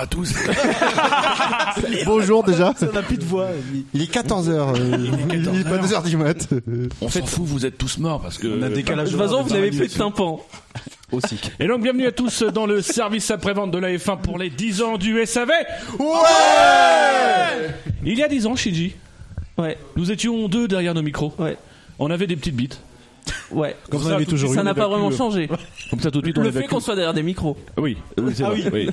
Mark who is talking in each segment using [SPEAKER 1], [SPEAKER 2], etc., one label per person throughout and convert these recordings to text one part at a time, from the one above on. [SPEAKER 1] à tous.
[SPEAKER 2] Bonjour déjà.
[SPEAKER 3] Ça n'a plus de voix. lui.
[SPEAKER 2] Il est 14h. Il est pas 2h du mat.
[SPEAKER 1] On s'en fout, vous êtes tous morts parce que.
[SPEAKER 3] On a décalage.
[SPEAKER 4] De toute façon, Bah, vous n'avez plus de tympan.
[SPEAKER 3] Aussi.
[SPEAKER 5] Et donc, bienvenue à tous dans le service après-vente de la F1 pour les 10 ans du SAV. Ouais Il y a 10 ans, Shinji,
[SPEAKER 4] Ouais,
[SPEAKER 5] nous étions deux derrière nos micros.
[SPEAKER 4] ouais,
[SPEAKER 5] On avait des petites bites.
[SPEAKER 4] ouais.
[SPEAKER 5] Comme
[SPEAKER 4] ça,
[SPEAKER 5] ça,
[SPEAKER 4] tout-
[SPEAKER 5] tout- toujours
[SPEAKER 4] ça
[SPEAKER 5] eu,
[SPEAKER 4] n'a
[SPEAKER 5] on
[SPEAKER 4] pas
[SPEAKER 5] évacue,
[SPEAKER 4] vraiment
[SPEAKER 5] euh.
[SPEAKER 4] changé.
[SPEAKER 5] Comme ça, tout de suite, on
[SPEAKER 4] Le
[SPEAKER 5] les
[SPEAKER 4] fait
[SPEAKER 5] évacue.
[SPEAKER 4] qu'on soit derrière des micros. Ah
[SPEAKER 5] Oui, oui, c'est vrai. oui.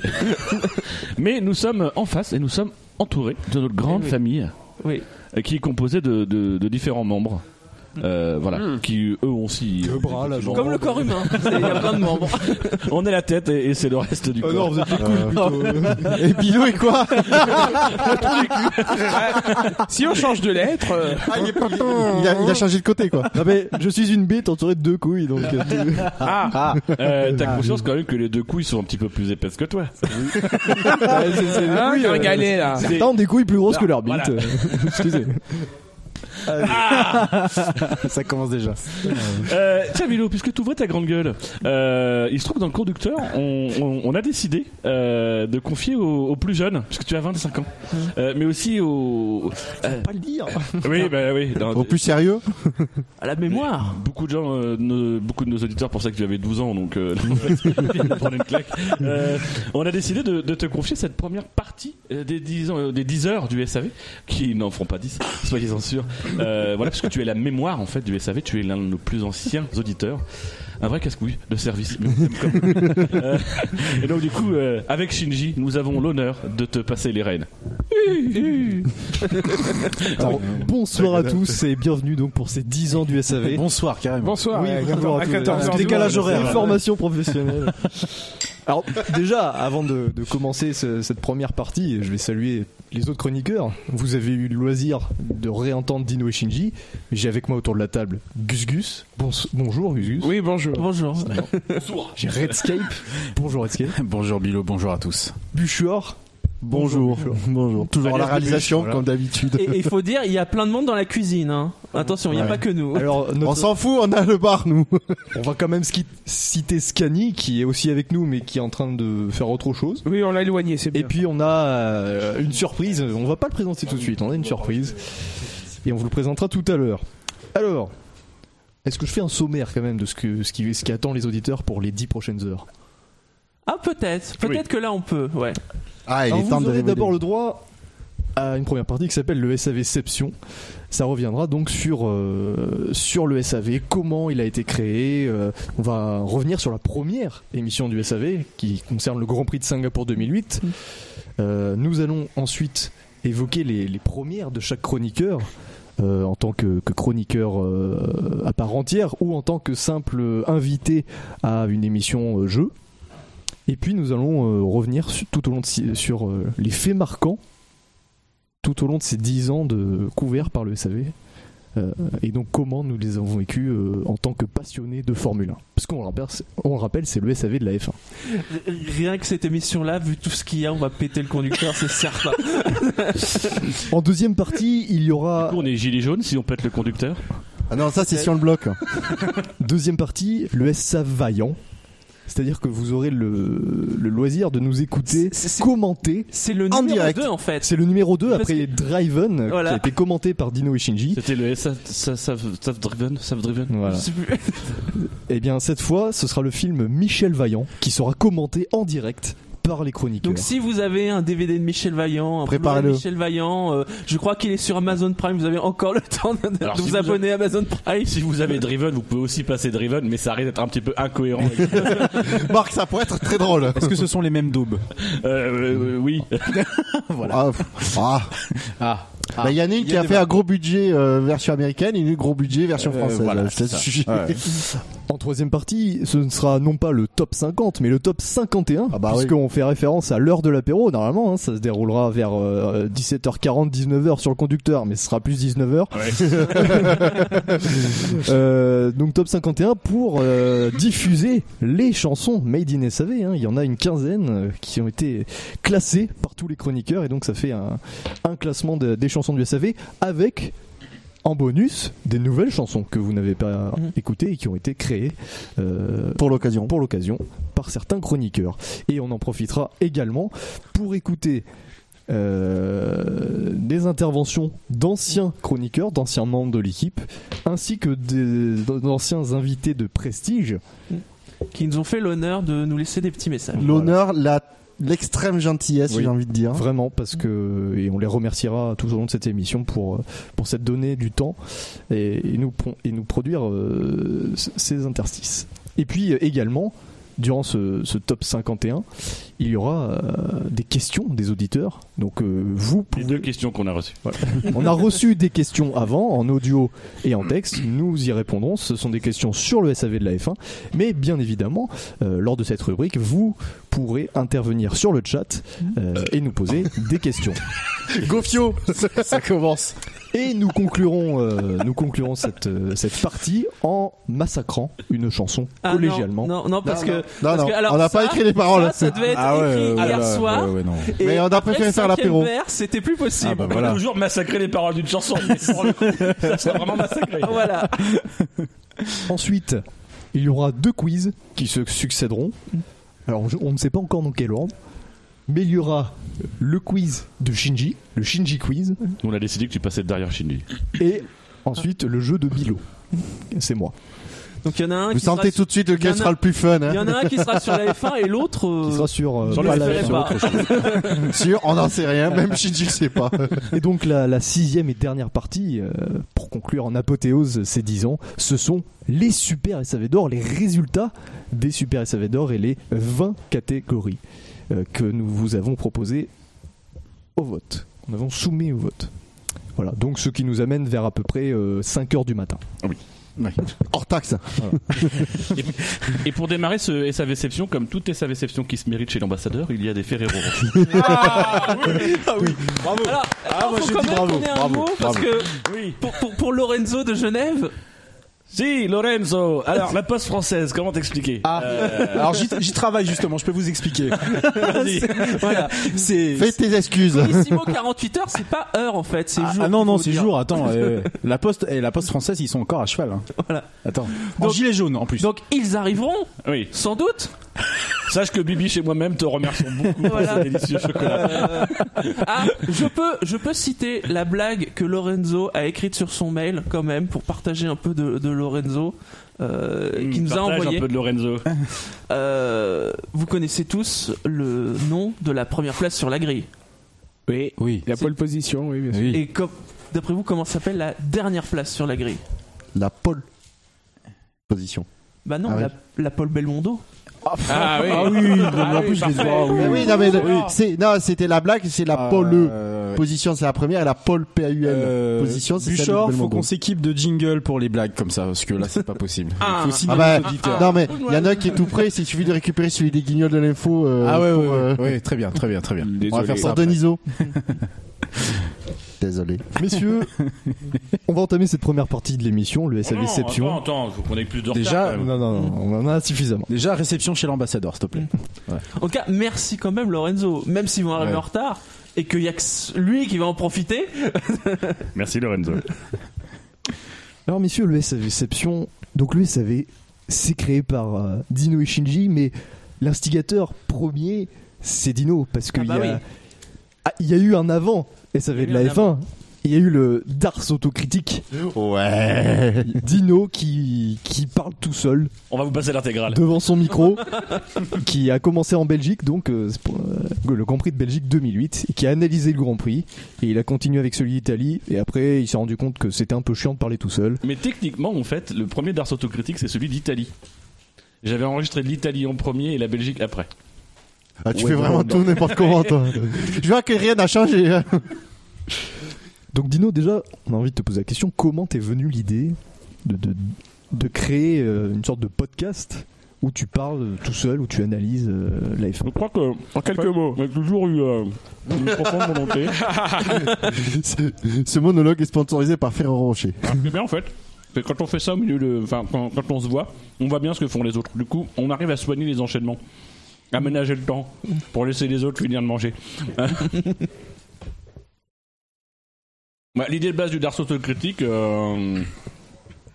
[SPEAKER 5] Mais nous sommes en face et nous sommes entourés de notre grande
[SPEAKER 4] Eh oui.
[SPEAKER 5] famille
[SPEAKER 4] Oui. Hmm.
[SPEAKER 5] euh, qui est composée de, de- de différents membres. Euh, voilà, qui eux aussi.
[SPEAKER 2] Le bras, la jambe.
[SPEAKER 4] Comme le corps humain. C'est- Il y a plein de membres.
[SPEAKER 5] On est la tête et, et c'est le reste du corps. Euh,
[SPEAKER 2] vous êtes plutôt. Et Bilo et quoi
[SPEAKER 4] Si on change de lettre. euh,
[SPEAKER 2] Ah, il, est pas- il a, il a changé de côté quoi.
[SPEAKER 6] Non mais je suis une bête entourée de deux couilles donc. euh, tu-
[SPEAKER 5] Ah, Euh, T'as conscience quand même que les deux couilles sont un petit peu plus épaisses que toi. Ah,
[SPEAKER 6] Ouais, c'est- c'est des
[SPEAKER 4] hein,
[SPEAKER 6] couilles, euh,
[SPEAKER 4] Gargalet, là.
[SPEAKER 6] Certains ont des couilles plus grosses que leur bite. euh,
[SPEAKER 5] voilà.
[SPEAKER 7] euh,
[SPEAKER 5] Ah.
[SPEAKER 6] Excusez.
[SPEAKER 2] Ça commence déjà.
[SPEAKER 5] Euh, tiens, Milo, puisque tu ouvrais ta grande gueule, euh, il se trouve que dans le conducteur, on, on- on a décidé euh, de confier aux, aux plus jeunes, puisque tu as 25 ans, euh, mais aussi aux.
[SPEAKER 6] Pas le dire.
[SPEAKER 5] Oui, bah oui. non,
[SPEAKER 2] Au plus sérieux
[SPEAKER 4] À la mémoire.
[SPEAKER 5] Beaucoup de gens, euh, ne- beaucoup de nos auditeurs pensaient que tu avais 12 ans, donc euh, ils vont prendre une claque. Euh, on a décidé de, de te confier cette première partie euh, des 10, ans- euh, des 10 heures du SAV, qui n'en feront pas 10, soyez-en sûrs. Euh, voilà, parce que tu es la mémoire en fait du SAV, tu es l'un de nos plus anciens auditeurs. Un vrai casse-couille de service. mais on t'aime comme- Euh, et donc du coup, euh, avec Shinji, nous avons l'honneur de te passer les rênes.
[SPEAKER 6] Ah, Alors, bonsoir à tous et bienvenue donc pour ces 10 ans du SAV.
[SPEAKER 3] Bonsoir, carrément.
[SPEAKER 6] Bonsoir.
[SPEAKER 3] Ouais,
[SPEAKER 6] bonjour
[SPEAKER 3] à
[SPEAKER 6] tous.
[SPEAKER 3] 14 heures du
[SPEAKER 6] Décalage
[SPEAKER 3] matin.
[SPEAKER 6] horaire. Formation professionnelle. Alors déjà, avant de, de commencer ce- cette première partie, je vais saluer les autres chroniqueurs. Vous avez eu le loisir de réentendre Dino et Shinji. J'ai avec moi autour de la table Gus Gus. Bonso- bonjour Gus Gus.
[SPEAKER 3] Oui, bonjour.
[SPEAKER 4] Bonjour.
[SPEAKER 6] J'ai Redscape. bonjour Redscape.
[SPEAKER 3] Bonjour Bilo, bonjour à tous.
[SPEAKER 6] Buchor.
[SPEAKER 2] Bonjour. Bonjour. Toujours la
[SPEAKER 6] Alias Deluxe,
[SPEAKER 2] réalisation
[SPEAKER 6] voilà.
[SPEAKER 2] comme d'habitude.
[SPEAKER 4] Et il faut dire, il y a plein de monde dans la cuisine. hein. Attention, il n'y a
[SPEAKER 6] Ouais.
[SPEAKER 4] pas que nous.
[SPEAKER 6] Alors
[SPEAKER 2] On
[SPEAKER 6] notre-
[SPEAKER 2] s'en fout, on a le bar nous.
[SPEAKER 6] on va quand même ski- citer Scani qui est aussi avec nous mais qui est en train de faire autre chose.
[SPEAKER 8] Oui, on l'a éloigné, c'est
[SPEAKER 6] Et
[SPEAKER 8] bien.
[SPEAKER 6] puis on a euh, une surprise, on va pas le présenter tout de suite, on a une surprise. Et on vous le présentera tout à l'heure. Alors, est-ce que je fais un sommaire quand même de ce, que, ce, qui, ce qui attend les auditeurs pour les 10 prochaines heures
[SPEAKER 4] Ah, peut-être. Peut-être que là, on peut. Ouais.
[SPEAKER 2] Ah, il
[SPEAKER 6] Alors,
[SPEAKER 2] est temps
[SPEAKER 6] Vous
[SPEAKER 2] de
[SPEAKER 6] aurez
[SPEAKER 2] révéler.
[SPEAKER 6] d'abord le droit à une première partie qui s'appelle le SAVception. Ça reviendra donc sur, euh, sur le SAV, comment il a été créé. euh, on va revenir sur la première émission du SAV qui concerne le Grand Prix de Singapour 2008. Euh, nous allons ensuite évoquer les, les premières de chaque chroniqueur. euh, en tant que, que chroniqueur euh, à part entière ou en tant que simple invité à une émission euh, jeu. Et puis nous allons euh, revenir su- tout au long de, si- sur euh, les faits marquants tout au long de ces 10 ans de couverts par le SAV. euh, et donc comment nous les avons vécus euh, en tant que passionnés de Formule 1. Parce qu'on le rappelle, c'est- on le rappelle, c'est le SAV de la F1.
[SPEAKER 4] Rien que cette émission-là, vu tout ce qu'il y a, on va péter le conducteur, c'est certain.
[SPEAKER 6] En deuxième partie, il y
[SPEAKER 5] Du
[SPEAKER 6] aura...
[SPEAKER 5] coup, on est gilet jaune si on pète le conducteur.
[SPEAKER 2] Ah non, ça c'est si on le bloque.
[SPEAKER 6] Deuxième partie, le SAV vaillant. C'est-à-dire que vous aurez le, le loisir de nous écouter,
[SPEAKER 4] C'est- c'est-
[SPEAKER 6] commenter.
[SPEAKER 4] C'est le
[SPEAKER 2] En
[SPEAKER 4] numéro
[SPEAKER 2] direct.
[SPEAKER 4] 2 en fait.
[SPEAKER 6] C'est le numéro 2
[SPEAKER 4] Parce
[SPEAKER 6] après Driven,
[SPEAKER 4] Voilà.
[SPEAKER 6] qui a été commenté par Dino et Shinji.
[SPEAKER 5] C'était le SF Driven. Sav Driven.
[SPEAKER 6] Voilà.
[SPEAKER 4] Je sais plus.
[SPEAKER 6] Eh bien, cette fois, ce sera le film Michel Vaillant qui sera commenté en direct par les chroniqueurs.
[SPEAKER 4] Donc si vous avez un DVD de Michel Vaillant, un
[SPEAKER 2] Préparez-le.
[SPEAKER 4] Blu-ray de Michel Vaillant, euh, je crois qu'il est sur Amazon Prime. Vous avez encore le temps de, de
[SPEAKER 5] Alors,
[SPEAKER 4] vous
[SPEAKER 5] si vous Ah
[SPEAKER 4] abonner à Amazon Prime.
[SPEAKER 5] Si vous avez Driven, vous pouvez aussi passer Driven, mais ça risque d'être un petit peu incohérent.
[SPEAKER 2] Marc, ça pourrait être très drôle.
[SPEAKER 3] Est-ce que ce sont les mêmes daubes
[SPEAKER 5] Euh, euh, oui.
[SPEAKER 2] Ah, pff, ah.
[SPEAKER 3] Ah.
[SPEAKER 2] Bah, Yannick
[SPEAKER 3] Il y
[SPEAKER 2] qui
[SPEAKER 3] a
[SPEAKER 2] a
[SPEAKER 3] des
[SPEAKER 2] fait un gros budget euh, version américaine et un gros budget version
[SPEAKER 3] Euh,
[SPEAKER 2] française.
[SPEAKER 3] voilà,
[SPEAKER 2] Je te
[SPEAKER 3] c'est ça.
[SPEAKER 2] suis-
[SPEAKER 3] Ouais.
[SPEAKER 6] En troisième partie, ce ne sera non pas le top 50, mais le top 51,
[SPEAKER 2] Ah bah oui.
[SPEAKER 6] puisqu'on fait référence à l'heure de l'apéro, normalement, hein, ça se déroulera vers euh, 17h40, 19h sur le conducteur, mais ce sera plus 19h. Euh, donc top 51 pour euh, diffuser les chansons Made in SAV, hein. il y en a une quinzaine euh, qui ont été classées par tous les chroniqueurs, et donc ça fait un, un classement de- des chansons du SAV avec en bonus des nouvelles chansons que vous n'avez pas écoutées et qui ont été créées euh,
[SPEAKER 2] pour l'occasion.
[SPEAKER 6] pour l'occasion par certains chroniqueurs. Et on en profitera également pour écouter euh, des interventions d'anciens chroniqueurs, d'anciens membres de l'équipe, ainsi que des- d'anciens invités de prestige.
[SPEAKER 4] qui nous ont fait l'honneur de nous laisser des petits messages.
[SPEAKER 2] L'honneur, la l'extrême gentillesse,
[SPEAKER 6] Oui.
[SPEAKER 2] j'ai envie de dire.
[SPEAKER 6] Vraiment, parce que et on les remerciera tout au long de cette émission pour euh, pour cette donnée du temps et, et nous pro- et nous produire euh, c- ces interstices. Et puis euh, également, durant ce, ce top 51, il y aura euh, des questions des auditeurs. Donc euh, vous
[SPEAKER 5] Les
[SPEAKER 6] pouvez-
[SPEAKER 5] deux questions qu'on a reçues.
[SPEAKER 6] on a reçu des questions avant en audio et en texte. Nous y répondrons. Ce sont des questions sur le SAV de la F1, mais bien évidemment, euh, lors de cette rubrique, vous pourrez intervenir sur le chat euh, et nous poser des questions.
[SPEAKER 2] Gofio, ça commence.
[SPEAKER 6] Et nous conclurons, euh, nous conclurons cette, euh, cette partie en massacrant une chanson
[SPEAKER 4] Ah, non,
[SPEAKER 6] collégialement.
[SPEAKER 4] Non, non, parce
[SPEAKER 2] Non,
[SPEAKER 4] que.
[SPEAKER 2] non.
[SPEAKER 4] parce
[SPEAKER 2] Non,
[SPEAKER 4] que,
[SPEAKER 2] non,
[SPEAKER 4] alors,
[SPEAKER 2] on n'a pas
[SPEAKER 4] ça,
[SPEAKER 2] écrit les paroles. Ah
[SPEAKER 4] Ça, ça devait être écrit
[SPEAKER 3] ouais,
[SPEAKER 4] hier
[SPEAKER 3] ouais,
[SPEAKER 4] soir.
[SPEAKER 3] ouais, ouais, non.
[SPEAKER 4] et
[SPEAKER 2] Mais on a préféré
[SPEAKER 4] après
[SPEAKER 2] faire l'apéro.
[SPEAKER 4] cinquième verre, C'était plus possible.
[SPEAKER 3] Ah bah voilà.
[SPEAKER 5] Toujours massacrer les paroles d'une chanson. mais pour le coup, ça sera vraiment massacré.
[SPEAKER 4] Voilà.
[SPEAKER 6] Ensuite, il y aura deux quiz qui se succéderont. Alors, je- on ne sait pas encore dans quel ordre, mais il y aura le quiz de Shinji, le Shinji quiz,
[SPEAKER 5] On a décidé que tu passais derrière Shinji.
[SPEAKER 6] et ensuite le jeu de Bilo. C'est moi.
[SPEAKER 4] Donc il y en a un
[SPEAKER 2] Vous
[SPEAKER 4] qui sera
[SPEAKER 2] sentez
[SPEAKER 4] sur-
[SPEAKER 2] tout de suite
[SPEAKER 4] Il y en
[SPEAKER 2] lequel
[SPEAKER 4] a-
[SPEAKER 2] sera le plus fun.
[SPEAKER 4] il y
[SPEAKER 2] Hein.
[SPEAKER 4] en a un qui sera sur la F1 et l'autre.
[SPEAKER 6] Qui
[SPEAKER 4] euh,
[SPEAKER 6] sera sur, euh,
[SPEAKER 4] sur
[SPEAKER 6] pas
[SPEAKER 4] le
[SPEAKER 6] la-
[SPEAKER 4] FLF,
[SPEAKER 6] sur
[SPEAKER 4] pas.
[SPEAKER 6] l'autre.
[SPEAKER 2] Sûr, on n'en sait rien. Même Shinji, je sais pas.
[SPEAKER 6] Et donc la, la sixième et dernière partie, euh, pour conclure en apothéose ces 10 ans, ce sont les super SAV d'or, les résultats des super SAV d'or et les 20 catégories euh, que nous vous avons proposées au vote. Nous avons soumis au vote. Voilà, donc ce qui nous amène vers à peu près 5 heures du matin.
[SPEAKER 2] Ah Hors taxe.
[SPEAKER 5] Et pour démarrer ce SAVception, comme toute SAVception qui se mérite chez l'ambassadeur, il y a des Ferrero Rocher.
[SPEAKER 4] Alors,
[SPEAKER 2] Ah,
[SPEAKER 4] alors, faut quand même tourner un mot parce que pour, pour, pour Lorenzo de Genève,
[SPEAKER 5] Si, Lorenzo Alors, la poste française, comment t'expliquer Euh,
[SPEAKER 3] Ah. Alors j'y j'y travaille justement, je peux vous expliquer.
[SPEAKER 5] Vas-y.
[SPEAKER 3] voilà, c'est
[SPEAKER 2] Fais tes excuses.
[SPEAKER 4] Colissimo 48 heures, c'est pas heure en fait, c'est
[SPEAKER 3] Ah,
[SPEAKER 4] jour.
[SPEAKER 3] ah non non
[SPEAKER 4] faut
[SPEAKER 3] c'est
[SPEAKER 4] dire.
[SPEAKER 3] jour attends euh, la poste et la poste française ils sont encore à cheval hein.
[SPEAKER 4] Voilà.
[SPEAKER 3] attends en
[SPEAKER 4] Donc-
[SPEAKER 3] gilet jaune en plus
[SPEAKER 4] Donc ils arriveront,
[SPEAKER 5] Oui.
[SPEAKER 4] sans doute.
[SPEAKER 5] Sache que Bibi chez moi-même te remercions beaucoup pour
[SPEAKER 4] Voilà.
[SPEAKER 5] ce délicieux chocolat.
[SPEAKER 4] Euh, ah, je peux, je peux citer la blague que Lorenzo a écrite sur son mail quand même pour partager un peu de, de Lorenzo. euh, qui nous a
[SPEAKER 5] Partage
[SPEAKER 4] envoyé.
[SPEAKER 5] un peu de Lorenzo.
[SPEAKER 4] Euh, vous connaissez tous le nom de la première place sur la grille.
[SPEAKER 8] Oui,
[SPEAKER 3] oui
[SPEAKER 8] la pole position, oui, bien sûr.
[SPEAKER 3] oui
[SPEAKER 4] Et comme, d'après vous, comment s'appelle la dernière place sur la grille
[SPEAKER 2] La pole position.
[SPEAKER 4] Bah non,
[SPEAKER 2] Ah ouais.
[SPEAKER 4] la, la Paul Belmondo.
[SPEAKER 8] Ah oui,
[SPEAKER 3] ah oui non, mais
[SPEAKER 8] Ah
[SPEAKER 3] en
[SPEAKER 8] oui,
[SPEAKER 3] plus je les
[SPEAKER 8] parfait.
[SPEAKER 3] vois oui,
[SPEAKER 2] Mais oui, non, mais c'est, non, c'était la blague, c'est la pole
[SPEAKER 3] Euh,
[SPEAKER 2] position, c'est la première, et la pole PAUL
[SPEAKER 3] euh,
[SPEAKER 2] position, c'est celle
[SPEAKER 3] Buchor,
[SPEAKER 2] de
[SPEAKER 3] faut
[SPEAKER 2] Belmondo.
[SPEAKER 3] qu'on s'équipe de jingle pour les blagues comme ça parce que là c'est pas possible.
[SPEAKER 4] Ah,
[SPEAKER 3] faut signaler
[SPEAKER 2] Ah bah,
[SPEAKER 3] aux auditeurs.
[SPEAKER 2] non mais il y en a un qui est tout près, il suffit de récupérer celui des guignols de l'info euh,
[SPEAKER 3] Ah ouais, ouais,
[SPEAKER 2] pour,
[SPEAKER 3] ouais,
[SPEAKER 2] euh,
[SPEAKER 3] ouais, très bien, très bien, très bien. On va
[SPEAKER 5] Désolé.
[SPEAKER 3] faire ça.
[SPEAKER 2] pour
[SPEAKER 3] après.
[SPEAKER 2] Deniso. Désolé.
[SPEAKER 6] Messieurs, on va entamer cette première partie de l'émission, le
[SPEAKER 5] Non, Attends,
[SPEAKER 6] SAVception.
[SPEAKER 5] attends, faut qu'on
[SPEAKER 2] Ah,
[SPEAKER 5] ait plus de retard.
[SPEAKER 3] Déjà,
[SPEAKER 5] quand même.
[SPEAKER 6] Non, non, non, on en a suffisamment.
[SPEAKER 3] déjà réception chez l'ambassadeur, s'il te plaît.
[SPEAKER 4] En tout cas, merci quand même Lorenzo, même s'ils vont arriver
[SPEAKER 3] Ouais.
[SPEAKER 4] en retard et qu'il y a que lui qui va en profiter.
[SPEAKER 5] Merci Lorenzo.
[SPEAKER 6] Alors messieurs, le SAVception, donc le SAV, c'est créé par euh, Dino et Shinji, mais l'instigateur premier, c'est Dino, parce qu'il
[SPEAKER 4] Ah bah
[SPEAKER 6] y, a-
[SPEAKER 4] oui.
[SPEAKER 6] Ah, il y a eu un avant SAV
[SPEAKER 4] Il y a
[SPEAKER 6] de
[SPEAKER 4] eu
[SPEAKER 6] la
[SPEAKER 4] un
[SPEAKER 6] F1. Il y a eu le Dars autocritique,
[SPEAKER 2] Ouais.
[SPEAKER 6] Dino qui, qui parle tout seul
[SPEAKER 5] On va vous passer l'intégrale.
[SPEAKER 6] devant son micro, qui a commencé en Belgique, donc euh, c'est pour, euh, le Grand Prix de Belgique 2008, et qui a analysé le Grand Prix, et il a continué avec celui d'Italie, et après il s'est rendu compte que c'était un peu chiant de parler tout seul.
[SPEAKER 5] Mais techniquement, en fait, le premier Dars Autocritique, c'est celui d'Italie. J'avais enregistré l'Italie en premier et la Belgique après.
[SPEAKER 2] Ah, tu
[SPEAKER 3] Ouais,
[SPEAKER 2] fais
[SPEAKER 3] non,
[SPEAKER 2] vraiment
[SPEAKER 3] non.
[SPEAKER 2] tout n'importe comment toi. Je vois que rien n'a changé. hein.
[SPEAKER 6] Donc Dino, déjà, on a envie de te poser la question, comment t'es venu l'idée de, de, de créer euh, une sorte de podcast où tu parles euh, tout seul, où tu analyses euh, la F1
[SPEAKER 5] Je crois que, en quelques mots, on a toujours eu euh, une profonde volonté.
[SPEAKER 2] ce, ce monologue est sponsorisé par Ferrero Rocher.
[SPEAKER 5] Mais bien, en fait, c'est quand on fait ça au milieu de. Enfin, quand, quand on se voit, on voit bien ce que font les autres. Du coup, on arrive à soigner les enchaînements, à ménager le temps pour laisser les autres finir de manger. Bah, L'idée de base du Dark Souls critique, euh,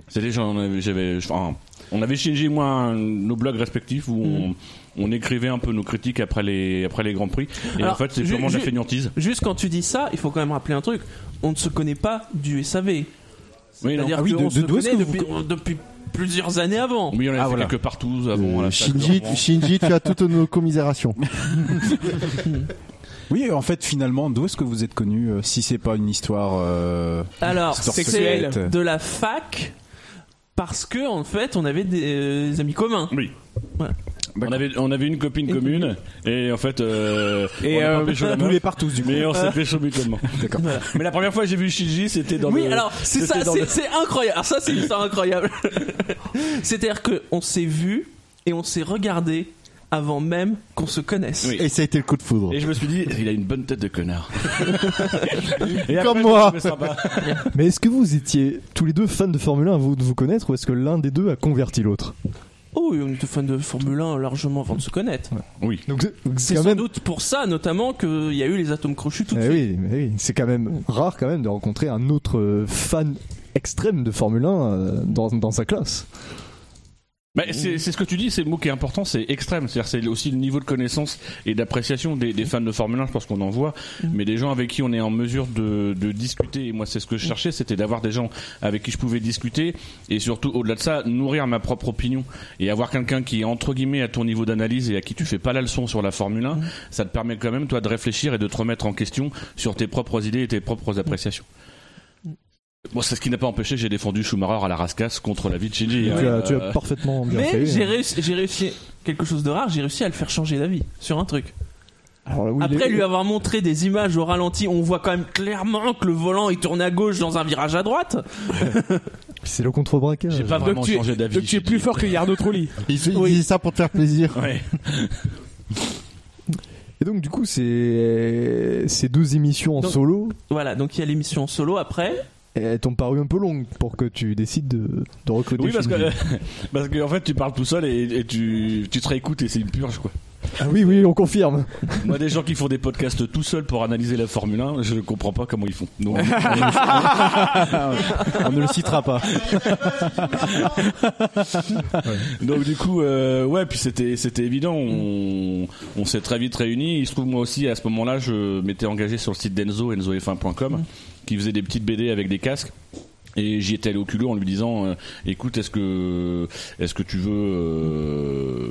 [SPEAKER 5] c'était genre, on avait, j'avais- je- enfin, on avait Shinji et moi un- nos blogs respectifs où on, on écrivait un peu nos critiques après les après les grands prix. Et
[SPEAKER 4] Alors,
[SPEAKER 5] en fait, c'est
[SPEAKER 4] ju-
[SPEAKER 5] purement de la
[SPEAKER 4] ju-
[SPEAKER 5] fainéantise.
[SPEAKER 4] Juste quand tu dis ça, il faut quand même rappeler un truc. On ne se connaît pas du SAV.
[SPEAKER 5] Oui, non.
[SPEAKER 4] C'est-à-dire
[SPEAKER 2] Ah oui,
[SPEAKER 4] qu'on
[SPEAKER 2] de-
[SPEAKER 4] se
[SPEAKER 2] d'où est-ce
[SPEAKER 4] connaît
[SPEAKER 2] que vous
[SPEAKER 4] depuis, depuis plusieurs années avant.
[SPEAKER 5] Oui, on avait
[SPEAKER 3] Ah,
[SPEAKER 5] fait
[SPEAKER 3] voilà.
[SPEAKER 5] quelques partout avant. à
[SPEAKER 2] Euh,
[SPEAKER 5] la salle
[SPEAKER 2] Shinji,
[SPEAKER 5] de Rouen.
[SPEAKER 2] Shinji, tu as toutes nos commisérations.
[SPEAKER 3] Oui, en fait, finalement, d'où est-ce que vous êtes connu euh, si c'est pas une histoire euh,
[SPEAKER 4] Alors,
[SPEAKER 3] Histoire
[SPEAKER 4] c'est
[SPEAKER 3] secrète.
[SPEAKER 4] de la fac parce que en fait, on avait des, des amis communs.
[SPEAKER 5] Oui.
[SPEAKER 4] Voilà.
[SPEAKER 5] On avait, on avait une copine commune et en fait euh,
[SPEAKER 8] Et,
[SPEAKER 5] on a pas
[SPEAKER 8] euh,
[SPEAKER 5] pécho la
[SPEAKER 3] Vous
[SPEAKER 5] meuf,
[SPEAKER 3] les partout du coup.
[SPEAKER 5] mais on s'est pécho mutuellement. Mais la première fois que j'ai vu Shinji, c'était dans
[SPEAKER 4] oui,
[SPEAKER 5] le-
[SPEAKER 4] alors c'est
[SPEAKER 5] c'était
[SPEAKER 4] ça,
[SPEAKER 5] dans
[SPEAKER 4] c'est
[SPEAKER 5] le-
[SPEAKER 4] c'est incroyable. Alors ça, c'est une histoire incroyable. C'est-à-dire que on s'est vu et on s'est regardé avant même qu'on se connaisse.
[SPEAKER 5] Oui.
[SPEAKER 2] Et ça a été le coup de foudre.
[SPEAKER 5] Et je me suis dit, il a une bonne tête de connard. Et après,
[SPEAKER 2] Comme
[SPEAKER 5] je
[SPEAKER 2] moi.
[SPEAKER 5] me suis trouvé sympa.
[SPEAKER 6] Mais est-ce que vous étiez tous les deux fans de Formule 1 avant de vous connaître ou est-ce que l'un des deux a converti l'autre
[SPEAKER 4] Oh, oui, on était fan de Formule 1 largement avant de se connaître.
[SPEAKER 5] Oui.
[SPEAKER 6] Donc c'est- donc
[SPEAKER 4] C'est
[SPEAKER 6] c'est
[SPEAKER 4] sans
[SPEAKER 6] quand même.
[SPEAKER 4] doute pour ça, notamment, qu'il y a eu les atomes crochus tout de
[SPEAKER 6] Eh
[SPEAKER 4] suite.
[SPEAKER 6] oui, mais oui, c'est quand même rare quand même de rencontrer un autre euh, fan extrême de Formule 1 euh, dans, dans sa classe.
[SPEAKER 5] Mais Bah, c'est c'est ce que tu dis, c'est le mot qui est important, c'est extrême. C'est-à-dire, c'est aussi le niveau de connaissance et d'appréciation des, des fans de Formule 1, je pense qu'on en voit,
[SPEAKER 6] Mm.
[SPEAKER 5] mais des gens avec qui on est en mesure de, de discuter. Et moi, c'est ce
[SPEAKER 6] Mm.
[SPEAKER 5] que je cherchais, c'était d'avoir des gens avec qui je pouvais discuter et surtout, au-delà de ça, nourrir ma propre opinion. Et avoir quelqu'un qui est, entre guillemets, à ton niveau d'analyse et à qui tu fais pas la leçon sur la Formule
[SPEAKER 6] Mm.
[SPEAKER 5] 1, ça te permet quand même, toi, de réfléchir et de te remettre en question sur tes propres idées et tes
[SPEAKER 6] Mm.
[SPEAKER 5] propres appréciations. Bon, c'est ce qui n'a pas empêché que j'ai défendu Schumacher à la rascasse contre la vie de Shinji.
[SPEAKER 6] tu,
[SPEAKER 5] hein.
[SPEAKER 6] as, tu as
[SPEAKER 5] Euh,
[SPEAKER 6] parfaitement bien fait.
[SPEAKER 4] Mais j'ai réussi, j'ai réussi quelque chose de rare, j'ai réussi à le faire changer d'avis sur un truc.
[SPEAKER 6] Alors là, oui,
[SPEAKER 4] Après
[SPEAKER 6] les-
[SPEAKER 4] lui avoir montré des images au ralenti, on voit quand même clairement que le volant il tourne à gauche dans un virage à droite.
[SPEAKER 6] c'est le contre-braquage.
[SPEAKER 5] J'ai pas
[SPEAKER 8] Donc
[SPEAKER 5] vraiment
[SPEAKER 8] tu,
[SPEAKER 5] changé
[SPEAKER 8] es,
[SPEAKER 5] d'avis.
[SPEAKER 8] donc tu es plus fort que Yardo Trulli.
[SPEAKER 2] Il, se- il dit ça pour te faire plaisir.
[SPEAKER 5] Ouais.
[SPEAKER 6] Et donc du coup, c'est ces deux émissions en
[SPEAKER 4] Donc-
[SPEAKER 6] solo,
[SPEAKER 4] Voilà, donc il y a l'émission solo après.
[SPEAKER 6] elles t'ont paru un peu longues pour que tu décides de, de recruter.
[SPEAKER 5] Oui, parce que,
[SPEAKER 6] Shinji.
[SPEAKER 5] parce que en fait, tu parles tout seul et, et tu, tu te réécoutes et c'est une purge, quoi.
[SPEAKER 6] Ah oui, oui, on confirme.
[SPEAKER 5] Moi, des gens qui font des podcasts tout seuls pour analyser la Formule 1, je ne comprends pas comment ils font. Donc,
[SPEAKER 3] On ne le citera pas.
[SPEAKER 5] donc, du coup, euh, ouais, puis c'était, c'était évident. On, on s'est très vite réunis. Il se trouve, moi aussi, à ce moment-là, je m'étais engagé sur le site d'Enzo, enzoff1.com,
[SPEAKER 4] Mm.
[SPEAKER 5] qui faisait des petites BD avec des casques. Et j'y étais allé au culot en lui disant, euh, écoute, est-ce que, est-ce que tu veux, euh,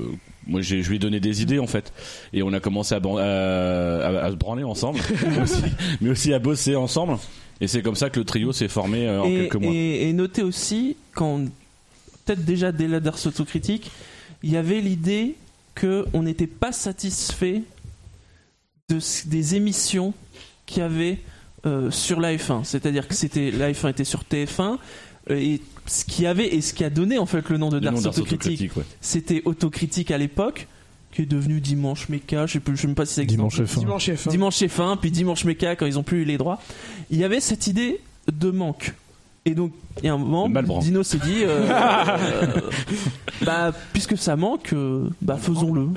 [SPEAKER 5] moi, j'ai- je lui ai donné des idées en fait, et on a commencé à, bran- à- à- à se branler ensemble, mais aussi, mais aussi à bosser ensemble. Et c'est comme ça que le trio s'est formé euh, en
[SPEAKER 4] et,
[SPEAKER 5] quelques mois.
[SPEAKER 4] et- et notez aussi, quand peut-être déjà dès la Darse Autocritique, il y avait l'idée que on n'était pas satisfait de, ce- des émissions qu'il y avait euh, sur la F1. C'est-à-dire que c'était la F1 était sur TF1 euh, et ce qui avait et ce qui a donné en fait le nom de
[SPEAKER 5] Le nom
[SPEAKER 4] Darse
[SPEAKER 5] d'Ars
[SPEAKER 4] Autocritique
[SPEAKER 5] Autocritique, ouais.
[SPEAKER 4] c'était Autocritique à l'époque, qui est devenu Dimanche Méca, je sais plus, je sais même pas si c'est exact.
[SPEAKER 6] Dimanche F1.
[SPEAKER 8] Dimanche F1.
[SPEAKER 4] Dimanche F1, puis Dimanche Méca quand ils ont plus eu les droits. Il y avait cette idée de manque. Et donc, il y a un moment,
[SPEAKER 5] Le Malbran.
[SPEAKER 4] Dino s'est dit, euh, euh, bah, puisque ça manque, euh, bah, faisons-le.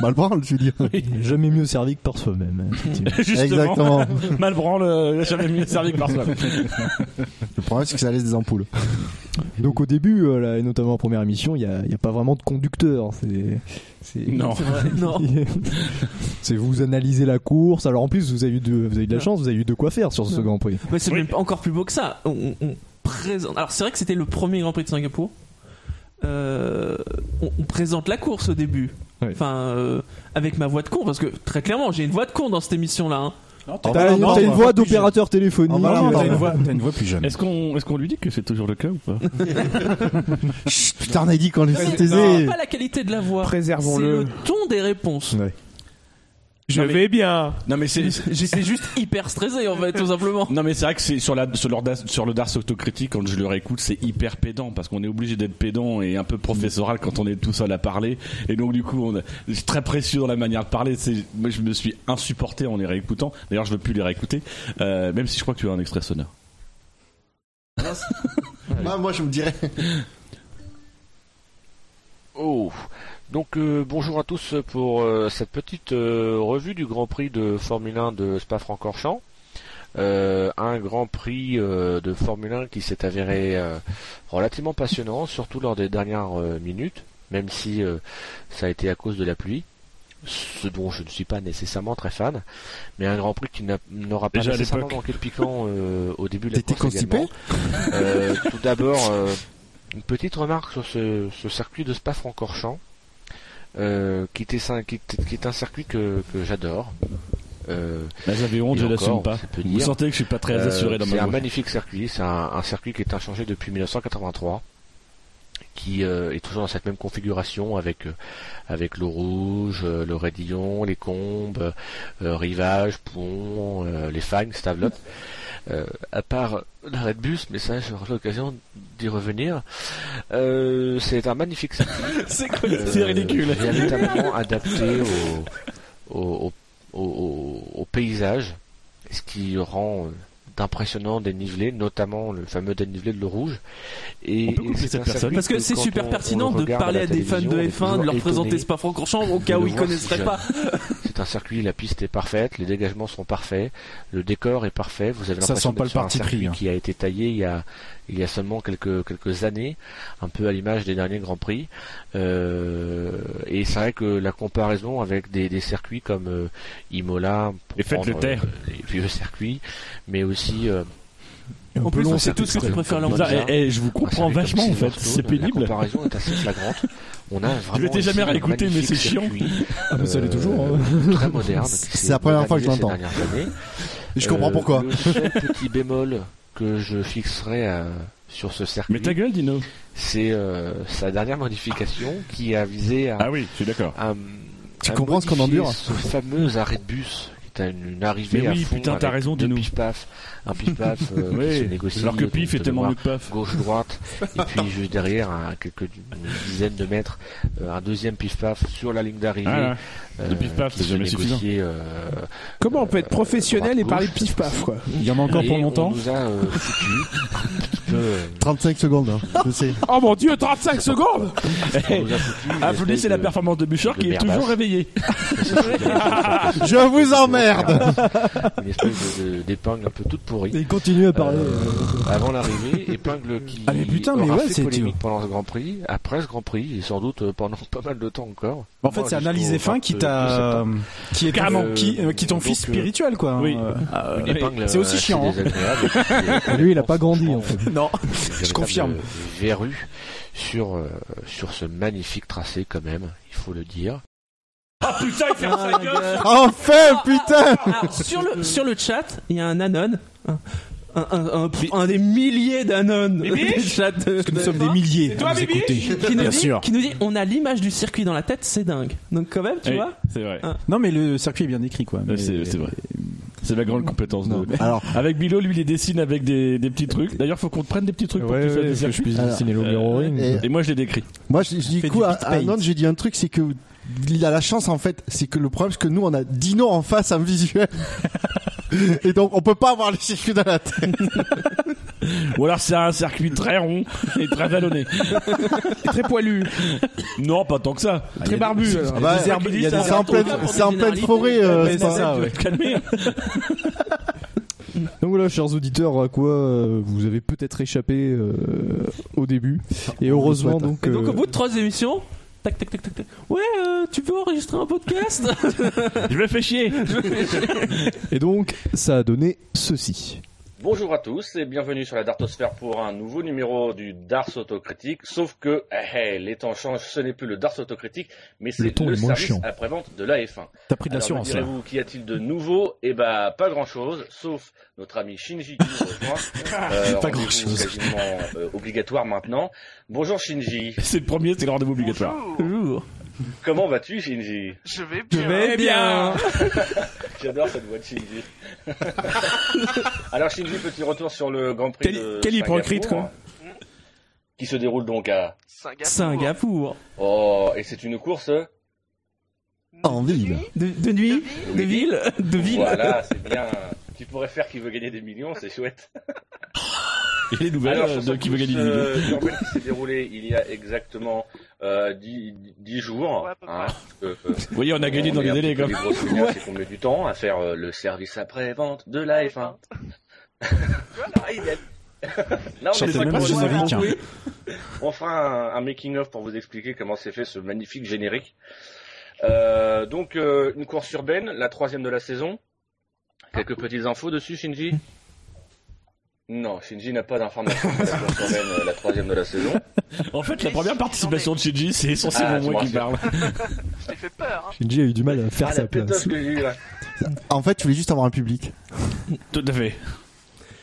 [SPEAKER 2] Bah, le branle, je veux dire.
[SPEAKER 6] Jamais mieux servi que par soi-même. hein, effectivement.
[SPEAKER 5] Justement,
[SPEAKER 2] Exactement.
[SPEAKER 5] Malbranle, euh, j'avais mieux servi que par soi.
[SPEAKER 2] Le problème, c'est que ça laisse des ampoules.
[SPEAKER 6] Donc au début, euh, là, et notamment en première émission, il n'y a, il y a pas vraiment de conducteur. C'est, c'est-
[SPEAKER 5] Non.
[SPEAKER 4] C'est vrai. Non.
[SPEAKER 6] c'est vous analysez la course. Alors en plus, vous avez eu de, vous avez eu de la chance, vous avez eu de quoi faire sur ce
[SPEAKER 4] Non.
[SPEAKER 6] Grand Prix.
[SPEAKER 4] Mais c'est
[SPEAKER 5] Oui.
[SPEAKER 4] même encore plus beau que ça. On, on- on présente. Alors c'est vrai que c'était le premier Grand Prix de Singapour. Euh, on, on présente la course au début.
[SPEAKER 6] Ouais.
[SPEAKER 4] Enfin, euh, avec ma voix de con, parce que très clairement, j'ai une voix de con dans cette émission-là. hein.
[SPEAKER 6] T'as,
[SPEAKER 2] non,
[SPEAKER 6] t'as une
[SPEAKER 2] Ah, bah non,
[SPEAKER 6] voix d'opérateur téléphonique.
[SPEAKER 2] Ah, bah, non,
[SPEAKER 6] euh,
[SPEAKER 2] non,
[SPEAKER 3] T'as
[SPEAKER 2] non.
[SPEAKER 3] une voix, t'as une voix plus jeune.
[SPEAKER 5] Est-ce qu'on, est-ce qu'on lui dit que c'est toujours le cas ou pas
[SPEAKER 2] Chut, putain, on a dit qu'on était
[SPEAKER 4] C'est
[SPEAKER 2] taisé.
[SPEAKER 4] pas la qualité de la voix. C'est
[SPEAKER 8] Préservons-le.
[SPEAKER 4] le ton des réponses.
[SPEAKER 8] Je
[SPEAKER 5] Non, mais-
[SPEAKER 8] vais bien.
[SPEAKER 5] Non mais c'est,
[SPEAKER 4] J'étais juste hyper stressé en fait, tout simplement.
[SPEAKER 5] non mais c'est vrai que c'est sur la, sur, leur das- sur le Dars autocritique quand je le réécoute, c'est hyper pédant parce qu'on est obligé d'être pédant et un peu professoral quand on est tout seul à parler. Et donc du coup, on, est très précieux dans la manière de parler. C'est, moi je me suis insupporté en les réécoutant. D'ailleurs, je veux plus les réécouter, euh, même si je crois que tu as un extrait sonore.
[SPEAKER 2] Ah, moi, je me dirais.
[SPEAKER 9] Oh Donc euh, bonjour à tous pour euh, cette petite euh, revue du Grand Prix de Formule 1 de Spa-Francorchamps.
[SPEAKER 5] euh, un Grand Prix euh, de Formule 1 qui s'est avéré euh, relativement passionnant, surtout lors des dernières euh, minutes, même si euh, ça a été à cause de la pluie, ce dont je ne suis pas nécessairement très fan, mais un Grand Prix qui n'a- n'aura pas
[SPEAKER 4] Ah,
[SPEAKER 10] Déjà à
[SPEAKER 5] nécessairement
[SPEAKER 10] l'époque.
[SPEAKER 5] manqué de piquant euh, au début de la
[SPEAKER 2] T'étais
[SPEAKER 5] course
[SPEAKER 2] constipé
[SPEAKER 5] également. Euh, Tout d'abord, euh, une petite remarque sur ce, ce circuit de Spa-Francorchamps, euh, qui, était ça- qui était- qui est un circuit que, que j'adore. Euh,
[SPEAKER 10] Là, Ah, j'avais honte,
[SPEAKER 5] Et
[SPEAKER 10] je
[SPEAKER 5] encore,
[SPEAKER 10] l'assume pas.
[SPEAKER 5] ça peut
[SPEAKER 10] Vous
[SPEAKER 5] dire.
[SPEAKER 10] sentez que je suis pas très
[SPEAKER 5] euh,
[SPEAKER 10] assuré dans
[SPEAKER 5] C'est
[SPEAKER 10] ma
[SPEAKER 5] un
[SPEAKER 10] voix.
[SPEAKER 5] magnifique circuit, c'est un, un circuit qui est inchangé depuis 1983, qui euh, est toujours dans cette même configuration avec euh, avec l'eau rouge, euh, le raidillon, les combes, euh, rivage, pont, euh, les fagnes, Stavelot. Euh, à part l'arrêt de bus, mais ça j'aurai l'occasion d'y revenir. Euh, c'est un magnifique circuit.
[SPEAKER 4] C'est quoi
[SPEAKER 5] Euh, Véritablement adapté au, au, au- au- au paysage, ce qui rend euh, d'impressionnants dénivelés, notamment le fameux dénivelé de l'eau rouge. Et,
[SPEAKER 10] On peut couper
[SPEAKER 5] et c'est
[SPEAKER 10] cette
[SPEAKER 5] un
[SPEAKER 10] personne
[SPEAKER 5] circuit
[SPEAKER 4] Parce que c'est
[SPEAKER 5] quand
[SPEAKER 4] super
[SPEAKER 5] on- on
[SPEAKER 4] pertinent
[SPEAKER 5] le
[SPEAKER 4] de
[SPEAKER 5] regarde
[SPEAKER 4] parler à,
[SPEAKER 5] la
[SPEAKER 4] des fans de
[SPEAKER 5] télévision,
[SPEAKER 4] F1,
[SPEAKER 5] on est
[SPEAKER 4] de leur
[SPEAKER 5] toujours
[SPEAKER 4] présenter
[SPEAKER 5] étonné.
[SPEAKER 4] Spa-Francorchamps au cas
[SPEAKER 5] de
[SPEAKER 4] où ils
[SPEAKER 5] voir
[SPEAKER 4] connaisseraient
[SPEAKER 5] ces
[SPEAKER 4] pas.
[SPEAKER 5] C'est un circuit, la piste est parfaite, les dégagements sont parfaits, le décor est parfait. Vous avez
[SPEAKER 7] Ça
[SPEAKER 5] l'impression
[SPEAKER 7] sent pas
[SPEAKER 5] d'être
[SPEAKER 7] le
[SPEAKER 5] sur un
[SPEAKER 7] parti
[SPEAKER 5] circuit
[SPEAKER 7] pris, hein.
[SPEAKER 5] qui a été taillé il y a, il y a seulement quelques quelques années, un peu à l'image des derniers grands prix. Euh, et c'est vrai que la comparaison avec des, des circuits comme euh, Imola, pour
[SPEAKER 10] Et faites
[SPEAKER 5] prendre,
[SPEAKER 10] le taire.
[SPEAKER 5] euh, les vieux circuits, mais aussi euh,
[SPEAKER 4] En plus, on sait tous que tu préfères leur
[SPEAKER 5] Bizarre.
[SPEAKER 10] Là, eh, eh, je vous
[SPEAKER 5] un
[SPEAKER 10] comprends
[SPEAKER 5] circuit Ah, comme
[SPEAKER 10] vachement en fait,
[SPEAKER 5] Silverstone.
[SPEAKER 10] c'est
[SPEAKER 5] La
[SPEAKER 10] pénible.
[SPEAKER 5] comparaison est assez flagrante. On a vraiment
[SPEAKER 10] l'ai jamais
[SPEAKER 5] ici un
[SPEAKER 10] réécouté, mais
[SPEAKER 5] magnifique
[SPEAKER 10] c'est chiant.
[SPEAKER 5] circuit, Euh,
[SPEAKER 6] Ah, mais ça l'est toujours, hein.
[SPEAKER 5] Très moderne. qui
[SPEAKER 2] C'est
[SPEAKER 5] s'est
[SPEAKER 2] la première fois que je
[SPEAKER 5] modernisé ces
[SPEAKER 2] l'entends.
[SPEAKER 5] dernières années.
[SPEAKER 2] Je comprends
[SPEAKER 5] Euh,
[SPEAKER 2] pourquoi.
[SPEAKER 5] Le seul petit bémol que je fixerai à- sur ce circuit,
[SPEAKER 10] Mais ta gueule, Dino.
[SPEAKER 5] c'est euh, sa dernière modification qui a visé à.
[SPEAKER 10] Ah oui, je suis d'accord.
[SPEAKER 5] à-
[SPEAKER 2] Tu
[SPEAKER 5] à
[SPEAKER 2] comprends ce qu'on
[SPEAKER 5] modifier
[SPEAKER 2] endure
[SPEAKER 5] Ce fameux arrêt de bus qui est une, une arrivée
[SPEAKER 10] Mais oui,
[SPEAKER 5] à fond
[SPEAKER 10] putain, t'as
[SPEAKER 5] avec
[SPEAKER 10] raison,
[SPEAKER 5] deux
[SPEAKER 10] dis-nous.
[SPEAKER 5] pif-paf, un pif-paf euh, qui se
[SPEAKER 10] Oui,
[SPEAKER 5] négocie.
[SPEAKER 10] alors que
[SPEAKER 5] donc,
[SPEAKER 10] Pif
[SPEAKER 5] de
[SPEAKER 10] est tellement
[SPEAKER 5] mémoire,
[SPEAKER 10] mieux que Paf.
[SPEAKER 5] gauche-droite, et puis juste derrière, à quelques d- une dizaine de mètres, euh, un deuxième pif-paf sur la ligne d'arrivée.
[SPEAKER 10] Ah, là.
[SPEAKER 5] euh,
[SPEAKER 10] le pif-paf,
[SPEAKER 5] qui
[SPEAKER 10] c'est
[SPEAKER 5] se
[SPEAKER 10] jamais
[SPEAKER 5] négociait,
[SPEAKER 10] suffisant.
[SPEAKER 5] euh,
[SPEAKER 8] Comment on peut être professionnel et
[SPEAKER 5] droite,
[SPEAKER 8] parler
[SPEAKER 5] gauche.
[SPEAKER 8] pif-paf, quoi
[SPEAKER 7] Il y en a encore
[SPEAKER 5] et
[SPEAKER 7] pour
[SPEAKER 5] On
[SPEAKER 7] longtemps.
[SPEAKER 5] nous a euh, foutu un petit peu. euh,
[SPEAKER 2] 35 secondes, hein, je sais.
[SPEAKER 8] Oh mon dieu, 35 secondes
[SPEAKER 10] Eh,
[SPEAKER 5] on nous a foutu une
[SPEAKER 10] Applaudissez
[SPEAKER 5] espèce
[SPEAKER 10] la
[SPEAKER 5] de-
[SPEAKER 10] performance de Bouchard
[SPEAKER 5] de
[SPEAKER 10] qui est
[SPEAKER 5] merdasse.
[SPEAKER 10] toujours réveillé.
[SPEAKER 2] Je vous emmerde
[SPEAKER 5] Une espèce de- de- d'épingle un peu toute pourrie.
[SPEAKER 6] Et il continue à parler.
[SPEAKER 5] Euh,
[SPEAKER 6] euh,
[SPEAKER 5] avant l'arrivée, épingle qui
[SPEAKER 7] Ah, mais putain, mais
[SPEAKER 5] aura
[SPEAKER 7] ouais,
[SPEAKER 5] fait
[SPEAKER 7] c'est-
[SPEAKER 5] polémique pendant ce Grand Prix, après ce Grand Prix, et sans doute euh, pendant pas mal de temps encore.
[SPEAKER 7] En fait,
[SPEAKER 5] Moi,
[SPEAKER 7] c'est
[SPEAKER 5] jusqu'au euh,
[SPEAKER 7] analyse F1 qui t'a, qui est
[SPEAKER 5] Carrément.
[SPEAKER 7] ton- qui, euh, qui est ton
[SPEAKER 5] Donc,
[SPEAKER 7] fils
[SPEAKER 5] euh,
[SPEAKER 7] spirituel, quoi.
[SPEAKER 10] oui.
[SPEAKER 7] Euh,
[SPEAKER 2] Ah,
[SPEAKER 5] Une épingle,
[SPEAKER 7] c'est aussi
[SPEAKER 5] euh,
[SPEAKER 7] chiant, hein.
[SPEAKER 5] désagréable. Et, euh,
[SPEAKER 6] Lui, il a pas grandi,
[SPEAKER 5] franchement,
[SPEAKER 6] en fait.
[SPEAKER 7] Non.
[SPEAKER 5] une véritable
[SPEAKER 7] confirme.
[SPEAKER 5] Verrue sur, euh, sur ce magnifique tracé, quand même, il faut le dire.
[SPEAKER 10] Ah,
[SPEAKER 4] Ah,
[SPEAKER 2] Enfin, putain
[SPEAKER 4] Alors, Ah, sur, le, sur le chat, il y a un anon. Un, un, un- un- un des milliers d'anons des chats de-
[SPEAKER 7] Parce que nous
[SPEAKER 4] de-
[SPEAKER 7] sommes des milliers à
[SPEAKER 8] toi,
[SPEAKER 7] nous
[SPEAKER 8] Bibi
[SPEAKER 7] écouter.
[SPEAKER 4] qui nous,
[SPEAKER 7] Bien
[SPEAKER 4] dit,
[SPEAKER 7] sûr.
[SPEAKER 4] qui nous dit on a l'image du circuit dans la tête, c'est dingue. Donc quand même, tu
[SPEAKER 10] Eh,
[SPEAKER 4] vois,
[SPEAKER 10] C'est vrai. Euh,
[SPEAKER 7] Non, mais le circuit est bien décrit, quoi. Mais-
[SPEAKER 10] C'est c'est vrai. C'est la grande compétence
[SPEAKER 2] Non,
[SPEAKER 10] de.
[SPEAKER 2] alors,
[SPEAKER 10] Avec Bilo, lui, il les dessine avec des, des petits trucs. D'ailleurs, faut qu'on te prenne des petits trucs pour que tu fasses des
[SPEAKER 6] que je
[SPEAKER 10] circuits.
[SPEAKER 6] puisse
[SPEAKER 2] Alors,
[SPEAKER 6] dessiner le
[SPEAKER 10] euh,
[SPEAKER 6] mirroring.
[SPEAKER 2] et-
[SPEAKER 10] Et moi, je les décris.
[SPEAKER 2] Moi, je, je dis
[SPEAKER 7] Fais
[SPEAKER 2] quoi
[SPEAKER 7] du
[SPEAKER 2] à,
[SPEAKER 7] beat
[SPEAKER 2] à
[SPEAKER 7] paint.
[SPEAKER 2] Nantes, j'ai dit un truc, c'est que il a la chance en fait, c'est que le problème c'est que nous on a Dino en face en visuel. Et donc on peut pas avoir les circuits dans la tête.
[SPEAKER 10] Ou alors, c'est un circuit très rond et très vallonné.
[SPEAKER 8] Et Très poilu,
[SPEAKER 10] Non, pas tant que ça.
[SPEAKER 8] très barbu. alors. Ah
[SPEAKER 2] bah,
[SPEAKER 7] des herbes- il y a des
[SPEAKER 2] C'est en
[SPEAKER 7] herbes-
[SPEAKER 2] pleine, c'est en pleine forêt. euh,
[SPEAKER 7] Ouais,
[SPEAKER 2] c'est
[SPEAKER 7] c'est
[SPEAKER 2] pas-
[SPEAKER 7] ça, ouais.
[SPEAKER 10] Calmez.
[SPEAKER 6] Donc voilà, chers auditeurs, à quoi euh, vous avez peut-être échappé euh, au début. Et
[SPEAKER 2] Ah, On
[SPEAKER 6] heureusement,
[SPEAKER 2] le souhaite.
[SPEAKER 6] donc.
[SPEAKER 4] Et donc
[SPEAKER 6] euh,
[SPEAKER 4] au bout de trois émissions, tac tac tac tac. tac. Ouais, euh, tu veux enregistrer un podcast
[SPEAKER 10] Je me fais chier.
[SPEAKER 6] Et donc, ça a donné ceci.
[SPEAKER 11] Bonjour à tous et bienvenue sur la Dartosphère pour un nouveau numéro du Dars Autocritique. Sauf que, eh, eh, les temps changent, ce n'est plus le Dars Autocritique, mais c'est
[SPEAKER 6] Le ton
[SPEAKER 11] le,
[SPEAKER 6] est moins
[SPEAKER 11] service
[SPEAKER 6] chiant.
[SPEAKER 11] après-vente de la F1.
[SPEAKER 7] T'as pris de
[SPEAKER 11] Alors,
[SPEAKER 7] l'assurance,
[SPEAKER 11] me
[SPEAKER 7] là.
[SPEAKER 11] direz-vous, qu'y a-t-il de nouveau Eh bah, pas grand-chose, sauf notre ami Shinji qui nous rejoint. Euh,
[SPEAKER 7] Pas
[SPEAKER 11] rendez-vous
[SPEAKER 7] grand-chose.
[SPEAKER 11] quasiment euh, obligatoire maintenant. Bonjour Shinji.
[SPEAKER 10] C'est le premier, c'est le rendez-vous obligatoire.
[SPEAKER 4] Bonjour.
[SPEAKER 11] Comment vas-tu Shinji
[SPEAKER 12] Je vais
[SPEAKER 4] Je
[SPEAKER 12] bien.
[SPEAKER 4] vais bien.
[SPEAKER 11] J'adore cette voix de Shinji. Alors Shinji, petit retour sur le Grand Prix
[SPEAKER 8] Quel-
[SPEAKER 11] de
[SPEAKER 8] quel hypocrite,
[SPEAKER 11] Singapour, Qui se déroule donc à...
[SPEAKER 12] Singapour.
[SPEAKER 4] Singapour.
[SPEAKER 11] Oh, et c'est une course
[SPEAKER 2] En ville.
[SPEAKER 4] De, de nuit, de ville, de ville.
[SPEAKER 11] Voilà, c'est bien. Tu pourrais faire qui veut gagner des millions, c'est chouette.
[SPEAKER 10] Et les nouvelles
[SPEAKER 11] sur
[SPEAKER 10] euh, de
[SPEAKER 11] cette
[SPEAKER 10] qui veut
[SPEAKER 11] course,
[SPEAKER 10] gagner des millions.
[SPEAKER 11] euh, urbaine qui s'est déroulée il y a exactement
[SPEAKER 10] euh, 10, 10 jours.
[SPEAKER 13] Ouais, à peu près.
[SPEAKER 10] hein, parce que, euh,
[SPEAKER 5] Vous voyez, on a gagné
[SPEAKER 10] on
[SPEAKER 5] dans
[SPEAKER 10] est
[SPEAKER 5] les
[SPEAKER 10] un
[SPEAKER 5] délais
[SPEAKER 10] petit peu
[SPEAKER 5] comme.
[SPEAKER 10] des grosses lumières, C'est qu'on met du temps à faire euh, le service après-vente de la F1. Ah, il est- Non,
[SPEAKER 3] J'étais
[SPEAKER 10] mais c'est
[SPEAKER 3] même
[SPEAKER 10] pas
[SPEAKER 3] pas
[SPEAKER 10] grave,
[SPEAKER 3] générique,
[SPEAKER 10] on- On fera un, making of pour vous expliquer comment s'est fait ce magnifique générique. Euh, donc euh, une course urbaine, la troisième de la saison. Quelques petites infos dessus, Shinji. Non, Shinji n'a pas d'informations sur la course urbaine, euh, la troisième de la saison.
[SPEAKER 5] En fait, la première participation de Shinji, c'est
[SPEAKER 10] Ah,
[SPEAKER 5] essentiellement
[SPEAKER 10] je
[SPEAKER 5] moi
[SPEAKER 10] me
[SPEAKER 5] qui parle.
[SPEAKER 13] Je t'ai fait peur. Hein.
[SPEAKER 6] Shinji a eu du mal à faire
[SPEAKER 10] Ah,
[SPEAKER 6] sa
[SPEAKER 10] la
[SPEAKER 6] place.
[SPEAKER 10] pétoche que j'ai eue là.
[SPEAKER 2] En fait, je voulais juste avoir un public.
[SPEAKER 5] Tout à fait.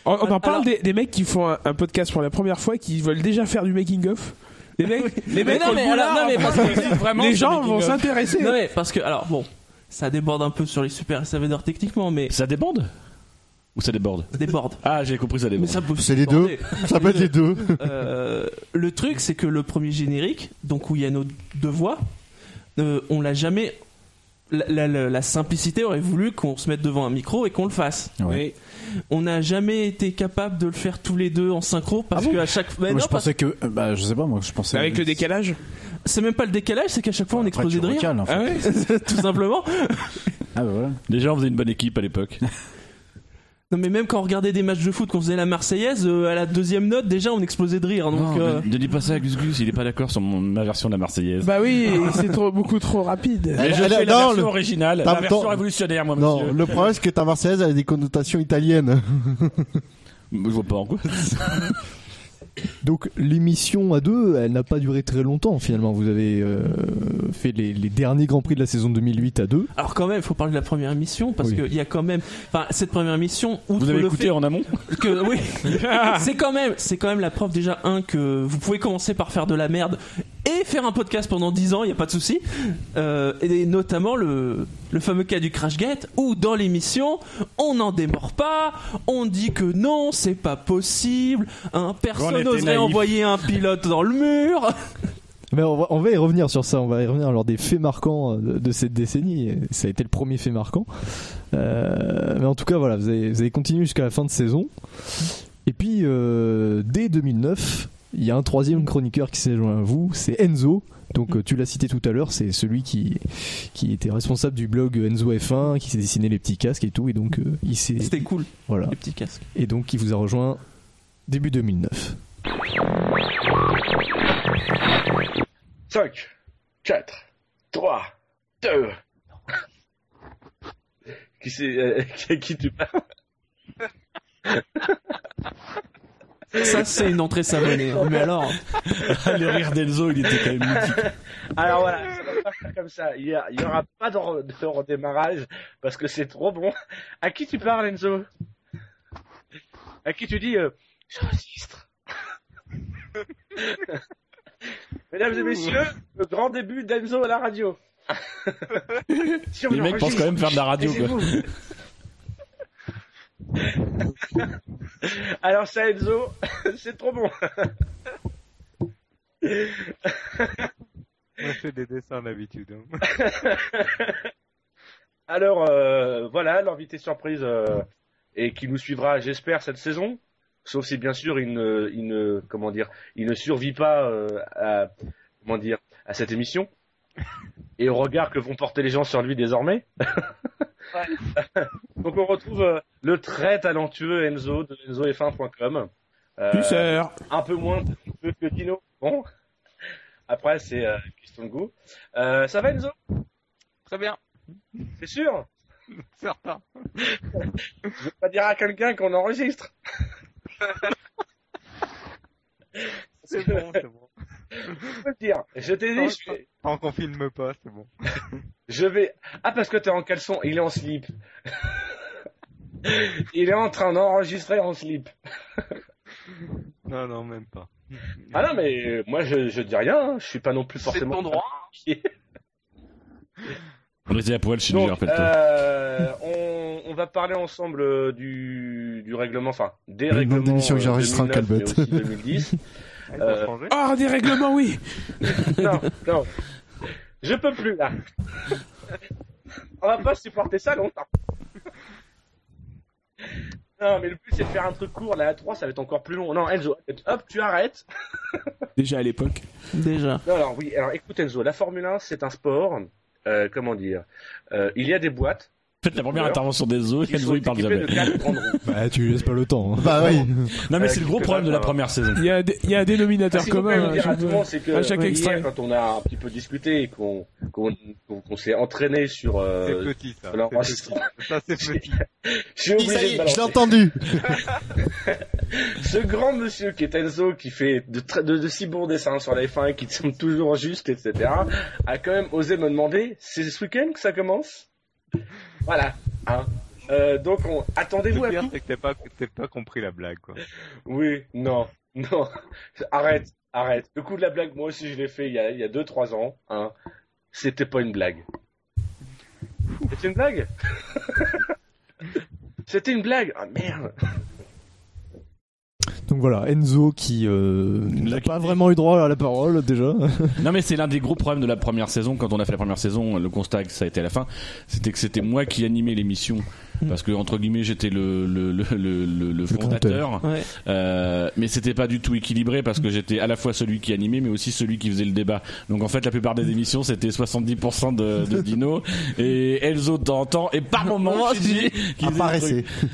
[SPEAKER 8] On, on en parle
[SPEAKER 4] Alors-
[SPEAKER 8] des, des mecs qui font un, un podcast pour la première fois et qui veulent déjà faire du making of. Les mecs, les mecs
[SPEAKER 4] non,
[SPEAKER 8] ont le
[SPEAKER 4] mais
[SPEAKER 8] boulard.
[SPEAKER 4] alors, non, mais parce que-
[SPEAKER 8] les gens vont s'intéresser.
[SPEAKER 4] Non mais parce que alors bon, ça déborde un peu sur les super SAV d'or techniquement, mais
[SPEAKER 5] Ça déborde Ou ça déborde
[SPEAKER 4] ça déborde.
[SPEAKER 5] Ah, j'ai compris, ça
[SPEAKER 4] Mais
[SPEAKER 5] déborde.
[SPEAKER 4] ça peut
[SPEAKER 2] C'est les
[SPEAKER 4] déborder.
[SPEAKER 2] Ça peut être les deux.
[SPEAKER 4] Euh, le truc, c'est que le premier générique, donc où il y a nos deux voix, euh, on l'a jamais. La, la- la- la simplicité aurait voulu qu'on se mette devant un micro et qu'on le fasse.
[SPEAKER 3] Ouais.
[SPEAKER 4] On n'a jamais été capable de le faire tous les deux en synchro
[SPEAKER 5] Ah
[SPEAKER 4] parce que à chaque fois,
[SPEAKER 3] Moi, je pensais que, euh, bah, je sais pas, moi, je pensais.
[SPEAKER 8] Avec le décalage.
[SPEAKER 4] c'est même pas le décalage, c'est qu'à chaque fois on
[SPEAKER 3] Après,
[SPEAKER 4] explosait
[SPEAKER 3] tu
[SPEAKER 4] de rire,
[SPEAKER 3] recales, en fait.
[SPEAKER 8] Ah ouais
[SPEAKER 4] tout simplement.
[SPEAKER 3] Ah bah voilà.
[SPEAKER 5] Déjà, on faisait une bonne équipe à l'époque.
[SPEAKER 4] Non mais même quand on regardait des matchs de foot, qu'on faisait la Marseillaise, euh, à la deuxième note déjà on explosait de rire. Donc
[SPEAKER 5] non,
[SPEAKER 4] euh,
[SPEAKER 5] ne, ne dis pas ça à Gus Gus, il est pas d'accord sur mon- ma version de la Marseillaise.
[SPEAKER 8] Bah oui, c'est trop, beaucoup trop rapide.
[SPEAKER 5] Mais
[SPEAKER 2] Elle-
[SPEAKER 5] je
[SPEAKER 2] elle-
[SPEAKER 5] fais la
[SPEAKER 2] non,
[SPEAKER 5] version
[SPEAKER 2] le-
[SPEAKER 5] originale,
[SPEAKER 2] t'as-
[SPEAKER 5] la version
[SPEAKER 2] t'as-
[SPEAKER 5] révolutionnaire, moi,
[SPEAKER 2] Non,
[SPEAKER 5] monsieur.
[SPEAKER 2] le problème c'est que ta Marseillaise elle a des connotations italiennes.
[SPEAKER 5] Je vois pas en quoi.
[SPEAKER 6] Donc l'émission à deux, elle n'a pas duré très longtemps finalement. Vous avez euh, fait les, les derniers Grands Prix de la saison 2008 à deux.
[SPEAKER 4] alors quand même, il faut parler de la première émission parce
[SPEAKER 6] Oui.
[SPEAKER 4] qu'il y a quand même, enfin cette première émission, outre
[SPEAKER 5] Vous avez
[SPEAKER 4] le
[SPEAKER 5] écouté
[SPEAKER 4] fait
[SPEAKER 5] en amont
[SPEAKER 4] que oui, c'est quand même, c'est quand même la preuve déjà un que vous pouvez commencer par faire de la merde et faire un podcast pendant 10 ans, il y a pas de souci. Euh, et notamment le le fameux cas du Crashgate où dans l'émission on n'en démord pas, on dit que non, c'est pas possible, hein,
[SPEAKER 5] On
[SPEAKER 4] personne
[SPEAKER 5] était
[SPEAKER 4] n'oserait
[SPEAKER 5] naïfs.
[SPEAKER 4] envoyer un pilote dans le mur.
[SPEAKER 6] Mais on va, on va y revenir sur ça, on va y revenir lors des faits marquants euh, de, de cette décennie. Et Ça a été le premier fait marquant. Euh, mais en tout cas, voilà, vous avez, vous avez continué jusqu'à la fin de saison. Et puis, euh, dès 2009, il y a un troisième chroniqueur qui s'est joint à vous, c'est Enzo. Donc, euh, tu l'as cité tout à l'heure, c'est celui qui, qui était responsable du blog Enzo F1, qui s'est dessiné les petits casques et tout. Et donc, euh, il s'est.
[SPEAKER 4] C'était cool
[SPEAKER 6] Voilà.
[SPEAKER 4] les petits casques.
[SPEAKER 6] Et donc, il vous a rejoint début 2009.
[SPEAKER 10] 5, 4, 3, 2. Qui c'est euh, qui, qui tu parles
[SPEAKER 4] Ça, c'est une entrée savonnée. hein. Mais alors,
[SPEAKER 5] Le rire d'Enzo, il était quand même mythique.
[SPEAKER 10] Alors voilà, ça va pas faire comme ça. Il y, a- il y aura pas de, re- de redémarrage parce que c'est trop bon. À qui tu parles, Enzo À qui tu dis euh, J'enregistre. Mesdames et messieurs, le grand début d'Enzo à la radio. Si on
[SPEAKER 5] Les mecs pensent
[SPEAKER 10] enregistre,
[SPEAKER 5] quand même faire de la radio, quoi.
[SPEAKER 10] taisez-vous. Alors ça, Enzo, c'est trop bon.
[SPEAKER 13] Moi, je fais des dessins d'habitude. hein.
[SPEAKER 10] Alors euh, voilà, l'invité surprise euh, et qui nous suivra, j'espère, cette saison. Sauf si bien sûr il ne, il ne- comment dire, il ne survit pas euh, à comment dire à cette émission et au regard que vont porter les gens sur lui désormais. Donc on retrouve euh, le très talentueux Enzo de EnzoF1.com. Euh,
[SPEAKER 8] Suceur.
[SPEAKER 10] un peu moins talentueux que Dino. Bon, après c'est euh, question de goût. Euh, ça va Enzo
[SPEAKER 13] Très bien,
[SPEAKER 10] C'est sûr
[SPEAKER 13] certain.
[SPEAKER 10] Je vais pas dire à quelqu'un qu'on enregistre.
[SPEAKER 13] C'est bon, c'est bon.
[SPEAKER 10] Je peux le dire. Je t'ai dit, je, vais-
[SPEAKER 13] Tant qu'on filme pas, c'est bon.
[SPEAKER 10] je vais. Ah, parce que t'es en caleçon, il est en slip. il est en train d'enregistrer en slip.
[SPEAKER 13] Non, non, même pas.
[SPEAKER 10] Ah non, mais euh, moi je, je dis rien, hein. je suis pas non plus
[SPEAKER 13] C'est
[SPEAKER 10] forcément.
[SPEAKER 13] ton droit.
[SPEAKER 5] On était à poil, Shinji,
[SPEAKER 10] Donc,
[SPEAKER 5] rappelle-toi.
[SPEAKER 10] euh, on, on va parler ensemble euh, du, du règlement, enfin des
[SPEAKER 2] Le nombre
[SPEAKER 10] règlements.
[SPEAKER 2] d'émissions que
[SPEAKER 10] euh,
[SPEAKER 2] j'enregistre en
[SPEAKER 10] 2009 et
[SPEAKER 2] calbette.
[SPEAKER 10] aussi 2010.
[SPEAKER 13] Ah, ils ont
[SPEAKER 10] Euh,
[SPEAKER 13] changé.
[SPEAKER 8] Hors des règlements, oui.
[SPEAKER 10] non, non. Je peux plus là. On va pas supporter ça longtemps. Non, mais le plus c'est de faire un truc court. Là, à 3, ça va être encore plus long. Non, Enzo, hop, tu arrêtes.
[SPEAKER 5] Déjà à l'époque.
[SPEAKER 4] Déjà.
[SPEAKER 10] Non, alors oui, alors écoute Enzo, la Formule 1, c'est un sport. euh, comment dire euh, Il y a des boîtes.
[SPEAKER 5] Faites la première
[SPEAKER 10] Alors,
[SPEAKER 5] intervention des autres,
[SPEAKER 10] qui
[SPEAKER 5] Enzo
[SPEAKER 10] sont
[SPEAKER 5] il parle
[SPEAKER 10] équipées
[SPEAKER 5] jamais.
[SPEAKER 10] de quatre grandes roues.
[SPEAKER 14] Bah, tu lui laisses pas le temps. hein.
[SPEAKER 2] Bah oui.
[SPEAKER 5] Non mais
[SPEAKER 10] Euh,
[SPEAKER 5] c'est le gros
[SPEAKER 10] quelque
[SPEAKER 5] problème de la
[SPEAKER 10] part,
[SPEAKER 5] première saison.
[SPEAKER 8] Il y a un dé- il y a hein, un dénominateur
[SPEAKER 10] Ce qu'il faut
[SPEAKER 8] commun
[SPEAKER 10] quand même
[SPEAKER 8] à
[SPEAKER 10] dire à
[SPEAKER 8] chaque-
[SPEAKER 10] tout le monde, c'est que
[SPEAKER 8] à chaque
[SPEAKER 10] hier,
[SPEAKER 8] extrait.
[SPEAKER 10] quand on a un petit peu discuté et qu'on qu'on- qu'on- qu'on s'est entraîné sur, euh,
[SPEAKER 15] C'est petit ça.
[SPEAKER 10] alors,
[SPEAKER 15] c'est
[SPEAKER 10] c'est-
[SPEAKER 15] petit. Ça c'est petit.
[SPEAKER 10] je suis obligé
[SPEAKER 2] Ça y
[SPEAKER 10] de
[SPEAKER 2] est,
[SPEAKER 10] balancer.
[SPEAKER 2] je l'ai entendu.
[SPEAKER 10] ce grand monsieur qui est Enzo, qui fait de, très- de- de si bons dessins sur la F1, qui semble toujours juste, etc., a quand même osé me demander, c'est ce week-end que ça commence Voilà. hein. Euh, donc on-
[SPEAKER 15] Le
[SPEAKER 10] attendez-vous à
[SPEAKER 15] pire
[SPEAKER 10] tout.
[SPEAKER 15] c'est que t'as pas, t'as pas compris la blague quoi.
[SPEAKER 10] Oui, non, non, arrête, arrête. Le coup de la blague, moi aussi je l'ai fait il y a, il y a 2-3 ans. Hein. C'était pas une blague. C'était une blague C'était une blague Ah merde
[SPEAKER 6] Donc voilà, Enzo qui euh, n'a pas vraiment eu droit à la parole déjà.
[SPEAKER 5] Non mais c'est l'un des gros problèmes de la première saison. Quand on a fait la première saison, le constat que ça a été à la fin, c'était que c'était moi qui animais l'émission
[SPEAKER 2] Hmm.
[SPEAKER 5] parce que entre guillemets j'étais le le le le, le- le fondateur.
[SPEAKER 4] Ouais.
[SPEAKER 5] Euh, mais c'était pas du tout équilibré parce que j'étais à la fois celui qui animait mais aussi celui qui faisait le débat. Donc en fait la plupart des émissions c'était 70% de, de Dino et Elzo de temps en temps et par moment Shinji qui faisait le
[SPEAKER 2] Apparaissez.
[SPEAKER 5] truc.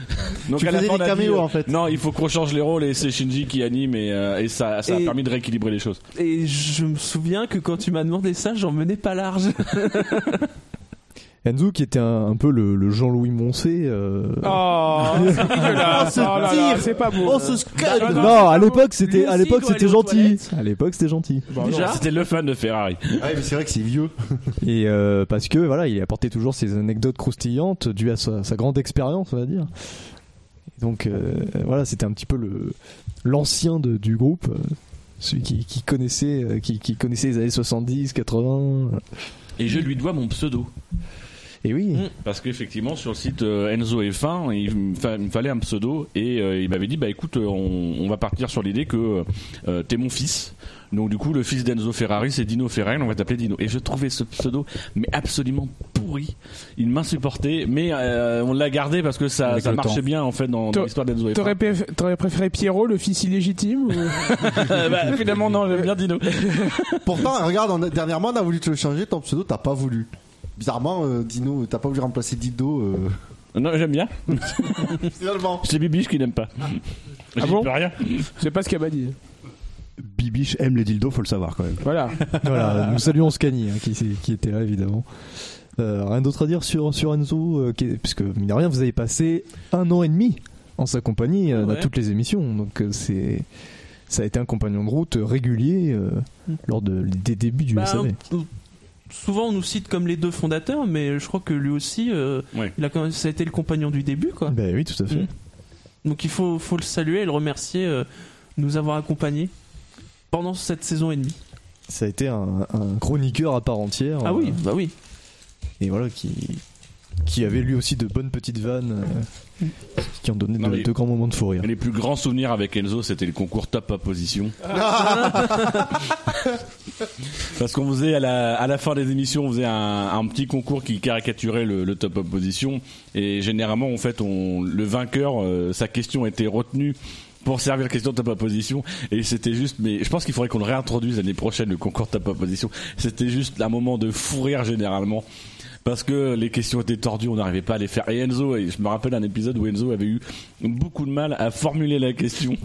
[SPEAKER 5] Donc
[SPEAKER 2] Tu
[SPEAKER 5] à la
[SPEAKER 2] faisais
[SPEAKER 5] fin,
[SPEAKER 2] des
[SPEAKER 5] on a dit,
[SPEAKER 2] caméos,
[SPEAKER 5] euh,
[SPEAKER 2] en fait.
[SPEAKER 5] Non, il faut qu'on change les rôles et c'est Shinji qui anime et, euh, et ça ça
[SPEAKER 4] Et-
[SPEAKER 5] a permis de rééquilibrer les choses.
[SPEAKER 4] Et je me souviens que quand tu m'as demandé ça, j'en menais pas large.
[SPEAKER 6] Enzo qui était un, un peu le, le Jean-Louis Moncé. euh,
[SPEAKER 8] Oh, c'est dégueulasse.
[SPEAKER 2] Oh, ce
[SPEAKER 8] Oh là
[SPEAKER 2] tir.
[SPEAKER 8] là, c'est pas beau.
[SPEAKER 2] On se scalpe.
[SPEAKER 8] Ah,
[SPEAKER 6] Non,
[SPEAKER 8] non,
[SPEAKER 6] à l'époque c'était à
[SPEAKER 4] Lucie
[SPEAKER 6] l'époque
[SPEAKER 4] doit
[SPEAKER 6] c'était
[SPEAKER 4] aller aux
[SPEAKER 6] gentil.
[SPEAKER 4] toilettes.
[SPEAKER 6] À l'époque c'était gentil.
[SPEAKER 4] Déjà
[SPEAKER 5] C'était le fan de Ferrari.
[SPEAKER 2] Ouais, Ah mais c'est vrai que c'est vieux.
[SPEAKER 6] Et euh, parce que voilà, il apportait toujours ces anecdotes croustillantes dues à sa, sa grande expérience, on va dire. Et donc euh, voilà, c'était un petit peu le l'ancien de- du groupe, euh, celui qui, qui connaissait euh, qui, qui connaissait les années 70, 80.
[SPEAKER 5] Et je lui dois mon pseudo.
[SPEAKER 6] Et oui.
[SPEAKER 4] Mm.
[SPEAKER 5] Parce qu'effectivement, sur le site euh, Enzo F1, il me, fa- il me fallait un pseudo et euh, il m'avait dit bah écoute, euh, on, on va partir sur l'idée que euh, t'es mon fils. Donc du coup, le fils d'Enzo Ferrari, c'est Dino Ferrari, on va t'appeler Dino. Et je trouvais ce pseudo mais absolument pourri. Il m'insupportait, mais euh, on l'a gardé parce que ça,
[SPEAKER 14] Avec
[SPEAKER 5] ça
[SPEAKER 14] le
[SPEAKER 5] marchait
[SPEAKER 14] temps.
[SPEAKER 5] bien en fait dans, dans
[SPEAKER 8] T'a-
[SPEAKER 5] l'histoire d'Enzo F1.
[SPEAKER 8] T'aurais préf- t'aurais préféré Pierrot, le fils illégitime ou-
[SPEAKER 5] Bah, finalement non, j'aime bien Dino.
[SPEAKER 2] Pourtant, regarde, on a- dernièrement, on a voulu te le changer, ton pseudo, t'as pas voulu. Bizarrement, euh, Dino, t'as pas voulu remplacer Dido. euh,
[SPEAKER 5] Non, j'aime bien.
[SPEAKER 2] Finalement.
[SPEAKER 5] C'est Bibiche qui n'aime pas.
[SPEAKER 8] Ah
[SPEAKER 5] J'y
[SPEAKER 8] bon
[SPEAKER 5] peux rien.
[SPEAKER 8] Je sais pas ce qu'elle m'a dit.
[SPEAKER 14] Bibiche aime les dildos, faut le savoir quand même.
[SPEAKER 8] Voilà.
[SPEAKER 6] Voilà, nous saluons Scani hein, qui, qui était là évidemment. Euh, rien d'autre à dire sur, sur Enzo, euh, qui- puisque mine de rien, vous avez passé un an et demi en sa compagnie euh,
[SPEAKER 4] Ouais.
[SPEAKER 6] dans toutes les émissions, donc euh, c'est ça a été un compagnon de route régulier euh,
[SPEAKER 4] Mm.
[SPEAKER 6] lors de, des débuts du
[SPEAKER 4] Bah,
[SPEAKER 6] SAV.
[SPEAKER 4] on- souvent on nous cite comme les deux fondateurs, mais je crois que lui aussi, euh,
[SPEAKER 5] Ouais.
[SPEAKER 4] il a quand même, ça a été le compagnon du début, quoi.
[SPEAKER 6] Ben oui, tout à fait.
[SPEAKER 4] Mm. Donc il faut, faut le saluer et le remercier euh, de nous avoir accompagnés pendant cette saison et demie.
[SPEAKER 6] Ça a été un, un chroniqueur à part entière.
[SPEAKER 4] Ah oui,
[SPEAKER 6] euh,
[SPEAKER 4] bah oui.
[SPEAKER 6] et voilà qui qui avait lui aussi de bonnes petites vannes
[SPEAKER 4] Mm.
[SPEAKER 6] euh, qui ont donné
[SPEAKER 5] Non,
[SPEAKER 6] de,
[SPEAKER 5] mais-
[SPEAKER 6] de grands moments de fou rire.
[SPEAKER 5] Les plus grands souvenirs avec Enzo, c'était le concours top à position. Parce qu'on faisait à la, à la fin des émissions, on faisait un, un petit concours qui caricaturait le, le top opposition. Et généralement, en fait, on, le vainqueur, euh, sa question était retenue pour servir la question de top opposition. Et c'était juste, mais je pense qu'il faudrait qu'on le réintroduise l'année prochaine, le concours top opposition. C'était juste un moment de fou rire généralement. Parce que les questions étaient tordues, on n'arrivait pas à les faire. Et Enzo, et je me rappelle un épisode où Enzo avait eu beaucoup de mal à formuler la question.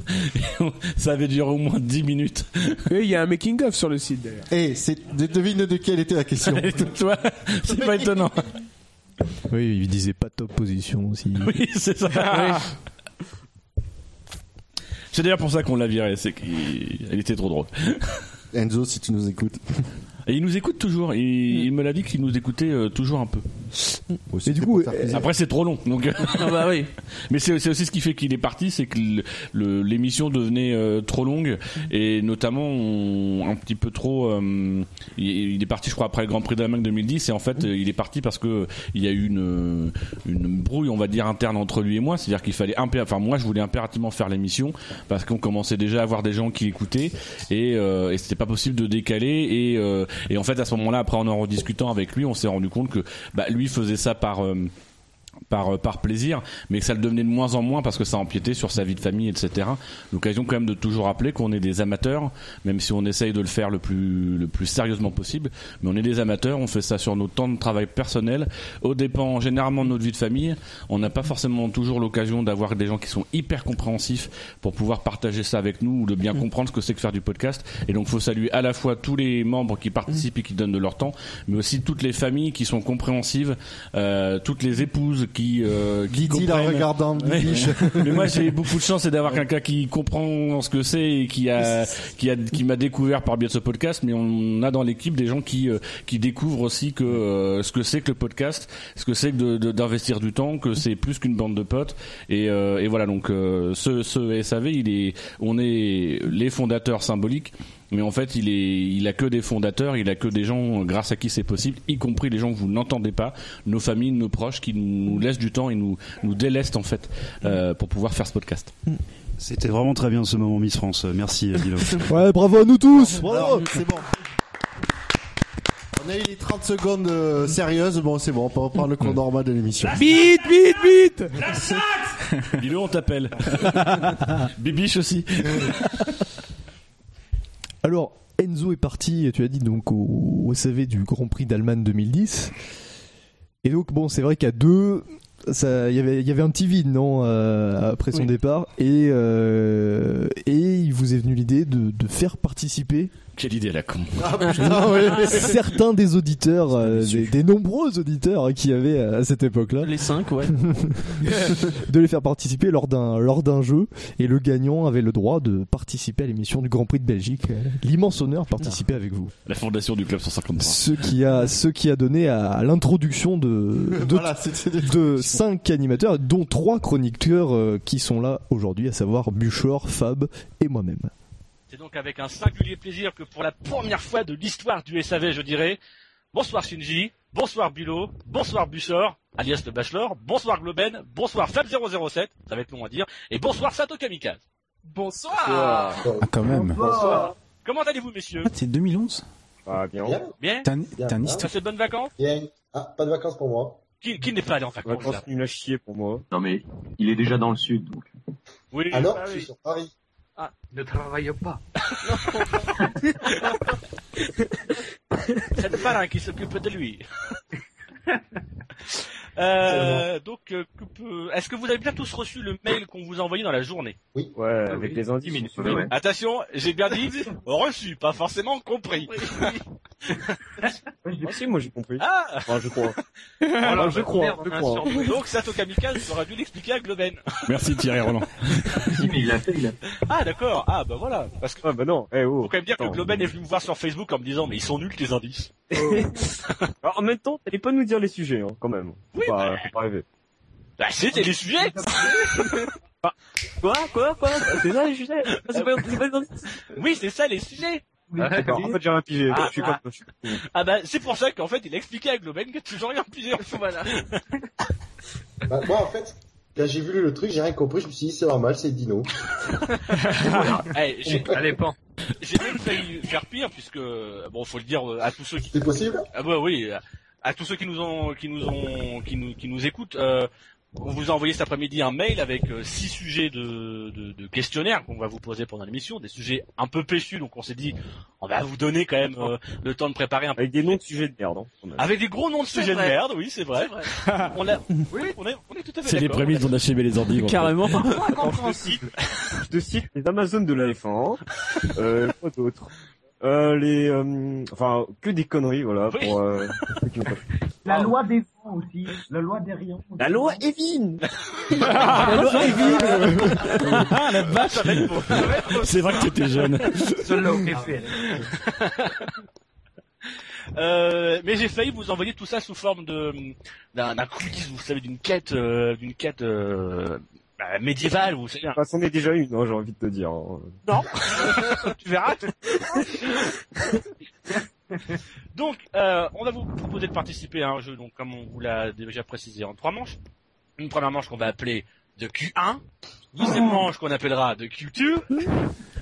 [SPEAKER 5] Ça avait duré au moins 10 minutes.
[SPEAKER 8] Et il y a un making-of sur le site d'ailleurs.
[SPEAKER 2] Eh, c'est de- devine de quelle était la question.
[SPEAKER 5] Et toi, c'est pas étonnant.
[SPEAKER 6] Oui, il disait pas top position aussi.
[SPEAKER 5] Oui, c'est ça. C'est d'ailleurs pour ça qu'on l'a viré, c'est qu'elle était trop drôle.
[SPEAKER 2] Enzo, si tu nous écoutes.
[SPEAKER 5] Et il nous écoute toujours, il, il me l'a dit qu'il nous écoutait euh, toujours un peu.
[SPEAKER 6] Et du coup, euh,
[SPEAKER 5] Après c'est trop long, donc...
[SPEAKER 4] Ah bah oui.
[SPEAKER 5] Mais c'est c'est aussi ce qui fait qu'il est parti, c'est que le- le- l'émission devenait euh, trop longue et notamment on- un petit peu trop. euh, il, il est parti, je crois, après le Grand Prix d'Allemagne 2010 et en fait euh, il est parti parce que il y a eu une euh, une brouille, on va dire interne entre lui et moi, c'est-à-dire qu'il fallait impé- enfin moi je voulais impérativement faire l'émission parce qu'on commençait déjà à avoir des gens qui écoutaient et, euh, et c'était pas possible de décaler et euh, et en fait à ce moment-là après en en rediscutant avec lui on s'est rendu compte que bah, lui faisait ça par euh, par, par plaisir, mais que ça le devenait de moins en moins parce que ça empiétait sur sa vie de famille, etc. L'occasion quand même de toujours rappeler qu'on est des amateurs, même si on essaye de le faire le plus, le plus sérieusement possible, mais on est des amateurs, on fait ça sur nos temps de travail personnel, au dépend généralement de notre vie de famille, on n'a pas forcément toujours l'occasion d'avoir des gens qui sont hyper compréhensifs pour pouvoir partager ça avec nous ou de
[SPEAKER 2] Mm.
[SPEAKER 5] bien comprendre ce que c'est que faire du podcast, et donc faut saluer à la fois tous les membres qui participent et qui donnent de leur temps, mais aussi toutes les familles qui sont compréhensives, euh, toutes les épouses qui, euh, qui
[SPEAKER 2] Didi la
[SPEAKER 5] comprennent.
[SPEAKER 2] regardant,
[SPEAKER 5] Ouais.
[SPEAKER 2] Bibiche.
[SPEAKER 5] Mais moi j'ai eu beaucoup de chance c'est d'avoir quelqu'un qui comprend ce que c'est et qui a qui a qui m'a découvert par le biais de ce podcast. Mais on a dans l'équipe des gens qui euh, qui découvrent aussi que euh, ce que c'est que le podcast, ce que c'est que de- de- d'investir du temps, que c'est plus qu'une bande de potes. Et, euh, et voilà donc euh, ce ce SAV il est on est les fondateurs symboliques. Mais en fait, il est, il a que des fondateurs, il a que des gens euh, grâce à qui c'est possible, y compris les gens que vous n'entendez pas, nos familles, nos proches, qui nous laissent du temps et nous, nous délestent en fait euh, pour pouvoir faire ce podcast.
[SPEAKER 16] C'était vraiment très bien ce moment Miss France. Merci euh, Milo.
[SPEAKER 6] Ouais, bravo à nous tous
[SPEAKER 2] Bravo, c'est bon. On a eu les 30 secondes euh, sérieuses. Bon, c'est bon, on peut reprendre le cours normal de l'émission.
[SPEAKER 17] Vite, vite, vite
[SPEAKER 5] Bilo, on t'appelle. Bibiche aussi.
[SPEAKER 6] Alors, Enzo est parti, tu as dit, donc au, au SAV du Grand Prix d'Allemagne 2010. Et donc, bon, c'est vrai qu'à deux, ça- il y avait- il y avait un petit vide, non, euh, après son
[SPEAKER 18] Oui.
[SPEAKER 6] départ. Et, euh, et il vous est venu l'idée de, de faire participer
[SPEAKER 5] Quelle idée la con.
[SPEAKER 6] certains des auditeurs, euh, des, des nombreux auditeurs hein, qu'il y avait euh, à cette époque-là.
[SPEAKER 18] Les 5, ouais.
[SPEAKER 6] de les faire participer lors d'un lors d'un jeu et le gagnant avait le droit de participer à l'émission du Grand Prix de Belgique Euh, l'immense honneur de participer avec vous
[SPEAKER 5] La fondation du club 153.
[SPEAKER 6] ce qui a ce qui a donné à, à l'introduction de de, de cinq animateurs dont trois chroniqueurs euh, qui sont là aujourd'hui à savoir Buchor, Fab et moi-même
[SPEAKER 10] C'est donc avec un singulier plaisir que pour la première fois de l'histoire du SAV, je dirais, bonsoir Shinji, bonsoir Bilo, bonsoir Bussor, alias le Bachelor, bonsoir Globen, bonsoir Fab007, ça va être long à dire, et bonsoir Sato Kamikaze. Bonsoir
[SPEAKER 19] Ah, quand même.
[SPEAKER 10] Bonsoir Comment allez-vous messieurs
[SPEAKER 19] Ah, c'est 2011
[SPEAKER 20] bien.
[SPEAKER 10] Ah, Bien
[SPEAKER 19] T'as un- t'as un
[SPEAKER 10] Vous
[SPEAKER 19] historique.
[SPEAKER 10] passez de bonnes vacances
[SPEAKER 20] Bien. Ah, pas de vacances pour moi.
[SPEAKER 10] Qui, qui n'est pas allé en vacances là
[SPEAKER 20] Vacances nul à chier pour moi.
[SPEAKER 21] Non mais il est déjà dans le sud. Donc.
[SPEAKER 10] Oui,
[SPEAKER 20] Alors,
[SPEAKER 10] bah
[SPEAKER 20] je
[SPEAKER 10] oui.
[SPEAKER 20] suis sur Paris.
[SPEAKER 10] Ah,
[SPEAKER 21] Ne travaille pas.
[SPEAKER 10] C'est le parrain qui s'occupe de lui. Euh, donc, euh, que peut- est-ce que vous avez bien tous reçu le mail qu'on vous a envoyé dans la journée
[SPEAKER 20] Oui. Ouais,
[SPEAKER 21] Ah
[SPEAKER 20] avec les indices.
[SPEAKER 10] Oui. Attention, j'ai bien dit reçu, pas forcément compris.
[SPEAKER 20] Ah, si, moi j'ai compris.
[SPEAKER 10] Ah
[SPEAKER 20] Enfin, je crois.
[SPEAKER 10] Alors,
[SPEAKER 20] je crois, je
[SPEAKER 10] on a un
[SPEAKER 20] crois.
[SPEAKER 10] surnom. Donc Sato Kamikaze aurait dû l'expliquer à Globen.
[SPEAKER 5] Merci Thierry Roland.
[SPEAKER 10] Ah d'accord, ah bah voilà. Parce que
[SPEAKER 20] Ah, bah non. Eh, oh.
[SPEAKER 10] faut quand même dire que
[SPEAKER 20] Attends.
[SPEAKER 10] Globen est venu me voir sur Facebook en me disant mais ils sont nuls tes indices.
[SPEAKER 20] Alors, en même temps, t'allais pas nous dire les sujets, hein, quand même. Faut
[SPEAKER 10] Oui,
[SPEAKER 20] pas,
[SPEAKER 10] bah.
[SPEAKER 20] faut pas rêver.
[SPEAKER 10] Bah c'était les sujets
[SPEAKER 20] Bah,
[SPEAKER 21] Quoi Quoi Quoi C'est ça les sujets Ah, C'est pas, c'est pas dans-
[SPEAKER 10] Oui c'est ça les sujets
[SPEAKER 20] Ah, d'accord. En fait, j'ai rien pigé.
[SPEAKER 10] Ah,
[SPEAKER 20] je suis
[SPEAKER 10] ah.
[SPEAKER 20] comme, je suis-
[SPEAKER 10] Ah bah c'est pour ça qu'en fait il a expliqué à Globen que toujours rien pigé en fait. Voilà.
[SPEAKER 22] Bah, moi, en fait, quand j'ai vu le truc, j'ai rien compris. Je me suis dit, c'est normal, c'est le dino.
[SPEAKER 10] Eh, j'ai-
[SPEAKER 22] Ça
[SPEAKER 21] dépend.
[SPEAKER 10] J'ai même failli faire pire puisque bon faut le dire euh, à tous ceux qui
[SPEAKER 22] C'est possible
[SPEAKER 10] Ah bah oui, euh, à tous ceux qui nous ont qui nous ont qui nous qui nous écoutent, euh, on vous a envoyé cet après-midi un mail avec euh, six sujets de, de, de questionnaires qu'on va vous poser pendant l'émission, des sujets un peu péchus, donc on s'est dit on va vous donner quand même euh, le temps de préparer un peu.
[SPEAKER 20] Avec des noms de sujets de merde, hein, quand même.
[SPEAKER 10] Avec des gros noms de
[SPEAKER 20] C'est
[SPEAKER 10] sujets de
[SPEAKER 20] vrai.
[SPEAKER 10] merde, oui c'est vrai. on, a, oui, on, est, on est tout à fait
[SPEAKER 5] C'est les
[SPEAKER 10] d'accord.
[SPEAKER 5] prémices dont a chez les ordi.
[SPEAKER 18] Carrément.
[SPEAKER 20] Je te cite les Amazones de la F1, euh, quoi d'autre euh, les, euh, enfin, que des conneries, voilà, pour, euh, ceux qui n'ont pas-
[SPEAKER 7] La loi des vents aussi, la loi des rayons.
[SPEAKER 20] La loi Evin!
[SPEAKER 7] La loi
[SPEAKER 10] Ah la vache, ça va être beau. Ça va être beau.
[SPEAKER 5] C'est vrai que t'étais jeune.
[SPEAKER 7] Solo FM.
[SPEAKER 10] Euh, mais j'ai failli vous envoyer tout ça sous forme de d'un d'un quiz, vous savez, d'une quête, euh, d'une quête euh, bah, médiévale, vous savez. un-
[SPEAKER 20] Enfin, c'en est déjà une, hein, j'ai envie de te dire. hein.
[SPEAKER 10] Non, tu verras. donc, euh, on va vous proposer de participer à un jeu, donc comme on vous l'a déjà précisé, en trois manches. Une première manche qu'on va appeler de Q1, deuxième manche qu'on appellera de Q2,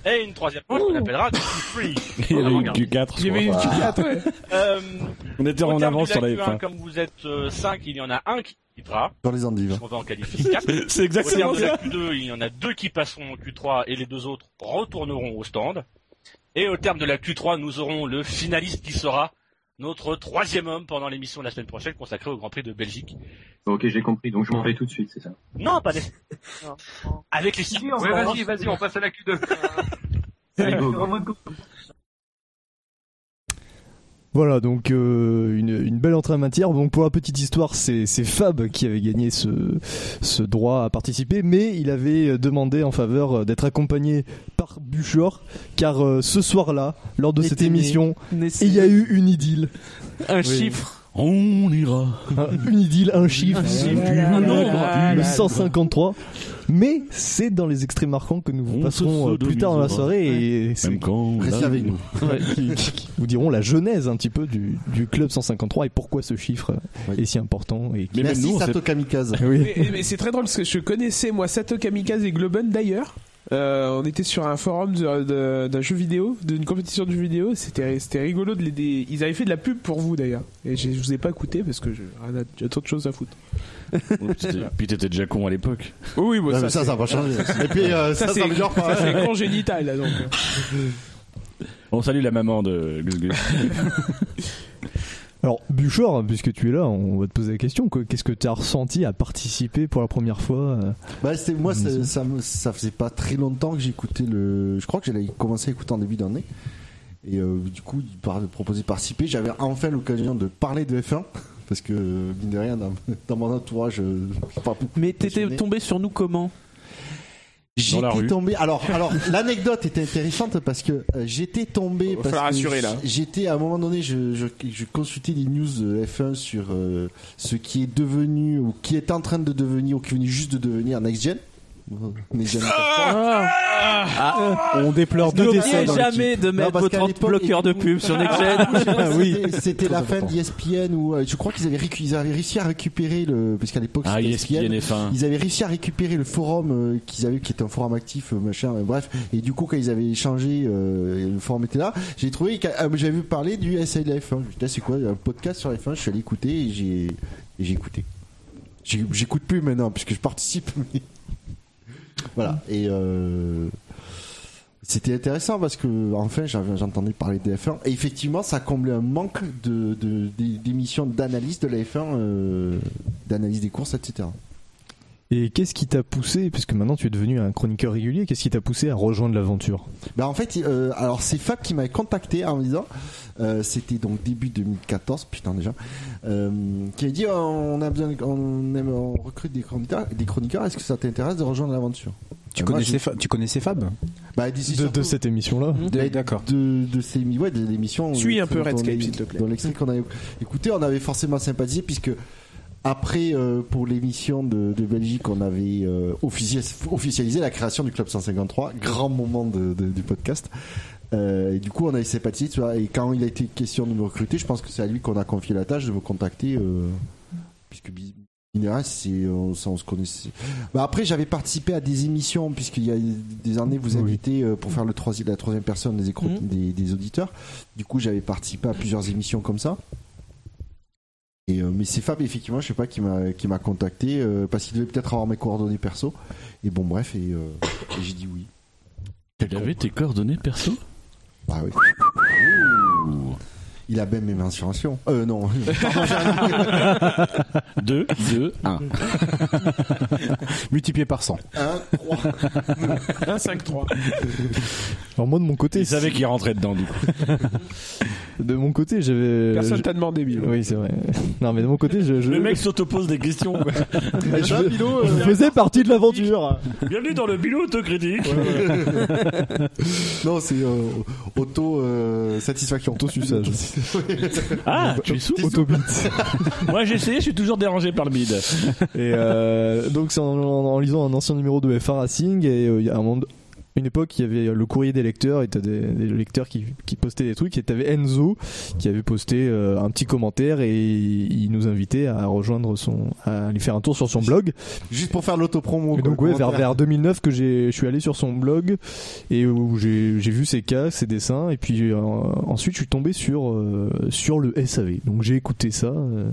[SPEAKER 10] Et une troisième fois qu'on appellera du Free.
[SPEAKER 23] Il y avait une
[SPEAKER 10] Regarde.
[SPEAKER 23] Q4. je crois.
[SPEAKER 10] Euh,
[SPEAKER 23] On était
[SPEAKER 10] au
[SPEAKER 23] en
[SPEAKER 10] terme
[SPEAKER 23] avance
[SPEAKER 10] du
[SPEAKER 23] sur la
[SPEAKER 10] Lac 1,
[SPEAKER 23] F1.
[SPEAKER 10] Comme vous êtes 5, il y en a un qui
[SPEAKER 5] Ah.
[SPEAKER 10] quittera.
[SPEAKER 2] Dans les endives. hein.
[SPEAKER 10] On va en qualifier 4.
[SPEAKER 23] C'est exactement
[SPEAKER 10] au terme de la
[SPEAKER 23] ça.
[SPEAKER 10] Q2, il y en a deux qui passeront en Q3 et les deux autres retourneront au stand. Et au terme de la Q3, nous aurons le finaliste qui sera notre troisième homme pendant l'émission de la semaine prochaine consacrée au Grand Prix de Belgique.
[SPEAKER 13] Ok, j'ai compris, donc je m'en vais tout de suite, c'est ça.
[SPEAKER 10] Non, pas des... Avec les Ah. circuits.
[SPEAKER 24] Ouais, vas-y,
[SPEAKER 10] vas-y, on passe à la Q2.
[SPEAKER 6] Voilà, donc euh, une, une belle entrée en matière. Donc pour la petite histoire, c'est c'est Fab qui avait gagné ce, ce droit à participer, mais il avait demandé en faveur euh, d'être accompagné par Buchor, car euh, ce soir-là, lors de
[SPEAKER 4] Était
[SPEAKER 6] cette
[SPEAKER 4] né.
[SPEAKER 6] émission,
[SPEAKER 4] Naissait.
[SPEAKER 6] il y a eu une idylle.
[SPEAKER 4] Un
[SPEAKER 6] Oui.
[SPEAKER 4] chiffre.
[SPEAKER 23] On ira.
[SPEAKER 6] Un- une idylle, un chiffre, Ah,
[SPEAKER 4] Un chiffre.
[SPEAKER 23] Ah,
[SPEAKER 6] un nombre,
[SPEAKER 4] Voilà.
[SPEAKER 6] le 153. Mais c'est dans les extraits marquants que nous vous passerons euh, plus tard dans la soirée et c'est
[SPEAKER 2] Restez avec nous.
[SPEAKER 6] Ouais, qui, qui- qui vous diront la genèse un petit peu du, du club 153 et pourquoi ce chiffre est si important. Et qui-
[SPEAKER 2] Merci Sato Kamikaze.
[SPEAKER 6] Oui.
[SPEAKER 8] Mais, mais c'est très drôle parce que je connaissais moi Sato Kamikaze et Globen d'ailleurs. Euh, on était sur un forum de- de- d'un jeu vidéo, d'une compétition de jeu vidéo. C'était c'était rigolo de les. des- Ils avaient fait de la pub pour vous d'ailleurs. Et je, je vous ai pas écouté parce que je- rien à- j'ai trop de choses à foutre.
[SPEAKER 23] Puis t'étais déjà con à l'époque.
[SPEAKER 8] Oui, oui, bon,
[SPEAKER 23] Ouais, mais ça,
[SPEAKER 8] c'est-
[SPEAKER 23] ça a pas changé.
[SPEAKER 2] Et puis, euh, ça, ça
[SPEAKER 8] c'est-
[SPEAKER 2] améliore pas.
[SPEAKER 8] ça, c'est congénital là, donc.
[SPEAKER 23] On salue la maman de Gus Gus.
[SPEAKER 6] Alors, Buchor, puisque tu es là, on va te poser la question. que- Qu'est-ce que tu as ressenti à participer pour la première fois euh,
[SPEAKER 2] Bah, c'était moi, ça, ça, me- ça faisait pas très longtemps que j'écoutais le. Je crois que j'avais commencé à écouter en début d'année. Et euh, du coup, il par- proposait de participer. J'avais enfin l'occasion de parler de F1. Parce que, euh, mine de rien, dans, dans mon entourage, euh, je suis pas beaucoup.
[SPEAKER 4] Mais t'étais tombé sur nous comment
[SPEAKER 2] J'étais tombé. Alors, alors l'anecdote était intéressante parce que euh, j'étais tombé.
[SPEAKER 8] Faut
[SPEAKER 2] parce
[SPEAKER 8] la
[SPEAKER 2] que
[SPEAKER 8] rassurer, là.
[SPEAKER 2] J'étais à un moment donné, je, je, je consultais les news de F1 sur euh, ce qui est devenu ou qui est en train de devenir ou qui venait juste de devenir Next Gen. Next Gen.
[SPEAKER 3] Ah.
[SPEAKER 5] Ah.
[SPEAKER 6] on déplore
[SPEAKER 4] deux N'oubliez décès dans jamais l'équipe. de mettre
[SPEAKER 2] parce
[SPEAKER 4] votre
[SPEAKER 2] qu'à l'époque,
[SPEAKER 4] bloqueur de pub sur Next Gen.
[SPEAKER 2] Je sais pas si
[SPEAKER 4] Ah Oui.
[SPEAKER 2] c'était- C'était la
[SPEAKER 4] Très
[SPEAKER 2] fin
[SPEAKER 4] important.
[SPEAKER 2] d'ESPN où euh, je crois qu'ils avaient, récu- ils avaient réussi à récupérer le. Parce qu'à l'époque,
[SPEAKER 23] Ah,
[SPEAKER 2] c'était
[SPEAKER 23] ESPN, F1.
[SPEAKER 2] Ils avaient réussi à récupérer le forum euh, qu'ils avaient, qui était un forum actif, euh, machin, euh, bref. Et du coup, quand ils avaient échangé, euh, le forum était là. J'ai trouvé, qu'à- ah, mais j'avais vu parler du SLF1. Je me suis dit, Ah, c'est quoi, il y a un podcast sur F1. Je suis allé écouter et j'ai, et j'ai écouté. J'ai- J'écoute plus maintenant puisque je participe. mais- voilà. Et euh, c'était intéressant parce que enfin j'avais- j'entendais parler de F1 et effectivement ça comblait un manque de de- des- d'émissions d'analyse de la F1, euh, d'analyse des courses, etc.
[SPEAKER 6] Et qu'est-ce qui t'a poussé, puisque maintenant tu es devenu un chroniqueur régulier, qu'est-ce qui t'a poussé à rejoindre l'aventure
[SPEAKER 2] Bah en fait, euh, alors c'est Fab qui m'avait contacté en me disant, euh, c'était donc début 2014, putain déjà, euh, qui avait dit Oh, on a besoin, de- on, aime- on recrute des chroniqueurs, des chroniqueurs. Est-ce que ça t'intéresse de rejoindre l'aventure
[SPEAKER 3] Tu
[SPEAKER 2] Et moi,
[SPEAKER 3] connaissais,
[SPEAKER 2] j'ai-
[SPEAKER 3] Fa- tu connaissais Fab Mm-hmm.
[SPEAKER 2] bah, elle disait
[SPEAKER 6] de, de
[SPEAKER 2] surtout-
[SPEAKER 6] cette émission-là
[SPEAKER 2] De- De, de ces émi- ouais, de l'émission.
[SPEAKER 8] Suis un peu
[SPEAKER 2] dont-
[SPEAKER 8] Redscape,
[SPEAKER 2] dont-
[SPEAKER 8] s'il te plaît.
[SPEAKER 2] Dans l'extrait qu'on a écouté, on avait forcément sympathisé puisque après, euh, pour l'émission de, de Belgique, on avait euh, officiel- officialisé la création du Club 153, grand moment de- de- du podcast. Euh, et du coup, on avait sympathisé, tu vois, et quand il a été question de me recruter, je pense que c'est à lui qu'on a confié la tâche de me contacter, euh, puisque bi- Minéral, c'est on, ça, on se connaissait. Bah après, j'avais participé à des émissions, puisqu'il y a des années, vous invitez euh, pour faire le troisi- la troisième personne des, écro- des, des auditeurs. Du coup, j'avais participé à plusieurs émissions comme ça. Et, euh, mais c'est Fab, effectivement, je sais pas, qui m'a qui m'a contacté, euh, parce qu'il devait peut-être avoir mes coordonnées perso. Et bon, bref, et, euh, et j'ai dit oui.
[SPEAKER 23] Il avait tes coordonnées perso
[SPEAKER 2] Bah oui. Il a même mes mensurations. Euh, non. Pardon, j'ai un-
[SPEAKER 23] 2, 2, 1.
[SPEAKER 3] Multiplié par 100.
[SPEAKER 2] 1, 3.
[SPEAKER 8] 1, 5, 3.
[SPEAKER 6] Alors moi de mon côté,
[SPEAKER 23] Il savait qu'il rentrait dedans du coup.
[SPEAKER 6] de mon côté, j'avais
[SPEAKER 8] Personne
[SPEAKER 6] je-
[SPEAKER 8] t'a demandé, Bill.
[SPEAKER 6] Oui, c'est vrai. Non, mais de mon côté, je, je-
[SPEAKER 23] Le mec s'autopose des questions. quoi.
[SPEAKER 6] je-
[SPEAKER 8] euh,
[SPEAKER 6] je faisais partie de l'aventure.
[SPEAKER 23] euh, Bienvenue dans le bilot autocritique.
[SPEAKER 2] non, c'est euh, auto-satisfaction.
[SPEAKER 6] Auto-suçage.
[SPEAKER 23] Ah, tu es sous
[SPEAKER 6] Autobit.
[SPEAKER 23] Moi j'ai essayé, je suis toujours dérangé par le bide.
[SPEAKER 6] Et euh, donc c'est en, en- en lisant un ancien numéro de FR Racing et euh, il y a un moment une époque, il y avait le courrier des lecteurs et t'as des, des lecteurs qui, qui postaient des trucs et t'avais Enzo qui avait posté euh, un petit commentaire et il nous invitait à rejoindre son, à aller faire un tour sur son blog.
[SPEAKER 2] Juste pour faire l'autopromo.
[SPEAKER 6] Et
[SPEAKER 2] quoi,
[SPEAKER 6] donc
[SPEAKER 2] le
[SPEAKER 6] ouais, vers,
[SPEAKER 2] commentaire.
[SPEAKER 6] vers 2009 que j'ai, je suis allé sur son blog et où j'ai, j'ai vu ses cas, ses dessins et puis euh, ensuite je suis tombé sur euh, sur le SAV. Donc j'ai écouté ça euh,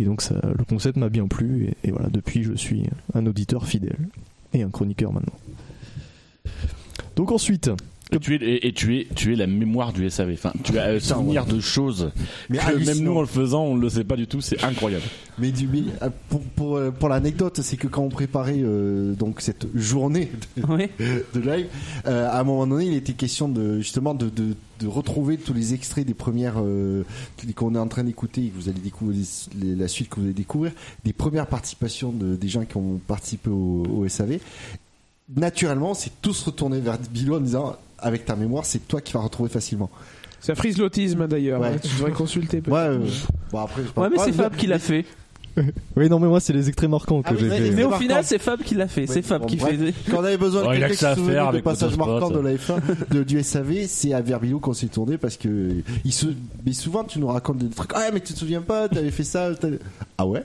[SPEAKER 6] et donc ça, le concept m'a bien plu et, et voilà depuis je suis un auditeur fidèle et un chroniqueur maintenant. Donc ensuite.
[SPEAKER 5] Et tu es, et, et tu es, tu es la mémoire du SAV. Enfin, tu as un souvenir de choses
[SPEAKER 2] Mais
[SPEAKER 5] que
[SPEAKER 2] hallucinant.
[SPEAKER 5] même nous en le faisant, on ne le sait pas du tout. C'est incroyable.
[SPEAKER 2] Mais du mais, euh, pour pour euh, pour l'anecdote, c'est que quand on préparait euh, donc cette journée de, de live, euh, à un moment donné, il était question de justement de de, de retrouver tous les extraits des premières euh, qu'on est en train d'écouter et que vous allez découvrir les- la suite que vous allez découvrir des premières participations de, des gens qui ont participé au, au SAV. Naturellement, c'est tous retourné vers Bilo en disant avec ta mémoire, c'est toi qui vas retrouver facilement.
[SPEAKER 8] Ça frise l'autisme d'ailleurs.
[SPEAKER 2] Ouais.
[SPEAKER 8] hein, Tu devrais consulter. peut-être.
[SPEAKER 2] Ouais, euh, bon après. c'est pas-
[SPEAKER 4] Ouais, mais c'est
[SPEAKER 2] vous-
[SPEAKER 4] Fab qui l'a fait.
[SPEAKER 6] Oui, non, mais moi, c'est les extraits marquants que
[SPEAKER 2] Ah oui,
[SPEAKER 6] j'ai
[SPEAKER 2] mais-
[SPEAKER 6] fait.
[SPEAKER 4] Mais au
[SPEAKER 2] marquant.
[SPEAKER 4] final, c'est Fab qui l'a fait.
[SPEAKER 2] Ouais,
[SPEAKER 4] C'est Fab
[SPEAKER 2] bon,
[SPEAKER 4] qui
[SPEAKER 2] bref.
[SPEAKER 4] fait.
[SPEAKER 2] Quand on avait besoin de
[SPEAKER 4] Ouais, Oh, il
[SPEAKER 2] quelqu'un
[SPEAKER 4] a que
[SPEAKER 2] qui
[SPEAKER 4] ça à
[SPEAKER 2] se souvenait
[SPEAKER 4] faire
[SPEAKER 2] des
[SPEAKER 4] avec
[SPEAKER 2] passages
[SPEAKER 4] Autospot.
[SPEAKER 2] marquants de la F1, de, du SAV, c'est à Verbilo qu'on s'est tourné parce que il se, mais souvent tu nous racontes des trucs. Ah mais tu te souviens pas, t'avais fait ça. t'avais- Ah ouais.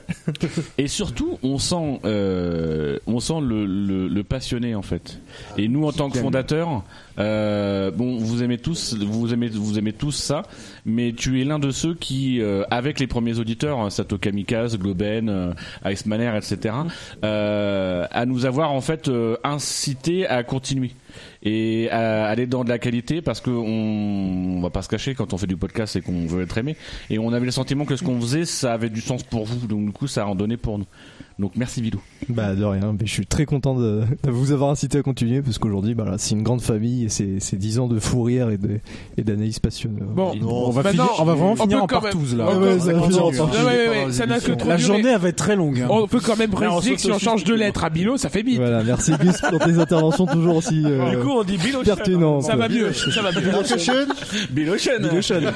[SPEAKER 5] Et surtout, on sent, euh, on sent le, le- le passionné en fait. Et nous, en tant que fondateurs, euh, bon, vous aimez tous, vous aimez, vous aimez tous ça, mais tu es l'un de ceux qui, euh, avec les premiers auditeurs, hein, Sato Kamikaze, Globen, euh, Icemanner, etc., euh, à nous avoir en fait euh, incité à continuer et à aller dans de la qualité parce que on, on va pas se cacher quand on fait du podcast et qu'on veut être aimé et on avait le sentiment que ce qu'on faisait ça avait du sens pour vous donc du coup ça en donnait pour nous donc merci Bilou
[SPEAKER 6] Bah, de rien. Mais je suis très content de, de vous avoir incité à continuer parce qu'aujourd'hui, bah, là, c'est une grande famille et c'est c'est 10 ans de fou rire et de- et d'analyse passionnée.
[SPEAKER 8] Bon,
[SPEAKER 6] Non, on va
[SPEAKER 8] maintenant,
[SPEAKER 6] finir- on va vraiment finir
[SPEAKER 8] peut
[SPEAKER 6] en
[SPEAKER 8] quand
[SPEAKER 6] partouze,
[SPEAKER 8] même-
[SPEAKER 6] là.
[SPEAKER 8] on
[SPEAKER 6] Ouais,
[SPEAKER 8] peut-
[SPEAKER 6] ouais, ça va finir en
[SPEAKER 8] Non,
[SPEAKER 6] partouze.
[SPEAKER 8] ouais, ouais,
[SPEAKER 6] Pendant les
[SPEAKER 8] ça n'a que
[SPEAKER 6] émissions.
[SPEAKER 8] trop
[SPEAKER 6] La
[SPEAKER 8] duré.
[SPEAKER 6] journée, elle va être très longue, hein.
[SPEAKER 8] On peut quand même
[SPEAKER 6] Là, on
[SPEAKER 8] préciser que si on
[SPEAKER 6] s'auto-suffit.
[SPEAKER 8] change de lettres à Bilo, ça fait bite.
[SPEAKER 6] Voilà, merci Gus pour tes interventions toujours aussi euh,
[SPEAKER 8] Du coup, on dit Bilochen.
[SPEAKER 6] pertinentes.
[SPEAKER 8] Ça va mieux, ça va mieux. Bilochen.
[SPEAKER 5] Bilochen.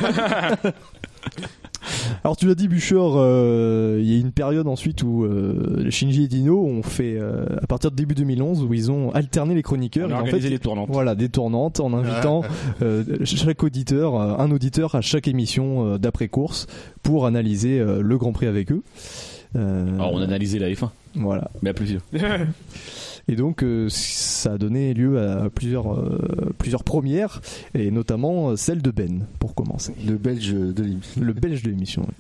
[SPEAKER 6] Alors tu l'as dit Bouchard, euh, il y a une période ensuite où euh, Shinji et Dino ont fait euh, à partir de début 2011 où ils ont alterné les chroniqueurs.
[SPEAKER 5] On
[SPEAKER 6] Et
[SPEAKER 5] a
[SPEAKER 6] en
[SPEAKER 5] organisé
[SPEAKER 6] fait,
[SPEAKER 5] des tournantes.
[SPEAKER 6] Voilà, des tournantes en invitant euh, chaque auditeur, euh, un auditeur à chaque émission euh, d'après course pour analyser euh, le Grand Prix avec eux. Euh,
[SPEAKER 5] alors on analysait la F1
[SPEAKER 6] voilà.
[SPEAKER 5] mais à plusieurs
[SPEAKER 6] Et donc euh, ça a donné lieu à plusieurs euh, plusieurs premières et notamment euh, celle de Ben pour commencer.
[SPEAKER 2] Le belge de l'émission.
[SPEAKER 6] Le belge de l'émission. oui.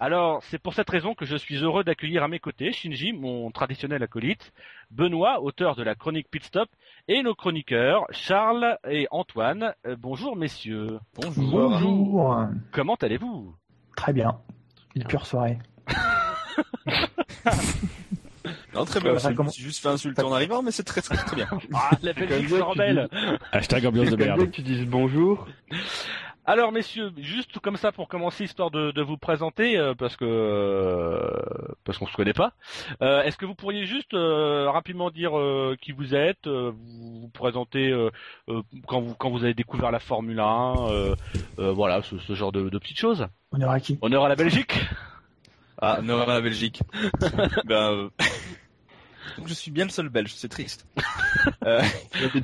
[SPEAKER 10] Alors, c'est pour cette raison que je suis heureux d'accueillir à mes côtés Shinji, mon traditionnel acolyte, Benoît, auteur de la chronique Pit Stop, et nos chroniqueurs Charles et Antoine. Euh, bonjour messieurs.
[SPEAKER 24] Bonjour. Bonjour.
[SPEAKER 10] Comment allez-vous
[SPEAKER 24] Très bien. Une pure soirée.
[SPEAKER 25] Non, très
[SPEAKER 24] Ouais,
[SPEAKER 25] bien.
[SPEAKER 24] ça
[SPEAKER 25] Je me
[SPEAKER 24] commence-
[SPEAKER 25] suis juste fait insulter en arrivant, mais c'est très très très bien.
[SPEAKER 10] Ah, la Belgique se rebelle
[SPEAKER 5] hashtag ambiance de merde
[SPEAKER 25] tu dises bonjour.
[SPEAKER 10] Alors messieurs, juste comme ça pour commencer, histoire de, de vous présenter, euh, parce que euh, parce qu'on se connaît pas. euh, Est-ce que vous pourriez juste euh, rapidement dire euh, qui vous êtes, euh, vous, vous présenter euh, euh, quand vous quand vous avez découvert la Formule 1, euh, euh, voilà ce, ce genre de, de petites choses.
[SPEAKER 24] Honneur à qui
[SPEAKER 10] Honneur à la Belgique.
[SPEAKER 25] Ah, honneur à la Belgique. ben, euh, Donc je suis bien le seul Belge, c'est triste. Euh,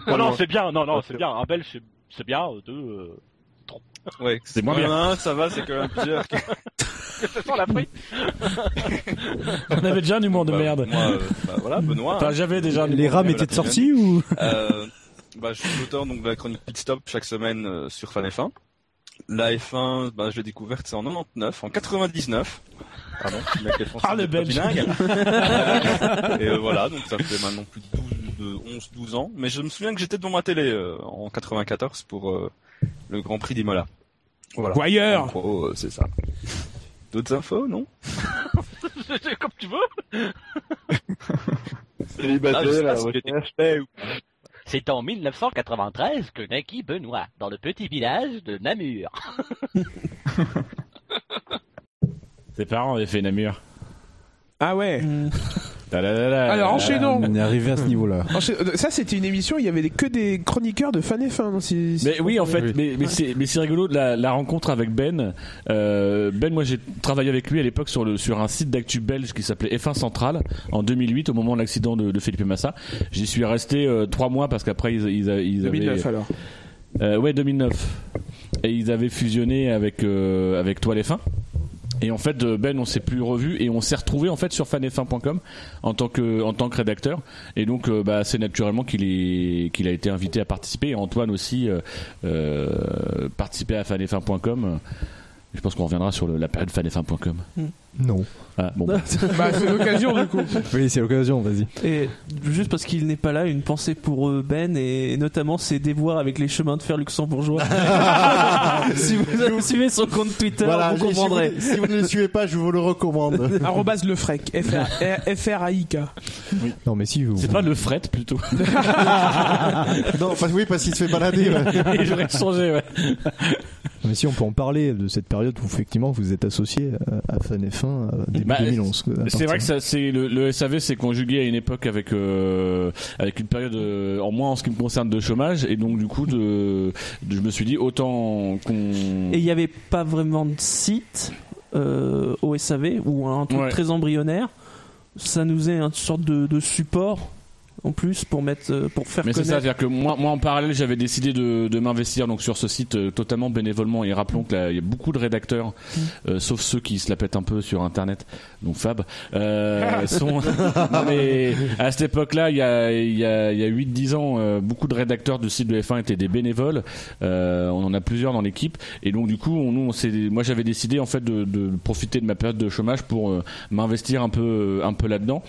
[SPEAKER 10] Non non c'est bien, non non c'est bien, un Belge c'est- c'est bien, euh, deux. euh,
[SPEAKER 25] Ouais,
[SPEAKER 10] C'est moins
[SPEAKER 25] Il y en a
[SPEAKER 10] bien.
[SPEAKER 25] un, ça va, c'est quand même plusieurs.
[SPEAKER 10] que ça sent la prix.
[SPEAKER 5] on avait déjà un humour de merde
[SPEAKER 25] Moi, euh, bah, voilà, Benoît.
[SPEAKER 5] Enfin,
[SPEAKER 25] hein.
[SPEAKER 5] j'avais déjà un
[SPEAKER 25] Voilà,
[SPEAKER 5] humour de
[SPEAKER 25] très
[SPEAKER 5] merde.
[SPEAKER 25] jeune. Euh, bah, je suis l'auteur donc de la chronique Pit Stop chaque semaine euh, sur Fan F1. La F1, bah, je l'ai découverte c'est en 99, en 99. Pardon, le mec est français,
[SPEAKER 5] Ah, le
[SPEAKER 25] il est pas
[SPEAKER 5] Belge.
[SPEAKER 25] bilingue. Euh, Et euh, voilà, donc ça fait maintenant plus de 12, de 11-12 ans. Mais je me souviens que j'étais devant ma télé euh, en 94 pour euh, le Grand Prix d'Imola. Voilà.
[SPEAKER 8] Voyeur.
[SPEAKER 25] En gros, euh, c'est ça. D'autres infos, non
[SPEAKER 10] Comme tu veux.
[SPEAKER 25] Ah, je sais pas si j'ai été-
[SPEAKER 10] C'est en 1993 que naquit Benoît, dans le petit village de Namur.
[SPEAKER 5] ses parents avaient fait Namur
[SPEAKER 8] Ah ouais Alors, enchaînons.
[SPEAKER 3] On est arrivé à ce niveau-là.
[SPEAKER 8] Encha- euh, Ça, c'était une émission, il y avait que des chroniqueurs de fan et fin. non, si- si-
[SPEAKER 5] Mais oui, en fait, mais, mais
[SPEAKER 8] Ouais.
[SPEAKER 5] c'est mais c'est rigolo de la, la rencontre avec Ben. Euh, ben, moi, j'ai travaillé avec lui à l'époque sur le sur un site d'actu belge qui s'appelait F1 Central en 2008 au moment de l'accident de, de Felipe Massa. J'y suis resté euh, trois mois parce qu'après ils, ils, ils avaient-
[SPEAKER 8] 2009, alors.
[SPEAKER 5] Euh, ouais, 2009. Et ils avaient fusionné avec euh, avec Toile F1. Et en fait, euh, Ben, on s'est plus revu et on s'est retrouvé en fait sur fanf1.com en tant que en tant que rédacteur. Et donc, euh, bah, c'est naturellement qu'il est qu'il a été invité à participer. Et Antoine aussi euh, euh, participait à fanf1.com. Je pense qu'on reviendra sur le- la période fanf1.com.
[SPEAKER 6] Non.
[SPEAKER 5] Ah, bon. bah.
[SPEAKER 8] Bah, c'est l'occasion, du coup.
[SPEAKER 6] Oui, c'est l'occasion, vas-y.
[SPEAKER 4] Et juste parce qu'il n'est pas là, une pensée pour euh, Ben et notamment ses déboires avec les chemins de fer luxembourgeois. Ah, si vous avez- suivez son compte Twitter,
[SPEAKER 2] Voilà,
[SPEAKER 4] vous
[SPEAKER 2] j'ai- si vous-
[SPEAKER 4] comprendrez.
[SPEAKER 2] Si vous, ne le suivez pas, je vous le recommande.
[SPEAKER 8] Arrobase le frec, F-R-A-I-K.
[SPEAKER 6] Non, mais si vous.
[SPEAKER 5] C'est pas le fret plutôt.
[SPEAKER 2] non, parce, oui, parce qu'il se fait balader. ouais.
[SPEAKER 5] J'aurais changé, ouais.
[SPEAKER 6] Ah, Mais si on peut en parler de cette période où effectivement vous êtes associé à à Fan F1 euh, début
[SPEAKER 5] Bah,
[SPEAKER 6] 2011. quoi, à
[SPEAKER 5] C'est
[SPEAKER 6] partir-
[SPEAKER 5] vrai que ça, c'est le, le SAV, c'est conjugué à une époque avec euh, avec une période euh, en moins en ce qui me concerne de chômage, et donc du coup, de, de- je me suis dit autant qu'on.
[SPEAKER 4] Et il n'y avait pas vraiment de site euh, au SAV ou un truc
[SPEAKER 5] Ouais.
[SPEAKER 4] très embryonnaire. Ça nous est une sorte de, de support en plus pour mettre, euh, pour faire
[SPEAKER 5] Mais c'est ça, c'est-à-dire
[SPEAKER 4] connaître.
[SPEAKER 5] que moi, moi en parallèle, j'avais décidé de, de m'investir donc sur ce site euh, totalement bénévolement. Et rappelons que là, il y a beaucoup de rédacteurs,
[SPEAKER 4] Mm.
[SPEAKER 5] euh, sauf ceux qui se la pètent un peu sur Internet, donc Fab, euh, sont. Non, mais à cette époque-là, il y a, il y a, il y a 8-10 ans, euh, beaucoup de rédacteurs du site de F1 étaient des bénévoles. Euh, on en a plusieurs dans l'équipe, et donc du coup, on, nous, on s'est- moi, j'avais décidé en fait de, de profiter de ma période de chômage pour euh, m'investir un peu, un peu là-dedans.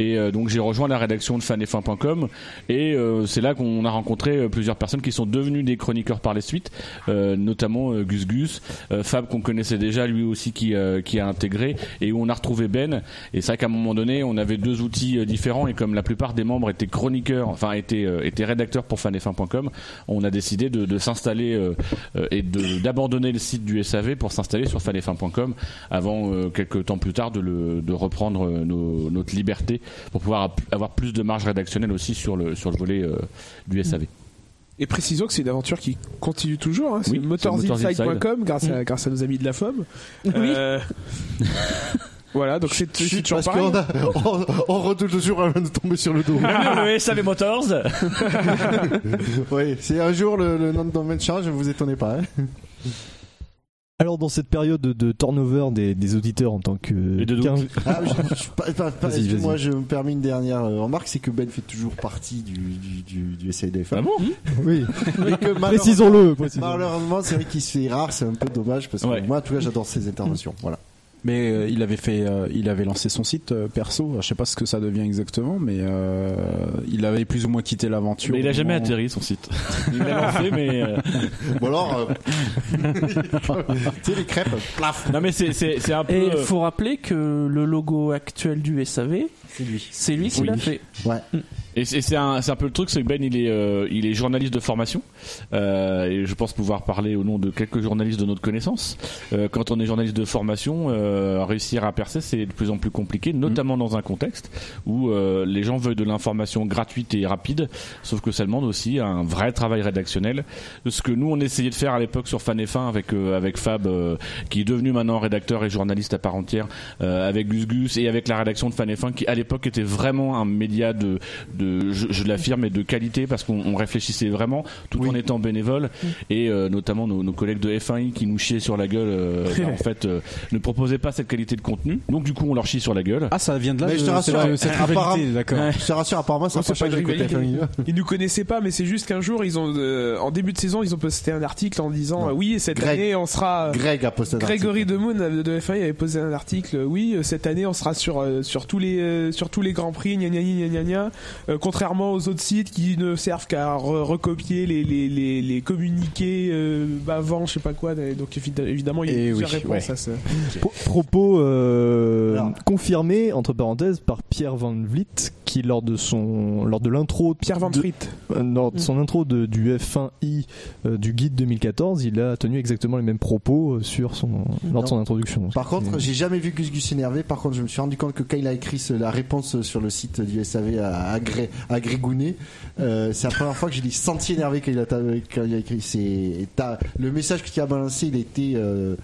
[SPEAKER 5] Et euh, donc j'ai rejoint la rédaction de fanf1.com et euh, c'est là qu'on a rencontré euh, plusieurs personnes qui sont devenues des chroniqueurs par les suites, euh, notamment euh, Gus Gus, euh, Fab qu'on connaissait déjà lui aussi qui, euh, qui a intégré et où on a retrouvé Ben. Et c'est vrai qu'à un moment donné on avait deux outils euh, différents et comme la plupart des membres étaient chroniqueurs, enfin étaient, euh, étaient rédacteurs pour fanf1.com, on a décidé de, de s'installer euh, euh, et de- d'abandonner le site du SAV pour s'installer sur fanf1.com avant euh, quelques temps plus tard de, le, de reprendre euh, nos- notre liberté pour pouvoir ap- avoir plus de marge rédactionnelle aussi sur le, sur le volet euh, du SAV.
[SPEAKER 8] Et précisons que c'est une aventure qui continue toujours. hein, C'est
[SPEAKER 5] Oui, c'est motorsinside.
[SPEAKER 8] motorsinside.com grâce, à,
[SPEAKER 5] Mm.
[SPEAKER 8] grâce à nos amis de la FOM. Euh, voilà, donc c'est c'est toujours
[SPEAKER 2] Parce
[SPEAKER 8] pareil.
[SPEAKER 2] qu'on a- on, on redoute toujours avant de tomber sur le dos.
[SPEAKER 5] le SAV Motors
[SPEAKER 2] oui, si un jour le, le nom de domaine change, vous étonnez pas. hein.
[SPEAKER 6] Alors dans cette période de turnover des, des auditeurs en tant que qu'in-
[SPEAKER 2] Ah, je- je- pas- pas- pas-
[SPEAKER 6] Vas-y,
[SPEAKER 2] Excuse-moi,
[SPEAKER 6] vas-y.
[SPEAKER 2] je me permets une dernière euh, remarque, c'est que Ben fait toujours partie du, du, du, du SADF.
[SPEAKER 5] Ah bon
[SPEAKER 6] oui.
[SPEAKER 2] Mais que malheure-
[SPEAKER 6] Précisons-le, précisons-le.
[SPEAKER 2] Malheureusement, c'est vrai qu'il se fait rare, c'est un peu dommage parce que moi, en tout cas, j'adore ses interventions. Voilà.
[SPEAKER 3] Mais euh, il avait fait, euh, il avait lancé son site euh, perso. Je sais pas ce que ça devient exactement, mais euh, il avait plus ou moins quitté l'aventure.
[SPEAKER 5] Mais il
[SPEAKER 3] au
[SPEAKER 5] a jamais
[SPEAKER 3] moment-
[SPEAKER 5] atterri son site. Il l'a lancé mais... euh,
[SPEAKER 2] Bon alors, euh, tu sais les crêpes, plaf.
[SPEAKER 5] Non mais c'est- c'est c'est un peu...
[SPEAKER 4] Et
[SPEAKER 5] euh,
[SPEAKER 4] il faut rappeler que le logo actuel du SAV,
[SPEAKER 2] c'est lui.
[SPEAKER 4] C'est lui qui
[SPEAKER 5] Oui.
[SPEAKER 4] l'a fait.
[SPEAKER 2] Ouais.
[SPEAKER 5] Et c'est c'est un, c'est un peu le truc, c'est que Ben, il est, euh, il est journaliste de formation, euh, et je pense pouvoir parler au nom de quelques journalistes de notre connaissance. Euh, quand on est journaliste de formation, euh, réussir à percer, c'est de plus en plus compliqué, notamment dans un contexte où euh, les gens veulent de l'information gratuite et rapide, sauf que ça demande aussi un vrai travail rédactionnel. Ce que nous, on essayait de faire à l'époque sur Fan F1 avec, euh, avec Fab, euh, qui est devenu maintenant rédacteur et journaliste à part entière, euh, avec Gus Gus et avec la rédaction de Fan F1, qui à l'époque était vraiment un média de, de je, je l'affirme, et de qualité, parce qu'on on réfléchissait vraiment, tout en étant bénévole, et euh, notamment nos, nos collègues de F1i qui nous chiaient sur la gueule, euh, bah, en fait, euh, ne proposaient pas cette qualité de contenu, donc du coup, on leur chie sur la gueule.
[SPEAKER 3] Ah, ça vient de là.
[SPEAKER 2] Mais
[SPEAKER 3] de-
[SPEAKER 2] je te
[SPEAKER 3] c'est
[SPEAKER 2] rassure,
[SPEAKER 3] la- cette
[SPEAKER 2] apparemment-
[SPEAKER 3] rivalité, d'accord.
[SPEAKER 2] je te rassure, apparemment, ça
[SPEAKER 8] Non,
[SPEAKER 2] n'a pas
[SPEAKER 8] c'est pas une
[SPEAKER 2] changé côté
[SPEAKER 8] rivalité.
[SPEAKER 2] famille.
[SPEAKER 8] Ils nous connaissaient pas, mais c'est juste qu'un jour, ils ont, euh, en début de saison, ils ont posté un article en disant euh, oui, cette
[SPEAKER 2] Greg-
[SPEAKER 8] année, on sera. euh,
[SPEAKER 2] Greg a posté un
[SPEAKER 8] Grégory Demoun euh, de F1 il avait posé un article. euh, Oui, euh, cette année, on sera sur euh, sur tous les euh, sur tous les grands prix. Gna gna gna gna gna gna. Euh, contrairement aux autres sites qui ne servent qu'à re- recopier les les les, les communiqués euh, avant, je sais pas quoi. Donc évi- évidemment, il y a
[SPEAKER 6] Eh
[SPEAKER 8] plusieurs
[SPEAKER 6] oui,
[SPEAKER 8] réponses
[SPEAKER 6] ouais.
[SPEAKER 8] à ça.
[SPEAKER 6] Pro- propos euh,
[SPEAKER 2] Alors.
[SPEAKER 6] confirmés entre parenthèses par Pierre Van Vliet qui qui lors de son lors de l'intro Pierre Van lors de son intro de, du F1i euh, du guide 2014, il a tenu exactement les mêmes propos euh, sur son lors de son
[SPEAKER 2] Non.
[SPEAKER 6] introduction.
[SPEAKER 2] Par contre, j'ai jamais vu Gus Gus énervé. Par contre, je me suis rendu compte que quand il a écrit ce- la réponse sur le site du SAV à, à, Gré- à Grégounet, euh, c'est la première fois que je l'ai senti énervé quand il a, ta- quand il a écrit. C'est ta- le message qu'il a balancé, il était euh,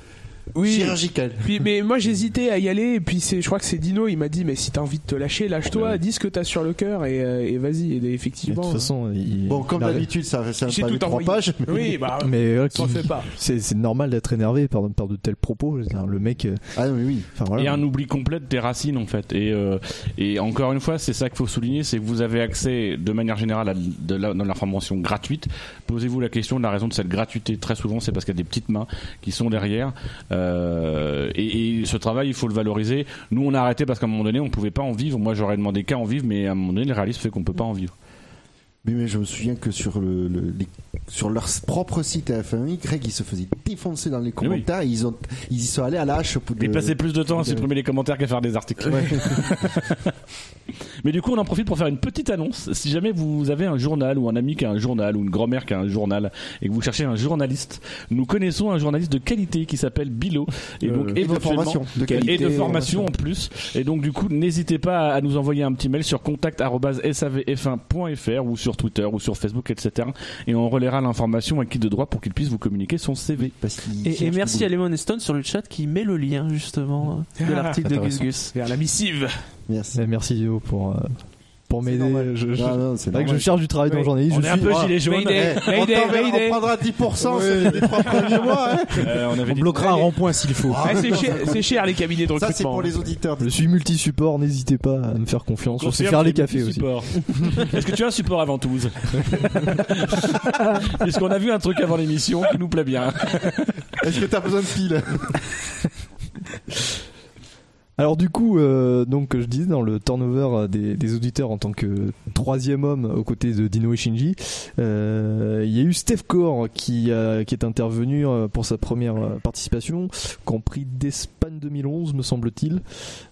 [SPEAKER 2] chirurgical.
[SPEAKER 8] Puis- mais moi j'hésitais à y aller et puis c'est je crois que c'est Dino il m'a dit mais si t'as envie de te lâcher lâche-toi dis ce que t'as sur le cœur et, euh, et vas-y et effectivement euh,
[SPEAKER 6] euh,
[SPEAKER 2] bon, comme d'habitude, ça, ça
[SPEAKER 8] J'ai
[SPEAKER 6] Bah,
[SPEAKER 2] pas
[SPEAKER 8] tout
[SPEAKER 2] trois
[SPEAKER 8] envoyé.
[SPEAKER 2] pages.
[SPEAKER 8] Oui, bah,
[SPEAKER 6] mais voilà,
[SPEAKER 8] ça
[SPEAKER 6] qui-
[SPEAKER 8] le fait pas.
[SPEAKER 6] C'est c'est normal d'être énervé par, par de tels propos. Je veux dire, Le mec. euh,
[SPEAKER 2] Ah oui, oui.
[SPEAKER 6] voilà.
[SPEAKER 5] Et un oubli complet de tes racines en fait. Et, euh, et encore une fois, c'est ça qu'il faut souligner, c'est que vous avez accès de manière générale à de la- dans l'information gratuite. Posez-vous la question de la raison de cette gratuité. Très souvent, c'est parce qu'il y a des petites mains qui sont derrière. Euh, et, et ce travail, il faut le valoriser. Nous, on a arrêté parce qu'à un moment donné, on pouvait pas en vivre. Moi, j'aurais demandé qu'à en vivre, mais à un moment donné, le réalisme fait qu'on peut pas en vivre.
[SPEAKER 2] Mais, mais je me souviens que sur, le, le- les- sur leur propre site à FMI, Greg, ils se faisaient défoncer dans les commentaires. et Ils, ont, ils y sont allés à la hache. pour
[SPEAKER 5] Et passer plus de temps à supprimer les commentaires qu'à faire des articles. Mais du coup, on en profite pour faire une petite annonce. Si jamais vous avez un journal ou un ami qui a un journal ou une grand-mère qui a un journal et que vous cherchez un journaliste, nous connaissons un journaliste de qualité qui s'appelle Bilo et donc
[SPEAKER 2] et de
[SPEAKER 5] éventuellement-
[SPEAKER 2] formation, de
[SPEAKER 5] et
[SPEAKER 2] qualité,
[SPEAKER 5] de formation en plus. Et donc du coup, n'hésitez pas à- à nous envoyer un petit mail sur contact@savf1.fr ou sur Twitter ou sur Facebook, etc. Et on relaiera l'information à qui de droit pour qu'il puisse vous communiquer son CV.
[SPEAKER 4] Et, et merci à Lemon et Stone sur le chat qui met le lien justement euh, de
[SPEAKER 5] Ah,
[SPEAKER 4] l'article de Gus
[SPEAKER 5] intéressant.
[SPEAKER 4] Gus.
[SPEAKER 8] Vers la missive.
[SPEAKER 2] Merci.
[SPEAKER 6] merci Yo pour euh, pour m'aider. Je, je,
[SPEAKER 2] Ah non, c'est
[SPEAKER 6] c'est vrai que
[SPEAKER 2] normal.
[SPEAKER 6] je cherche du travail dans le
[SPEAKER 2] Oui.
[SPEAKER 6] journalisme.
[SPEAKER 2] On
[SPEAKER 6] je
[SPEAKER 2] est un peu
[SPEAKER 10] Ah.
[SPEAKER 2] gilet
[SPEAKER 6] voilà.
[SPEAKER 2] jaune. Mayday, Eh, Mayday, on t'en- on Mayday. prendra 10% sur les trois premiers mois, hein.
[SPEAKER 5] Euh, on avait dit-
[SPEAKER 6] bloquera un rond-point s'il faut.
[SPEAKER 8] Ah, c'est cher, c'est cher, les cabinets de
[SPEAKER 6] Ça, c'est
[SPEAKER 8] recrutement
[SPEAKER 6] pour les
[SPEAKER 2] auditeurs
[SPEAKER 6] Je suis multi-support, n'hésitez pas à me faire confiance. On sait faire les cafés aussi.
[SPEAKER 5] support. Est-ce que tu as un support avant Toulouse
[SPEAKER 10] hein.
[SPEAKER 5] Puisqu'on a vu un truc avant l'émission qui nous plaît bien.
[SPEAKER 2] Est-ce que t'as besoin de piles
[SPEAKER 6] Alors du coup, euh, donc je disais dans le turnover euh, des, des auditeurs en tant que troisième homme aux côtés de Dino et Shinji, euh, il y a eu Steph Core qui, a- qui est intervenu euh, pour sa première euh, participation, compris d'Espagne 2011 me semble-t-il.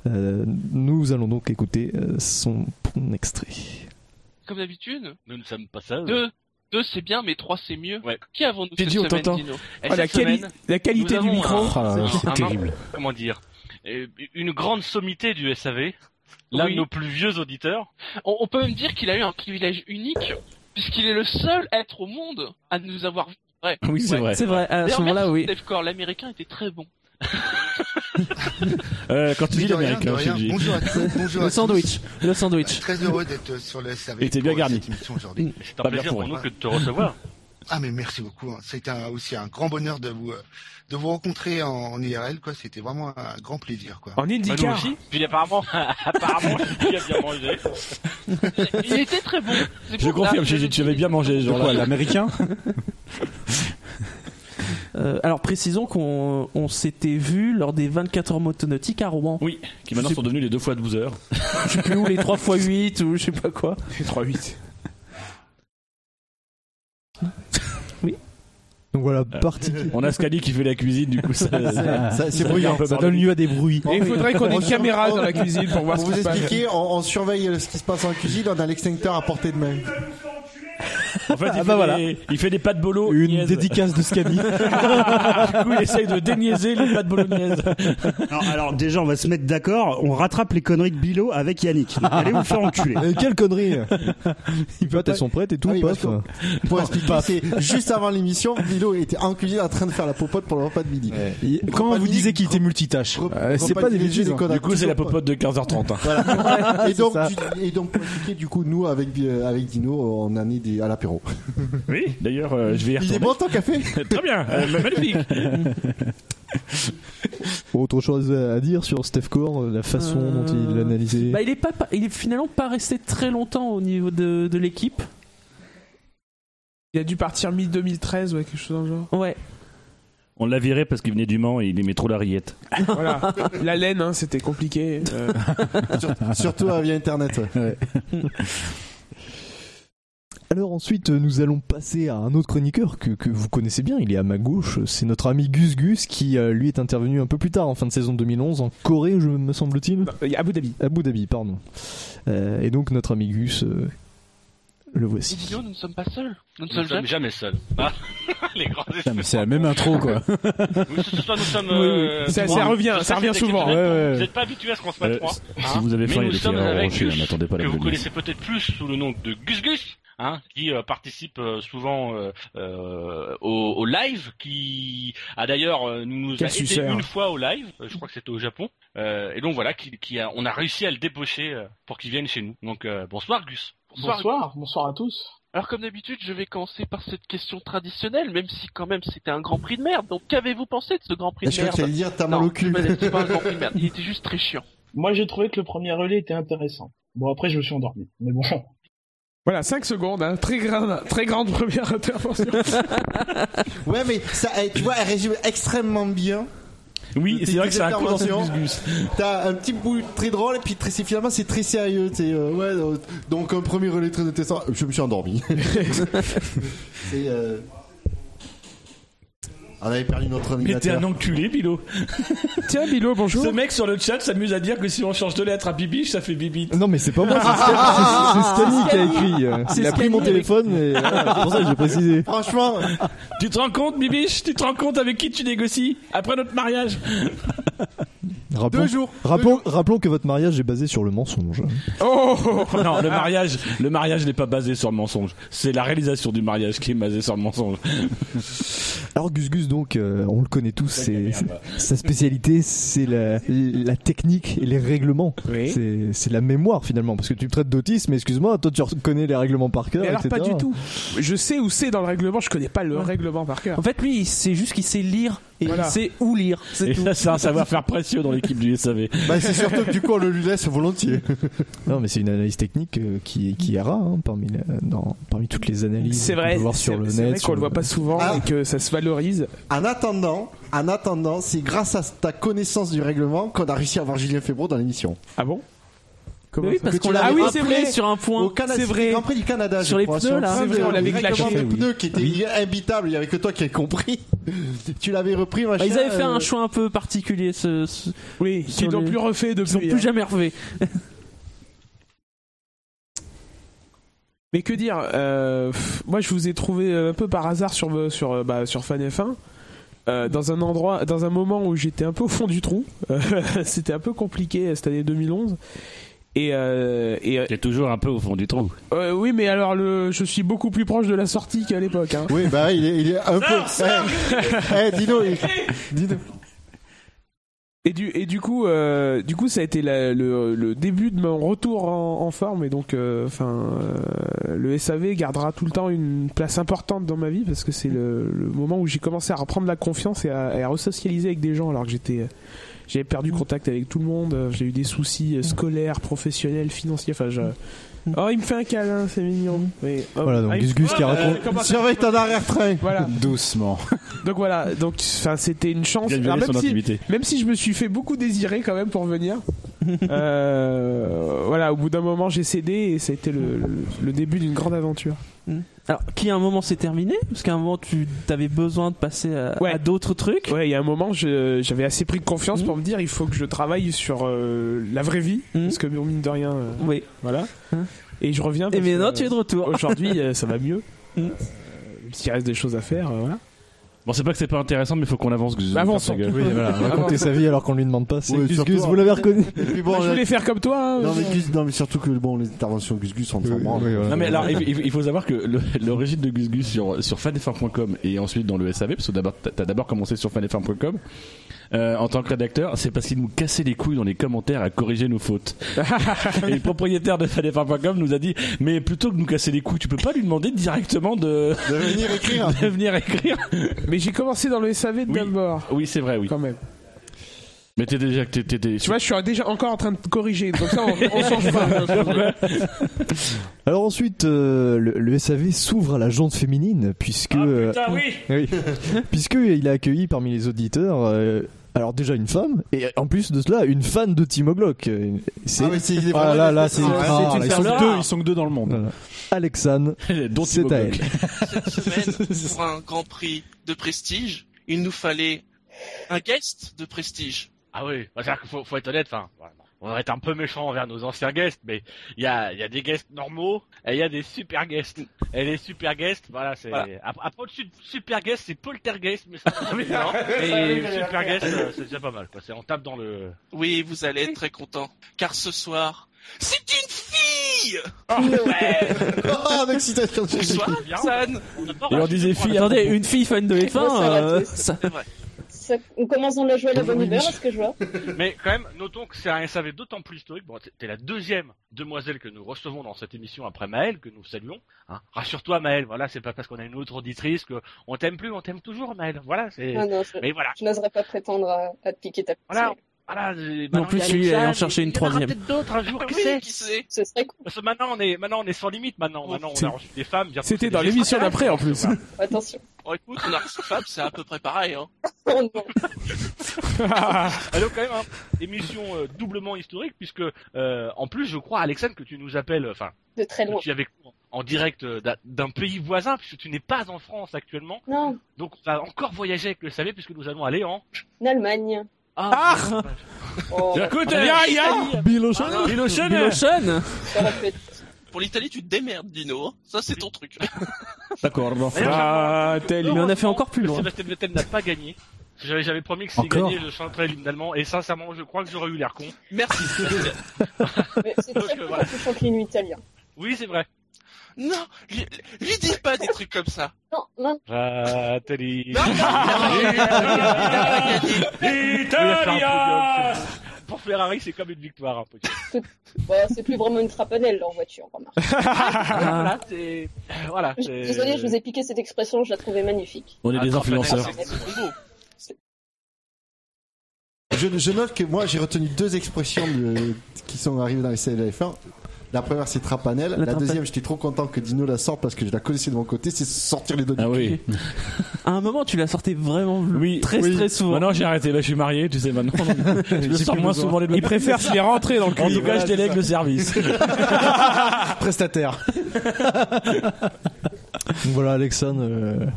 [SPEAKER 6] Euh, nous allons donc écouter euh, son extrait.
[SPEAKER 10] Comme d'habitude.
[SPEAKER 26] Nous ne sommes pas ça.
[SPEAKER 10] Deux, deux c'est bien, mais trois c'est mieux. Qui avons-nous
[SPEAKER 26] J'ai
[SPEAKER 10] cette
[SPEAKER 26] dit, on
[SPEAKER 10] semaine,
[SPEAKER 26] t'entend.
[SPEAKER 10] Dino
[SPEAKER 26] Oh, la quali- la qualité
[SPEAKER 10] nous
[SPEAKER 26] du
[SPEAKER 10] avons
[SPEAKER 26] micro.
[SPEAKER 10] un-
[SPEAKER 26] Ah,
[SPEAKER 10] un-
[SPEAKER 26] c'est
[SPEAKER 10] un-
[SPEAKER 26] terrible.
[SPEAKER 10] Comment dire
[SPEAKER 26] Euh, Une grande sommité du SAV. L'un
[SPEAKER 10] Oui.
[SPEAKER 26] de nos plus vieux auditeurs.
[SPEAKER 10] on, on peut même dire qu'il a eu un privilège unique, puisqu'il est le seul être au monde à nous avoir vu. Ouais.
[SPEAKER 5] Oui, c'est vrai. C'est vrai, à ce
[SPEAKER 10] D'ailleurs,
[SPEAKER 5] moment-là,
[SPEAKER 10] merci,
[SPEAKER 5] oui.
[SPEAKER 10] Steph Core, l'américain était très bon.
[SPEAKER 5] Euh, quand tu
[SPEAKER 27] Mais
[SPEAKER 5] dis
[SPEAKER 27] de rien,
[SPEAKER 5] l'américain,
[SPEAKER 27] de rien.
[SPEAKER 5] Shinji.
[SPEAKER 27] Bonjour à tous. Bonjour à
[SPEAKER 4] Le sandwich. Le
[SPEAKER 27] Je suis
[SPEAKER 4] sandwich.
[SPEAKER 27] très heureux d'être sur le SAV.
[SPEAKER 5] Et t'es bien
[SPEAKER 27] pour
[SPEAKER 5] garni.
[SPEAKER 27] cette émission
[SPEAKER 2] Mm. Mmh.
[SPEAKER 27] aujourd'hui.
[SPEAKER 5] C'est un Pas plaisir bien pour pour nous
[SPEAKER 27] moi.
[SPEAKER 5] que de te recevoir.
[SPEAKER 27] Ah mais merci beaucoup. hein. C'était un- aussi un grand bonheur de vous euh, de vous rencontrer en, en IRL quoi. C'était vraiment un grand plaisir quoi.
[SPEAKER 8] En IndyCar.
[SPEAKER 27] Bah, nous aussi.
[SPEAKER 26] Puis apparemment, apparemment, il a bien mangé.
[SPEAKER 10] Il était très bon. C'est
[SPEAKER 5] Je
[SPEAKER 10] pour ça.
[SPEAKER 5] confirme, Gégé, tu avais bien mangé.
[SPEAKER 4] De quoi,
[SPEAKER 5] l'américain
[SPEAKER 4] Euh, alors précisons qu'on on s'était vu lors des 24 heures motonautiques à Rouen.
[SPEAKER 5] Oui, qui maintenant sont devenus les 2 fois 12 heures.
[SPEAKER 4] Je sais plus où, les 3 x 8 ou je sais pas quoi.
[SPEAKER 8] Les 3 8.
[SPEAKER 6] Donc voilà,
[SPEAKER 8] Euh,
[SPEAKER 5] On a Scali qui fait la cuisine, du coup ça,
[SPEAKER 2] Ça, ça, c'est
[SPEAKER 5] fait
[SPEAKER 2] brillant.
[SPEAKER 5] un peu
[SPEAKER 2] Ça
[SPEAKER 5] barbecue.
[SPEAKER 2] donne lieu à
[SPEAKER 6] des bruits.
[SPEAKER 8] Et il faudrait qu'on ait
[SPEAKER 2] On
[SPEAKER 8] une
[SPEAKER 2] sur-
[SPEAKER 8] caméra
[SPEAKER 2] on-
[SPEAKER 8] dans la cuisine pour voir
[SPEAKER 2] Pour
[SPEAKER 8] ce
[SPEAKER 2] vous
[SPEAKER 8] qui se passe.
[SPEAKER 2] expliquer, on, on surveille euh, ce qui se passe en cuisine, on a l'extincteur à portée de main. bah
[SPEAKER 5] En fait, il, fait des, il fait des pâtes bolo.
[SPEAKER 2] Ah, Une
[SPEAKER 6] dédicace de Scali.
[SPEAKER 5] du coup, il essaye de déniaiser les pâtes bolognaises.
[SPEAKER 20] Alors, alors, déjà, on va se mettre d'accord. On rattrape les conneries de Bilo avec Yannick. Donc, allez vous faire enculer.
[SPEAKER 6] Euh, quelle connerie Il peut elles sont prêtes et tout,
[SPEAKER 2] Ah oui,
[SPEAKER 6] pof.
[SPEAKER 2] parce que- Pour expliquer, c'est juste avant l'émission, Milo était en cuisine en train de faire la popote pour le repas de midi.
[SPEAKER 28] Il- Quand
[SPEAKER 2] Oh,
[SPEAKER 28] vous disiez qu'il était multitâche,
[SPEAKER 5] Ah,
[SPEAKER 28] euh, c'est pas des bêtises. hein.
[SPEAKER 5] Du coup, c'est la popote de 15h30.
[SPEAKER 2] et, donc, du- et donc, pour expliquer, du coup, nous, avec, euh, avec Dino, on en est des- à l'apéro.
[SPEAKER 5] Oui, d'ailleurs, euh, je vais y
[SPEAKER 2] Il
[SPEAKER 5] retourner.
[SPEAKER 2] est bon ton café
[SPEAKER 5] Très bien, euh, magnifique.
[SPEAKER 6] Autre chose à dire sur Steph Core, la façon
[SPEAKER 4] Euh,
[SPEAKER 6] dont il l'analysait.
[SPEAKER 4] Bah, il est pas, pas- il est finalement pas resté très longtemps au niveau de, de l'équipe.
[SPEAKER 8] Il a dû partir mi-2013, ouais, quelque chose dans le genre.
[SPEAKER 4] Ouais.
[SPEAKER 5] On l'a viré parce qu'il venait du Mans et il aimait trop la rillette.
[SPEAKER 8] voilà. La laine, hein, c'était compliqué. euh.
[SPEAKER 2] Surtout euh, via Internet.
[SPEAKER 6] Alors ensuite, euh, nous allons passer à un autre chroniqueur que, que vous connaissez bien, il est à ma gauche, c'est notre ami Gus Gus qui euh, lui est intervenu un peu plus tard en fin de saison 2011 en Corée, je me semble-t-il. Bah, euh, Abu Dhabi. Abu Dhabi, pardon. Euh, et donc notre ami Gus, euh, le voici.
[SPEAKER 4] Dis donc, nous ne sommes pas seuls. Nous ne
[SPEAKER 10] Nous ne
[SPEAKER 4] sommes
[SPEAKER 10] sommes
[SPEAKER 4] jamais.
[SPEAKER 10] jamais seuls. Ah, les grands
[SPEAKER 7] Putain, mais c'est la même intro quoi.
[SPEAKER 10] Oui, ce soir, nous sommes.
[SPEAKER 7] Oui, oui.
[SPEAKER 10] euh,
[SPEAKER 7] Ça-
[SPEAKER 10] trois.
[SPEAKER 7] ça revient,
[SPEAKER 10] Je
[SPEAKER 7] ça
[SPEAKER 10] sais
[SPEAKER 7] revient
[SPEAKER 10] que c'est
[SPEAKER 7] souvent.
[SPEAKER 10] exceptionnel.
[SPEAKER 7] Ouais, ouais.
[SPEAKER 10] Vous n'êtes pas habitué à ce qu'on se mette
[SPEAKER 5] Euh,
[SPEAKER 10] trois. hein.
[SPEAKER 5] si vous avez
[SPEAKER 10] Mais
[SPEAKER 5] faim, il y a
[SPEAKER 10] nous
[SPEAKER 5] des
[SPEAKER 10] sommes
[SPEAKER 5] terreurs
[SPEAKER 10] avec
[SPEAKER 5] rochers,
[SPEAKER 10] Gus,
[SPEAKER 5] n'attendez pas la
[SPEAKER 10] que vous
[SPEAKER 5] venue.
[SPEAKER 10] connaissez peut-être plus sous le nom de Gus Gus. Hein, qui euh, participe euh, souvent euh, euh, au, au live, qui a d'ailleurs euh, nous
[SPEAKER 5] Quel hein.
[SPEAKER 10] a aidé
[SPEAKER 5] suceur.
[SPEAKER 10] une fois au live, euh, je crois que c'était au Japon, Euh, et donc voilà, qui, qui a- on a réussi à le débaucher euh, pour qu'il vienne chez nous. Donc euh, bonsoir Gus.
[SPEAKER 4] Bonsoir, bonsoir à tous. Alors comme d'habitude, je vais commencer par cette question traditionnelle, même si quand même c'était un Grand Prix de merde. Donc qu'avez-vous pensé de ce Grand Prix
[SPEAKER 2] Bah, Je
[SPEAKER 4] de
[SPEAKER 2] crois
[SPEAKER 4] merde
[SPEAKER 2] que t'allais dire t'as
[SPEAKER 4] Non,
[SPEAKER 2] mal au cul.
[SPEAKER 4] c'est pas- c'est pas un Grand Prix de merde, il était juste très chiant.
[SPEAKER 29] Moi, j'ai trouvé que le premier relais était intéressant. Bon, après, je me suis endormi. Mais bon.
[SPEAKER 8] Voilà, 5 secondes, hein. très, grande, très grande première intervention.
[SPEAKER 2] ouais, mais ça, eh, tu vois, elle résume extrêmement bien.
[SPEAKER 5] Oui,
[SPEAKER 2] tes-
[SPEAKER 5] c'est vrai
[SPEAKER 2] tes
[SPEAKER 5] que c'est un coup dans
[SPEAKER 2] interventions.
[SPEAKER 5] ce Gus
[SPEAKER 2] T'as un petit bout très drôle et puis très, c'est- finalement c'est très sérieux. t'es, euh, ouais, euh, donc un premier relais très intéressant. Je me suis endormi. C'est, euh, On avait perdu notre
[SPEAKER 5] Mais t'es
[SPEAKER 2] animateur.
[SPEAKER 5] un enculé, Bilo.
[SPEAKER 8] Tiens, Bilo, bonjour.
[SPEAKER 5] Ce mec sur le chat s'amuse à dire que si on change de lettre à bibiche, ça fait bibite.
[SPEAKER 6] Non mais c'est pas moi, c'est
[SPEAKER 8] Ah,
[SPEAKER 6] Stan- Ah, c'est- c'est Stanley qui a écrit. euh, Il a pris mon téléphone et euh, c'est pour ça que j'ai précisé.
[SPEAKER 2] Franchement.
[SPEAKER 5] Tu te rends compte, bibiche Tu te rends compte avec qui tu négocies après notre mariage
[SPEAKER 6] Rappelons,
[SPEAKER 5] Deux jours, deux
[SPEAKER 6] Rappelons, rappelons que votre mariage est basé sur le mensonge.
[SPEAKER 5] Oh Non, le mariage, le mariage n'est pas basé sur le mensonge. C'est la réalisation du mariage qui est basée sur le mensonge.
[SPEAKER 6] Alors Gus Gus donc, euh, on le connaît tous, c'est- c'est- sa spécialité c'est la, la technique et les règlements. C'est- C'est la mémoire finalement, parce que tu me traites d'autisme, mais excuse-moi, toi tu connais les règlements par cœur,
[SPEAKER 8] Mais alors
[SPEAKER 6] etc.
[SPEAKER 8] pas du tout. Je sais où c'est dans le règlement, je connais pas le règlement par cœur.
[SPEAKER 30] En fait, lui, c'est juste qu'il sait lire et il sait où lire. C'est
[SPEAKER 5] Et
[SPEAKER 30] tout.
[SPEAKER 5] ça, c'est un savoir-faire précieux dans l'équipe du SAV.
[SPEAKER 2] Bah, c'est surtout que du coup on le lui laisse volontiers.
[SPEAKER 6] Non, mais c'est une analyse technique euh, qui, qui ira hein, parmi, la- dans- parmi toutes les analyses
[SPEAKER 8] C'est
[SPEAKER 6] qu'on
[SPEAKER 8] vrai,
[SPEAKER 6] peut voir
[SPEAKER 8] c'est-
[SPEAKER 6] sur le net.
[SPEAKER 8] c'est vrai
[SPEAKER 6] sur
[SPEAKER 8] qu'on le voit pas souvent
[SPEAKER 2] Ah.
[SPEAKER 8] et que ça se valorise.
[SPEAKER 2] En attendant, en attendant, c'est grâce à ta connaissance du règlement qu'on a réussi à avoir Julien Febro dans l'émission.
[SPEAKER 8] Ah bon
[SPEAKER 30] Mais oui, parce qu'on l'a
[SPEAKER 2] ah oui,
[SPEAKER 30] rappelé
[SPEAKER 2] c'est vrai.
[SPEAKER 30] sur un point.
[SPEAKER 2] Au Canada,
[SPEAKER 30] C'est
[SPEAKER 2] c'était
[SPEAKER 30] vrai.
[SPEAKER 2] le Grand Prix du Canada,
[SPEAKER 30] Sur
[SPEAKER 2] je
[SPEAKER 30] les
[SPEAKER 2] crois,
[SPEAKER 30] pneus,
[SPEAKER 2] sur
[SPEAKER 30] là.
[SPEAKER 2] le
[SPEAKER 30] C'est vrai, on l'avait
[SPEAKER 2] règlement
[SPEAKER 30] clashé.
[SPEAKER 2] des pneus qui était imbitable, il y avait que toi qui avais compris. tu l'avais repris,
[SPEAKER 30] Bah,
[SPEAKER 2] machin.
[SPEAKER 30] ils avaient fait
[SPEAKER 2] euh,
[SPEAKER 30] un choix un peu particulier. Ce,
[SPEAKER 8] Oui,
[SPEAKER 30] ils
[SPEAKER 8] l'ont plus refait depuis,
[SPEAKER 30] Ils l'ont
[SPEAKER 8] hein.
[SPEAKER 30] plus jamais refait.
[SPEAKER 8] Mais que dire euh, pff, Moi, je vous ai trouvé euh, un peu par hasard sur vo- sur euh, bah, sur Fan F1. euh, dans un endroit, dans un moment où j'étais un peu au fond du trou, Euh, c'était un peu compliqué euh, cette année 2011. Et, euh, et euh,
[SPEAKER 5] T'es toujours un peu au fond du trou.
[SPEAKER 8] euh, oui, mais alors le, je suis beaucoup plus proche de la sortie qu'à l'époque. hein.
[SPEAKER 2] Oui, bah il est, il est un peu. Eh, eh, dis-nous, il- dis-nous.
[SPEAKER 8] Et du, et du coup, euh, du coup, ça a été la- le, le début de mon retour en, en forme. Et donc, euh, enfin, euh, le SAV gardera tout le temps une place importante dans ma vie parce que c'est le, le moment où j'ai commencé à reprendre la confiance et à, et à resocialiser avec des gens alors que j'étais, euh, j'avais perdu contact avec tout le monde. euh, J'ai eu des soucis euh, scolaires, professionnels, financiers. Enfin, je... oh, il me fait un câlin, c'est mignon. Oui, hop.
[SPEAKER 6] Mm. Voilà, donc
[SPEAKER 8] Ah, il-
[SPEAKER 6] Gus Gus qui
[SPEAKER 8] Hop,
[SPEAKER 6] raconte-
[SPEAKER 8] euh, comment ça-
[SPEAKER 2] Surveille ton arrière-train.
[SPEAKER 8] Voilà.
[SPEAKER 6] Doucement.
[SPEAKER 8] Donc voilà, donc enfin c'était une chance.
[SPEAKER 5] Bien joué
[SPEAKER 8] même,
[SPEAKER 5] son
[SPEAKER 8] si,
[SPEAKER 5] intimité.
[SPEAKER 8] même si je me suis fait beaucoup désirer quand même pour venir. euh, voilà, au bout d'un moment j'ai cédé et ça a été le, le- le début d'une grande aventure.
[SPEAKER 30] Alors, qui à un moment s'est terminé Parce qu'à un moment, tu avais besoin de passer à,
[SPEAKER 8] Ouais.
[SPEAKER 30] à d'autres trucs. Hmm.
[SPEAKER 8] Ouais, il y a un moment je- j'avais assez pris de confiance pour me dire il faut que je travaille sur euh, la vraie vie parce que bon, mine de rien. euh,
[SPEAKER 30] Oui. Hmm.
[SPEAKER 8] Voilà. Et je reviens.
[SPEAKER 30] Et
[SPEAKER 8] parce
[SPEAKER 30] maintenant,
[SPEAKER 8] que,
[SPEAKER 30] tu es de retour. Hmm.
[SPEAKER 8] Aujourd'hui euh, ça va mieux. Euh, S'il reste des choses à faire, euh, voilà.
[SPEAKER 5] Bon, c'est pas que c'est pas intéressant, mais faut qu'on avance. Gus.
[SPEAKER 8] Bah, avançons.
[SPEAKER 5] Ferme ta gueule.
[SPEAKER 6] Oui, voilà, raconter sa vie alors qu'on lui demande pas. C'est
[SPEAKER 2] Oui,
[SPEAKER 6] Gus
[SPEAKER 2] surtout,
[SPEAKER 6] Gus,
[SPEAKER 2] hein.
[SPEAKER 6] vous l'avez reconnu.
[SPEAKER 2] Et puis bon,
[SPEAKER 8] Bah, je
[SPEAKER 2] là-
[SPEAKER 8] voulais faire comme toi. hein,
[SPEAKER 2] non, mais
[SPEAKER 8] je-
[SPEAKER 2] Gus- non, mais surtout que bon, les interventions Gus euh, Gus, on ne s'en branle.
[SPEAKER 5] Non mais alors il il- il faut savoir que le- l'origine de Gus Gus sur sur fanfr.com et ensuite dans le SAV parce que d'abord t'as t'as d'abord commencé sur fanfr.com euh, en tant que rédacteur c'est parce qu'il nous cassait les couilles dans les commentaires à corriger nos fautes et le propriétaire de fanfr.com nous a dit mais plutôt que de nous casser les couilles tu peux pas lui demander directement de
[SPEAKER 2] de venir écrire
[SPEAKER 5] de venir écrire
[SPEAKER 8] Mais j'ai commencé dans le SAV d'abord.
[SPEAKER 5] oui c'est vrai oui
[SPEAKER 8] quand même
[SPEAKER 5] mais t'es déjà t'es t'es- t'es-
[SPEAKER 8] Tu vois, je suis déjà encore en train de corriger. Donc ça, on, on change pas.
[SPEAKER 6] Alors ensuite, euh, le, le SAV s'ouvre à la jante féminine puisque
[SPEAKER 8] putain, oui
[SPEAKER 6] puisque il a accueilli parmi les auditeurs euh, Alors déjà une femme, et en plus de cela, une fan de Timo Glock. Euh, C'est
[SPEAKER 7] Ah, mais c'est-
[SPEAKER 6] Ah là là,
[SPEAKER 7] Ah, c'est
[SPEAKER 6] c'est rare,
[SPEAKER 7] une
[SPEAKER 6] là, ils sont
[SPEAKER 7] perle
[SPEAKER 6] que deux,
[SPEAKER 7] rare.
[SPEAKER 6] ils sont que deux dans le monde. Alexane,
[SPEAKER 5] dont
[SPEAKER 6] c'est
[SPEAKER 5] Timo
[SPEAKER 6] à elle.
[SPEAKER 5] Glock.
[SPEAKER 4] Cette semaine, pour un grand prix de prestige, il nous fallait un guest de prestige.
[SPEAKER 10] Ah oui, bah, c'est-à-dire qu'il faut, faut être honnête, enfin, voilà, on va être un peu méchant envers nos anciens guests, mais il y a, il y a des guests normaux et il y a des super guests. Et les super guests, voilà, c'est.
[SPEAKER 4] Mm. Voilà.
[SPEAKER 10] Après, après, au-dessus de super guest, c'est poltergeist, mais c'est pas bien.
[SPEAKER 4] Oui,
[SPEAKER 10] Mais
[SPEAKER 4] oui,
[SPEAKER 10] super
[SPEAKER 4] oui.
[SPEAKER 10] guest, euh, c'est déjà pas mal, quoi. C'est- On tape dans le.
[SPEAKER 4] Oui, vous allez être très content, car ce soir, c'est une fille
[SPEAKER 2] Ah, d'excitation de
[SPEAKER 4] Bonsoir, Roxane.
[SPEAKER 5] Et on disait fille.
[SPEAKER 31] Attendez, une fille fan de F1. euh, ça-
[SPEAKER 32] Ça, commençons de la joie à la bonne humeur, à ce que je vois.
[SPEAKER 10] Mais quand même, notons que c'est un SAV d'autant plus historique. Bon, t'es- t'es la deuxième demoiselle que nous recevons dans cette émission après Maëlle, que nous saluons. hein. Rassure-toi, Maëlle, voilà, c'est pas parce qu'on a une autre auditrice que on t'aime plus, on t'aime toujours, Maëlle. Voilà, c'est.
[SPEAKER 32] Ah non, je,
[SPEAKER 10] Mais voilà.
[SPEAKER 32] je n'oserais pas prétendre à, à te piquer ta
[SPEAKER 10] Voilà, voilà. Ah j'ai-
[SPEAKER 31] En
[SPEAKER 10] maintenant,
[SPEAKER 31] plus,
[SPEAKER 10] il y a
[SPEAKER 31] lui, il est
[SPEAKER 10] Alexandre,
[SPEAKER 31] allé en chercher une
[SPEAKER 10] il y en aura
[SPEAKER 31] troisième.
[SPEAKER 10] peut-être d'autres un jour, Ah qui
[SPEAKER 32] Oui,
[SPEAKER 10] sait
[SPEAKER 32] qui sait Ce serait cool.
[SPEAKER 10] Parce que maintenant, on est, maintenant, on est sans limite, maintenant. Maintenant, on
[SPEAKER 31] C'est-
[SPEAKER 10] a reçu des femmes. bientôt,
[SPEAKER 31] C'était
[SPEAKER 10] c'est
[SPEAKER 31] dans
[SPEAKER 10] des
[SPEAKER 31] l'émission
[SPEAKER 10] extraterrestres.
[SPEAKER 31] d'après, en plus.
[SPEAKER 10] Voilà.
[SPEAKER 32] Attention. Oh
[SPEAKER 4] Oh, écoute, on a reçu Fab, c'est à peu près pareil, hein.
[SPEAKER 10] Alors quand même, hein, émission euh, doublement historique puisque euh, en plus je crois Alexandre que tu nous appelles, euh, enfin,
[SPEAKER 32] De très
[SPEAKER 10] que
[SPEAKER 32] loin.
[SPEAKER 10] tu es avec nous en direct euh, d'un- d'un pays voisin puisque tu n'es pas en France actuellement.
[SPEAKER 32] Non,
[SPEAKER 10] Donc on va encore voyager avec le SAV puisque nous allons aller en.
[SPEAKER 32] en Allemagne.
[SPEAKER 10] Ah,
[SPEAKER 32] Oh,
[SPEAKER 10] Écoute,
[SPEAKER 32] bah,
[SPEAKER 10] viens, viens.
[SPEAKER 6] Bill
[SPEAKER 4] Ah, Bill Ocean.
[SPEAKER 31] Bill Ocean.
[SPEAKER 32] ça aurait pu être-
[SPEAKER 4] Pour l'Italie, tu te démerdes, Dino. hein. Ça, c'est ton truc.
[SPEAKER 31] D'accord, bon.
[SPEAKER 10] D'ailleurs,
[SPEAKER 31] Ah, tel- Mais on a fait encore plus
[SPEAKER 10] que
[SPEAKER 31] loin.
[SPEAKER 10] Sébastien Vettel n'a pas gagné. J'avais j'avais promis que s'il
[SPEAKER 31] Encore
[SPEAKER 10] gagnait, je chanterais l'hymne allemand et sincèrement, je crois que j'aurais eu l'air con.
[SPEAKER 4] Merci.
[SPEAKER 32] mais c'est très
[SPEAKER 10] que
[SPEAKER 32] cool
[SPEAKER 10] voilà.
[SPEAKER 32] quand tu chantes l'hymne italien.
[SPEAKER 10] oui, c'est vrai.
[SPEAKER 4] Non, lui, lui dis pas des trucs comme ça.
[SPEAKER 32] Non, non,
[SPEAKER 10] Fratelli.
[SPEAKER 4] Non, non, il a
[SPEAKER 10] Oui, il a fait un podium, c'est- Pour Ferrari, c'est comme une victoire. un peu.
[SPEAKER 32] bah, c'est plus vraiment une trapanelle là, en voiture, remarque.
[SPEAKER 31] Ah.
[SPEAKER 10] Voilà, c'est. euh, Voilà.
[SPEAKER 32] Je-
[SPEAKER 10] c'est-
[SPEAKER 32] Désolé, je vous ai piqué cette expression, je la trouvais magnifique.
[SPEAKER 5] On est des influenceurs.
[SPEAKER 2] Je, je note que moi j'ai retenu deux expressions de- qui sont arrivées dans les CLF1. La première c'est trapanel, la,
[SPEAKER 31] trapanel.
[SPEAKER 2] deuxième j'étais trop content que Dino la sorte parce que je la connaissais de mon côté, c'est sortir les doigts du
[SPEAKER 31] Ah
[SPEAKER 2] cul.
[SPEAKER 31] À un moment, tu la sortais vraiment très
[SPEAKER 5] oui.
[SPEAKER 31] très souvent.
[SPEAKER 5] Maintenant j'ai arrêté, Là, je suis marié, tu sais maintenant. Je me
[SPEAKER 31] J'ai
[SPEAKER 5] sors
[SPEAKER 31] plus
[SPEAKER 5] moins
[SPEAKER 31] besoin.
[SPEAKER 5] souvent les
[SPEAKER 31] Il préfère filer rentrer dans le cul.
[SPEAKER 5] En tout cas,
[SPEAKER 31] Voilà,
[SPEAKER 5] je
[SPEAKER 31] c'est
[SPEAKER 5] délègue
[SPEAKER 31] ça.
[SPEAKER 5] le service.
[SPEAKER 6] Prestataire. Donc voilà, Alexandre. euh,
[SPEAKER 7] Moi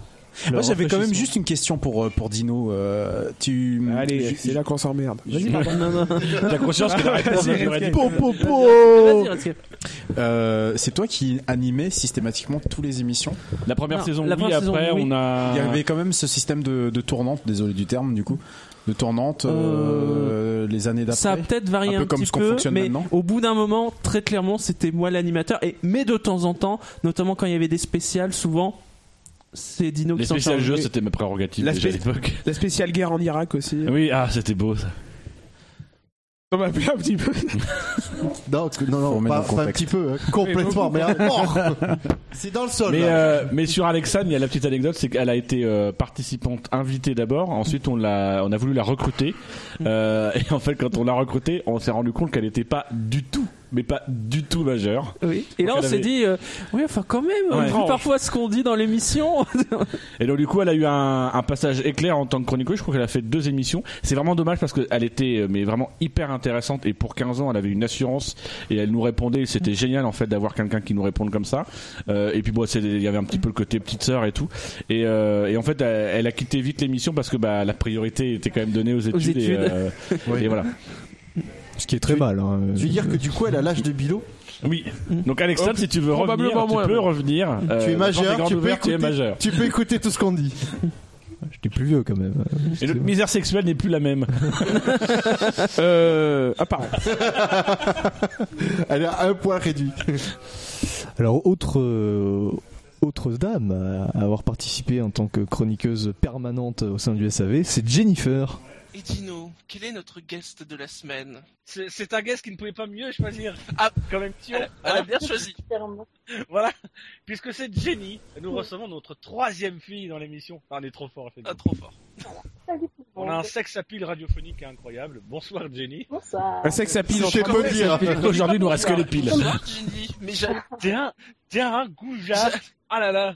[SPEAKER 6] leur
[SPEAKER 7] j'avais quand même
[SPEAKER 6] rafraîchissement.
[SPEAKER 7] juste une question pour, euh, pour Dino. euh, tu...
[SPEAKER 6] Bah, Allez, c'est là
[SPEAKER 7] qu'on s'emmerde.
[SPEAKER 6] Vas-y, pardon.
[SPEAKER 7] T'as conscience que la réponse
[SPEAKER 6] Vas-y,
[SPEAKER 7] j'aurais dit-
[SPEAKER 6] Redscape. Po, po, po.
[SPEAKER 31] Vas-y, Redscape.
[SPEAKER 7] Euh, c'est toi qui animais systématiquement toutes les émissions
[SPEAKER 5] La première Non, saison, la oui, première saison, après, oui. on a-
[SPEAKER 7] Il y avait quand même ce système de, de tournante, désolé du terme du coup, de tournante euh, les années d'après.
[SPEAKER 31] Ça a peut-être varié un,
[SPEAKER 7] peu comme
[SPEAKER 31] petit
[SPEAKER 7] ce qu'on
[SPEAKER 31] peu,
[SPEAKER 7] fonctionne
[SPEAKER 31] mais
[SPEAKER 7] maintenant.
[SPEAKER 31] au bout d'un moment, très clairement, c'était moi l'animateur. Et mais de temps en temps, notamment quand il y avait des spéciales, souvent, c'est Dino
[SPEAKER 5] Les
[SPEAKER 31] qui s'en
[SPEAKER 5] spéciales
[SPEAKER 31] chargeait.
[SPEAKER 5] jeux, c'était mes prérogatives
[SPEAKER 31] La
[SPEAKER 5] déjà à
[SPEAKER 31] spé-
[SPEAKER 5] l'époque.
[SPEAKER 8] La spéciale guerre en Irak aussi.
[SPEAKER 5] Oui, ah, c'était beau ça.
[SPEAKER 8] Ça m'a fait un petit peu.
[SPEAKER 2] Non, que- non, non,
[SPEAKER 5] remettre
[SPEAKER 2] pas,
[SPEAKER 5] dans le
[SPEAKER 2] pas un petit
[SPEAKER 5] contexte.
[SPEAKER 2] peu, hein, complètement, mais à mort. C'est dans le sol.
[SPEAKER 5] Mais,
[SPEAKER 2] là.
[SPEAKER 5] euh, mais sur Alexane, il y a la petite anecdote, c'est qu'elle a été euh, participante invitée d'abord, ensuite on l'a, on a voulu la recruter, Euh, et en fait quand on l'a recrutée, on s'est rendu compte qu'elle n'était pas du tout, mais pas du tout majeure.
[SPEAKER 31] Oui. Et là,
[SPEAKER 5] Donc,
[SPEAKER 31] on
[SPEAKER 5] elle
[SPEAKER 31] s'est
[SPEAKER 5] avait-
[SPEAKER 31] dit, euh, oui, enfin, quand même, on
[SPEAKER 5] Ouais.
[SPEAKER 31] dit parfois ce qu'on dit dans l'émission.
[SPEAKER 5] Et donc du coup, elle a eu un, un passage éclair en tant que chroniqueuse. Je crois qu'elle a fait deux émissions. C'est vraiment dommage parce qu'elle était euh, mais vraiment hyper intéressante et pour 15 ans, elle avait une assurance et elle nous répondait. C'était génial en fait d'avoir quelqu'un qui nous réponde comme ça. Euh, et puis bon, c'est- il y avait un petit peu le côté petite sœur et tout. Et, euh, et en fait, elle, elle a quitté vite l'émission parce que bah, la priorité était quand même donnée aux études. Et,
[SPEAKER 6] études.
[SPEAKER 5] euh, et voilà.
[SPEAKER 6] Ce qui est très mal. hein.
[SPEAKER 2] Je veux dire que du coup elle a l'âge de Bilo.
[SPEAKER 5] Oui. Donc Alexandre,
[SPEAKER 2] Oh,
[SPEAKER 5] si tu veux revenir,
[SPEAKER 2] probablement
[SPEAKER 5] tu
[SPEAKER 2] moins,
[SPEAKER 5] peux
[SPEAKER 2] mais-
[SPEAKER 5] revenir.
[SPEAKER 2] Tu
[SPEAKER 5] Euh,
[SPEAKER 2] es
[SPEAKER 5] dans tes
[SPEAKER 2] majeur,
[SPEAKER 5] grandes
[SPEAKER 2] tu peux,
[SPEAKER 5] ouvertes, tu es
[SPEAKER 2] écouter,
[SPEAKER 5] majeur.
[SPEAKER 2] tu peux écouter tout ce qu'on dit.
[SPEAKER 6] Je suis plus vieux quand même.
[SPEAKER 5] Et notre misère sexuelle n'est plus la même.
[SPEAKER 8] euh, apparent.
[SPEAKER 2] Elle a un poil réduit.
[SPEAKER 6] Alors, autre, euh, autre dame à- à avoir participé en tant que chroniqueuse permanente au sein du SAV, c'est Jennifer.
[SPEAKER 4] Et Dino, quel est notre guest de la semaine
[SPEAKER 10] C'est c'est un guest qui ne pouvait pas mieux choisir.
[SPEAKER 4] Ah,
[SPEAKER 10] quand même, Tion.
[SPEAKER 4] elle, elle a bien choisi.
[SPEAKER 10] Voilà. Puisque c'est Jenny, nous recevons notre troisième fille dans l'émission. Enfin, on est trop fort,
[SPEAKER 4] Ah,
[SPEAKER 10] effectivement. trop fort. On a un sex appeal radiophonique incroyable. Bonsoir, Jenny.
[SPEAKER 32] Bonsoir.
[SPEAKER 8] Un sex appeal, hein.
[SPEAKER 10] Je sais
[SPEAKER 8] encore
[SPEAKER 10] pas
[SPEAKER 8] un
[SPEAKER 10] dire.
[SPEAKER 8] sex appeal.
[SPEAKER 5] Aujourd'hui, il nous reste que les piles.
[SPEAKER 4] Bonsoir, Jenny. Mais j'ai-
[SPEAKER 8] hein,
[SPEAKER 10] T'es un, t'es un goujat. Ah là là.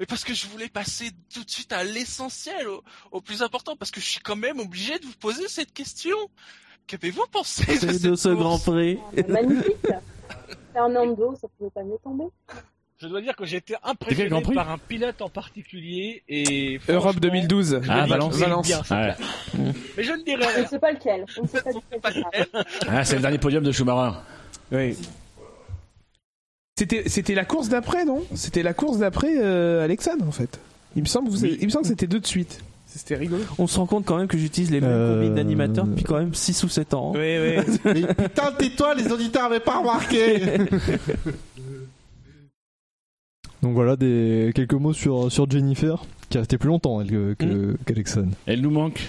[SPEAKER 33] mais parce que je voulais passer tout de suite à l'essentiel, au, au plus important, parce que je suis quand même obligé de vous poser cette question. Qu'avez-vous pensé de
[SPEAKER 4] C'est
[SPEAKER 33] cette
[SPEAKER 4] de ce
[SPEAKER 33] course
[SPEAKER 4] Grand Prix.
[SPEAKER 34] Magnifique. Fernando, ça pouvait pas mieux tomber.
[SPEAKER 35] Je dois dire que j'ai été
[SPEAKER 5] quel Grand
[SPEAKER 35] impressionné
[SPEAKER 5] Prix
[SPEAKER 35] par un pilote en particulier et
[SPEAKER 8] Europe 2012.
[SPEAKER 35] Ah, Valence.
[SPEAKER 8] Valence.
[SPEAKER 35] Bien, c'est
[SPEAKER 5] Ouais.
[SPEAKER 35] mais je ne dirai
[SPEAKER 34] On ne
[SPEAKER 35] rien.
[SPEAKER 34] sait pas lequel. On ne sait pas lequel.
[SPEAKER 5] Ah, c'est le dernier podium de Schumacher.
[SPEAKER 8] Oui. C'était c'était la course d'après, non C'était la course d'après euh, Alexandre, en fait. Il me semble, vous, il me semble que c'était deux de suite. C'était rigolo.
[SPEAKER 4] On se rend compte quand même que j'utilise les mêmes
[SPEAKER 8] Euh,
[SPEAKER 4] combines d'animateurs depuis quand même 6 ou 7 ans. hein.
[SPEAKER 8] Oui, oui.
[SPEAKER 2] Mais putain, tais-toi, les auditeurs n'avaient pas remarqué.
[SPEAKER 6] Donc voilà, des, quelques mots sur, sur Jennifer, qui a resté plus longtemps elle, que- que- qu'Alexon.
[SPEAKER 23] Mm. Elle nous manque.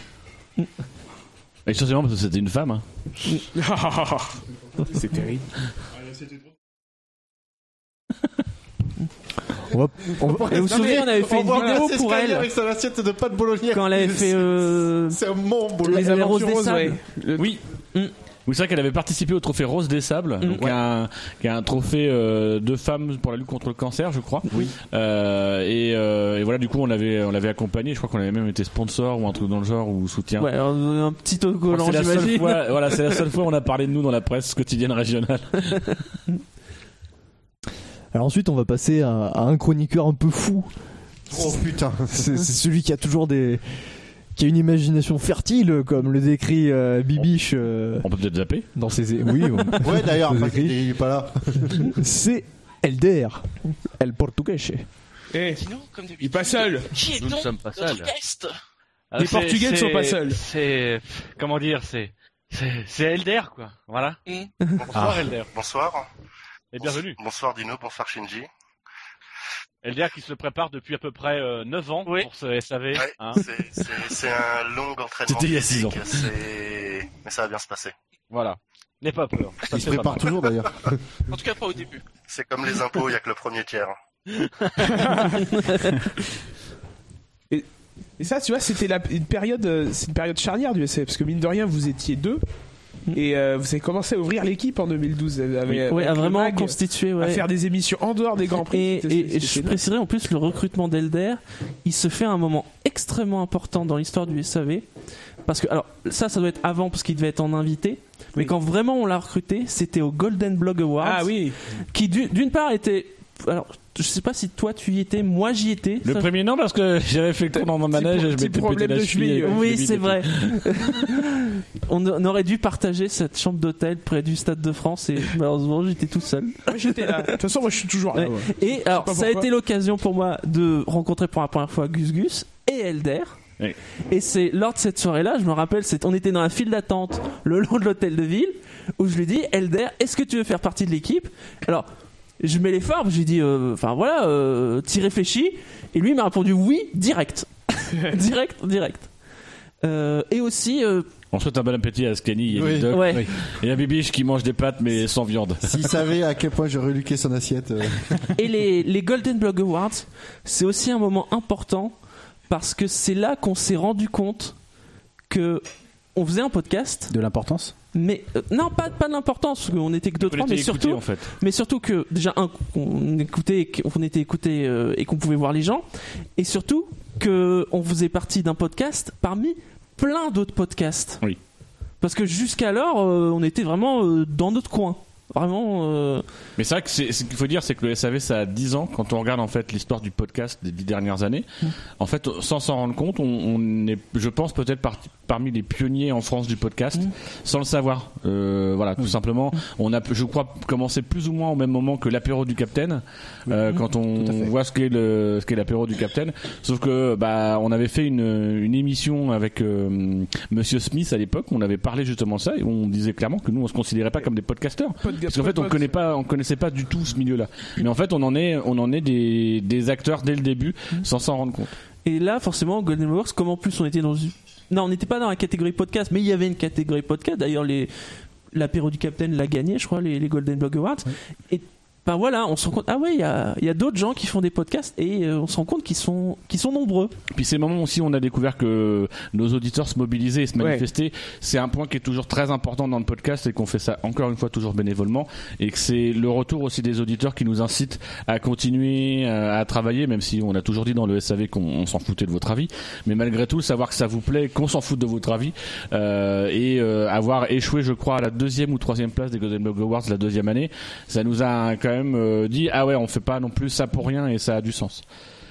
[SPEAKER 5] Essentiellement parce que c'était une femme. hein.
[SPEAKER 8] C'est terrible.
[SPEAKER 6] On va- on va-
[SPEAKER 4] Et vous vous souvenez, on avait fait une
[SPEAKER 2] va
[SPEAKER 4] vidéo
[SPEAKER 2] remercier
[SPEAKER 4] pour
[SPEAKER 2] Skyler
[SPEAKER 4] elle
[SPEAKER 2] avec son assiette de pâte bolognaise.
[SPEAKER 4] quand elle avait fait. euh,
[SPEAKER 2] C'est un mon
[SPEAKER 4] les
[SPEAKER 2] bolognaise.
[SPEAKER 4] Amants Roses des Sables.
[SPEAKER 5] Mmh. Oui. Oui, c'est vrai qu'elle avait participé au trophée Rose des Sables,
[SPEAKER 4] Mmh.
[SPEAKER 5] donc qui est un, qui est un trophée euh, de femmes pour la lutte contre le cancer, je crois. Oui. et, euh, et voilà, du coup, on l'avait, on l'avait accompagnée. Je crois qu'on avait même été sponsor ou un truc dans le genre ou soutien.
[SPEAKER 4] Ouais, un, un petit autocollant,
[SPEAKER 5] c'est la seule
[SPEAKER 4] j'imagine.
[SPEAKER 5] fois, voilà, c'est la seule fois où on a parlé de nous dans la presse quotidienne régionale.
[SPEAKER 6] Alors ensuite, on va passer à, à un chroniqueur un peu fou.
[SPEAKER 2] Oh putain.
[SPEAKER 6] C'est c'est celui qui a toujours des. qui a une imagination fertile, comme le décrit euh, Bibiche. euh,
[SPEAKER 5] On peut peut-être zapper.
[SPEAKER 6] dans ses. Oui, on-
[SPEAKER 2] Ouais, d'ailleurs,
[SPEAKER 6] dans ses
[SPEAKER 2] parce qu'il
[SPEAKER 6] écrits.
[SPEAKER 2] est pas là.
[SPEAKER 6] C'est Elder, El Portuguese.
[SPEAKER 8] Eh, il est pas seul.
[SPEAKER 33] Qui est
[SPEAKER 35] Nous ne
[SPEAKER 33] donc
[SPEAKER 35] sommes pas
[SPEAKER 33] notre
[SPEAKER 35] seuls.
[SPEAKER 33] guest
[SPEAKER 35] Ah,
[SPEAKER 8] Les
[SPEAKER 35] c'est-
[SPEAKER 8] Portugais ne
[SPEAKER 35] c'est-
[SPEAKER 8] sont pas seuls.
[SPEAKER 35] C'est comment dire, c'est c'est c'est Elder quoi. Voilà.
[SPEAKER 33] Hmm.
[SPEAKER 5] Ah.
[SPEAKER 35] Bonsoir Elder
[SPEAKER 11] Bonsoir.
[SPEAKER 35] et bienvenue.
[SPEAKER 11] Bonsoir Dino, bonsoir Shinji.
[SPEAKER 35] Elder qui se prépare depuis à peu près 9 ans pour ce SAV. hein.
[SPEAKER 11] C'est- c'est- C'est un long entraînement.
[SPEAKER 35] C'était il y a six ans.
[SPEAKER 11] physique, c'est- Mais ça va bien se passer.
[SPEAKER 35] Voilà. N'aie pas peur. Ça,
[SPEAKER 2] Il se
[SPEAKER 35] c'est pas
[SPEAKER 2] prépare
[SPEAKER 35] mal.
[SPEAKER 2] toujours d'ailleurs.
[SPEAKER 33] En tout cas, pas au début.
[SPEAKER 11] C'est comme les impôts, il n'y a que le premier tiers.
[SPEAKER 8] Et ça, tu vois, c'était la- une période, euh, c'est une période charnière du SAF parce que mine de rien, vous étiez deux. Et euh, vous avez commencé à ouvrir l'équipe en 2012 euh, avec, avec
[SPEAKER 4] Ouais, à
[SPEAKER 8] le
[SPEAKER 4] vraiment
[SPEAKER 8] mag,
[SPEAKER 4] constituer, ouais.
[SPEAKER 8] à faire des émissions en dehors des grands prix.
[SPEAKER 4] Et,
[SPEAKER 8] C'était-
[SPEAKER 4] et- et
[SPEAKER 8] c'était
[SPEAKER 4] je préciserai en plus le recrutement d'Elder, il se fait à un moment extrêmement important dans l'histoire du SAV. Parce que, alors, ça, ça doit être avant parce qu'il devait être en invité. Mais quand vraiment on l'a recruté, c'était au Golden Blog Awards.
[SPEAKER 8] Ah oui.
[SPEAKER 4] Qui du- d'une part était. Alors, je sais pas si toi tu y étais, moi j'y étais.
[SPEAKER 5] Le
[SPEAKER 4] Ça,
[SPEAKER 5] premier non parce que j'avais fait le con dans mon manège et je
[SPEAKER 8] petit
[SPEAKER 5] m'étais pété
[SPEAKER 8] problème
[SPEAKER 5] la
[SPEAKER 8] de cheville,
[SPEAKER 5] cheville. avec
[SPEAKER 4] Oui,
[SPEAKER 5] le bide
[SPEAKER 4] c'est
[SPEAKER 5] et tout.
[SPEAKER 4] vrai. on, on aurait dû partager cette chambre d'hôtel près du Stade de France et malheureusement j'étais tout seul.
[SPEAKER 8] Moi, j'étais là. De toute façon, moi, je suis toujours là.
[SPEAKER 4] Ouais.
[SPEAKER 8] ouais.
[SPEAKER 4] Et alors,
[SPEAKER 8] pas
[SPEAKER 4] ça a
[SPEAKER 8] pourquoi.
[SPEAKER 4] été l'occasion pour moi de rencontrer pour la première fois Gus Gus et Elder.
[SPEAKER 5] Ouais.
[SPEAKER 4] Et c'est lors de cette soirée-là, je me rappelle, c'est- on était dans la file d'attente le long de l'hôtel de ville où je lui dis Elder, est-ce que tu veux faire partie de l'équipe Alors, je mets les phares, j'ai dit euh, enfin voilà, euh, t'y réfléchis. Et lui il m'a répondu oui, direct. direct, direct. Euh, et aussi, euh,
[SPEAKER 5] On souhaite un bon appétit à Scanny et
[SPEAKER 2] Oui.
[SPEAKER 5] Big Doc.
[SPEAKER 4] Ouais.
[SPEAKER 5] Oui. et à Bibiche qui mange des pâtes mais sans viande.
[SPEAKER 2] S'il savait à quel point j'aurais luqué son assiette. euh.
[SPEAKER 4] et les, les Golden Blog Awards, c'est aussi un moment important parce que c'est là qu'on s'est rendu compte que on faisait un podcast,
[SPEAKER 3] De l'importance
[SPEAKER 4] mais euh, non pas pas de l'importance parce qu'on était que deux
[SPEAKER 5] On
[SPEAKER 4] trois,
[SPEAKER 5] était
[SPEAKER 4] mais
[SPEAKER 5] écoutés,
[SPEAKER 4] surtout
[SPEAKER 5] en fait.
[SPEAKER 4] mais surtout que déjà un qu'on écoutait et qu'on était écouté euh, et qu'on pouvait voir les gens et surtout que on faisait partie d'un podcast parmi plein d'autres podcasts.
[SPEAKER 5] Oui.
[SPEAKER 4] Parce que jusqu'alors euh, on était vraiment euh, dans notre coin, vraiment. euh,
[SPEAKER 5] Mais c'est vrai que c'est, ce qu'il faut dire, c'est que le SAV, ça a 10 ans. Quand on regarde en fait l'histoire du podcast des 10 dernières années, en fait, sans s'en rendre compte, on, on est, je pense, peut-être par- parmi les pionniers en France du podcast, sans le savoir. Euh, voilà, tout simplement. On a, je crois, commencé plus ou moins au même moment que l'apéro du Capitaine. euh, Quand on voit ce qu'est, le, ce qu'est l'apéro du Capitaine, sauf que bah, on avait fait une, une émission avec euh, Monsieur Smith à l'époque. On avait parlé justement de ça et on disait clairement que nous, on se considérait pas comme des podcasteurs.
[SPEAKER 8] Pod-
[SPEAKER 5] Parce qu'en fait, on
[SPEAKER 8] pod-
[SPEAKER 5] connaît pas, on connaissait pas du tout ce milieu-là. Mais en fait, on en est, on en est des, des acteurs dès le début, sans s'en rendre compte.
[SPEAKER 4] Mhm. Et là, forcément, Golden Awards, comme en plus on était dans une. Non, on n'était pas dans la catégorie podcast, mais il y avait une catégorie podcast. D'ailleurs, les... l'apéro du Capitaine l'a gagné, je crois, les, les Golden Blog Awards. Et ben voilà, on se rend compte. Ah ouais, il y a, il y a d'autres gens qui font des podcasts et euh, on se rend compte qu'ils sont, qu'ils sont nombreux.
[SPEAKER 5] Puis ces moments aussi, on a découvert que nos auditeurs se mobilisaient et se manifestaient. C'est un point qui est toujours très important dans le podcast et qu'on fait ça encore une fois toujours bénévolement. Et que c'est le retour aussi des auditeurs qui nous incite à continuer euh, à travailler, même si on a toujours dit dans le SAV qu'on on s'en foutait de votre avis. Mais malgré tout, savoir que ça vous plaît, qu'on s'en fout de votre avis euh, et euh, avoir échoué, je crois, à la deuxième ou troisième place des Golden Globe Awards la deuxième année, ça nous a quand même euh, dit ah ouais, on fait pas non plus ça pour rien et ça a du sens.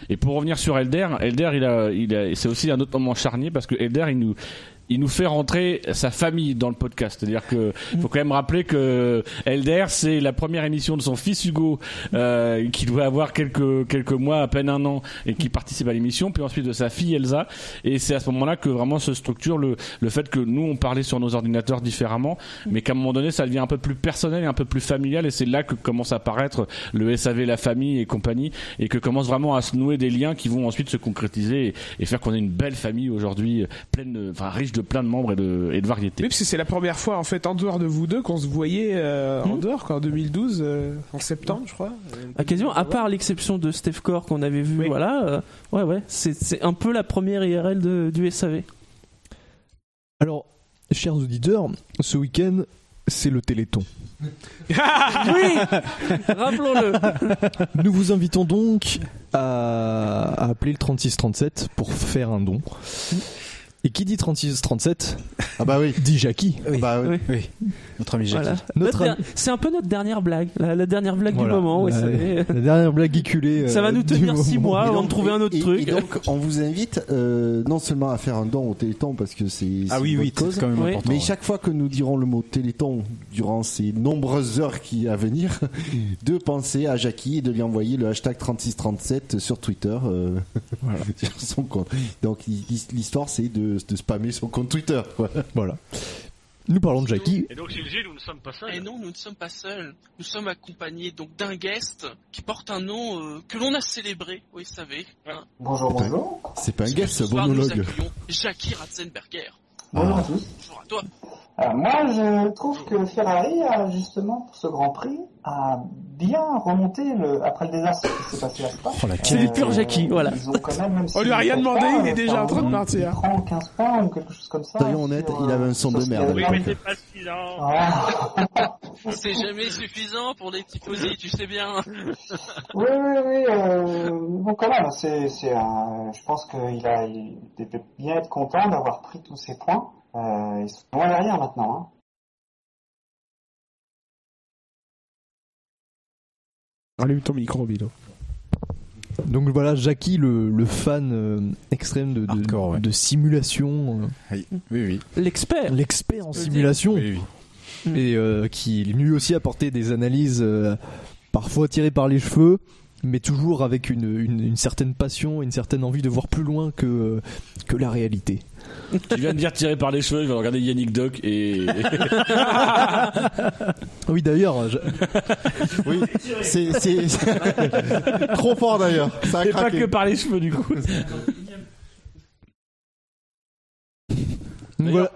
[SPEAKER 5] Et pour revenir sur Elder, Elder, il a, il a- c'est aussi un autre moment charnier parce que Elder, il nous, il nous fait rentrer sa famille dans le podcast. C'est-à-dire que faut quand même rappeler que Elder, c'est la première émission de son fils Hugo, euh, qui doit avoir quelques quelques mois, à peine un an, et qui participe à l'émission. Puis ensuite de sa fille Elsa. Et c'est à ce moment-là que vraiment se structure le le fait que nous on parlait sur nos ordinateurs différemment, mais qu'à un moment donné ça devient un peu plus personnel et un peu plus familial. Et c'est là que commence à apparaître le SAV, la famille et compagnie, et que commence vraiment à se nouer des liens qui vont ensuite se concrétiser et, et faire qu'on ait une belle famille aujourd'hui, euh, pleine, de- enfin riche de plein de membres et de, et de variétés.
[SPEAKER 8] Oui, parce que c'est la première fois en fait en dehors de vous deux qu'on se voyait euh,
[SPEAKER 7] Hmm.
[SPEAKER 8] en dehors, quoi, en 2012, euh, en septembre, je crois.
[SPEAKER 5] Euh,
[SPEAKER 4] Ah, quasiment, à part l'exception de Steph Core qu'on avait vu, voilà. euh, ouais, ouais, c'est c'est un peu la première IRL de- du SAV.
[SPEAKER 6] Alors, chers auditeurs, ce week-end, c'est le Téléthon.
[SPEAKER 4] oui Rappelons-le
[SPEAKER 6] Nous vous invitons donc à, à appeler le 3637 pour faire un don. Et qui dit 3637
[SPEAKER 2] Ah bah oui.
[SPEAKER 6] Dit Jackie.
[SPEAKER 2] bah
[SPEAKER 4] oui.
[SPEAKER 6] Notre ami
[SPEAKER 4] Voilà.
[SPEAKER 6] Notre
[SPEAKER 4] Notre
[SPEAKER 6] ami-
[SPEAKER 4] der- C'est un peu notre dernière blague, la, la dernière blague
[SPEAKER 6] Voilà.
[SPEAKER 4] du moment. ouais,
[SPEAKER 6] la,
[SPEAKER 4] c'est-
[SPEAKER 6] la dernière blague éculée. euh,
[SPEAKER 4] Ça va nous
[SPEAKER 6] du
[SPEAKER 4] tenir six
[SPEAKER 6] moment.
[SPEAKER 2] Et
[SPEAKER 4] mois avant
[SPEAKER 2] donc-
[SPEAKER 4] de trouver un autre
[SPEAKER 2] et-
[SPEAKER 4] truc.
[SPEAKER 2] Et donc, on vous invite euh, non seulement à faire un don au Téléthon parce que c'est
[SPEAKER 3] Ah
[SPEAKER 2] c'est
[SPEAKER 3] oui,
[SPEAKER 2] une bonne
[SPEAKER 3] oui, c'est
[SPEAKER 2] cause,
[SPEAKER 3] quand même Oui. important,
[SPEAKER 2] mais
[SPEAKER 3] ouais.
[SPEAKER 2] chaque fois que nous dirons le mot Téléthon durant ces nombreuses heures qui à venir, de penser à Jackie et de lui envoyer le hashtag 3637 sur Twitter, euh, sur son compte. Donc il- l'histoire c'est de, de spammer son compte Twitter.
[SPEAKER 6] Voilà. Nous parlons de
[SPEAKER 2] Bah,
[SPEAKER 6] Jackie.
[SPEAKER 35] Et donc, Shinji, nous ne sommes pas seuls.
[SPEAKER 33] Et non, nous ne sommes pas seuls. Nous sommes accompagnés donc d'un guest qui porte un nom euh, que l'on a célébré, vous savez. hein.
[SPEAKER 2] Bonjour, bonjour. C'est pas un guest, c'est un monologue.
[SPEAKER 33] Jackie Ratzenberger.
[SPEAKER 2] Bonjour
[SPEAKER 33] à tous. Bonjour à toi.
[SPEAKER 36] Alors Euh, moi, je trouve que Ferrari, a, justement, pour ce Grand Prix, a bien remonté le... après le désastre qui s'est passé à Spa. Euh,
[SPEAKER 4] Oh, la C'est du pur Jackie, voilà.
[SPEAKER 36] Ils ont quand même, même
[SPEAKER 4] On
[SPEAKER 36] s'ils
[SPEAKER 4] lui a rien
[SPEAKER 36] ne
[SPEAKER 4] demandé,
[SPEAKER 36] passent
[SPEAKER 4] il est
[SPEAKER 36] euh,
[SPEAKER 4] déjà en train de
[SPEAKER 36] enfin,
[SPEAKER 4] partir.
[SPEAKER 36] Il prend 15 points ou quelque chose comme ça. euh,
[SPEAKER 2] Soyons honnêtes, il avait un son de merde.
[SPEAKER 36] Oui,
[SPEAKER 2] à
[SPEAKER 36] mais
[SPEAKER 2] l'époque.
[SPEAKER 33] C'est jamais suffisant pour des petits posés, tu sais bien.
[SPEAKER 36] Oui, oui, oui. Euh, bon, quand même, c'est, c'est un- Euh, je pense qu'il a, il devait bien être content d'avoir pris tous ces points. Euh, ils sont loin derrière maintenant. Hein.
[SPEAKER 8] Allume ton micro, Bilo.
[SPEAKER 6] Donc voilà, Jackie, le, le fan euh, extrême de, de, de simulation. euh,
[SPEAKER 3] Oui, oui.
[SPEAKER 4] L'expert.
[SPEAKER 6] L'expert en simulation. Et euh, qui lui aussi apportait des analyses euh, parfois tirées par les cheveux, mais toujours avec une, une- une certaine passion, une certaine envie de voir plus loin que, euh, que la réalité.
[SPEAKER 5] tu viens de dire tiré par les cheveux, je vais regarder Yannick Doc et.
[SPEAKER 6] Oui, d'ailleurs. je-
[SPEAKER 2] Oui, c'est c'est- trop fort d'ailleurs. Ça a
[SPEAKER 5] Et pas
[SPEAKER 2] craqué.
[SPEAKER 5] que par les cheveux du coup. D'ailleurs,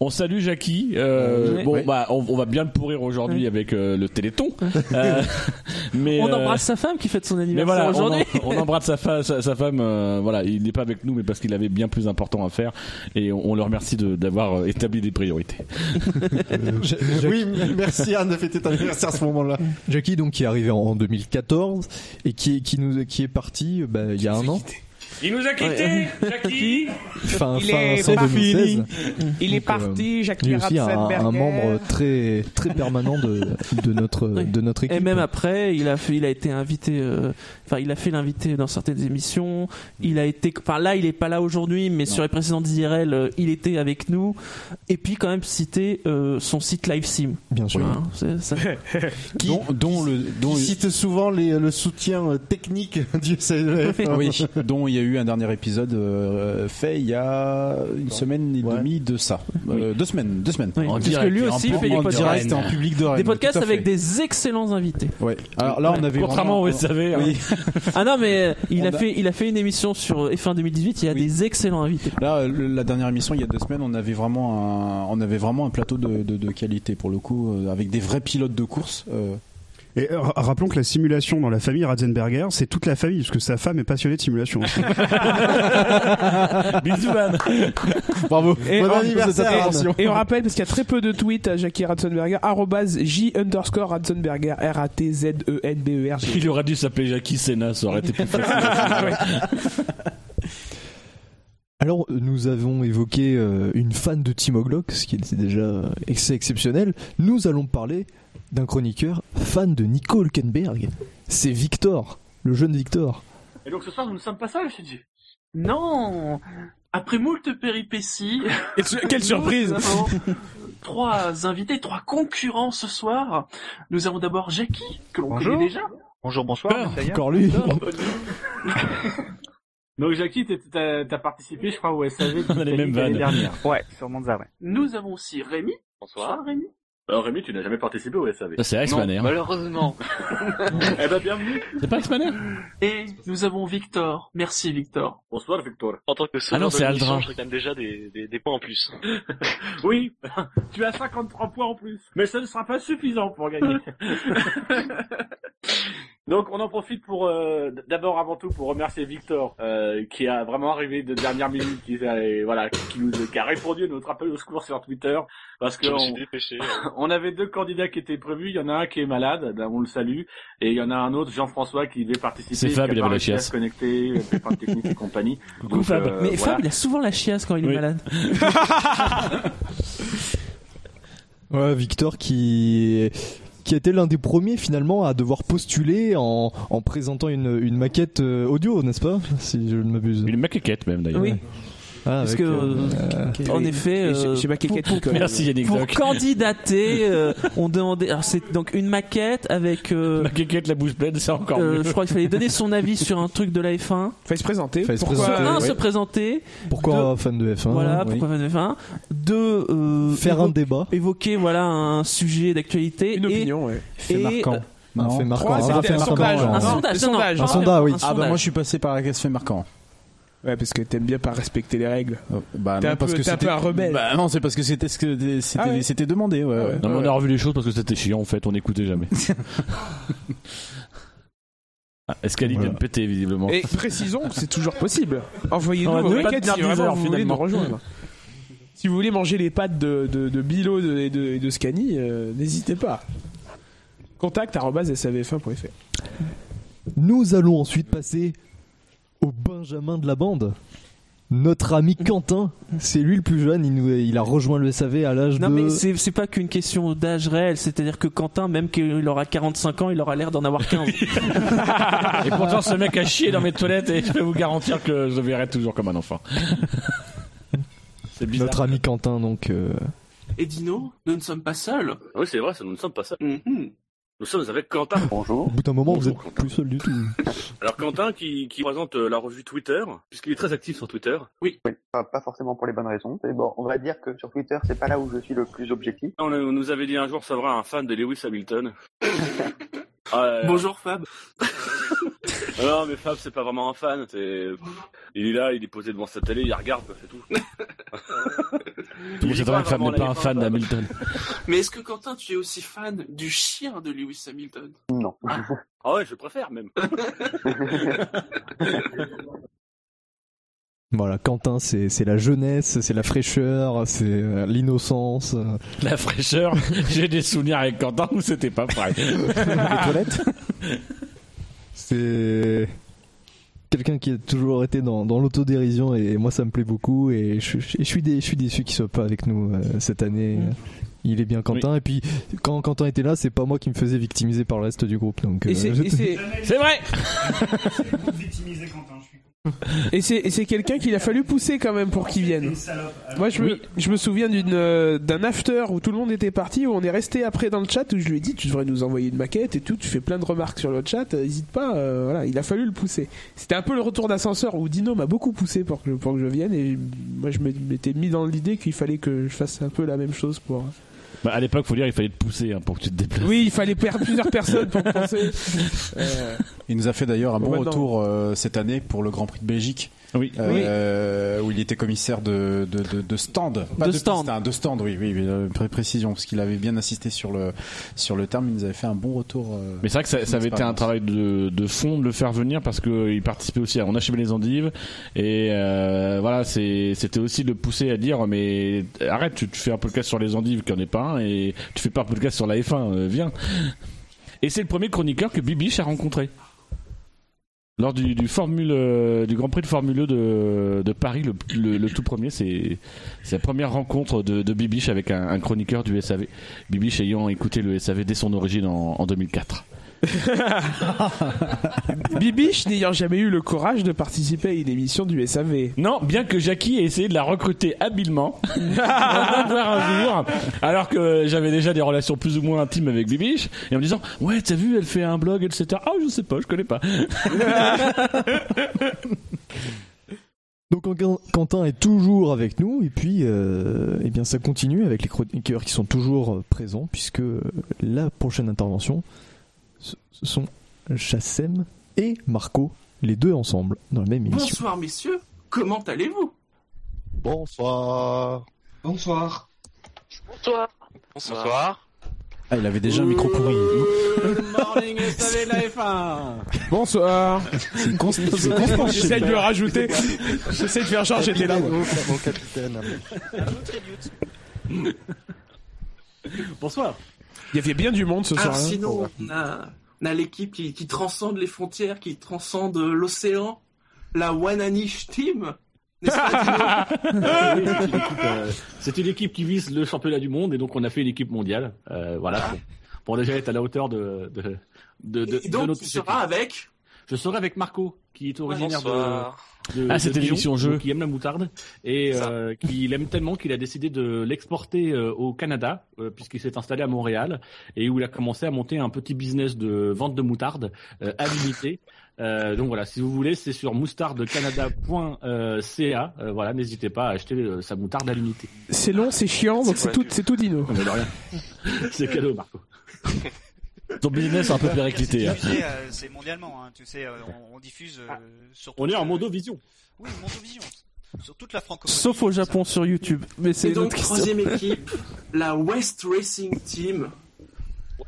[SPEAKER 5] On salue Jackie. Euh,
[SPEAKER 4] Oui.
[SPEAKER 5] Bon,
[SPEAKER 4] Oui.
[SPEAKER 5] bah, on, on va bien le pourrir aujourd'hui avec euh, le Téléthon. Euh, mais
[SPEAKER 4] on
[SPEAKER 5] euh,
[SPEAKER 4] embrasse sa femme qui fête son
[SPEAKER 5] Mais
[SPEAKER 4] anniversaire
[SPEAKER 5] voilà, on,
[SPEAKER 4] aujourd'hui.
[SPEAKER 5] en- on embrasse sa, fa- sa, sa femme. euh, voilà, il n'est pas avec nous, mais parce qu'il avait bien plus important à faire. Et on, on le remercie de- d'avoir euh, établi des priorités.
[SPEAKER 2] Oui, merci Anne de fêter ton anniversaire à ce moment-là.
[SPEAKER 6] Jackie, donc, qui est arrivé en- en 2014 et qui est, qui nous, est- qui est parti euh, bah, il y a un an.
[SPEAKER 35] Il nous a quittés, Jackie
[SPEAKER 6] Fin,
[SPEAKER 35] Il
[SPEAKER 6] fin
[SPEAKER 35] est
[SPEAKER 6] fin
[SPEAKER 35] pas
[SPEAKER 6] 2016.
[SPEAKER 35] fini. Il est
[SPEAKER 6] Donc, euh,
[SPEAKER 35] parti, Jackie
[SPEAKER 6] il est aussi un,
[SPEAKER 35] Ratzenberger.
[SPEAKER 6] un membre très, très permanent de, de, notre, de notre équipe.
[SPEAKER 4] Et même après, il a fait, il a été invité, euh, enfin, il a fait l'invité dans certaines émissions. Il a été, enfin, là, il est pas là aujourd'hui, mais sur les précédentes IRL, euh, il était avec nous. Et puis, quand même, citer euh, son site Live Sim.
[SPEAKER 6] Bien sûr.
[SPEAKER 2] Qui, dont,
[SPEAKER 3] le,
[SPEAKER 2] qui cite souvent les- le soutien euh, technique du E CLF.
[SPEAKER 3] oui, dont il y a eu un dernier épisode euh, fait il y a une semaine et demie de ça. Euh, Deux semaines, deux semaines.
[SPEAKER 4] Oui, parce que lui aussi fait des
[SPEAKER 3] en
[SPEAKER 4] podcasts.
[SPEAKER 3] direct et en public de Rennes,
[SPEAKER 4] Des
[SPEAKER 3] tout à
[SPEAKER 4] podcasts
[SPEAKER 3] fait.
[SPEAKER 4] avec des excellents invités.
[SPEAKER 3] Ouais. Alors là, on avait
[SPEAKER 4] Contrairement
[SPEAKER 3] vraiment-
[SPEAKER 4] au SAV, hein.
[SPEAKER 3] Oui.
[SPEAKER 4] Ah non, mais euh, il
[SPEAKER 3] On
[SPEAKER 4] a,
[SPEAKER 3] a-
[SPEAKER 4] fait, il a fait une émission sur F1 2018. Il y a des excellents invités.
[SPEAKER 3] Là, le- la dernière émission, il y a deux semaines, on avait vraiment un, on avait vraiment un plateau de, de- de qualité pour le coup, euh, avec des vrais pilotes de course. euh,
[SPEAKER 20] Et euh, rappelons que la simulation dans la famille Ratzenberger, c'est toute la famille, parce que sa femme est passionnée de simulation.
[SPEAKER 8] Bisous,
[SPEAKER 6] Bravo.
[SPEAKER 8] Et, on, et-
[SPEAKER 6] attention.
[SPEAKER 8] et on rappelle, parce qu'il y a très peu de tweets à Jackie Ratzenberger, arrobase J underscore Ratzenberger, E R-A-T-Z-E-N-B-E-R-G.
[SPEAKER 5] Il aurait dû s'appeler Jackie Senna, ça aurait été plus facile.
[SPEAKER 6] Alors, nous avons évoqué euh, une fan de Tim O'Glock, ce qui était déjà euh, ex- exceptionnel. Nous allons parler d'un chroniqueur fan de Nico Hülkenberg. C'est Victor, le jeune Victor.
[SPEAKER 10] Et donc ce soir, nous ne sommes pas seuls, je dis. Non Après moult péripéties...
[SPEAKER 8] quelle
[SPEAKER 10] nous
[SPEAKER 8] surprise
[SPEAKER 10] avons Trois invités, trois concurrents ce soir. Nous avons d'abord Jackie, que l'on
[SPEAKER 11] Bonjour.
[SPEAKER 10] connaît déjà.
[SPEAKER 11] Bonjour, bonsoir. Messieurs. Donc Jackie, t'es- t'as t'as participé, je crois, au SAV
[SPEAKER 5] On a les mêmes
[SPEAKER 11] l'année
[SPEAKER 5] vannes.
[SPEAKER 11] dernière. Ouais, sur Monza, ouais.
[SPEAKER 10] Nous avons aussi Rémi. Bonsoir. Rémi.
[SPEAKER 11] Euh,
[SPEAKER 37] Alors Rémi, tu n'as jamais participé au SAV.
[SPEAKER 5] Ça, c'est Axmaner.
[SPEAKER 10] Non, malheureusement.
[SPEAKER 37] eh ben bienvenue.
[SPEAKER 5] C'est pas hein Axmaner
[SPEAKER 10] Et nous avons Victor. Merci Victor.
[SPEAKER 37] Bonsoir Victor.
[SPEAKER 10] En tant que
[SPEAKER 5] sauveur Ah non, de c'est l'émission, Aldrin. je
[SPEAKER 10] gagne déjà des, points en plus.
[SPEAKER 11] Oui, tu as 53 points en plus, mais ce ne sera pas suffisant pour gagner. Donc on en profite pour euh, d- d'abord avant tout pour remercier Victor euh, qui a vraiment arrivé de dernière minute, qui a, voilà, qui nous qui a répondu à notre appel au secours sur Twitter parce que
[SPEAKER 37] Je me suis
[SPEAKER 11] on-
[SPEAKER 37] dépêché.
[SPEAKER 11] on avait deux candidats qui étaient prévus. Il y en a un qui est malade, ben, on le salue, et il y en a un autre, Jean-François, qui devait participer.
[SPEAKER 5] C'est Fab,
[SPEAKER 11] qui a
[SPEAKER 5] il avait
[SPEAKER 11] pas
[SPEAKER 5] la
[SPEAKER 11] réussi à
[SPEAKER 5] chiasse.
[SPEAKER 11] se connecter, euh, par technique et compagnie. Donc, euh, voilà.
[SPEAKER 4] Mais Fab, il a souvent la chiasse quand il est malade.
[SPEAKER 6] Ouais, Victor qui qui a été l'un des premiers finalement à devoir postuler en, en présentant une, une maquette euh, audio, n'est-ce pas Si je ne m'abuse. Ah, Une
[SPEAKER 5] maquette même d'ailleurs.
[SPEAKER 4] Oui. Parce que, euh, en effet, euh, pour- pour- pour- pour candidater, euh, on demandait. alors c'est donc une maquette avec. Euh,
[SPEAKER 5] la la bouche pleine, c'est encore
[SPEAKER 4] euh,
[SPEAKER 5] mieux.
[SPEAKER 4] Je crois qu'il fallait donner son avis sur un truc de la F1.
[SPEAKER 8] Fallait se présenter.
[SPEAKER 6] Fallait se Pourquoi- présenter,
[SPEAKER 4] un,
[SPEAKER 6] oui.
[SPEAKER 4] se présenter.
[SPEAKER 6] Pourquoi fan de F1
[SPEAKER 4] Voilà,
[SPEAKER 6] oui.
[SPEAKER 4] pourquoi fan de F1 Deux, euh,
[SPEAKER 6] Faire un
[SPEAKER 4] évo-
[SPEAKER 6] débat.
[SPEAKER 4] Évoquer voilà un sujet d'actualité. Une
[SPEAKER 8] opinion, ouais.
[SPEAKER 4] Et,
[SPEAKER 7] marquant.
[SPEAKER 6] Un fait marquant, un vrai fait marquant.
[SPEAKER 4] Un
[SPEAKER 3] hein.
[SPEAKER 4] sondage, non, non,
[SPEAKER 7] Un
[SPEAKER 4] pardon,
[SPEAKER 7] sondage, oui.
[SPEAKER 4] un
[SPEAKER 7] Ah bah
[SPEAKER 4] sondage.
[SPEAKER 7] moi je suis passé par la caisse fait marquant.
[SPEAKER 8] Ouais, parce que t'aimes bien pas respecter les règles.
[SPEAKER 7] Bah
[SPEAKER 8] T'es
[SPEAKER 7] non,
[SPEAKER 8] un
[SPEAKER 7] parce
[SPEAKER 8] peu-
[SPEAKER 7] que
[SPEAKER 8] t'es un
[SPEAKER 7] c'était-
[SPEAKER 8] peu un rebelle.
[SPEAKER 7] Bah non, c'est parce que c'était ce que c'était
[SPEAKER 8] Ah ouais.
[SPEAKER 7] c'était demandé. ouais, ouais.
[SPEAKER 5] Non, mais on a revu les choses parce que c'était chiant en fait, on n'écoutait jamais. ah, Escalade vient de péter visiblement.
[SPEAKER 8] Et précisons que c'est toujours possible. Envoyez-nous
[SPEAKER 7] Ah,
[SPEAKER 5] On va
[SPEAKER 8] vos
[SPEAKER 5] donner
[SPEAKER 8] maquettes
[SPEAKER 5] Ah, pas de
[SPEAKER 8] si vraiment
[SPEAKER 5] nerviseur,
[SPEAKER 8] vous voulez nous
[SPEAKER 5] finalement.
[SPEAKER 8] rejoindre. Si vous voulez manger les pâtes de, de, de Bilo de- et de, et de Scani, euh, n'hésitez pas. Contact arobase savf1.fr.
[SPEAKER 6] Nous allons ensuite passer au Benjamin de la bande. Notre ami Quentin, c'est lui le plus jeune, il, nous, il a rejoint le SAV à l'âge de...
[SPEAKER 4] Non mais c'est c'est pas qu'une question d'âge réel, c'est-à-dire que Quentin, même qu'il aura 45 ans, il aura l'air d'en avoir 15.
[SPEAKER 5] Et pourtant, ce mec a chié dans mes toilettes et je peux vous garantir que je le verrai toujours comme un enfant. C'est
[SPEAKER 6] Notre ami Quentin, donc... euh,
[SPEAKER 10] Et Dino, nous ne sommes pas seuls. Mhm.
[SPEAKER 37] Oui, c'est vrai, ça, nous ne sommes pas seuls. Nous sommes avec Quentin.
[SPEAKER 6] Au bout d'un moment, vous êtes plus seul du tout.
[SPEAKER 37] Alors Quentin qui, qui présente euh, la revue Twitter, puisqu'il est très actif sur Twitter.
[SPEAKER 10] Oui.
[SPEAKER 11] Pas, pas forcément pour les bonnes raisons. Mais bon, on va dire que sur Twitter, c'est pas là où je suis le plus objectif.
[SPEAKER 37] On, a- on nous avait dit un jour, ça va, un fan de Lewis Hamilton. Euh,
[SPEAKER 10] Bonjour Fab.
[SPEAKER 37] Non, mais Fab, c'est pas vraiment un fan. c'est- Il est là, il est posé devant sa télé, il regarde, quoi, c'est tout.
[SPEAKER 5] Tout le monde
[SPEAKER 37] Il est
[SPEAKER 5] s'attendait que Fab
[SPEAKER 37] vraiment
[SPEAKER 5] n'est pas un
[SPEAKER 37] là,
[SPEAKER 5] fan d'Hamilton.
[SPEAKER 10] Mais est-ce que Quentin, tu es aussi fan du chien de Lewis Hamilton
[SPEAKER 11] Non.
[SPEAKER 37] Ah ouais, je préfère même.
[SPEAKER 6] Voilà, Quentin, c'est c'est la jeunesse, c'est la fraîcheur, c'est euh, l'innocence. euh.
[SPEAKER 5] La fraîcheur, j'ai des souvenirs avec Quentin où c'était pas vrai.
[SPEAKER 6] Les toilettes C'est quelqu'un qui a toujours été dans, dans l'autodérision et moi ça me plaît beaucoup et je, je- je suis, dé- je suis déçu qu'il soit pas avec nous euh, cette année. Il est bien Quentin et puis quand Quentin était là, c'est pas moi qui me faisais victimiser par le reste du groupe donc. euh,
[SPEAKER 8] Et c'est-
[SPEAKER 6] je-
[SPEAKER 8] et c'est-
[SPEAKER 5] C'est vrai
[SPEAKER 8] Et c'est et c'est quelqu'un qu'il a fallu pousser quand même pour qu'il vienne. Moi, je me, je me souviens d'une euh, d'un after où tout le monde était parti, où on est resté après dans le chat, où je lui ai dit tu devrais nous envoyer une maquette et tout, tu fais plein de remarques sur le chat, euh, hésite pas, euh, voilà, il a fallu le pousser. C'était un peu le retour d'ascenseur où Dino m'a beaucoup poussé pour que, pour que je vienne et moi je m'é- m'étais mis dans l'idée qu'il fallait que je fasse un peu la même chose pour.
[SPEAKER 5] Bah, à l'époque, faut dire, il fallait te pousser hein, pour que tu te déplaces.
[SPEAKER 8] Oui, il fallait perdre plusieurs personnes pour penser. Euh,
[SPEAKER 7] Il nous a fait d'ailleurs un
[SPEAKER 8] Bon,
[SPEAKER 7] bon
[SPEAKER 8] maintenant-
[SPEAKER 7] retour euh, cette année pour le Grand Prix de Belgique. Oui. Où il était commissaire de, de, de, de stand.
[SPEAKER 38] De
[SPEAKER 7] piste,
[SPEAKER 38] stand.
[SPEAKER 7] hein, de stand, oui, oui, oui, euh, pré- précision, parce qu'il avait bien insisté sur le, sur le terme, il nous avait fait un bon retour. euh,
[SPEAKER 5] Mais c'est vrai que ça, ça avait été un travail de, de fond de le faire venir parce qu'il participait aussi à On achevait les endives et euh, voilà c'est- c'était aussi de le pousser à dire mais arrête tu, tu fais un podcast sur les endives qu'il n'y en ait pas un et tu fais pas un podcast sur la F1 euh, viens et c'est le premier chroniqueur que Bibiche a rencontré lors du, du Formule euh, du Grand Prix de Formule 2 de, de Paris le, le- le tout premier c'est c'est la première rencontre de, de Bibiche avec un, un chroniqueur du SAV Bibiche ayant écouté le SAV dès son origine en- en 2004
[SPEAKER 8] Bibiche n'ayant jamais eu le courage de participer à une émission du SAV.
[SPEAKER 5] Non, bien que Jackie ait essayé de la recruter habilement, en avoir un jour, alors que j'avais déjà des relations plus ou moins intimes avec Bibiche, et en me disant Ouais, t'as vu, elle fait un blog, etc. Ah, je sais pas, je connais pas.
[SPEAKER 6] Donc en- Quentin est toujours avec nous et puis euh, eh bien ça continue avec les chroniqueurs qui sont toujours euh, présents puisque euh, la prochaine intervention ce ce sont Chassem et Marco les deux ensemble dans la même émission.
[SPEAKER 4] Bonsoir messieurs, comment allez-vous
[SPEAKER 39] Bonsoir. Bonsoir.
[SPEAKER 4] Bonsoir.
[SPEAKER 40] Bonsoir.
[SPEAKER 7] Ah, il avait déjà un micro pourri.
[SPEAKER 4] Morning SAV de la F1
[SPEAKER 8] Bonsoir.
[SPEAKER 7] constant- c'est constant chez
[SPEAKER 8] J'essaie de le
[SPEAKER 7] Bernard.
[SPEAKER 8] rajouter. J'essaie de faire genre j'étais là. moi.
[SPEAKER 39] Mon capitaine.
[SPEAKER 4] Bonsoir.
[SPEAKER 8] Il y avait bien du monde ce soir.
[SPEAKER 4] Ah,
[SPEAKER 8] hein.
[SPEAKER 4] sinon, on a, on a l'équipe qui, qui transcende les frontières, qui transcende l'océan, la Wananish Team. N'est-ce pas, Dino
[SPEAKER 41] Oui, c'est une équipe, euh, c'est une équipe qui vise le championnat du monde et donc on a fait une équipe mondiale. Euh, voilà. Pour, pour déjà être à la hauteur de, de, de, de-
[SPEAKER 4] Et
[SPEAKER 41] de
[SPEAKER 4] donc,
[SPEAKER 41] notre
[SPEAKER 4] tu seras avec
[SPEAKER 41] Je serai avec Marco, qui est originaire
[SPEAKER 4] Bonsoir.
[SPEAKER 41] de, de-
[SPEAKER 5] Ah,
[SPEAKER 41] de
[SPEAKER 5] c'était
[SPEAKER 41] Dijon,
[SPEAKER 5] l'émission jeu.
[SPEAKER 41] donc qui aime la moutarde et euh, qui l'aime tellement qu'il a décidé de l'exporter euh, au Canada euh, puisqu'il s'est installé à Montréal et où il a commencé à monter un petit business de vente de moutarde euh, à l'unité. Euh, donc voilà, si vous voulez, c'est sur moustardecanada.ca. Euh, voilà, n'hésitez pas à acheter euh, sa moutarde à l'unité.
[SPEAKER 8] C'est long, c'est chiant,
[SPEAKER 10] Ah,
[SPEAKER 8] donc c'est tout, c'est tout
[SPEAKER 39] Ah,
[SPEAKER 8] Dino.
[SPEAKER 41] Mais de rien. c'est cadeau, Marco. Ton business un peu hein. périclité.
[SPEAKER 5] hein.
[SPEAKER 20] C'est diffusé, euh, c'est mondialement, hein, tu sais, euh, on, on diffuse euh, sur.
[SPEAKER 41] On est en mondovision.
[SPEAKER 20] Oui, mondovision. Sur toute la francophonie.
[SPEAKER 38] Sauf au Japon sur YouTube. Mais c'est
[SPEAKER 4] Et
[SPEAKER 38] une
[SPEAKER 4] donc,
[SPEAKER 38] autre question.
[SPEAKER 4] troisième équipe, la West Racing Team.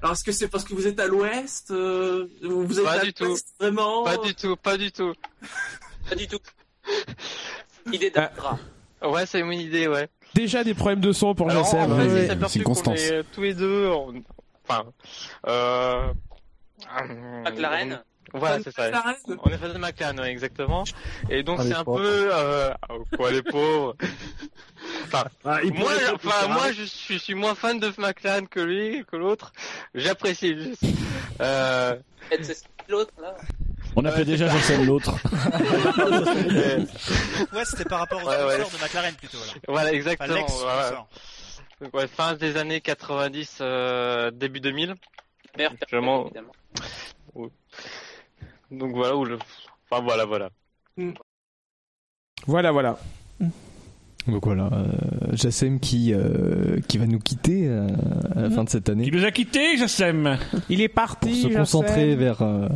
[SPEAKER 4] Alors, est-ce que c'est parce que vous êtes à l'ouest euh, Vous êtes
[SPEAKER 10] Pas
[SPEAKER 4] à
[SPEAKER 10] du tout.
[SPEAKER 4] l'ouest, vraiment
[SPEAKER 10] Pas du tout, pas du tout. Pas du tout. Idée d'Adra. Ah. Ouais, c'est une idée, ouais.
[SPEAKER 8] Déjà des problèmes de son pour
[SPEAKER 10] Alors,
[SPEAKER 8] Jacem.
[SPEAKER 10] en fait, il s'est aperçu qu'on est euh, tous les deux, en- enfin, euh... McLaren Voilà, Fan c'est de ça. McLaren On est fan de McLaren, ouais, exactement. Et donc Ah, les c'est un pauvres. peu... Euh... oh, quoi, les pauvres Enfin, Ah, il moi, pourrait je- être enfin, plus moi rare. je, suis, je suis moins fan de McLaren que lui, que l'autre. J'apprécie juste. Euh...
[SPEAKER 42] L'autre, là.
[SPEAKER 5] On appelait déjà Jacques l'autre.
[SPEAKER 20] Ouais, c'était par rapport aux
[SPEAKER 10] Ouais, ouais.
[SPEAKER 20] sponsors de McLaren plutôt. Là.
[SPEAKER 10] Voilà,
[SPEAKER 20] Enfin,
[SPEAKER 10] exactement.
[SPEAKER 20] l'ex
[SPEAKER 10] voilà.
[SPEAKER 20] sponsor.
[SPEAKER 10] Donc, ouais, fin des années 90, euh, début 2000. Je m'en- Ouais. Donc voilà où le. Enfin voilà, voilà.
[SPEAKER 8] Voilà, voilà.
[SPEAKER 6] Donc voilà, euh, Jacem qui, euh, qui va nous quitter euh, à
[SPEAKER 10] Mm.
[SPEAKER 6] la fin de cette année
[SPEAKER 5] Il nous a quittés, Jacem
[SPEAKER 8] Il est
[SPEAKER 6] pour
[SPEAKER 8] parti.
[SPEAKER 6] se concentrer
[SPEAKER 8] Jacem.
[SPEAKER 6] vers, euh,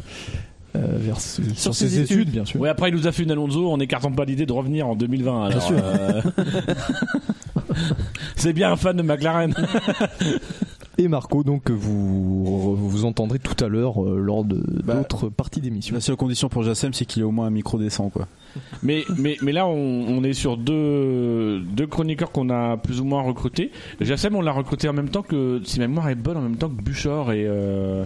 [SPEAKER 6] euh, vers ce- sur, ses, études. bien sûr.
[SPEAKER 5] Oui, après, il nous a fait une Alonso en n'écartant pas l'idée de revenir en 2020. Alors,
[SPEAKER 6] Bien sûr.
[SPEAKER 5] euh, C'est bien un fan de McLaren.
[SPEAKER 6] Et Marco, donc que vous vous entendrez tout à l'heure euh, lors de d'autres parties d'émission.
[SPEAKER 7] La seule condition pour Jacem, c'est qu'il ait au moins un micro décent, quoi.
[SPEAKER 5] mais, mais, mais là, on, on est sur deux, deux chroniqueurs qu'on a plus ou moins recrutés. Jacem, on l'a recruté en même temps que, si ma mémoire est bonne, en même temps que Buchor et. euh,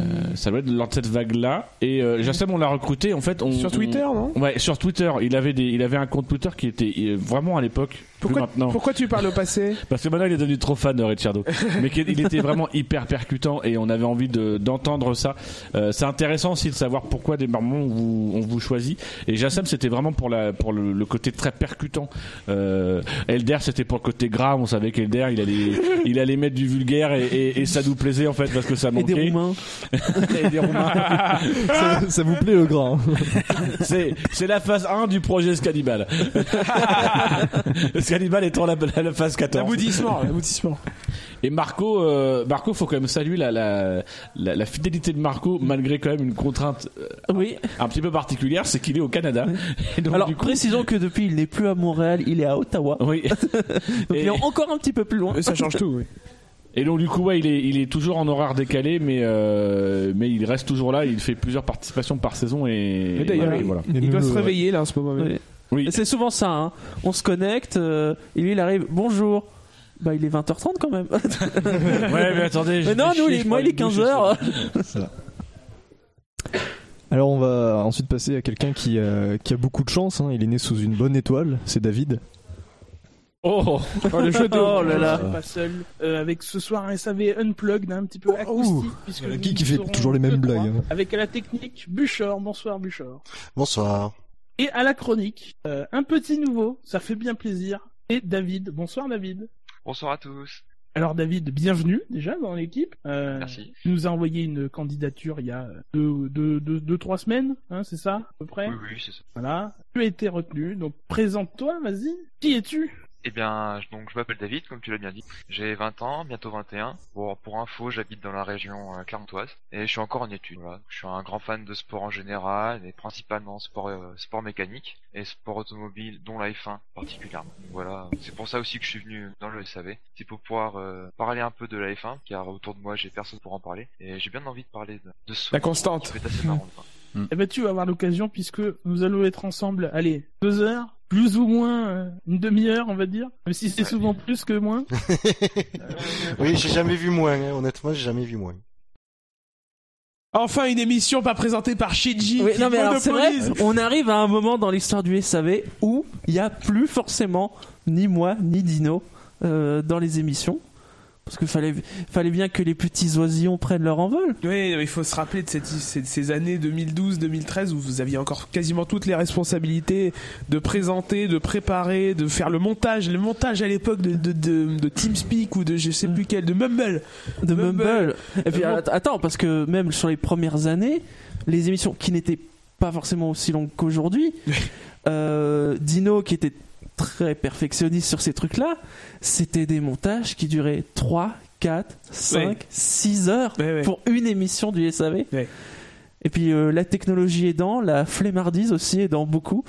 [SPEAKER 5] euh, ça doit être lors de cette vague-là. Et euh, Jacem, on l'a recruté. En fait, on
[SPEAKER 8] Sur
[SPEAKER 5] on-
[SPEAKER 8] Twitter, non
[SPEAKER 5] Ouais, sur Twitter. Il avait des, il avait un compte Twitter qui était euh, vraiment à l'époque. plus maintenant.
[SPEAKER 8] Pourquoi tu parles au passé
[SPEAKER 5] Parce que maintenant il est devenu trop fan de Red Shadow. Mais qu'il- il était vraiment hyper percutant et on avait envie de- d'entendre ça. Euh, c'est intéressant aussi de savoir pourquoi des moments on vous, on vous choisit. Et Jassem c'était vraiment pour, la, pour le, le côté très percutant. Euh, Elder c'était pour le côté grave. On savait qu'Elder il allait, il allait mettre du vulgaire et, et- et ça nous plaisait en fait parce que ça manquait.
[SPEAKER 38] des Roumains.
[SPEAKER 5] des Roumains.
[SPEAKER 6] ça, ça vous plaît le grand
[SPEAKER 5] C'est c'est la phase 1 du projet Scannibal. Scannibal étant la, la- la phase 14.
[SPEAKER 6] L'aboutissement, l'aboutissement.
[SPEAKER 5] Et Marco, euh, Marco, faut quand même saluer la, la, la, la fidélité de Marco malgré quand même une contrainte euh, un, petit peu particulière, c'est qu'il est au Canada. Et donc,
[SPEAKER 4] Alors,
[SPEAKER 5] du coup,
[SPEAKER 4] précisons que depuis, il n'est plus à Montréal, il est à Ottawa.
[SPEAKER 5] Oui.
[SPEAKER 4] Donc, il est encore un petit peu plus loin.
[SPEAKER 5] oui. Hein Et donc du coup ouais, il est il est toujours en horaire décalé mais euh, mais il reste toujours là, il fait plusieurs participations par saison et,
[SPEAKER 8] Mais d'ailleurs,
[SPEAKER 5] et euh,
[SPEAKER 8] il-
[SPEAKER 5] voilà.
[SPEAKER 8] il doit se réveiller là en ce moment. même.
[SPEAKER 4] Oui. Et C'est souvent ça. hein. On se connecte euh, et lui, il arrive. Bonjour. Bah, il est 20h30 quand même.
[SPEAKER 5] Ouais, mais attendez,
[SPEAKER 4] Mais
[SPEAKER 5] j'ai
[SPEAKER 4] non,
[SPEAKER 5] fait
[SPEAKER 4] nous,
[SPEAKER 5] chier,
[SPEAKER 4] il est-
[SPEAKER 5] je
[SPEAKER 4] moi, il est
[SPEAKER 5] crois, une
[SPEAKER 4] 15h.
[SPEAKER 6] Alors on va ensuite passer à quelqu'un qui, euh, qui a beaucoup de chance. hein. Il est né sous une bonne étoile, c'est David.
[SPEAKER 5] Oh,
[SPEAKER 6] le jeu de-
[SPEAKER 10] Oh là là.
[SPEAKER 6] Je suis
[SPEAKER 10] pas
[SPEAKER 6] pas
[SPEAKER 10] seul. Euh, avec ce soir un SAV unplugged, hein, un
[SPEAKER 6] Oh.
[SPEAKER 10] petit peu acoustique. puisque
[SPEAKER 6] Voilà,
[SPEAKER 10] nous
[SPEAKER 6] Euh, qui- qui fait
[SPEAKER 10] serons
[SPEAKER 6] toujours les mêmes
[SPEAKER 10] que
[SPEAKER 6] blagues,
[SPEAKER 10] trois.
[SPEAKER 6] hein.
[SPEAKER 10] Avec à la technique, Buchor. Bonsoir Buchor.
[SPEAKER 2] Bonsoir.
[SPEAKER 10] Et à la chronique, euh, un petit nouveau, ça fait bien plaisir. Et David. Bonsoir David.
[SPEAKER 9] Bonsoir à tous.
[SPEAKER 10] Alors David, bienvenue déjà dans l'équipe. Euh,
[SPEAKER 9] Merci.
[SPEAKER 10] Tu nous as envoyé une candidature il y a euh, deux, deux, deux, deux trois semaines, hein, c'est ça à peu près.
[SPEAKER 9] Oui, oui, c'est ça.
[SPEAKER 10] Voilà. Tu as été retenu, donc présente-toi, vas-y. Qui es-tu
[SPEAKER 9] Eh bien, je- donc je m'appelle David, comme tu l'as bien dit. J'ai 20 ans, bientôt 21. Bon, pour info, j'habite dans la région euh, clermontoise et je suis encore en études. Voilà. Je suis un grand fan de sport en général, et principalement sport, euh, sport mécanique et sport automobile, dont la F1 particulièrement. Voilà, c'est pour ça aussi que je suis venu dans le SAV. C'est pour pouvoir euh, parler un peu de la F1, car autour de moi, j'ai personne pour en parler et j'ai bien envie de parler de, de ce
[SPEAKER 8] La constante.
[SPEAKER 9] qui peut être assez marrant. quoi.
[SPEAKER 10] Eh ben, tu vas avoir l'occasion puisque nous allons être ensemble, allez, deux heures, plus ou moins euh, une demi-heure, on va dire. Même si c'est souvent plus que moins.
[SPEAKER 2] Oui, j'ai jamais vu moins, hein. honnêtement, j'ai jamais vu moins.
[SPEAKER 8] Enfin, une émission pas présentée par Shinji.
[SPEAKER 4] Oui,
[SPEAKER 8] qui
[SPEAKER 4] non mais alors c'est vrai,
[SPEAKER 8] monopolise.
[SPEAKER 4] on arrive à un moment dans l'histoire du SAV où il n'y a plus forcément ni moi ni Dino euh, dans les émissions. Parce qu'il fallait, fallait bien que les petits oisillons prennent leur envol.
[SPEAKER 8] Oui, il faut se rappeler de, cette- ces- ces années 2012-2013 où vous aviez encore quasiment toutes les responsabilités de présenter, de préparer, de faire le montage. Le montage à l'époque de, de, de, de TeamSpeak ou de je sais plus quel, de Mumble.
[SPEAKER 4] De Mumble. Et puis
[SPEAKER 8] Euh,
[SPEAKER 4] att- attends, parce que même sur les premières années, les émissions qui n'étaient pas forcément aussi longues qu'aujourd'hui, euh, Dino qui était très perfectionniste sur ces trucs-là, c'était des montages qui duraient 3, 4, 5,
[SPEAKER 10] Ouais.
[SPEAKER 4] 6 heures pour une émission du SAV. Et puis euh, la technologie aidant, la flémardise aussi aidant beaucoup,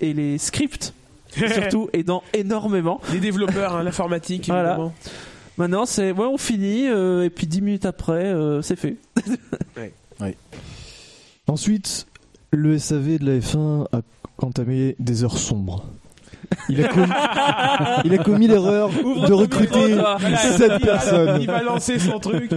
[SPEAKER 4] et les scripts surtout aidant énormément.
[SPEAKER 8] Les développeurs, hein, l'informatique,
[SPEAKER 4] Voilà.
[SPEAKER 8] évidemment.
[SPEAKER 4] Maintenant, c'est ouais, on finit euh, et puis 10 minutes après, euh, c'est fait.
[SPEAKER 6] Ensuite, le SAV de la F1 a entamé des heures sombres. Il a commis, il a commis l'erreur
[SPEAKER 8] Ouvre
[SPEAKER 6] de
[SPEAKER 8] ton
[SPEAKER 6] recruter
[SPEAKER 8] micro, toi. Voilà,
[SPEAKER 6] cette
[SPEAKER 8] il-
[SPEAKER 6] personne.
[SPEAKER 8] il va lancer son truc.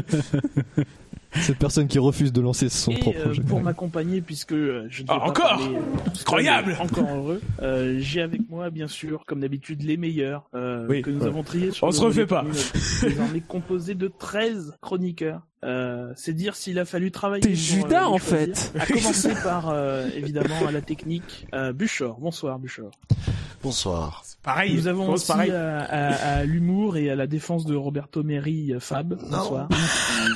[SPEAKER 6] Cette personne qui refuse de lancer son
[SPEAKER 10] Et
[SPEAKER 6] propre
[SPEAKER 10] euh,
[SPEAKER 6] jeu.
[SPEAKER 10] pour m'accompagner, puisque euh, je ne
[SPEAKER 8] Ah,
[SPEAKER 10] vais pas
[SPEAKER 8] encore
[SPEAKER 10] parler, euh, tout seul,
[SPEAKER 8] Incroyable
[SPEAKER 10] mais encore heureux, euh, j'ai avec moi, bien sûr, comme d'habitude, les meilleurs euh,
[SPEAKER 8] Oui.
[SPEAKER 10] que nous
[SPEAKER 8] Ouais.
[SPEAKER 10] avons triés. sur
[SPEAKER 8] On
[SPEAKER 10] le
[SPEAKER 8] se refait
[SPEAKER 10] relais
[SPEAKER 8] pas.
[SPEAKER 10] communal. Désormais composé de 13 chroniqueurs. Euh, c'est dire s'il a fallu travailler.
[SPEAKER 4] T'es
[SPEAKER 10] pour, euh,
[SPEAKER 4] Judas,
[SPEAKER 10] les
[SPEAKER 4] en
[SPEAKER 10] choisir.
[SPEAKER 4] fait.
[SPEAKER 10] À commencer par euh, évidemment à la technique euh, Buchor. Bonsoir Buchor.
[SPEAKER 2] Bonsoir.
[SPEAKER 8] Pareil,
[SPEAKER 10] Nous avons
[SPEAKER 8] bon,
[SPEAKER 10] aussi euh,
[SPEAKER 8] pareil.
[SPEAKER 10] à, à- à l'humour et à la défense de Roberto Meri euh, Fab. Bonsoir.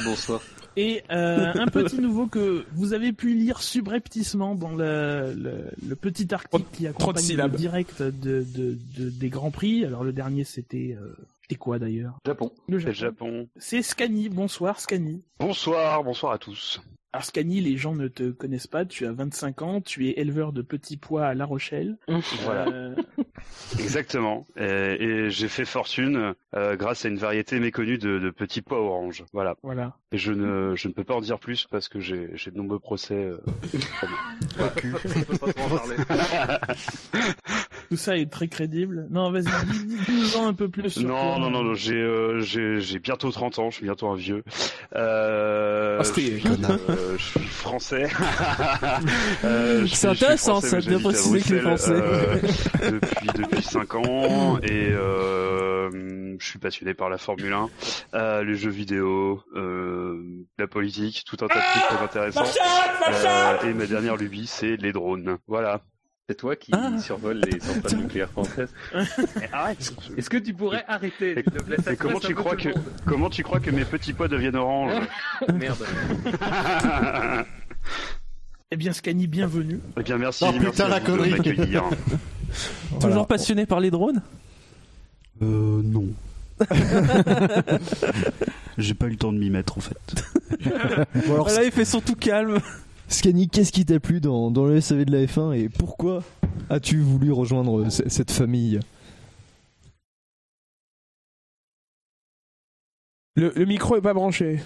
[SPEAKER 20] Bonsoir.
[SPEAKER 10] Et euh, un petit nouveau que vous avez pu lire subrepticement dans le, le, le petit article
[SPEAKER 8] trop
[SPEAKER 10] qui
[SPEAKER 8] de
[SPEAKER 10] accompagne le
[SPEAKER 8] syllabes.
[SPEAKER 10] direct de, de- de- des Grands Prix. Alors le dernier c'était... euh, c'était quoi d'ailleurs
[SPEAKER 20] Japon.
[SPEAKER 10] Le
[SPEAKER 20] C'est
[SPEAKER 10] Japon.
[SPEAKER 20] le Japon.
[SPEAKER 10] C'est Scani. Bonsoir Scani.
[SPEAKER 20] Bonsoir, bonsoir à tous.
[SPEAKER 10] Alors Scani, les gens ne te connaissent pas. Tu as 25 ans, tu es éleveur de petits pois à La Rochelle.
[SPEAKER 20] Voilà.
[SPEAKER 10] Euh,
[SPEAKER 20] Exactement. Et, et j'ai fait fortune euh, grâce à une variété méconnue de, de petits pois orange. Voilà.
[SPEAKER 10] Voilà.
[SPEAKER 20] Et je ne, je ne peux pas en dire plus parce que j'ai j'ai de nombreux procès. euh, pour moi.
[SPEAKER 10] Tout ça est très crédible. Non, vas-y, dis- dis-nous-en un peu plus. sur
[SPEAKER 20] non,
[SPEAKER 4] hein,
[SPEAKER 10] toi.
[SPEAKER 20] non, non, non, j'ai euh, j'ai- j'ai bientôt 30 ans, je suis bientôt un vieux. Euh,
[SPEAKER 10] Ah, c'était-
[SPEAKER 20] je suis, euh, je suis français. Euh, je-
[SPEAKER 4] C'est
[SPEAKER 20] je suis
[SPEAKER 4] intéressant,
[SPEAKER 20] français,
[SPEAKER 4] ça,
[SPEAKER 20] mais
[SPEAKER 4] de
[SPEAKER 20] j'habite à
[SPEAKER 4] préciser que les
[SPEAKER 20] Bruxelles,
[SPEAKER 4] Français.
[SPEAKER 20] euh, depuis, depuis 5 ans, et euh, je suis passionné par la Formule 1, euh, les jeux vidéo, euh, la politique, tout un tas de trucs très intéressants. Euh, et ma dernière lubie, c'est les drones. Voilà.
[SPEAKER 25] C'est toi qui
[SPEAKER 13] Ah.
[SPEAKER 25] survole les centrales nucléaires françaises.
[SPEAKER 35] Arrête Est-ce que tu pourrais arrêter s'il te plaît Ça
[SPEAKER 13] Eh, Et comment
[SPEAKER 35] stresse un
[SPEAKER 13] tu
[SPEAKER 35] peu
[SPEAKER 13] crois
[SPEAKER 35] tout
[SPEAKER 13] que
[SPEAKER 35] le monde. Ah,
[SPEAKER 13] comment tu crois que mes petits pois deviennent oranges
[SPEAKER 25] Merde.
[SPEAKER 24] Eh bien, Scani, bienvenue.
[SPEAKER 13] Eh bien merci.
[SPEAKER 24] Oh,
[SPEAKER 13] merci
[SPEAKER 24] putain,
[SPEAKER 13] à
[SPEAKER 24] la
[SPEAKER 13] vous de
[SPEAKER 24] connerie.
[SPEAKER 13] m'accueillir.
[SPEAKER 4] Toujours passionné par les drones
[SPEAKER 20] Euh, non. J'ai pas eu le temps de m'y mettre en fait.
[SPEAKER 6] Bon, alors,
[SPEAKER 4] Voilà, il fait son tout calme.
[SPEAKER 6] Scanny, qu'est-ce qui t'a plu dans, dans le SAV de la F1 et pourquoi as-tu voulu rejoindre ce- cette famille
[SPEAKER 8] Le, le micro est pas branché.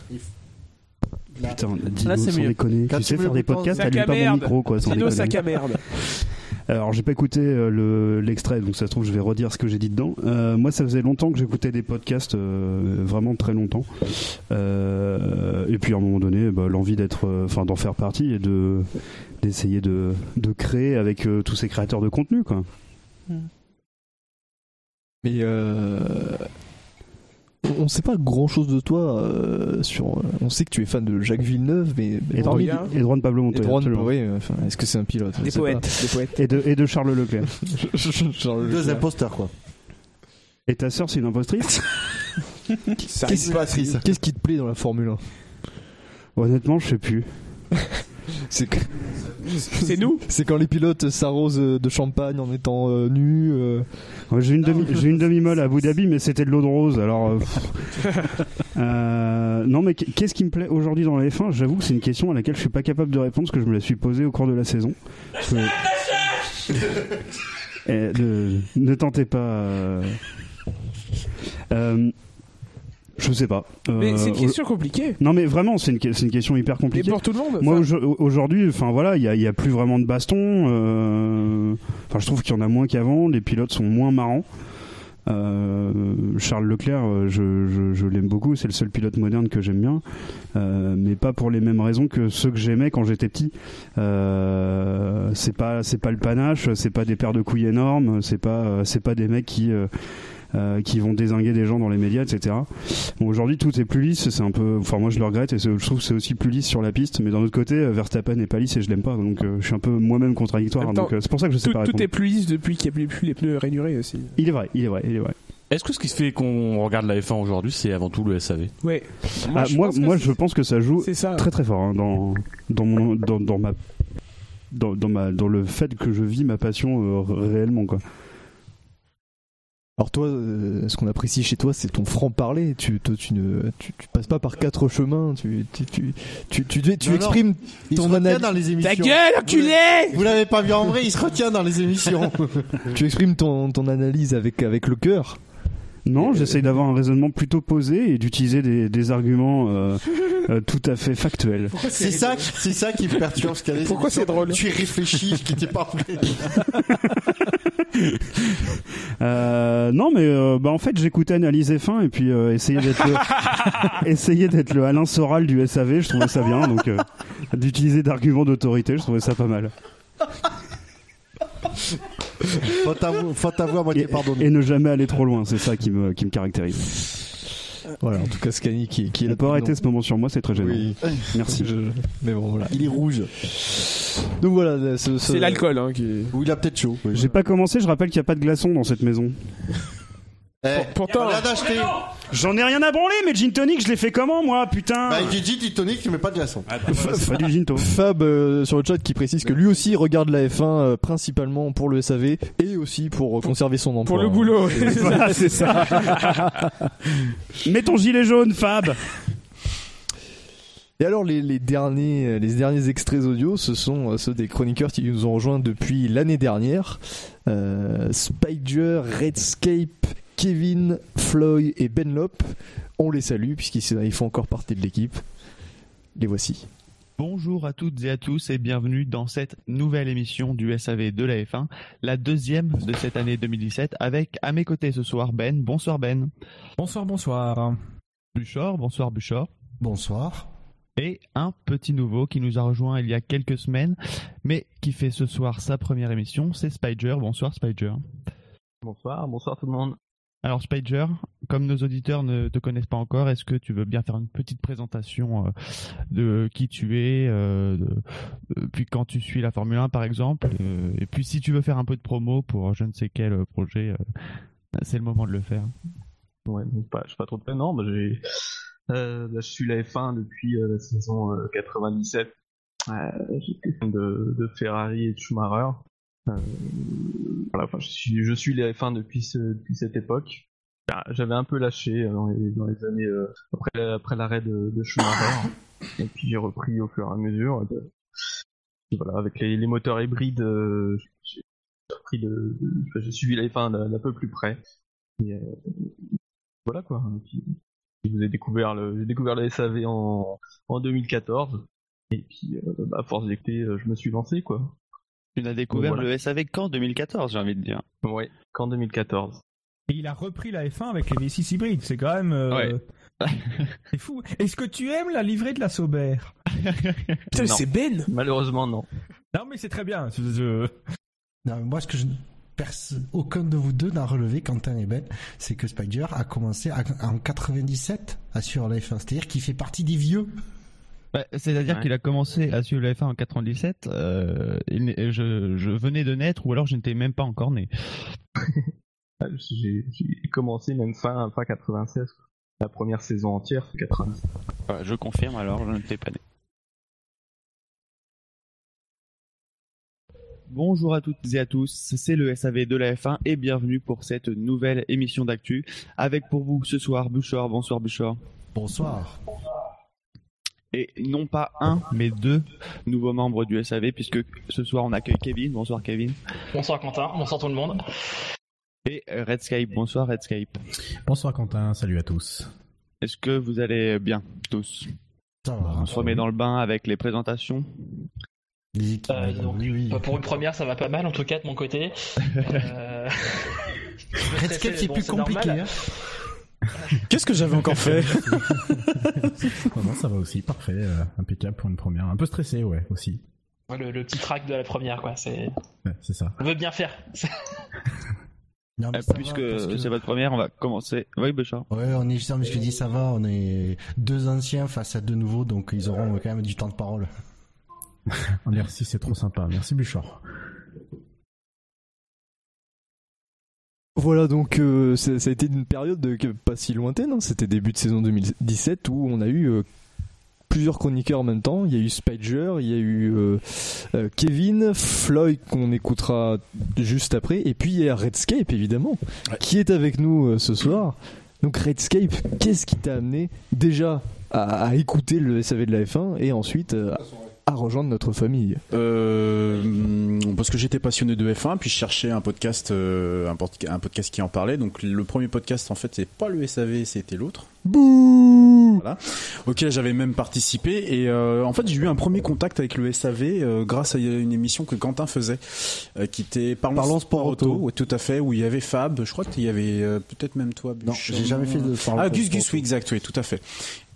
[SPEAKER 20] Putain,
[SPEAKER 8] Là,
[SPEAKER 20] Dino,
[SPEAKER 8] c'est
[SPEAKER 20] sans
[SPEAKER 8] mieux.
[SPEAKER 20] déconner,
[SPEAKER 8] Quand
[SPEAKER 20] tu
[SPEAKER 8] tu
[SPEAKER 20] sais
[SPEAKER 8] mets
[SPEAKER 20] faire
[SPEAKER 8] le
[SPEAKER 20] des
[SPEAKER 8] bouton
[SPEAKER 20] podcasts,
[SPEAKER 8] sac
[SPEAKER 20] allume
[SPEAKER 8] à
[SPEAKER 20] pas mon
[SPEAKER 8] merde.
[SPEAKER 20] micro quoi, sans
[SPEAKER 8] Dino,
[SPEAKER 20] déconner.
[SPEAKER 8] sac à merde.
[SPEAKER 20] Alors j'ai pas écouté euh, le- l'extrait, donc ça se trouve je vais redire ce que j'ai dit dedans. Euh, moi ça faisait longtemps que j'écoutais des podcasts, euh, vraiment très longtemps. Euh, et puis à un moment donné, bah, l'envie d'être, euh, enfin d'en faire partie et de d'essayer de, de créer avec euh, tous ces créateurs de contenu quoi.
[SPEAKER 6] Mais euh, on on sait pas grand chose de toi. euh, sur, euh, on sait que tu es fan de Jacques Villeneuve, mais mais
[SPEAKER 20] Et de-
[SPEAKER 6] parmi-
[SPEAKER 20] et de Juan Pablo Montoya,
[SPEAKER 6] Et de Juan-
[SPEAKER 20] absolument.
[SPEAKER 6] oui, euh, enfin, est-ce que c'est un pilote On
[SPEAKER 20] Des
[SPEAKER 6] sait
[SPEAKER 20] poètes,
[SPEAKER 6] pas.
[SPEAKER 20] des Et de, et de Charles Leclerc.
[SPEAKER 6] Charles
[SPEAKER 2] Deux
[SPEAKER 6] Leclerc.
[SPEAKER 2] imposteurs, quoi.
[SPEAKER 20] Et ta sœur c'est une impostrice
[SPEAKER 6] Qu'est-ce qu'est-ce qui te plaît dans la Formule 1
[SPEAKER 20] Honnêtement, je sais plus.
[SPEAKER 6] C'est nous C'est quand les pilotes s'arrosent de champagne en étant euh, nus. euh.
[SPEAKER 20] Ouais, J'ai une demi, j'ai une demi-molle à Abu Dhabi, mais c'était de l'eau de rose. Alors, euh, pff. Euh, non, mais qu- qu'est-ce qui me plaît aujourd'hui dans la F1 J'avoue que c'est une question à laquelle je suis pas capable de répondre, parce que je me la suis posée au cours de la saison. Parce que- Eh, ne, ne tentez pas. euh. Euh, je sais pas.
[SPEAKER 8] Mais
[SPEAKER 20] Euh,
[SPEAKER 8] c'est une question
[SPEAKER 20] au-
[SPEAKER 8] compliquée.
[SPEAKER 20] non mais vraiment, c'est une, que- c'est une question hyper compliquée.
[SPEAKER 8] Mais pour tout le monde,
[SPEAKER 20] Moi
[SPEAKER 8] enfin-
[SPEAKER 20] aujo- aujourd'hui, enfin voilà, il y a, il y a plus vraiment de baston. euh, Enfin, je trouve qu'il y en a moins qu'avant. Les pilotes sont moins marrants. Euh, Charles Leclerc, euh, je, je- je l'aime beaucoup. C'est le seul pilote moderne que j'aime bien, Euh, mais pas pour les mêmes raisons que ceux que j'aimais quand j'étais petit. Euh, c'est pas c'est pas le panache, c'est pas des paires de couilles énormes, c'est pas euh, c'est pas des mecs qui euh, euh, qui vont désinguer des gens dans les médias, etc. Bon, aujourd'hui, tout est plus lisse, c'est un peu. Enfin, moi, je le regrette et c'est- je trouve que c'est aussi plus lisse sur la piste, mais d'un autre côté, euh, Verstappen n'est pas lisse et je l'aime pas, donc euh, je suis un peu moi-même contradictoire.
[SPEAKER 8] Attends,
[SPEAKER 20] donc euh, c'est pour ça que je sais
[SPEAKER 8] tout,
[SPEAKER 20] pas
[SPEAKER 8] Tout
[SPEAKER 20] répondre.
[SPEAKER 8] est plus lisse depuis qu'il n'y a plus les pneus rainurés aussi.
[SPEAKER 20] Il est vrai, il est vrai, il est vrai.
[SPEAKER 5] Est-ce que ce qui fait qu'on regarde la F1 aujourd'hui, c'est avant tout le SAV
[SPEAKER 8] Ouais.
[SPEAKER 20] Ah, Moi, moi,
[SPEAKER 8] pense que
[SPEAKER 20] je pense que ça joue
[SPEAKER 8] c'est ça.
[SPEAKER 20] très très fort hein, dans dans mon dans, dans ma dans, dans ma dans le fait que je vis ma passion euh, réellement quoi.
[SPEAKER 6] Alors toi, euh, ce qu'on apprécie chez toi, c'est ton franc-parler. Tu, toi, tu ne, tu, tu passes pas par quatre chemins. Tu, tu, tu, tu, tu, tu,
[SPEAKER 2] Non, non,
[SPEAKER 6] exprimes
[SPEAKER 2] il se
[SPEAKER 6] ton
[SPEAKER 2] retient
[SPEAKER 6] analyse
[SPEAKER 2] dans les émissions. Vous l'avez- Vous l'avez pas vu en vrai, il se retient dans les émissions.
[SPEAKER 6] tu exprimes ton, ton analyse avec avec le cœur. euh,
[SPEAKER 20] Non, j'essaye d'avoir un raisonnement plutôt posé et d'utiliser des, des arguments euh, euh, tout à fait factuels.
[SPEAKER 2] C'est ça, c'est ça qui me perturbe ce qu'elle est. Pourquoi c'est drôle Tu y réfléchis, ce qui t'est pas vrai.
[SPEAKER 20] Euh, non, mais euh, bah, en fait, j'écoutais Analyse F1 et puis euh, essayer d'être le, essayer d'être le Alain Soral du SAV, je trouvais ça bien. Donc, euh, d'utiliser d'arguments d'autorité, je trouvais ça pas mal.
[SPEAKER 2] Faut t'avou- faut t'avouer à moitié pardonné.
[SPEAKER 20] Et ne jamais aller trop loin, c'est ça qui me, qui me caractérise.
[SPEAKER 6] Voilà, en tout cas, Scani qui, qui est
[SPEAKER 20] On peut arrêter ce moment sur moi, c'est très gênant. Merci.
[SPEAKER 6] Mais bon, voilà.
[SPEAKER 2] Il est rouge.
[SPEAKER 6] Donc voilà, ce- ce-
[SPEAKER 8] C'est l'alcool hein, qui.
[SPEAKER 2] Ou il a peut-être chaud.
[SPEAKER 20] J'ai pas commencé, je rappelle qu'il n'y a pas de glaçon dans cette maison.
[SPEAKER 2] pourtant, on l'a acheté.
[SPEAKER 20] J'en ai rien à branler, mais gin tonic, je l'ai fait comment moi, putain Ah, bah,
[SPEAKER 2] Bah, il dit du tonic, tu mets pas de glaçon.
[SPEAKER 20] pas du ginto. hein.
[SPEAKER 6] Fab euh, sur le chat qui précise que lui aussi regarde la F1 euh, principalement pour le SAV et aussi pour euh, conserver son emploi.
[SPEAKER 8] Pour le boulot.
[SPEAKER 20] Voilà, c'est ça. Mets ton gilet jaune, Fab.
[SPEAKER 6] Et alors les, les derniers euh, les derniers extraits audio, ce sont euh, ceux des chroniqueurs qui nous ont rejoints depuis l'année dernière. Euh, Spider, Redscape, Kevin, Floyd et Benlop. On les salue puisqu'ils ils font encore partie de l'équipe. Les voici.
[SPEAKER 11] Bonjour à toutes et à tous et bienvenue dans cette nouvelle émission du SAV de la F1, la deuxième de cette année 2017 avec à mes côtés ce soir Ben. Bonsoir Ben. Bonsoir, bonsoir. Buchor, bonsoir Buchor. Bonsoir. Et un petit nouveau qui nous a rejoint il y a quelques semaines mais qui fait ce soir sa première émission, c'est Spider. Bonsoir Spider.
[SPEAKER 43] Bonsoir, bonsoir tout le monde.
[SPEAKER 11] Alors Spider, comme nos auditeurs ne te connaissent pas encore, est-ce que tu veux bien faire une petite présentation euh, de qui tu es, euh, de- euh, puis quand tu suis la Formule 1 par exemple, euh, et puis si tu veux faire un peu de promo pour je ne sais quel euh, projet, euh, c'est le moment de le faire.
[SPEAKER 10] Ouais, donc pas, j'ai pas trop de peine. Non, bah, j'ai, euh, bah, je suis la F1 depuis euh, la saison euh, 97. Euh, J'étais fan de, de Ferrari et de Schumacher. Euh, voilà, enfin, je suis, je suis la F1 depuis, ce- depuis cette époque. Ah, J'avais un peu lâché euh, dans les, dans les années euh, après, après l'arrêt de, de Schumacher, et puis j'ai repris au fur et à mesure. Et de- et voilà, avec les, les moteurs hybrides, euh, j'ai j'ai repris de, de- j'ai suivi la F1 d'un d'un peu plus près. Et, euh, voilà quoi. Et puis, je vous ai découvert le, j'ai découvert le SAV en, en 2014. Et puis, euh, bah, à force d'écouter, euh, je me suis lancé quoi.
[SPEAKER 11] Tu n'as découvert le SAV qu'en 2014, j'ai envie de dire.
[SPEAKER 10] Ouais, qu'en 2014.
[SPEAKER 8] Et il a repris la F1 avec les V6 hybrides, c'est quand même. euh, c'est fou. Est-ce que tu aimes la livrée de la Sauber
[SPEAKER 10] Non. Non. Malheureusement, non.
[SPEAKER 8] Non, mais c'est très bien. Je- je-
[SPEAKER 2] Non, mais moi, ce que je, perso- aucun de vous deux n'a relevé, Quentin et Ben, c'est que Spider a commencé à- en 97 à suivre la F1. C'est-à-dire qu'il fait partie des vieux.
[SPEAKER 11] Bah, C'est-à-dire
[SPEAKER 2] Ouais.
[SPEAKER 11] qu'il a commencé à suivre la F1 en 97. euh, il n'est- je, je venais de naître ou alors je n'étais même pas encore né.
[SPEAKER 10] Ah, J'ai j'ai commencé même fin, fin 96. quoi. La première saison entière, c'est 96.
[SPEAKER 11] je confirme alors, je n'étais pas né. Bonjour à toutes et à tous, c'est le SAV de la F1 et bienvenue pour cette nouvelle émission d'actu. Avec pour vous ce soir Bouchard, bonsoir Bouchard.
[SPEAKER 2] Bonsoir.
[SPEAKER 11] Et non pas un, mais deux nouveaux membres du SAV puisque ce soir on accueille Kevin, bonsoir Kevin.
[SPEAKER 44] Bonsoir Quentin, bonsoir tout le monde.
[SPEAKER 11] Et euh, Redscape, bonsoir Redscape.
[SPEAKER 45] Bonsoir Quentin, salut à tous.
[SPEAKER 11] Est-ce que vous allez bien tous
[SPEAKER 2] Ça va.
[SPEAKER 11] On se remet dans le bain avec les présentations.
[SPEAKER 44] Euh, dis donc, euh, Pour une première, ça va pas mal en tout cas de mon côté. Euh...
[SPEAKER 2] Redscape, c'est
[SPEAKER 44] Bon,
[SPEAKER 2] plus compliqué.
[SPEAKER 44] normal.
[SPEAKER 8] Qu'est-ce que j'avais encore fait
[SPEAKER 45] Non, non, ça va aussi, parfait, euh, impeccable pour une première. Un peu stressé, ouais, aussi.
[SPEAKER 44] Le, le petit track de la première, quoi. C'est...
[SPEAKER 45] Ouais, c'est ça.
[SPEAKER 44] On veut bien faire.
[SPEAKER 11] Euh, puisque c'est votre première, on va commencer. Oui, Béchard.
[SPEAKER 2] Ouais, on est, non, mais je te dis, ça va, on est deux anciens face à deux nouveaux, donc ils auront quand même du temps de parole.
[SPEAKER 45] Merci, c'est trop sympa. Merci Bouchard.
[SPEAKER 6] Voilà, donc euh, c'est- ça a été une période de- que- pas si lointaine, hein. c'était début de saison 2017 où on a eu euh, plusieurs chroniqueurs en même temps. Il y a eu Spider, il y a eu euh, euh, Kevin, Floyd qu'on écoutera juste après, et puis il y a Redscape évidemment, qui est avec nous euh, ce soir. Donc Redscape, qu'est-ce qui t'a amené déjà à, à écouter le SAV de la F1 et ensuite euh, à rejoindre notre famille
[SPEAKER 7] Euh, hum, parce que j'étais passionné de F1, puis je cherchais un podcast, euh, un, podca- un podcast qui en parlait. Donc le premier podcast, en fait, c'est pas le SAV, c'était l'autre. Bouh voilà. Auquel j'avais même participé. Et euh, en fait, j'ai eu un premier contact avec le SAV euh, grâce à une émission que Quentin faisait, euh, qui était Parlons, Sport Auto. ouais, tout à fait, où il y avait Fab. Je crois qu'il y avait euh, peut-être même toi.
[SPEAKER 46] Non,
[SPEAKER 7] Buchon.
[SPEAKER 46] j'ai jamais fait de Parlons
[SPEAKER 7] Ah,
[SPEAKER 46] Sport
[SPEAKER 7] Gus
[SPEAKER 46] Auto.
[SPEAKER 7] Gus, oui, exact, oui, tout à fait.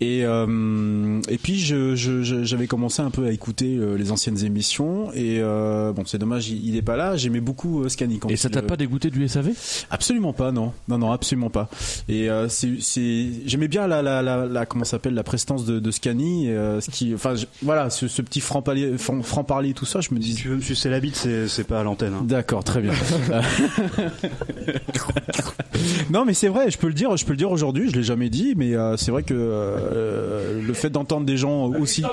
[SPEAKER 7] Et, euh, et puis, je- je- je- j'avais commencé un peu à écouter euh, les anciennes émissions. Et euh, bon, c'est dommage, il n'est pas là. J'aimais beaucoup euh, Scani.
[SPEAKER 2] Et ça t'a pas
[SPEAKER 7] dégoûté du SAV Absolument pas, non. Non, non, absolument pas. Et euh, c'est- c'est- j'aimais bien la, la, la, la- comment ça s'appelle, la prestance de, de Scani. et, euh, ce qui, enfin, je- voilà, ce, ce petit franc-parler, franc- franc-parler, tout ça, je me dis. tu veux me sucer la bite, c'est pas à l'antenne. hein. D'accord, très bien. non mais c'est vrai, je peux le dire, je peux le dire aujourd'hui, je l'ai jamais dit, mais euh, c'est vrai que euh, le fait d'entendre des gens aussi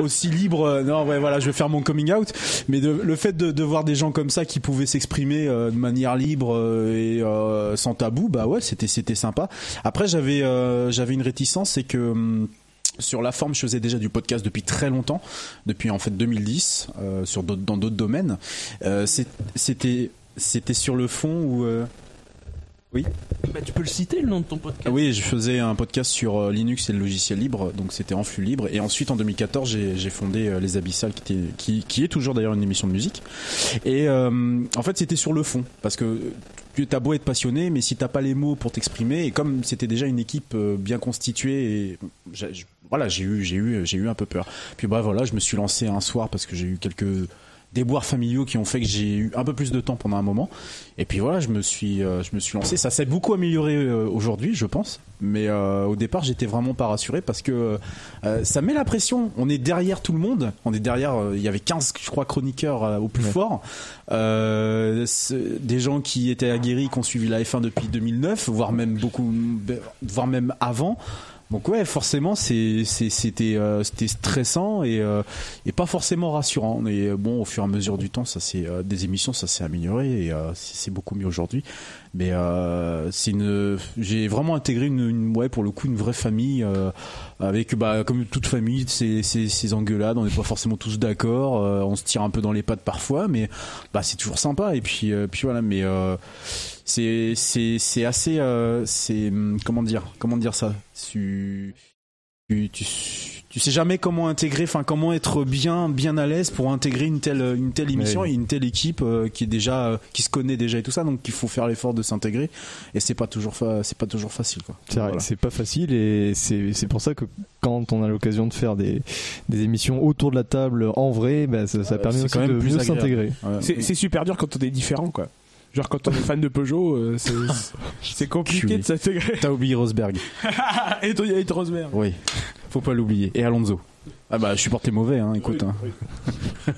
[SPEAKER 7] aussi libres, euh, non ouais voilà, je vais faire mon coming out, mais de- le fait de, de voir des gens comme ça qui pouvaient s'exprimer euh, de manière libre euh, et euh, sans tabou, bah ouais, c'était c'était sympa. Après j'avais euh, j'avais une réticence, c'est que hum, sur la forme, je faisais déjà du podcast depuis très longtemps, depuis en fait 2010, euh, sur d'autres- dans d'autres domaines. Euh, c'est- c'était c'était sur le fond où euh, oui.
[SPEAKER 4] Bah, tu peux le citer le nom de ton podcast.
[SPEAKER 7] Ah Oui, je faisais un podcast sur euh, Linux et le logiciel libre, donc c'était en flux libre. Et ensuite, en 2014, j'ai- j'ai fondé euh, Les Abyssales, qui, était- qui, qui est toujours d'ailleurs une émission de musique. Et euh, en fait, c'était sur le fond, parce que tu as beau être passionné, mais si t'as pas les mots pour t'exprimer, et comme c'était déjà une équipe euh, bien constituée, et j'ai- j'ai- voilà, j'ai eu, j'ai eu, j'ai eu un peu peur. Puis bah voilà, je me suis lancé un soir parce que j'ai eu quelques déboires familiaux qui ont fait que j'ai eu un peu plus de temps pendant un moment. Et puis voilà, je me suis, euh, je me suis lancé. Ça s'est beaucoup amélioré euh, aujourd'hui, je pense. Mais euh, au départ, j'étais vraiment pas rassuré parce que euh, ça met la pression. On est derrière tout le monde. On est derrière. euh, Il y avait 15, je crois, chroniqueurs euh, au plus fort. Euh, c'est- des gens qui étaient aguerris, qui ont suivi la F1 depuis 2009, voire même beaucoup, voire même avant. Donc ouais, forcément, c'est- c'est- c'était euh, c'était stressant et, euh, et pas forcément rassurant. Mais euh, bon, au fur et à mesure du temps, ça c'est des émissions, ça s'est amélioré et euh, c'est c'est beaucoup mieux aujourd'hui. Mais euh, c'est une, j'ai vraiment intégré une, une- ouais pour le coup une vraie famille euh, avec bah comme toute famille, ces ces ces engueulades, on n'est pas forcément tous d'accord, euh, on se tire un peu dans les pattes parfois, mais bah c'est toujours sympa. Et puis euh, puis voilà, mais euh, c'est c'est c'est assez euh, c'est hum, comment dire comment dire ça tu tu, tu tu sais jamais comment intégrer enfin comment être bien bien à l'aise pour intégrer une telle une telle émission
[SPEAKER 47] Ouais.
[SPEAKER 7] et une telle équipe euh, qui est déjà euh, qui se connaît déjà et tout ça donc il faut faire l'effort de s'intégrer et c'est pas toujours fa- c'est pas toujours facile quoi
[SPEAKER 6] C'est vrai, c'est pas facile et c'est c'est pour ça que quand on a l'occasion de faire des, des émissions autour de la table en vrai, bah, ça,
[SPEAKER 7] Euh,
[SPEAKER 6] ça permet
[SPEAKER 8] C'est
[SPEAKER 6] aussi de mieux s'intégrer.
[SPEAKER 8] C'est c'est super dur quand on est différent, quoi. Genre quand on est fan de Peugeot, euh, c'est- c'est compliqué de s'intégrer.
[SPEAKER 7] T'as oublié Rosberg.
[SPEAKER 8] et toi, il y a Rosberg.
[SPEAKER 7] oui faut pas l'oublier et Alonso ah bah je suis porté mauvais hein écoute hein.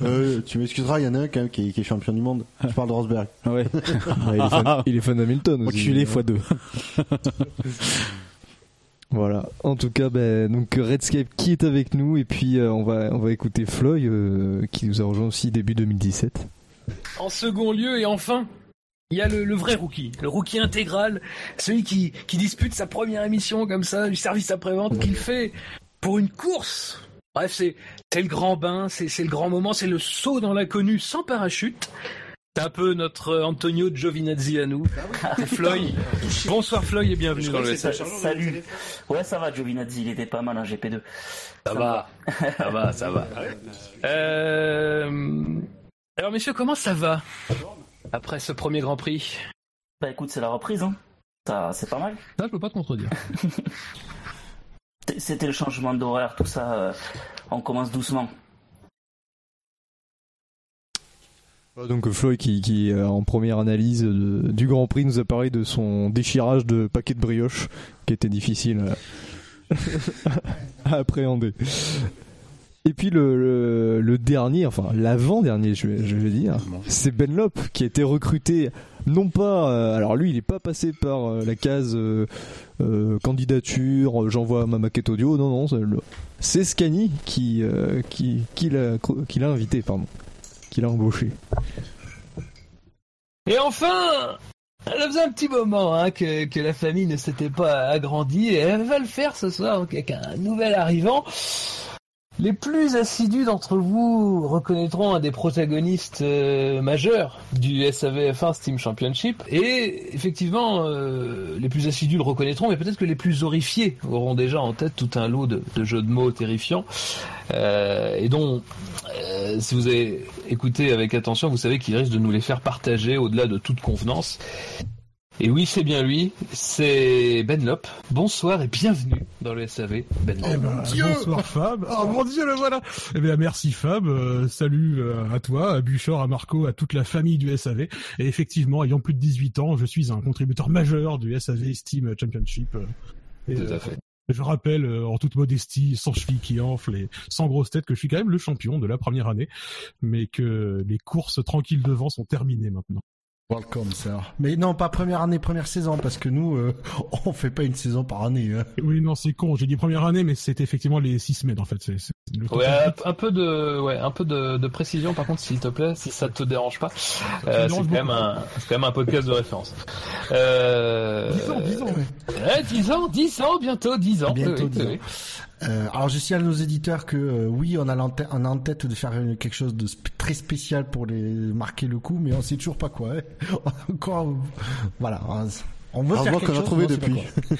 [SPEAKER 47] Euh, tu m'excuseras, il y en a un quand même qui est, qui est champion du monde. Je parle de Rosberg.
[SPEAKER 7] Ouais.
[SPEAKER 6] Ah, il, est fan, il est fan d'Hamilton aussi.
[SPEAKER 7] Enculé fois deux.
[SPEAKER 6] Voilà. En tout cas, ben, donc Redscape qui est avec nous et puis euh, on va on va écouter Floyd euh, qui nous a rejoint aussi début 2017.
[SPEAKER 44] En second lieu et enfin, il y a le, le vrai rookie, le rookie intégral, celui qui, qui dispute sa première émission comme ça, du service après-vente qu'il fait pour une course. Bref, c'est c'est le grand bain, c'est c'est le grand moment, c'est le saut dans l'inconnu sans parachute. C'est un peu notre euh, Antonio Giovinazzi à nous. C'est Floyd. Bonsoir Floyd et bienvenue dans le
[SPEAKER 4] Sa-
[SPEAKER 44] SH.
[SPEAKER 4] Salut. Ouais, ça va, Giovinazzi, il était pas mal hein, en GP2.
[SPEAKER 44] Ça va. Ça va, ça va.
[SPEAKER 8] Ah
[SPEAKER 44] Euh, Alors messieurs, comment ça va après ce premier Grand Prix
[SPEAKER 4] Bah écoute, c'est la reprise, hein. Ça, c'est pas mal.
[SPEAKER 44] Ça, je peux pas te contredire.
[SPEAKER 4] C'était le changement d'horaire, tout ça. euh, on commence doucement.
[SPEAKER 6] Donc euh, Floyd qui, qui, euh, en première analyse de- du Grand Prix nous a parlé de son déchirage de paquet de brioche qui était difficile euh, à appréhender. Et puis le, le- le dernier, enfin l'avant-dernier je, vais- je vais dire, c'est Ben Lop qui a été recruté non pas, euh, alors lui il n'est pas passé par euh, la case euh, euh, candidature, euh, j'envoie ma maquette audio, non non, c'est le- c'est Scani qui, euh, qui, qui l'a cro- qui l'a invité, pardon, qui l'a embauché.
[SPEAKER 44] Et enfin, elle faisait un petit moment hein, que, que la famille ne s'était pas agrandie et elle va le faire ce soir donc avec un nouvel arrivant. Les plus assidus d'entre vous reconnaîtront un des protagonistes euh, majeurs du SAVF1 Steam Championship et effectivement euh, les plus assidus le reconnaîtront mais peut-être que les plus horrifiés auront déjà en tête tout un lot de, de jeux de mots terrifiants euh, et dont euh, si vous avez écouté avec attention vous savez qu'il risque de nous les faire partager au-delà de toute convenance. Et oui, c'est bien lui, c'est Ben Lop. Bonsoir et bienvenue dans le SAV, Ben Lop.
[SPEAKER 10] Eh ben, bonsoir Fab. Oh mon dieu, le voilà. Eh bien, merci Fab. Euh, salut euh, à toi, à Buchor, à Marco, à toute la famille du SAV. Et effectivement, ayant plus de 18 ans, je suis un contributeur majeur du SAV Steam Championship. Euh, et,
[SPEAKER 44] Tout à
[SPEAKER 10] euh,
[SPEAKER 44] fait.
[SPEAKER 10] Je rappelle euh, en toute modestie, sans cheville qui enfle et sans grosse tête, que je suis quand même le champion de la première année, mais que les courses tranquilles devant sont terminées maintenant.
[SPEAKER 2] Welcome, sir. Mais non, pas première année, première saison, parce que nous, euh, on fait pas une saison par année. hein.
[SPEAKER 10] Oui, non, c'est con. J'ai dit première année, mais c'est effectivement les six semaines en fait. C'est- c'est le
[SPEAKER 44] Ouais, un, un peu de, ouais, un peu de, de précision par contre, s'il te plaît, si ça te dérange pas. Euh, c'est quand même un, c'est quand même un podcast de référence. Euh... 10 ans, 10 ans, ouais. 10 Eh, ans, 10 ans, bientôt 10 ans.
[SPEAKER 2] Bientôt,
[SPEAKER 44] oui,
[SPEAKER 2] dis
[SPEAKER 44] oui,
[SPEAKER 2] donc.
[SPEAKER 44] oui.
[SPEAKER 2] Euh, alors, je signale à nos éditeurs que euh, oui, on a, l'ente- on a en tête de faire euh, quelque chose de sp- très spécial pour les marquer le coup, mais on sait toujours pas quoi. hein. On a encore, voilà, on-
[SPEAKER 48] On veut
[SPEAKER 2] Heureusement
[SPEAKER 48] faire quelque
[SPEAKER 2] qu'on a
[SPEAKER 48] chose,
[SPEAKER 2] trouvé
[SPEAKER 48] moi, je suis
[SPEAKER 2] depuis.
[SPEAKER 48] d'accord.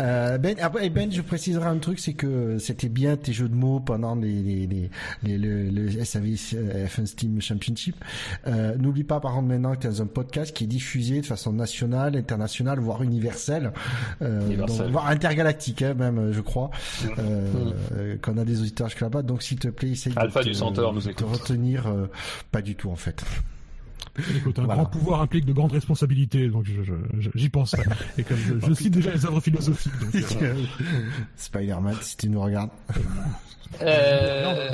[SPEAKER 48] Euh, ben, après, et ben, je préciserai un truc, c'est que c'était bien tes jeux de mots pendant les, les, les, les- le, le SAV euh, F1 Steam Championship. Euh, N'oublie pas par contre maintenant que tu as un podcast qui est diffusé de façon nationale, internationale, voire universelle, euh,
[SPEAKER 2] Universelle.
[SPEAKER 48] donc, voire intergalactique hein, même, euh, je crois, euh, euh, qu'on a des auditeurs jusque là-bas. Donc s'il te plaît, essaye
[SPEAKER 9] Mm. Alpha
[SPEAKER 48] de te-
[SPEAKER 9] du Centaure nous
[SPEAKER 48] de
[SPEAKER 9] écoute.
[SPEAKER 48] retenir, euh, pas du tout en fait.
[SPEAKER 33] Écoute, un
[SPEAKER 48] Voilà.
[SPEAKER 33] grand pouvoir implique de grandes responsabilités, donc je- je- je- j'y pense. Et comme je, je cite déjà les œuvres philosophiques, donc euh,
[SPEAKER 48] Spider-Man, si tu nous regardes.
[SPEAKER 9] Euh...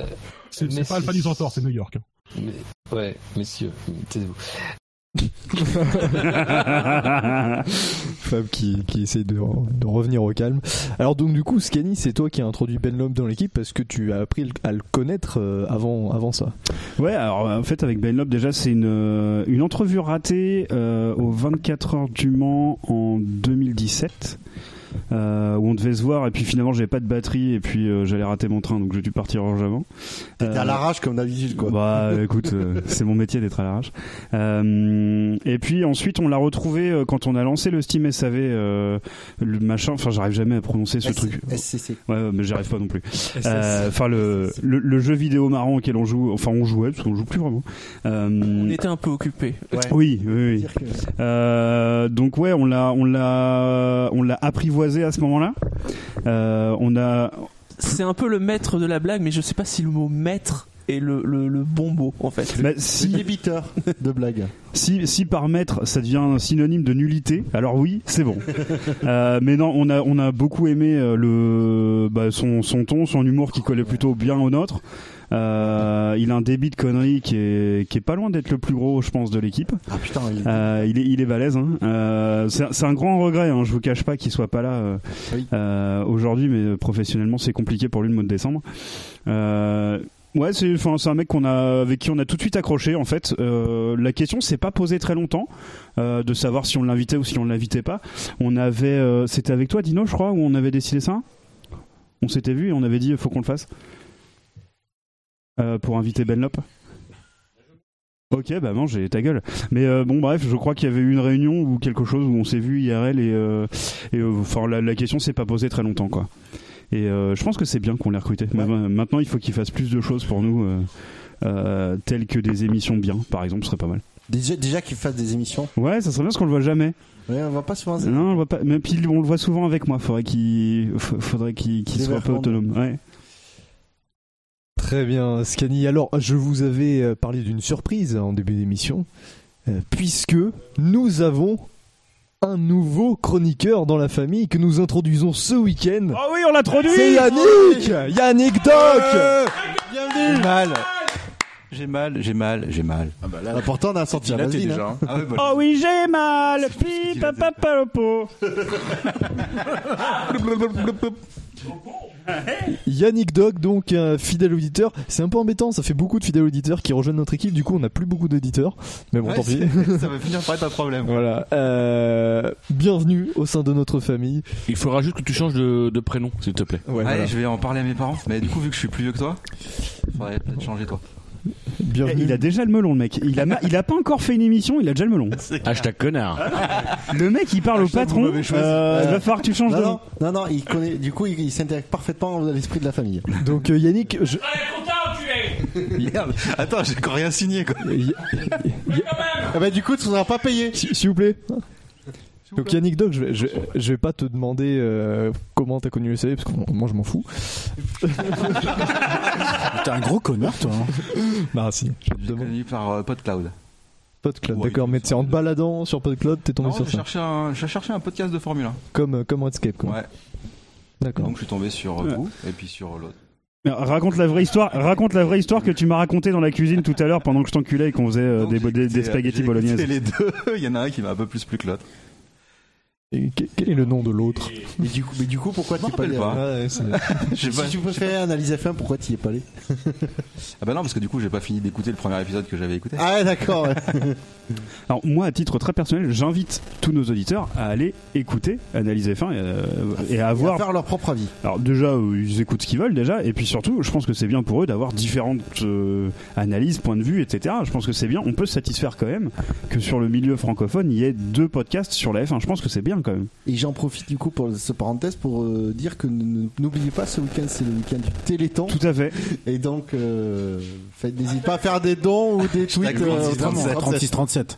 [SPEAKER 33] c'est c'est pas Alpha du Centaure, c'est New York. hein.
[SPEAKER 9] Ouais, messieurs, taisez-vous.
[SPEAKER 6] Fab qui, qui essaye de, de revenir au calme. Alors donc du coup, Scanny, c'est toi qui as introduit Ben Lomb dans l'équipe parce que tu as appris à le connaître euh, avant, avant ça.
[SPEAKER 20] Ouais, alors en fait avec Ben Lop déjà c'est une euh, une entrevue ratée euh, aux 24 heures du Mans en 2017. euh, où on devait se voir et puis finalement j'avais pas de batterie et puis euh, j'allais rater mon train donc j'ai dû partir en avant.
[SPEAKER 2] T'étais à l'arrache comme d'habitude quoi.
[SPEAKER 20] Bah écoute, euh, c'est mon métier d'être à l'arrache. Euh, et puis ensuite on l'a retrouvé euh, quand on a lancé le Steam SAV, euh, le machin, enfin j'arrive jamais à prononcer ce truc.
[SPEAKER 2] SCC.
[SPEAKER 20] Ouais, ouais, mais j'y arrive pas non plus.
[SPEAKER 2] SCC.
[SPEAKER 20] Euh, Enfin le, le, le jeu vidéo marrant auquel on joue, enfin on jouait parce qu'on joue plus vraiment. on
[SPEAKER 4] était un peu occupé.
[SPEAKER 20] Oui, oui, oui. Euh, donc ouais, on l'a, on l'a, on l'a apprivoisé à ce moment-là. Euh, on a
[SPEAKER 4] C'est un peu le maître de la blague, mais je sais pas si le mot maître est le, le, le bon mot en fait.
[SPEAKER 20] Bah, si-
[SPEAKER 2] L'ébiteur de blague.
[SPEAKER 20] Si, si par mètre ça devient un synonyme de nullité, alors oui, c'est bon. Euh, mais non, on a, on a beaucoup aimé euh, le, bah, son, son ton, son humour qui collait plutôt bien au nôtre. Euh, il a un débit de conneries qui est, qui est pas loin d'être le plus gros, je pense, de l'équipe.
[SPEAKER 2] Ah putain, il-
[SPEAKER 20] Euh, il est, il est balèze. Hein. Euh, c'est c'est un grand regret. Hein. Je vous cache pas qu'il soit pas là euh, euh, aujourd'hui, mais euh, professionnellement, c'est compliqué pour lui le mois de décembre. Euh, ouais, c'est enfin, c'est un mec qu'on a avec qui on a tout de suite accroché. En fait, Euh, la question s'est pas posée très longtemps euh, de savoir si on l'invitait ou si on l'invitait pas. On avait, euh, c'était avec toi, Dino, je crois, où on avait décidé ça. On s'était vu et on avait dit, faut qu'on le fasse Euh, pour inviter Ben Lop. Ok, bah mange et ta gueule. Mais euh, bon, bref, je crois qu'il y avait eu une réunion ou quelque chose où on s'est vu IRL et, euh, et euh, enfin, la, la question s'est pas posée très longtemps, quoi. Et euh, je pense que c'est bien qu'on l'ait recruté. Ma- ma- Maintenant, il faut qu'il fasse plus de choses pour nous, euh, euh, telles que des émissions bien, par exemple, ce serait pas mal.
[SPEAKER 2] Déjà, déjà qu'il fasse des émissions.
[SPEAKER 20] Ouais, ça serait bien parce qu'on le voit jamais.
[SPEAKER 2] Ouais, on va pas souvent.
[SPEAKER 20] Non, on le voit pas. Mais puis, on le voit souvent avec moi. Faudrait qu'il, f- faudrait qu'il, qu'il soit un peu
[SPEAKER 2] Dévergondre.
[SPEAKER 20] autonome. Ouais.
[SPEAKER 6] Très bien, Scanny. Alors, je vous avais euh, parlé d'une surprise en début d'émission, euh, puisque nous avons un nouveau chroniqueur dans la famille que nous introduisons ce week-end.
[SPEAKER 20] Oh oui, on l'introduit
[SPEAKER 6] C'est Yannick Yannick Doc
[SPEAKER 20] Ouais
[SPEAKER 6] Bienvenue mal.
[SPEAKER 23] J'ai mal, j'ai mal, j'ai mal. Ah bah là,
[SPEAKER 2] pourtant, on a senti
[SPEAKER 23] il
[SPEAKER 2] la
[SPEAKER 23] a été
[SPEAKER 2] vaseline,
[SPEAKER 23] déjà.
[SPEAKER 2] hein.
[SPEAKER 23] hein. Ah ouais, bah,
[SPEAKER 20] Oh oui, j'ai mal. Pi, papa, palopo.
[SPEAKER 6] Yannick Doc, donc un fidèle auditeur. C'est un peu embêtant, ça fait beaucoup de fidèles auditeurs qui rejoignent notre équipe, du coup on n'a plus beaucoup d'auditeurs. Mais bon,
[SPEAKER 23] Ouais,
[SPEAKER 6] tant pis.
[SPEAKER 23] c'est- ça va finir par être un problème.
[SPEAKER 6] Voilà. Euh, bienvenue au sein de notre famille.
[SPEAKER 5] Il faudra juste que tu changes de, de prénom, s'il te plaît.
[SPEAKER 23] Allez, je vais en parler à mes parents. Mais du coup, vu que je suis plus vieux que toi, faudrait peut-être changer toi.
[SPEAKER 20] Eh, Il a déjà le melon, le mec. Il a, ma- il a pas encore fait une émission, il a déjà le melon.
[SPEAKER 5] Hashtag connard.
[SPEAKER 20] Le mec, il parle au patron. euh, il va falloir que tu changes
[SPEAKER 2] non,
[SPEAKER 20] de nom.
[SPEAKER 2] non, non, non, il connaît. Du coup, il, il s'intègre parfaitement à l'esprit de la famille.
[SPEAKER 6] Donc euh, Yannick, je-
[SPEAKER 23] Merde. Attends, j'ai encore rien signé quoi.
[SPEAKER 2] Ah bah du coup, tu n'auras pas payé.
[SPEAKER 6] S'il vous plaît. Donc Yannick Doc, je vais, je, je vais pas te demander euh, comment t'as connu le CV parce que moi je m'en fous.
[SPEAKER 23] T'es un gros connard toi. hein.
[SPEAKER 6] Bah si.
[SPEAKER 23] J'ai connu par euh, PodCloud.
[SPEAKER 6] PodCloud, d'accord, mais c'est en te baladant sur PodCloud, t'es tombé
[SPEAKER 23] Non,
[SPEAKER 6] sur
[SPEAKER 23] je
[SPEAKER 6] ça.
[SPEAKER 23] cherchais un, je cherchais un podcast de Formule 1.
[SPEAKER 6] Comme, euh, comme Redscape, quoi.
[SPEAKER 23] Ouais.
[SPEAKER 6] D'accord.
[SPEAKER 23] Donc je suis tombé sur euh,
[SPEAKER 20] Ouais.
[SPEAKER 23] vous et puis sur l'autre.
[SPEAKER 20] Mais Raconte la vraie histoire. Raconte la vraie histoire que tu m'as racontée dans la cuisine tout à l'heure pendant que je t'enculais et qu'on faisait euh, des, bo- des, des
[SPEAKER 23] J'ai-
[SPEAKER 20] spaghettis
[SPEAKER 23] j'ai écouté
[SPEAKER 20] bolognaises.
[SPEAKER 23] les deux. Il y en a un qui m'a un peu plus plu que l'autre.
[SPEAKER 6] Et que- quel est le nom de l'autre
[SPEAKER 2] Mais du coup, mais du coup pourquoi
[SPEAKER 6] Je
[SPEAKER 2] t'es
[SPEAKER 6] m'en
[SPEAKER 2] pas allé hein
[SPEAKER 6] rappelle pas.
[SPEAKER 2] Ouais, ouais, c'est-
[SPEAKER 23] J'ai
[SPEAKER 2] Si
[SPEAKER 23] pas-
[SPEAKER 2] tu préférais analyser F1, pourquoi t'y es pas allé
[SPEAKER 23] Ah bah non, parce que du coup, j'ai pas fini d'écouter le premier épisode que j'avais écouté.
[SPEAKER 2] Ah ouais, d'accord. ouais.
[SPEAKER 20] Alors moi, à titre très personnel, j'invite tous nos auditeurs à aller écouter Analyse F1 et, euh, et à avoir
[SPEAKER 2] faire leur propre avis.
[SPEAKER 20] Alors déjà, euh, ils écoutent ce qu'ils veulent déjà, et puis surtout, je pense que c'est bien pour eux d'avoir différentes euh, analyses, points de vue, etc. Je pense que c'est bien. On peut se satisfaire quand même que sur le milieu francophone, il y ait deux podcasts sur la F1. Je pense que c'est bien quand même.
[SPEAKER 2] Et j'en profite du coup pour ce parenthèse pour euh, dire que n- n- n'oubliez pas ce week-end c'est le week-end du Téléthon.
[SPEAKER 20] Tout à fait.
[SPEAKER 2] Et donc euh, faites- n'hésitez pas à faire des dons ou des tweets. euh, vraiment.
[SPEAKER 6] 37.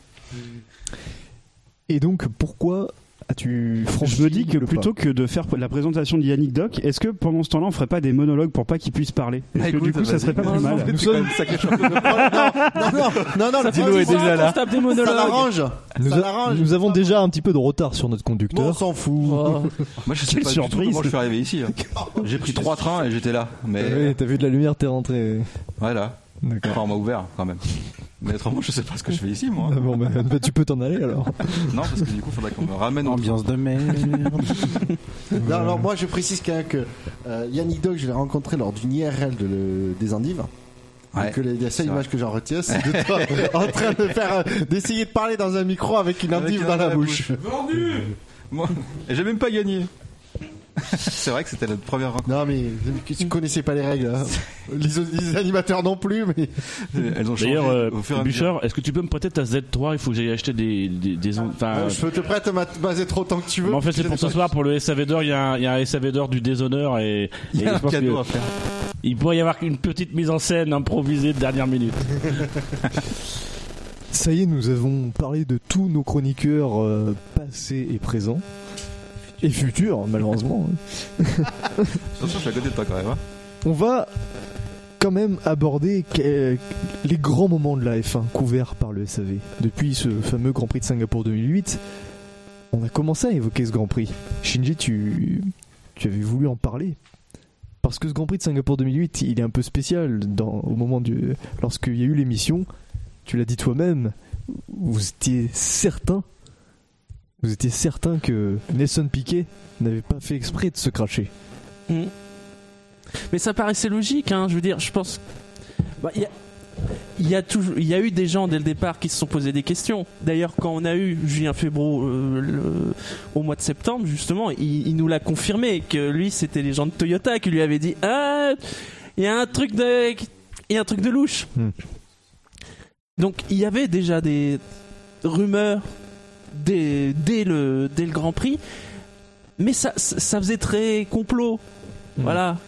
[SPEAKER 6] Et donc, pourquoi as-tu franchi
[SPEAKER 20] Je me dis que
[SPEAKER 6] le
[SPEAKER 20] plutôt
[SPEAKER 6] pas
[SPEAKER 20] que de faire la présentation d'Yannick Doc, est-ce que pendant ce temps-là, on ferait pas des monologues pour pas qu'il puisse parler Est-ce
[SPEAKER 23] Ah,
[SPEAKER 20] que du
[SPEAKER 23] écoute,
[SPEAKER 20] coup, ça
[SPEAKER 23] vas-y.
[SPEAKER 20] serait pas
[SPEAKER 23] Non,
[SPEAKER 20] plus
[SPEAKER 23] non,
[SPEAKER 20] mal
[SPEAKER 23] mais Nous c'est quand sommes- même sacré champion
[SPEAKER 2] Non, non, non, non,
[SPEAKER 6] Dino
[SPEAKER 2] le
[SPEAKER 6] est
[SPEAKER 2] problème,
[SPEAKER 6] déjà
[SPEAKER 2] c'est
[SPEAKER 6] là.
[SPEAKER 2] qu'on se tape des monologues. Ça l'arrange.
[SPEAKER 6] Nous,
[SPEAKER 2] Ça
[SPEAKER 6] a-
[SPEAKER 2] l'arrange.
[SPEAKER 6] nous avons déjà un petit peu de retard sur notre conducteur. Oh.
[SPEAKER 2] on s'en fout.
[SPEAKER 23] Oh. Moi, je sais
[SPEAKER 6] Quelle
[SPEAKER 23] pas du tout
[SPEAKER 6] surprise.
[SPEAKER 23] comment je suis arrivé ici. hein. J'ai pris trois trains et j'étais là. Mais
[SPEAKER 6] Ouais, T'as vu de la lumière, t'es rentré.
[SPEAKER 23] voilà.
[SPEAKER 6] D'accord.
[SPEAKER 23] Enfin, on m'a ouvert quand même. Mais autrement, je sais pas ce que je fais ici, moi.
[SPEAKER 6] Ah bon, bah, bah, tu peux t'en aller alors.
[SPEAKER 23] Non, parce que du coup, faudrait qu'on me ramène.
[SPEAKER 6] Ambiance de merde.
[SPEAKER 2] Non, alors moi je précise quand même que euh, Yannick Dog, je l'ai rencontré lors d'une IRL de le- des Andives.
[SPEAKER 23] Ouais,
[SPEAKER 2] Et que les- la seule
[SPEAKER 23] c'est
[SPEAKER 2] image
[SPEAKER 23] vrai.
[SPEAKER 2] que j'en retiens, c'est de toi en train de faire, euh, d'essayer de parler dans un micro avec une
[SPEAKER 23] Avec
[SPEAKER 2] endive
[SPEAKER 23] un
[SPEAKER 2] dans la
[SPEAKER 23] la
[SPEAKER 2] bouche.
[SPEAKER 23] Vendu Moi, et j'ai même pas gagné. C'est vrai que c'était notre première rencontre.
[SPEAKER 2] Non mais que tu connaissais pas les règles. hein. Les, autres- les animateurs non plus, mais
[SPEAKER 23] Elles ont changé
[SPEAKER 5] D'ailleurs, euh,
[SPEAKER 23] au fur et à mesure.
[SPEAKER 5] Bouchard, est-ce que tu peux me prêter ta Z3 Il faut que j'aille acheter des.
[SPEAKER 23] Ah,
[SPEAKER 5] des, des on- enfin,
[SPEAKER 2] Euh, je te prête ma basée trop tant que tu veux.
[SPEAKER 5] mais en fait, c'est pour ce soir, pour le SAV d'or, il y, a un- il y a un SAV d'or du déshonneur et.
[SPEAKER 23] Il y
[SPEAKER 5] et
[SPEAKER 23] a
[SPEAKER 5] je
[SPEAKER 23] un
[SPEAKER 5] pense
[SPEAKER 23] cadeau
[SPEAKER 5] que
[SPEAKER 23] à faire.
[SPEAKER 5] Il pourrait y avoir une petite mise en scène improvisée de dernière minute.
[SPEAKER 6] Ça y est, nous avons parlé de tous nos chroniqueurs euh, passés et présents. Et futurs, malheureusement.
[SPEAKER 23] Attention, je suis à côté de toi quand même. hein.
[SPEAKER 6] On va euh, quand même aborder que- euh, les grands moments de la F1 couverts par le SAV. Depuis ce fameux Grand Prix de Singapour 2008, on a commencé à évoquer ce Grand Prix. Shinji, tu, tu avais voulu en parler parce que ce Grand Prix de Singapour 2008, il est un peu spécial dans, au moment du lorsqu'il y a eu l'émission. Tu l'as dit toi-même, vous étiez certain, vous étiez certain que Nelson Piquet n'avait pas fait exprès de se cracher.
[SPEAKER 4] Mm. Mais ça paraissait logique, hein, je veux dire, je pense. Bah, Il y a- il y, a toujours- il y a eu des gens dès le départ qui se sont posé des questions. D'ailleurs, quand on a eu Julien Febro euh, le- au mois de septembre, justement, il, il nous l'a confirmé que lui, c'était les gens de Toyota qui lui avaient dit Ah, il y a un truc de, il y a un truc de louche. Donc il y avait déjà des rumeurs dès, dès le, dès le Grand Prix, mais ça, ça ça faisait très complot. Voilà.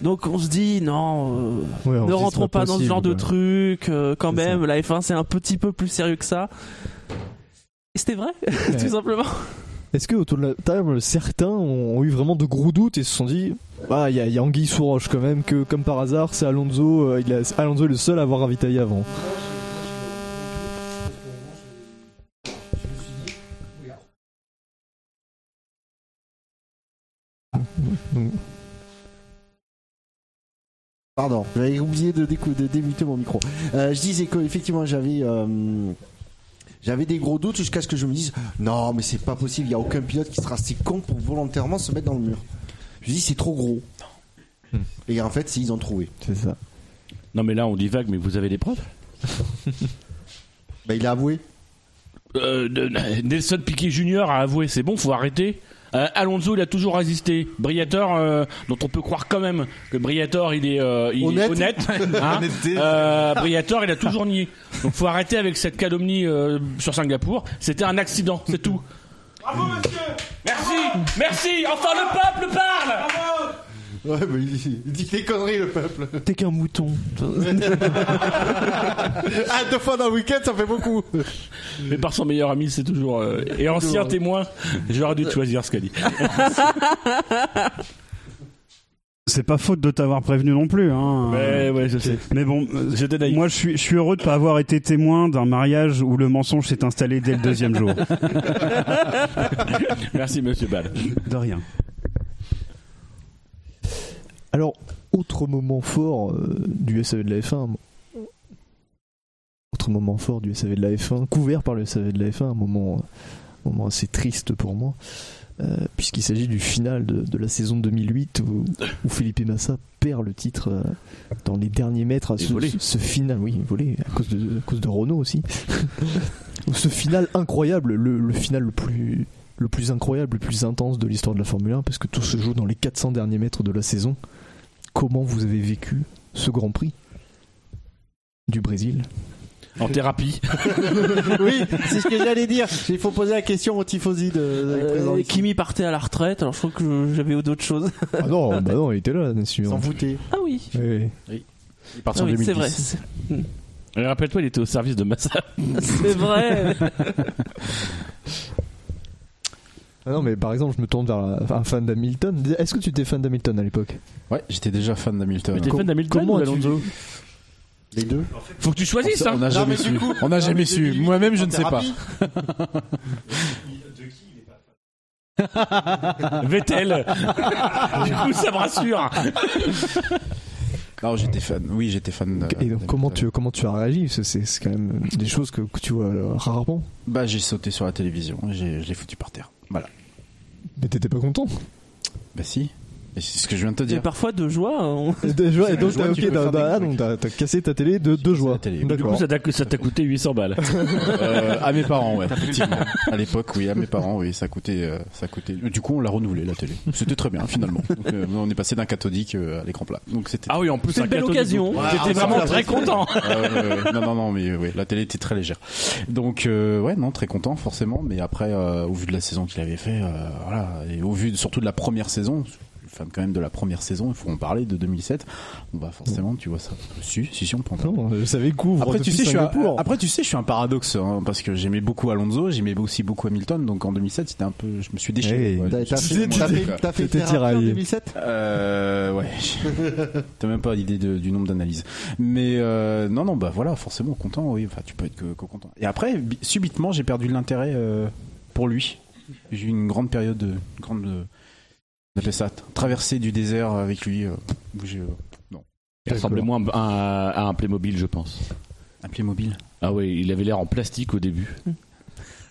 [SPEAKER 4] Donc on se dit non, euh,
[SPEAKER 6] Mm. Ouais, on se
[SPEAKER 4] ne
[SPEAKER 6] dit,
[SPEAKER 4] rentrons
[SPEAKER 6] c'est pas
[SPEAKER 4] pas dans ce genre de
[SPEAKER 6] possible,
[SPEAKER 4] truc euh, quand même. La F1 c'est un petit peu plus sérieux que ça. Et c'était vrai, tout simplement.
[SPEAKER 6] Est-ce que autour de la table, certains ont ont eu vraiment de gros doutes et se sont dit, ah, il y, a- il y a Anguille sous roche quand même que comme par hasard, c'est Alonso, euh, il a- Alonso est le seul à avoir ravitaillé avant.
[SPEAKER 2] Pardon, j'avais oublié de, décou- de démuter mon micro. Euh, je disais qu'effectivement j'avais euh, j'avais des gros doutes jusqu'à ce que je me dise non mais c'est pas possible, il y a aucun pilote qui sera si con pour volontairement se mettre dans le mur. Je dis c'est trop gros. Et en fait, si, ils ont trouvé.
[SPEAKER 6] C'est ça.
[SPEAKER 5] Non, mais là, on dit vague, mais vous avez des preuves
[SPEAKER 2] Bah, il a avoué.
[SPEAKER 5] Euh, Nelson Piquet Jr. a avoué, c'est bon, faut arrêter. Euh, Alonso, il a toujours résisté. Briator, euh, dont on peut croire quand même que Briator, il est, euh, il est
[SPEAKER 23] Honnête.
[SPEAKER 5] honnête. hein.
[SPEAKER 23] Honnêteté.
[SPEAKER 5] Euh, Briator, il a toujours nié. Donc faut arrêter avec cette calomnie euh, sur Singapour. C'était un accident, c'est tout. Merci, merci. Enfin, le peuple parle.
[SPEAKER 2] Ouais, mais il, il dit des conneries, le peuple.
[SPEAKER 4] T'es qu'un mouton.
[SPEAKER 2] ah, deux fois dans le week-end, ça fait beaucoup.
[SPEAKER 5] Mais par son meilleur ami, c'est toujours. euh, et ancien
[SPEAKER 2] Toujours.
[SPEAKER 5] témoin, j'aurais dû choisir ce qu'a dit.
[SPEAKER 20] C'est pas faute de t'avoir prévenu non plus. Hein.
[SPEAKER 5] Ouais, ouais, je sais.
[SPEAKER 20] Mais bon, euh, moi je suis, je suis heureux de pas avoir été témoin d'un mariage où le mensonge s'est installé dès le deuxième jour.
[SPEAKER 5] Merci, monsieur Ball.
[SPEAKER 20] De rien.
[SPEAKER 6] Alors, autre moment fort euh, du SAV de la F1. Autre moment fort du SAV de la F1, couvert par le SAV de la F1, un moment, euh, moment assez triste pour moi, euh, puisqu'il s'agit du final de, de la saison 2008 où, où Felipe Massa perd le titre euh, dans les derniers mètres. Ce, ce- ce final, oui, volé, à cause de, à cause de Renault aussi. ce final incroyable, le, le final le plus le plus incroyable, le plus intense de l'histoire de la Formule 1, parce que tout se joue dans les 400 derniers mètres de la saison. Comment vous avez vécu ce Grand Prix du Brésil
[SPEAKER 5] En thérapie.
[SPEAKER 2] oui, c'est ce que j'allais dire. Il faut poser la question au tifosi de, de présent.
[SPEAKER 4] Euh, Kimi partait à la retraite, alors je trouve que j'avais d'autres choses.
[SPEAKER 6] Ah non, bah non, il était là, bien sûr.
[SPEAKER 2] S'envoûter.
[SPEAKER 4] Ah oui.
[SPEAKER 6] Oui.
[SPEAKER 5] Oui.
[SPEAKER 6] Il
[SPEAKER 4] part sur Ah oui, c'est 2010. vrai, c'est-
[SPEAKER 5] Et Euh, Rappelle-toi, il était au service de Massa.
[SPEAKER 4] C'est vrai.
[SPEAKER 6] Ah non, mais par exemple, je me tourne vers la- un fan d'Hamilton. Est-ce que tu étais fan d'Hamilton à l'époque
[SPEAKER 7] Ouais, j'étais déjà fan d'Hamilton.
[SPEAKER 6] Mais t'es fan d'Hamilton
[SPEAKER 7] Euh, Comment
[SPEAKER 6] ou
[SPEAKER 7] as-tu-
[SPEAKER 6] d'Alonso
[SPEAKER 2] Les deux.
[SPEAKER 5] Faut que tu choisisses,
[SPEAKER 7] On n'a jamais su. On n'a jamais su. Moi-même, je ne sais pas.
[SPEAKER 5] Vettel. du coup, ça me rassure.
[SPEAKER 7] Non, j'étais fan. Oui, j'étais fan. de-
[SPEAKER 6] Et donc, comment tu, comment tu as réagi Parce que C'est c'est quand même des choses que, que tu vois euh, rarement.
[SPEAKER 7] Bah, j'ai sauté sur la télévision. J'ai, je l'ai foutu par terre. Voilà.
[SPEAKER 6] Mais t'étais pas content
[SPEAKER 7] Bah si. Et c'est ce que je viens de te
[SPEAKER 4] Et
[SPEAKER 7] dire.
[SPEAKER 4] parfois de joie. on-
[SPEAKER 6] De joie, et donc
[SPEAKER 7] joie,
[SPEAKER 6] t'as
[SPEAKER 7] tu
[SPEAKER 6] ok,
[SPEAKER 7] peux
[SPEAKER 6] t'as-
[SPEAKER 7] faire des
[SPEAKER 6] t'as- ah,
[SPEAKER 7] trucs.
[SPEAKER 6] donc t'as- t'as cassé ta télé de deux joies.
[SPEAKER 5] Du coup,
[SPEAKER 6] D'accord.
[SPEAKER 5] ça t'a- ça t'a coûté 800 balles.
[SPEAKER 7] Euh, à mes parents, ouais, effectivement. À l'époque, oui, à mes parents, oui, ça coûtait, euh, ça coûtait. Du coup, on l'a renouvelé la télé. C'était très bien finalement. Donc, euh, on est passé d'un cathodique euh, à l'écran plat. Donc c'était.
[SPEAKER 5] Ah oui, en plus, C'est un une belle cathodique. occasion.
[SPEAKER 7] Ouais,
[SPEAKER 5] T'étais
[SPEAKER 7] ah,
[SPEAKER 5] vraiment
[SPEAKER 7] ça,
[SPEAKER 5] très
[SPEAKER 7] ça,
[SPEAKER 5] content.
[SPEAKER 7] Ouais, ouais, ouais. Non, non, non, mais oui, la télé était très légère. Donc euh, ouais, non, très content forcément. Mais après, euh, au vu de la saison qu'il avait fait, euh, voilà, et au vu de- surtout de la première saison. je suis Fan quand même de la première saison, il faut en parler de 2007. Bah forcément, tu vois ça. Si, si, si, on prend.
[SPEAKER 6] Non, je savais couvre.
[SPEAKER 7] Après tu, sais,
[SPEAKER 6] depuis
[SPEAKER 7] je suis un,
[SPEAKER 6] Singapour.
[SPEAKER 7] après, tu sais, je suis un paradoxe hein, parce que j'aimais beaucoup Alonso, j'aimais aussi beaucoup Hamilton, donc en 2007, c'était un peu, je me suis déchiré.
[SPEAKER 6] Hey,
[SPEAKER 7] ouais.
[SPEAKER 6] Eh, t'as-
[SPEAKER 7] Je me suis déchiré,
[SPEAKER 6] t'as fait- t'as fait-
[SPEAKER 7] quoi.
[SPEAKER 6] t'as fait T'étais thérapie en tiraillé. 2007?
[SPEAKER 7] Euh, ouais. T'as même pas l'idée de- du nombre d'analyses. Mais euh, non, non, bah voilà, forcément content. Oui, enfin, tu peux être que, que content. Et après, bi- subitement, j'ai perdu l'intérêt euh, pour lui. J'ai eu une grande période, de, une grande, euh, on appelle ça, t- traversée du désert avec lui. euh, où j'ai, euh, non.
[SPEAKER 5] Il ressemblait moins à un, à un Playmobil, je pense.
[SPEAKER 7] Un Playmobil
[SPEAKER 5] Ah oui, il avait l'air en plastique au début.
[SPEAKER 4] Hum.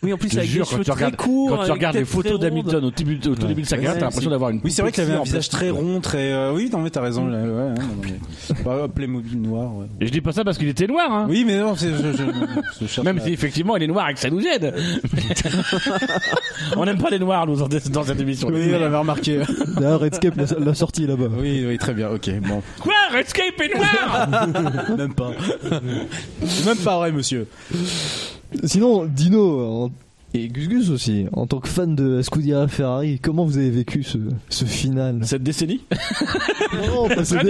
[SPEAKER 4] Oui, en plus,
[SPEAKER 5] Je te
[SPEAKER 4] avec
[SPEAKER 5] jure,
[SPEAKER 4] des
[SPEAKER 5] quand
[SPEAKER 4] cheveux
[SPEAKER 5] tu
[SPEAKER 4] très
[SPEAKER 5] regardes,
[SPEAKER 4] courts,
[SPEAKER 5] quand tu
[SPEAKER 4] avec
[SPEAKER 5] regardes
[SPEAKER 4] tête
[SPEAKER 5] les photos
[SPEAKER 4] très ronde.
[SPEAKER 5] d'Hamilton au, début- au tout début de sa carrière, t'as l'impression d'avoir une.
[SPEAKER 7] Oui, c'est vrai qu'il avait un visage très
[SPEAKER 5] rond.
[SPEAKER 7] rond, très. euh, oui, non, mais t'as raison. là, ouais, ouais, non, mais- Bah, Playmobil noir, ouais.
[SPEAKER 5] Et je dis pas ça parce qu'il était noir, hein.
[SPEAKER 7] Oui, mais non, c'est. je- je- je cherche
[SPEAKER 5] Même
[SPEAKER 7] à-
[SPEAKER 5] si effectivement il est noir et que ça nous aide. On n'aime pas les noirs, nous, dans dans cette émission.
[SPEAKER 7] Oui, on l'avait
[SPEAKER 5] remarqué.
[SPEAKER 6] D'ailleurs, Redscape l'a- l'a sorti là-bas.
[SPEAKER 7] Oui, oui, très bien, ok, bon.
[SPEAKER 5] Quoi Redscape est noir
[SPEAKER 7] Même pas. Même pas vrai, monsieur.
[SPEAKER 6] Sinon, Dino en- et Gus Gus aussi, en tant que fan de Scuderia Ferrari, comment vous avez vécu ce, ce final Oh,
[SPEAKER 5] Cette décennie
[SPEAKER 6] Non, parce que-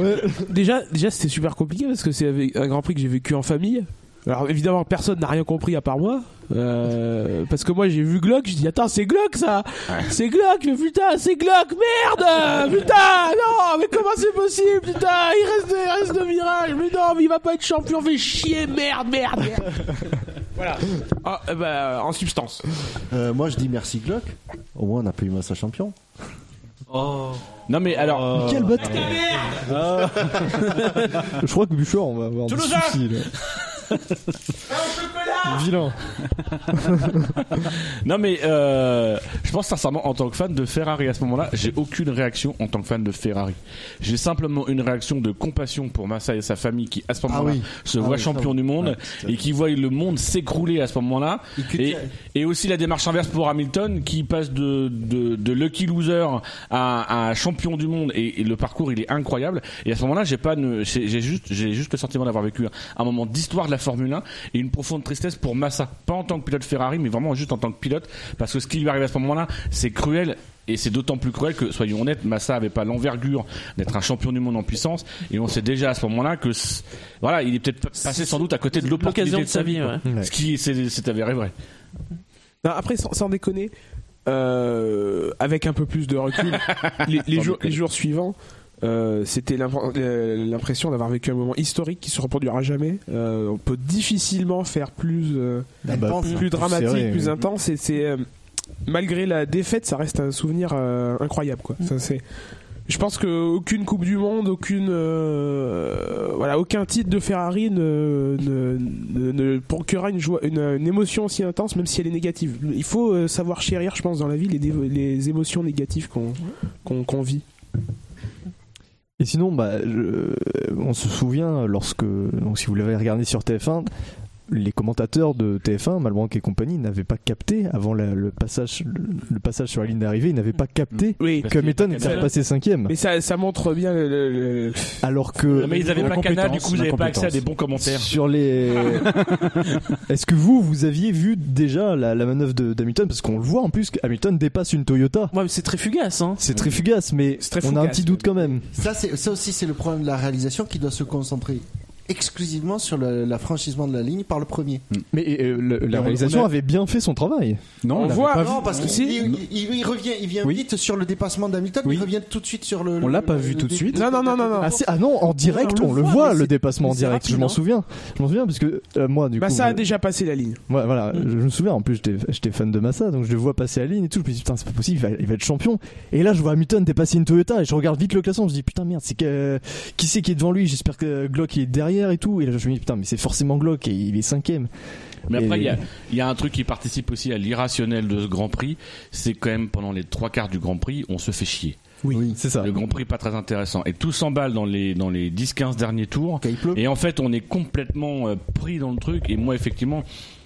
[SPEAKER 6] Ouais.
[SPEAKER 8] Déjà, déjà c'était super compliqué parce que c'est avec- un Grand Prix que j'ai vécu en famille. Alors évidemment, personne n'a rien compris à part moi. Euh, parce que moi j'ai vu Glock, je dis attends c'est Glock ça, c'est Glock le putain, c'est Glock merde, putain non mais comment c'est possible putain il reste il reste de virage mais non mais il va pas être champion fait chier merde merde, merde. voilà Ah, euh, bah, en substance.
[SPEAKER 2] Euh, moi, je dis merci Glock. Au moins, on a pas eu Massa champion.
[SPEAKER 5] Non mais alors.
[SPEAKER 6] Quel bâtard
[SPEAKER 10] euh,
[SPEAKER 5] euh,
[SPEAKER 6] Je crois que Bouchard, on va avoir des
[SPEAKER 5] Toulousain
[SPEAKER 6] soucis là.
[SPEAKER 8] Ah.
[SPEAKER 6] Vilain.
[SPEAKER 5] non mais euh, je pense sincèrement en tant que fan de Ferrari à ce moment-là, j'ai aucune réaction en tant que fan de Ferrari. J'ai simplement une réaction de compassion pour Massa et sa famille qui à ce moment-là
[SPEAKER 2] oui.
[SPEAKER 5] se
[SPEAKER 2] Ah
[SPEAKER 5] voit
[SPEAKER 2] oui, ça
[SPEAKER 5] champion
[SPEAKER 2] oui.
[SPEAKER 5] du monde
[SPEAKER 2] Ouais,
[SPEAKER 5] et qui voit le monde s'écrouler à ce moment-là. Et, et aussi la démarche inverse pour Hamilton qui passe de, de, de lucky loser à, à champion du monde et, et le parcours il est incroyable. Et à ce moment-là j'ai pas ne- j'ai j'ai juste j'ai juste le sentiment d'avoir vécu un moment d'histoire de la Formule 1 et une profonde tristesse pour Massa. Pas en tant que pilote Ferrari mais vraiment juste en tant que pilote parce que ce qui lui arrive à ce moment-là c'est cruel et c'est d'autant plus cruel que, soyons honnêtes, Massa avait pas l'envergure d'être un champion du monde en puissance. Et on sait déjà à ce moment-là que, c- voilà, il est peut-être passé sans doute à côté de l'opportunité de sa
[SPEAKER 4] l'occasion
[SPEAKER 5] vie.
[SPEAKER 4] ouais.
[SPEAKER 5] quoi. Ce qui c'est c'est avéré vrai.
[SPEAKER 8] Non, après, sans, sans déconner, euh, avec un peu plus de recul, les, les
[SPEAKER 5] Sans
[SPEAKER 8] jours,
[SPEAKER 5] déconner.
[SPEAKER 8] les jours suivants, euh, c'était l'impr- euh, l'impression d'avoir vécu un moment historique qui se reproduira jamais. Euh, on peut difficilement faire plus, euh,
[SPEAKER 6] Ah bah,
[SPEAKER 8] plus,
[SPEAKER 6] plus
[SPEAKER 8] dramatique,
[SPEAKER 6] serré,
[SPEAKER 8] plus
[SPEAKER 6] oui.
[SPEAKER 8] intense. Et c'est euh, malgré la défaite, ça reste un souvenir euh, incroyable. Quoi. Ça, c'est je pense que aucune Coupe du Monde, aucune, euh, voilà, aucun titre de Ferrari ne, ne, ne, ne procurera une, joie, une, une émotion aussi intense, même si elle est négative. Il faut euh, savoir chérir, je pense, dans la vie les, dé- les émotions négatives qu'on qu'on qu'on vit.
[SPEAKER 6] Et sinon, bah, je- on se souvient lorsque, donc si vous l'avez regardé sur TF1, les commentateurs de TF1, Malbranck et compagnie, n'avaient pas capté avant la- le passage, le, le passage sur la ligne d'arrivée, ils n'avaient pas capté
[SPEAKER 8] Oui.
[SPEAKER 6] que Hamilton était repassé cinquième.
[SPEAKER 8] Mais ça, ça montre bien le. le- le-
[SPEAKER 6] Alors que
[SPEAKER 8] Ah, Mais ils avaient
[SPEAKER 6] euh, La
[SPEAKER 8] pas Canal, du
[SPEAKER 6] compétence,
[SPEAKER 8] coup, ils avaient pas accès à
[SPEAKER 6] l'incompétence.
[SPEAKER 8] des bons commentaires.
[SPEAKER 6] Sur les, est-ce que vous vous aviez vu déjà la, la manœuvre de- d'Hamilton parce qu'on le voit en plus que Hamilton dépasse une Toyota.
[SPEAKER 4] Ouais, c'est très fugace.
[SPEAKER 8] hein.
[SPEAKER 6] C'est très fugace, mais on a un
[SPEAKER 2] fugace,
[SPEAKER 6] petit doute quand même.
[SPEAKER 2] Ça, c'est, ça aussi, c'est le problème de la réalisation qui doit se concentrer exclusivement sur le- l'affranchissement de la ligne par le premier.
[SPEAKER 6] Mais euh, le-
[SPEAKER 2] Mais
[SPEAKER 6] la
[SPEAKER 2] on-
[SPEAKER 6] réalisation
[SPEAKER 2] on a-
[SPEAKER 6] avait bien fait son travail.
[SPEAKER 2] On voit- non, parce qu'il il, il- il revient, il vient
[SPEAKER 6] Oui.
[SPEAKER 2] vite sur le dépassement d'Hamilton, il revient tout de suite sur le. le- le- le début de la-
[SPEAKER 6] Ah, c'est- ah non, en direct, on, le voit, le dépassement en direct. je m'en souviens. Je m'en souviens parce que euh, moi, du
[SPEAKER 8] Bah,
[SPEAKER 6] coup.
[SPEAKER 8] ça a
[SPEAKER 6] je-
[SPEAKER 8] déjà passé la ligne.
[SPEAKER 6] Ouais, voilà, je me souviens. En plus, j'étais- j'étais fan de Massa, donc je le vois passer la ligne et tout. Je me dis putain, c'est pas possible, il va, il va être champion. Et là, je vois Hamilton dépasser une Toyota et je regarde vite le classement. Je me dis putain merde, c'est que qui c'est qui est devant lui J'espère que Glock est derrière et tout. Et là, je me dis putain, mais c'est forcément Glock et il est cinquième.
[SPEAKER 5] Mais après,
[SPEAKER 6] Et-
[SPEAKER 5] il y a, il y a un truc qui participe aussi à l'irrationnel de ce Grand Prix, c'est quand même pendant les trois quarts du Grand Prix, on se fait chier.
[SPEAKER 6] Oui, c'est ça.
[SPEAKER 5] Le Grand Prix pas très intéressant et tout s'emballe dans les dans les 10 15 derniers tours et en fait, on est complètement euh, pris dans le truc et moi effectivement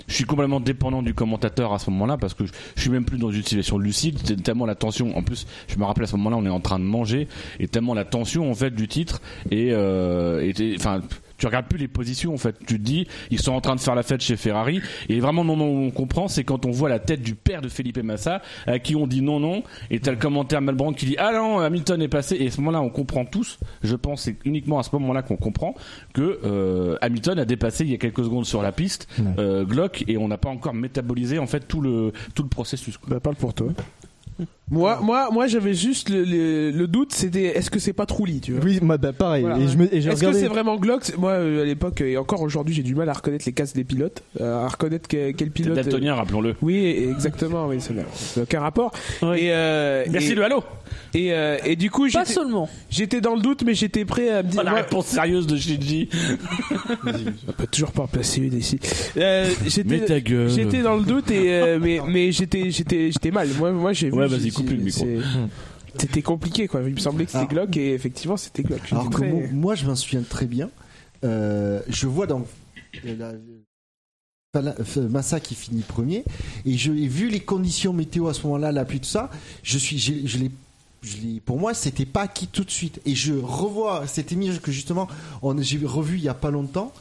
[SPEAKER 5] je suis complètement dépendant du commentateur à ce moment-là parce que je, je suis même plus dans une situation lucide, c'est tellement la tension. En plus, je me rappelle à ce moment-là, on est en train de manger et tellement la tension en fait du titre et euh, et t'es- enfin tu regardes plus les positions en fait. Tu te dis, ils sont en train de faire la fête chez Ferrari. Et vraiment, le moment où on comprend, c'est quand on voit la tête du père de Felipe Massa, à qui on dit non, non. Et t'as le commentaire Malbrandt qui dit, ah non, Hamilton est passé. Et à ce moment-là, on comprend tous. Je pense, c'est uniquement à ce moment-là qu'on comprend que euh, Hamilton a dépassé il y a quelques secondes sur la piste euh, Glock et on n'a pas encore métabolisé en fait tout le tout le processus.
[SPEAKER 6] Bah, parle pour toi.
[SPEAKER 8] Moi, moi, moi, j'avais juste le, le- le doute, c'était est-ce que c'est pas Trulli, tu vois
[SPEAKER 6] Oui, bah, bah, pareil.
[SPEAKER 8] Voilà.
[SPEAKER 6] Et je me- et j'ai
[SPEAKER 8] Est-ce que
[SPEAKER 6] regardé-
[SPEAKER 8] c'est vraiment Glock C'est- Moi, euh, à l'époque et encore aujourd'hui, j'ai du mal à reconnaître les casques des pilotes, euh, à reconnaître que- quel pilote. euh,
[SPEAKER 5] daltonien, rappelons-le.
[SPEAKER 8] Oui, et- exactement. Oui, ça n'a ça n'a aucun rapport. Et, euh,
[SPEAKER 5] Merci,
[SPEAKER 8] et-
[SPEAKER 5] le halo.
[SPEAKER 8] Et, euh, et du coup, j'étais- J'étais dans le doute, mais j'étais prêt à me dire.
[SPEAKER 5] la
[SPEAKER 8] moi-
[SPEAKER 5] réponse sérieuse de Shinji.
[SPEAKER 8] On peut toujours pas placer une ici. Euh, j'étais,
[SPEAKER 5] Mais ta gueule.
[SPEAKER 8] j'étais dans le doute et euh, mais mais j'étais j'étais j'étais mal. Moi moi j'ai vu.
[SPEAKER 5] Ouais, vas-y,
[SPEAKER 8] j'ai-
[SPEAKER 5] coupe-lui le micro.
[SPEAKER 8] c'est-
[SPEAKER 6] Hmm.
[SPEAKER 8] C'était compliqué quoi. Il me semblait que c'était
[SPEAKER 6] Ah.
[SPEAKER 8] Glock et effectivement c'était Glock. J'étais
[SPEAKER 2] Alors que
[SPEAKER 8] très-
[SPEAKER 2] moi, moi, je m'en souviens très bien. Euh, je vois dans euh, la- Fala- F- Massa qui finit premier et je et vu les conditions météo à ce moment-là, la pluie tout ça, je suis, je, je l'ai. je l'ai- pour moi, c'était pas acquis tout de suite. Et je revois cette image que justement, on- j'ai revu il y a pas longtemps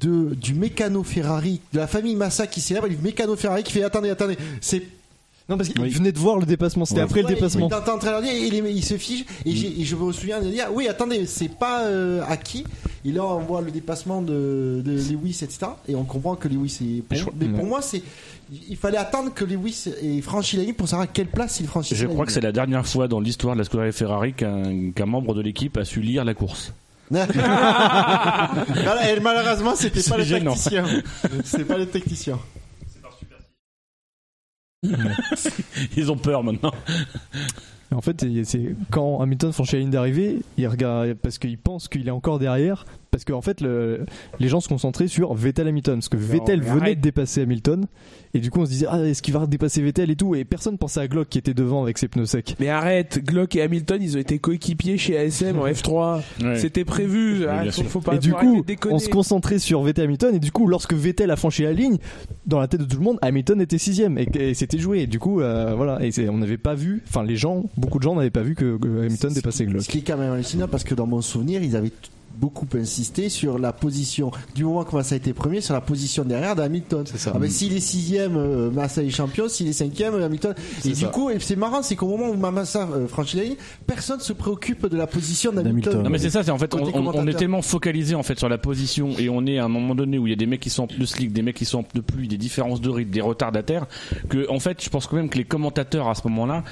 [SPEAKER 2] de du mécano Ferrari, de la famille Massa qui s'élève, et du mécano Ferrari qui fait attendez, attendez, c'est
[SPEAKER 6] non parce qu'il venait de voir le dépassement. C'était après le
[SPEAKER 2] Ouais,
[SPEAKER 6] dépassement.
[SPEAKER 2] il t'entend en train de leur dire, et il, est- il se fige, et, j'ai- et je me souviens de dire, oui, attendez, c'est pas euh, acquis. Et là, on voit le dépassement de, de Lewis, etc. Et on comprend que Lewis est. Pour, mais pour moi, c'est. Il fallait attendre que Lewis ait franchi la ligne pour savoir à quelle place il franchit
[SPEAKER 5] Je crois que c'est la dernière fois dans l'histoire de la Scuderia Ferrari qu'un qu'un membre de l'équipe a su lire la course.
[SPEAKER 2] Voilà, et malheureusement, c'était
[SPEAKER 5] C'est
[SPEAKER 2] pas les
[SPEAKER 5] gênant.
[SPEAKER 2] tacticiens. C'était pas les tacticiens.
[SPEAKER 5] Ils ont peur maintenant.
[SPEAKER 6] En fait, il- c'est quand Hamilton franchit la ligne d'arrivée, il regarde parce qu'il pense qu'il est encore derrière, parce qu'en fait, le- les gens se concentraient sur Vettel Hamilton, parce que Vettel
[SPEAKER 8] mais
[SPEAKER 6] venait
[SPEAKER 8] arrête.
[SPEAKER 6] de dépasser Hamilton, et du coup, on se disait ah est-ce qu'il va dépasser Vettel et tout, et personne pensait à Glock qui était devant avec ses pneus secs.
[SPEAKER 8] Mais arrête, Glock et Hamilton, ils ont été coéquipiers chez ASM en F3.
[SPEAKER 6] Ouais.
[SPEAKER 8] C'était prévu.
[SPEAKER 6] Oui,
[SPEAKER 8] Ah,
[SPEAKER 6] bien
[SPEAKER 8] faut,
[SPEAKER 6] sûr.
[SPEAKER 8] faut pas.
[SPEAKER 6] et du
[SPEAKER 8] faut arrêter
[SPEAKER 6] coup,
[SPEAKER 8] de déconner.
[SPEAKER 6] on se concentrait sur Vettel Hamilton. Et du coup, lorsque Vettel a franchi la ligne, dans la tête de tout le monde, Hamilton était sixième et, et c'était joué. Et du coup, euh, voilà, et c'est- on n'avait pas vu. Enfin, les gens, beaucoup de gens n'avaient pas vu que, que Hamilton dépassait Glock.
[SPEAKER 2] Ce qui est quand même hallucinant parce que dans mon souvenir, ils avaient t- beaucoup insisté sur la position du moment que Massa était premier sur la position derrière d'Hamilton. Ah ben, s'il est sixième, euh, Massa est champion. S'il est cinquième, euh, Hamilton. Et du coup, et c'est marrant, c'est qu'au moment où Massa euh, franchit la ligne, personne se préoccupe de la position d'Hamilton.
[SPEAKER 5] Non mais c'est ça, c'est en fait on,
[SPEAKER 2] Côté
[SPEAKER 5] on- on est
[SPEAKER 2] commentateur.
[SPEAKER 5] tellement focalisé en fait sur la position et on est à un moment donné où il y a des mecs qui sont en pneu slick, des mecs qui sont en pneu pluie, des différences de rythme, des retardataires que en fait je pense quand même que les commentateurs à ce moment-là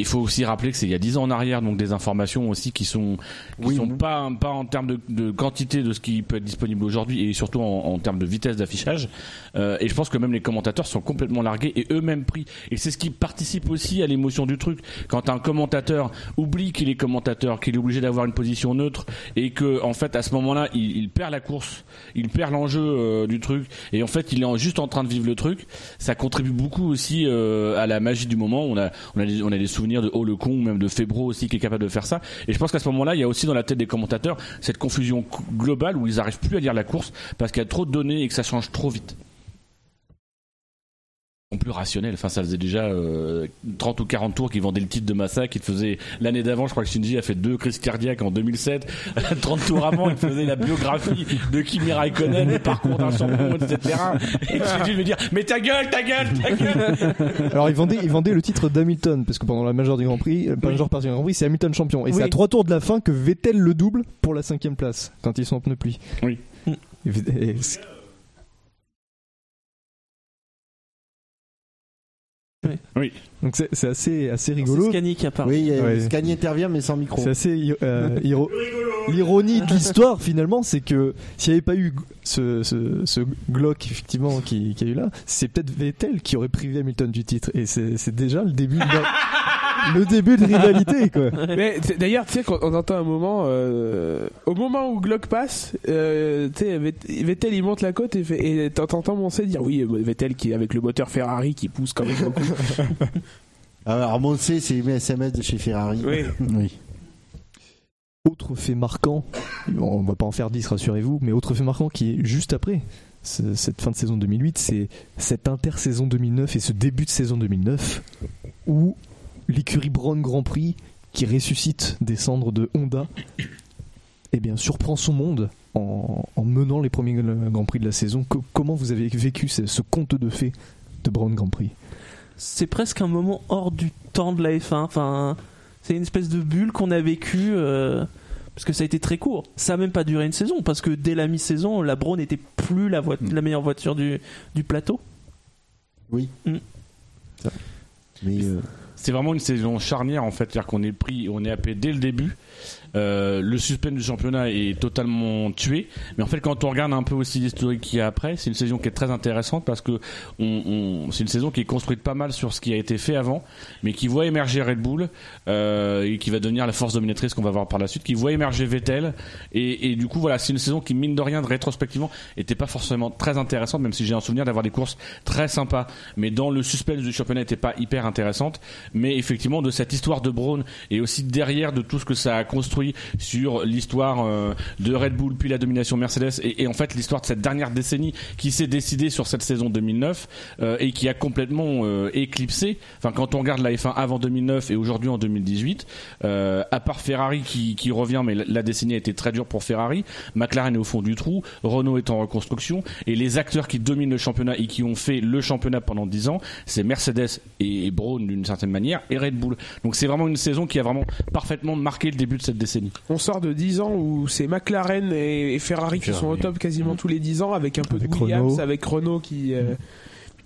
[SPEAKER 5] Il faut aussi rappeler que c'est il y a 10 ans en arrière, donc des informations aussi qui sont, qui sont pas, pas en termes de, de quantité de ce qui peut être disponible aujourd'hui et surtout en, en termes de vitesse d'affichage. Euh, et je pense que même les commentateurs sont complètement largués et eux-mêmes pris. Et c'est ce qui participe aussi à l'émotion du truc. Quand un commentateur oublie qu'il est commentateur, qu'il est obligé d'avoir une position neutre et que, en fait, à ce moment-là, il, il perd la course, il perd l'enjeu euh, du truc et en fait, il est en- juste en train de vivre le truc. Ça contribue beaucoup aussi euh, à la magie du moment. On a, on a, des, on a des souvenirs de Oh le con, ou même de Febro aussi qui est capable de faire ça. Et je pense qu'à ce moment-là, il y a aussi dans la tête des commentateurs cette confusion co- globale où ils arrivent plus à lire la course parce qu'il y a trop de données et que ça change trop vite. Ils sont plus rationnels. Enfin, ça faisait déjà euh, 30 ou 40 tours qui vendaient le titre de Massa, qui faisait l'année d'avant, je crois que Shinji a fait deux crises cardiaques en 2007. 30 tours avant, il faisait la biographie de Kimi Raikkonen, le parcours d'un champion, etc. Et Shinji veut dire, mais ta gueule, ta gueule, ta gueule!
[SPEAKER 6] Alors ils vendaient, ils vendaient le titre d'Hamilton parce que pendant la majeure du Grand Prix, euh, pas la majeure partie du Grand Prix, c'est Hamilton champion. Et
[SPEAKER 4] Oui.
[SPEAKER 6] c'est à trois tours de la fin que Vettel le double pour la cinquième place quand ils sont en pneu pluie.
[SPEAKER 5] Oui. Oui.
[SPEAKER 6] Donc c'est c'est assez assez
[SPEAKER 4] C'est
[SPEAKER 6] rigolo.
[SPEAKER 4] Scani qui a parlé.
[SPEAKER 6] Oui, euh, Ouais.
[SPEAKER 2] Scani intervient mais sans micro.
[SPEAKER 6] C'est assez. euh, iro- L'ironie de l'histoire, finalement, c'est que s'il n'y avait pas eu ce, ce, ce Glock, effectivement, qui, qui a eu là, c'est peut-être Vettel qui aurait privé Hamilton du titre. Et c'est c'est déjà le début de, la- le début de rivalité, quoi.
[SPEAKER 8] Mais t- d'ailleurs, tu sais, quand on entend un moment, euh, au moment où Glock passe, euh, tu sais, Vett- Vettel il monte la côte et fait- et t'en- t'entends Moncey dire oui, euh, Vettel qui est avec le moteur Ferrari qui pousse comme même beaucoup.
[SPEAKER 2] Ah, Alors, mon C, c'est mes SMS de chez Ferrari.
[SPEAKER 8] Oui.
[SPEAKER 6] Autre fait marquant, on va pas en faire 10, rassurez-vous, mais autre fait marquant qui est juste après ce- cette fin de saison 2008, c'est cette intersaison 2009 et ce début de saison 2009 où l'écurie Brown Grand Prix qui ressuscite des cendres de Honda eh bien, surprend son monde en, en menant les premiers Grands Prix de la saison. Co- comment vous avez vécu ce, ce conte de fées de Brown Grand Prix
[SPEAKER 4] c'est presque un moment hors du temps de la F1. Enfin, c'est une espèce de bulle qu'on a vécue euh, parce que ça a été très court. Ça a même pas duré une saison parce que dès la mi-saison, la Bro n'était plus la, voi- la meilleure voiture du, du plateau. Mm.
[SPEAKER 2] Oui. Mais
[SPEAKER 5] C'est vraiment une saison charnière en fait, c'est-à-dire qu'on est pris, on est happé dès le début. Euh, le suspense du championnat est totalement tué, mais en fait quand on regarde un peu aussi l'historique qu'il y a après, c'est une saison qui est très intéressante parce que on, on- c'est une saison qui est construite pas mal sur ce qui a été fait avant, mais qui voit émerger Red Bull euh, et qui va devenir la force dominatrice qu'on va voir par la suite, qui voit émerger Vettel et, et du coup voilà, c'est une saison qui mine de rien de rétrospectivement était pas forcément très intéressante, même si j'ai un souvenir d'avoir des courses très sympas, mais dans le suspense du championnat n'était pas hyper intéressante, mais effectivement de cette histoire de Brown et aussi derrière de tout ce que ça a construit sur l'histoire euh, de Red Bull puis la domination Mercedes et, et en fait l'histoire de cette dernière décennie qui s'est décidée sur cette saison 2009 euh, et qui a complètement euh, éclipsé. Enfin quand on regarde la F1 avant 2009 et aujourd'hui en 2018, euh, à part Ferrari qui, qui revient, mais la, la décennie a été très dure pour Ferrari, McLaren est au fond du trou, Renault est en reconstruction et les acteurs qui dominent le championnat et qui ont fait le championnat pendant 10 ans, c'est Mercedes et Brown d'une certaine manière et Red Bull. Donc c'est vraiment une saison qui a vraiment parfaitement marqué le début de cette décennie.
[SPEAKER 8] On sort de 10 ans où c'est McLaren et, et Ferrari qui
[SPEAKER 5] Ferrari.
[SPEAKER 8] sont au top quasiment tous les 10 ans avec un peu de Williams,
[SPEAKER 5] Renault.
[SPEAKER 8] avec Renault qui, euh,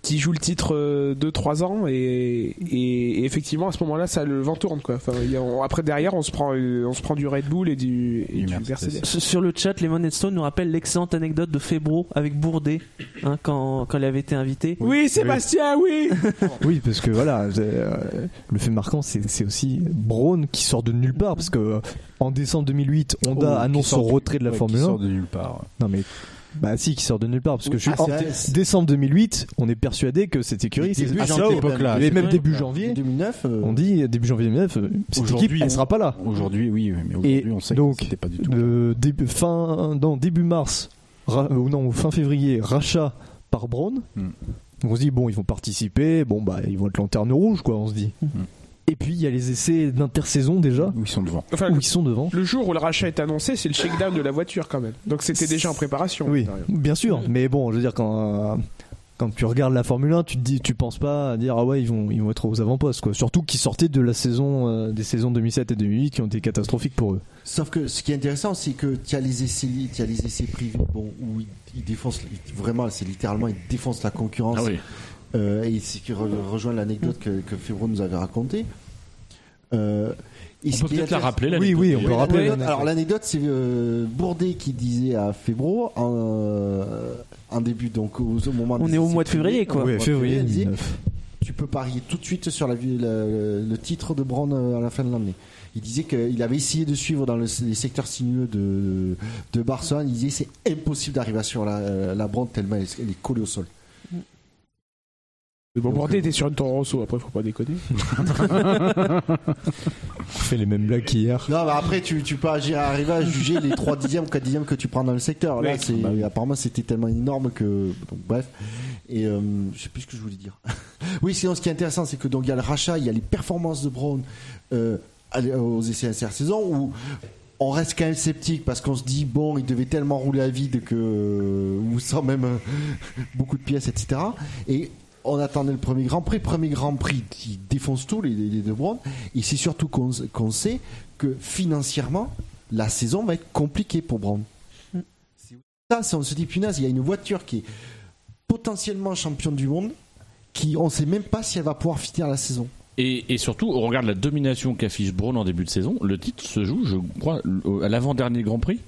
[SPEAKER 8] qui joue le titre 2-3 ans et, et- et effectivement à ce moment-là ça le vent tourne quoi. Enfin, il y a- on- après derrière on se prend, euh, on se prend du Red Bull et du, et du Mercedes.
[SPEAKER 4] S- Sur le chat, Lemon Headstone nous rappelle l'excellente anecdote de Febro avec Bourdet hein, quand, quand il avait été invité.
[SPEAKER 8] Oui, Sébastien, oui
[SPEAKER 6] Oui, parce que voilà, euh, le fait marquant, c'est c'est aussi Braun qui sort de nulle part, parce que euh, en décembre 2008, Honda
[SPEAKER 7] Oh, qui
[SPEAKER 6] annonce
[SPEAKER 7] sort
[SPEAKER 6] son
[SPEAKER 7] du-
[SPEAKER 6] retrait de la
[SPEAKER 7] ouais, qui
[SPEAKER 6] Formule 1.
[SPEAKER 7] sort de nulle part, ouais.
[SPEAKER 6] Non mais. Bah si, qui sort de nulle part, parce que
[SPEAKER 7] Oui,
[SPEAKER 6] je suis
[SPEAKER 7] ah,
[SPEAKER 6] en
[SPEAKER 7] c'est-
[SPEAKER 6] dé- décembre 2008, on est persuadé que cette écurie, c'est
[SPEAKER 2] Début
[SPEAKER 6] à cette
[SPEAKER 2] janvier,
[SPEAKER 6] époque-là,
[SPEAKER 2] même.
[SPEAKER 6] et même
[SPEAKER 2] Ouais.
[SPEAKER 6] début janvier
[SPEAKER 2] 2009,
[SPEAKER 6] on dit euh, début janvier 2009, euh, cette
[SPEAKER 7] Aujourd'hui,
[SPEAKER 6] équipe, elle
[SPEAKER 7] on-
[SPEAKER 6] sera pas là.
[SPEAKER 7] Aujourd'hui, oui, mais
[SPEAKER 6] Et
[SPEAKER 7] aujourd'hui, on sait
[SPEAKER 6] donc,
[SPEAKER 7] que c'était pas du tout.
[SPEAKER 6] de début, fin, non, début mars, ra- euh, non, fin février, rachat par Brown.
[SPEAKER 7] Hmm.
[SPEAKER 6] On se dit, bon, ils vont participer, bon, bah, ils vont être lanterne rouge, quoi, on se dit. Et puis, il y a les essais d'intersaison déjà.
[SPEAKER 7] Hmm. Où ils sont devant.
[SPEAKER 8] Enfin,
[SPEAKER 6] où ils sont devant.
[SPEAKER 8] Le jour où le rachat est annoncé, c'est le shakedown de la voiture quand même. Donc c'était déjà en préparation.
[SPEAKER 6] Oui,
[SPEAKER 8] Dario.
[SPEAKER 6] bien sûr, mais bon, je veux dire, quand. euh, Quand tu regardes la Formule 1, tu te dis, tu penses pas à dire ah ouais ils vont ils vont être aux avant-postes quoi. Surtout qu'ils sortaient de la saison euh, des saisons 2007 et 2008 qui ont été catastrophiques pour eux.
[SPEAKER 2] Sauf que ce qui est intéressant, c'est que tu as les essais, li- tu as les essais privés, bon, où ils, ils défoncent ils- vraiment, c'est littéralement ils défoncent la concurrence.
[SPEAKER 5] Ah oui.
[SPEAKER 2] Euh, et c'est qui re- rejoint l'anecdote que, que Febro nous avait racontée. Euh, et
[SPEAKER 5] On
[SPEAKER 2] ce
[SPEAKER 5] peut
[SPEAKER 2] qui est
[SPEAKER 5] peut-être la
[SPEAKER 2] intéressant-
[SPEAKER 5] rappeler, l'anecdote, Oui, oui, on peut d'ailleurs. rappeler
[SPEAKER 2] Ouais,
[SPEAKER 5] l'anecdote.
[SPEAKER 2] Alors l'anecdote, c'est euh, Bourdet qui disait à Fébro en, euh, en début, donc au, au moment.
[SPEAKER 4] On
[SPEAKER 2] des
[SPEAKER 4] est au
[SPEAKER 2] essais
[SPEAKER 4] mois de février, quoi.
[SPEAKER 2] au mois de
[SPEAKER 4] Ouais, février
[SPEAKER 2] il disait,
[SPEAKER 4] 19.
[SPEAKER 2] tu peux parier tout de suite sur la, vie- le, le titre de Brown euh, à la fin de l'année. Il disait qu'il avait essayé de suivre dans le- les secteurs sinueux de, de Barcelone. Il disait c'est impossible d'arriver sur la, euh, la Brown tellement elle, elle est collée au sol. euh,
[SPEAKER 8] Mais bon, Bordet était sur une Rosso, après, faut pas déconner.
[SPEAKER 2] On fait les mêmes blagues qu'hier. Non, mais après, tu, tu peux agir- arriver à juger les 3 dixièmes ou 4 dixièmes que tu prends dans le secteur. Là,
[SPEAKER 48] Oui.
[SPEAKER 2] c'est, apparemment, c'était tellement énorme que. Donc, bref. Et euh, je sais plus ce que je voulais dire. oui, sinon, ce qui est intéressant, c'est que donc il y a le rachat, il y a les performances de Brown euh, à- aux essais intersaison où. On reste quand même sceptique parce qu'on se dit bon, il devait tellement rouler à vide que euh, ou sans même euh, beaucoup de pièces, etc. Et on attendait le premier Grand Prix. Premier Grand Prix, il défonce tout, les, les deux bronzes. Et c'est surtout qu'on qu'on sait que financièrement, la saison va être compliquée pour Brown. C'est Ça, c'est- on se dit, punaise, il y a une voiture qui est potentiellement championne du monde, qui on sait même pas si elle va pouvoir finir la saison.
[SPEAKER 5] Et, et surtout, on regarde la domination qu'affiche Braun en début de saison. Le titre se joue, je crois, l- à l'avant-dernier Grand Prix.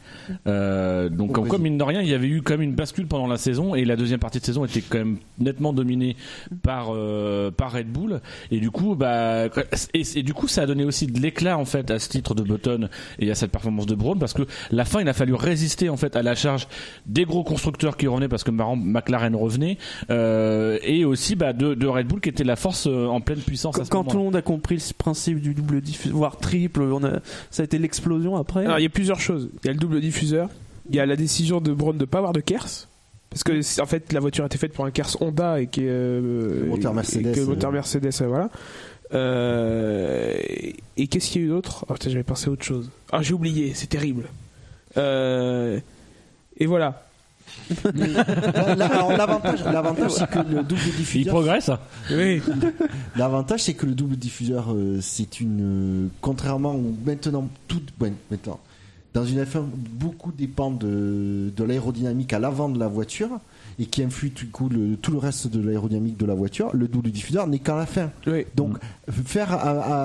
[SPEAKER 5] Euh, donc, comme quoi, mine de rien, il y avait eu quand même une bascule pendant la saison et la deuxième partie de saison était quand même nettement dominée par euh, par Red Bull. Et du coup, bah, et, et du coup, ça a donné aussi de l'éclat en fait à ce titre de Button et à cette performance de Braun parce que la fin, il a fallu résister en fait à la charge des gros constructeurs qui revenaient parce que Mar- McLaren revenait euh, et aussi bah, de, de Red Bull qui était la force euh, en pleine puissance. à ce
[SPEAKER 4] Quand
[SPEAKER 5] moment-là.
[SPEAKER 4] tout le monde a compris le principe du double diffuseur, voire triple, on a- ça a été l'explosion après.
[SPEAKER 8] Alors, il y a plusieurs choses. Il y a le double diffuseur, il y a la décision de Brown de ne pas avoir de Kers. Parce que, c'est- en fait, la voiture était faite pour un Kers Honda et qui est. euh,
[SPEAKER 2] moteur
[SPEAKER 8] et-
[SPEAKER 2] Mercedes,
[SPEAKER 8] et que le
[SPEAKER 2] euh.
[SPEAKER 8] moteur Mercedes, euh, voilà. Euh, et- et qu'est-ce qu'il y a eu d'autre Ah, putain, j'avais pensé à autre chose. Ah, j'ai oublié, c'est terrible. Euh, et voilà.
[SPEAKER 2] Là, là, alors, l'avantage, l'avantage, c'est que le double diffuseur.
[SPEAKER 5] Il progresse. hein.
[SPEAKER 8] Oui.
[SPEAKER 2] L'avantage, c'est que le double diffuseur, euh, c'est une. euh, contrairement où maintenant, tout. ouais, maintenant, dans une F1, beaucoup dépend de, de l'aérodynamique à l'avant de la voiture et qui influe du coup le- tout le reste de l'aérodynamique de la voiture. Le double diffuseur n'est qu'à la fin. Donc, faire à-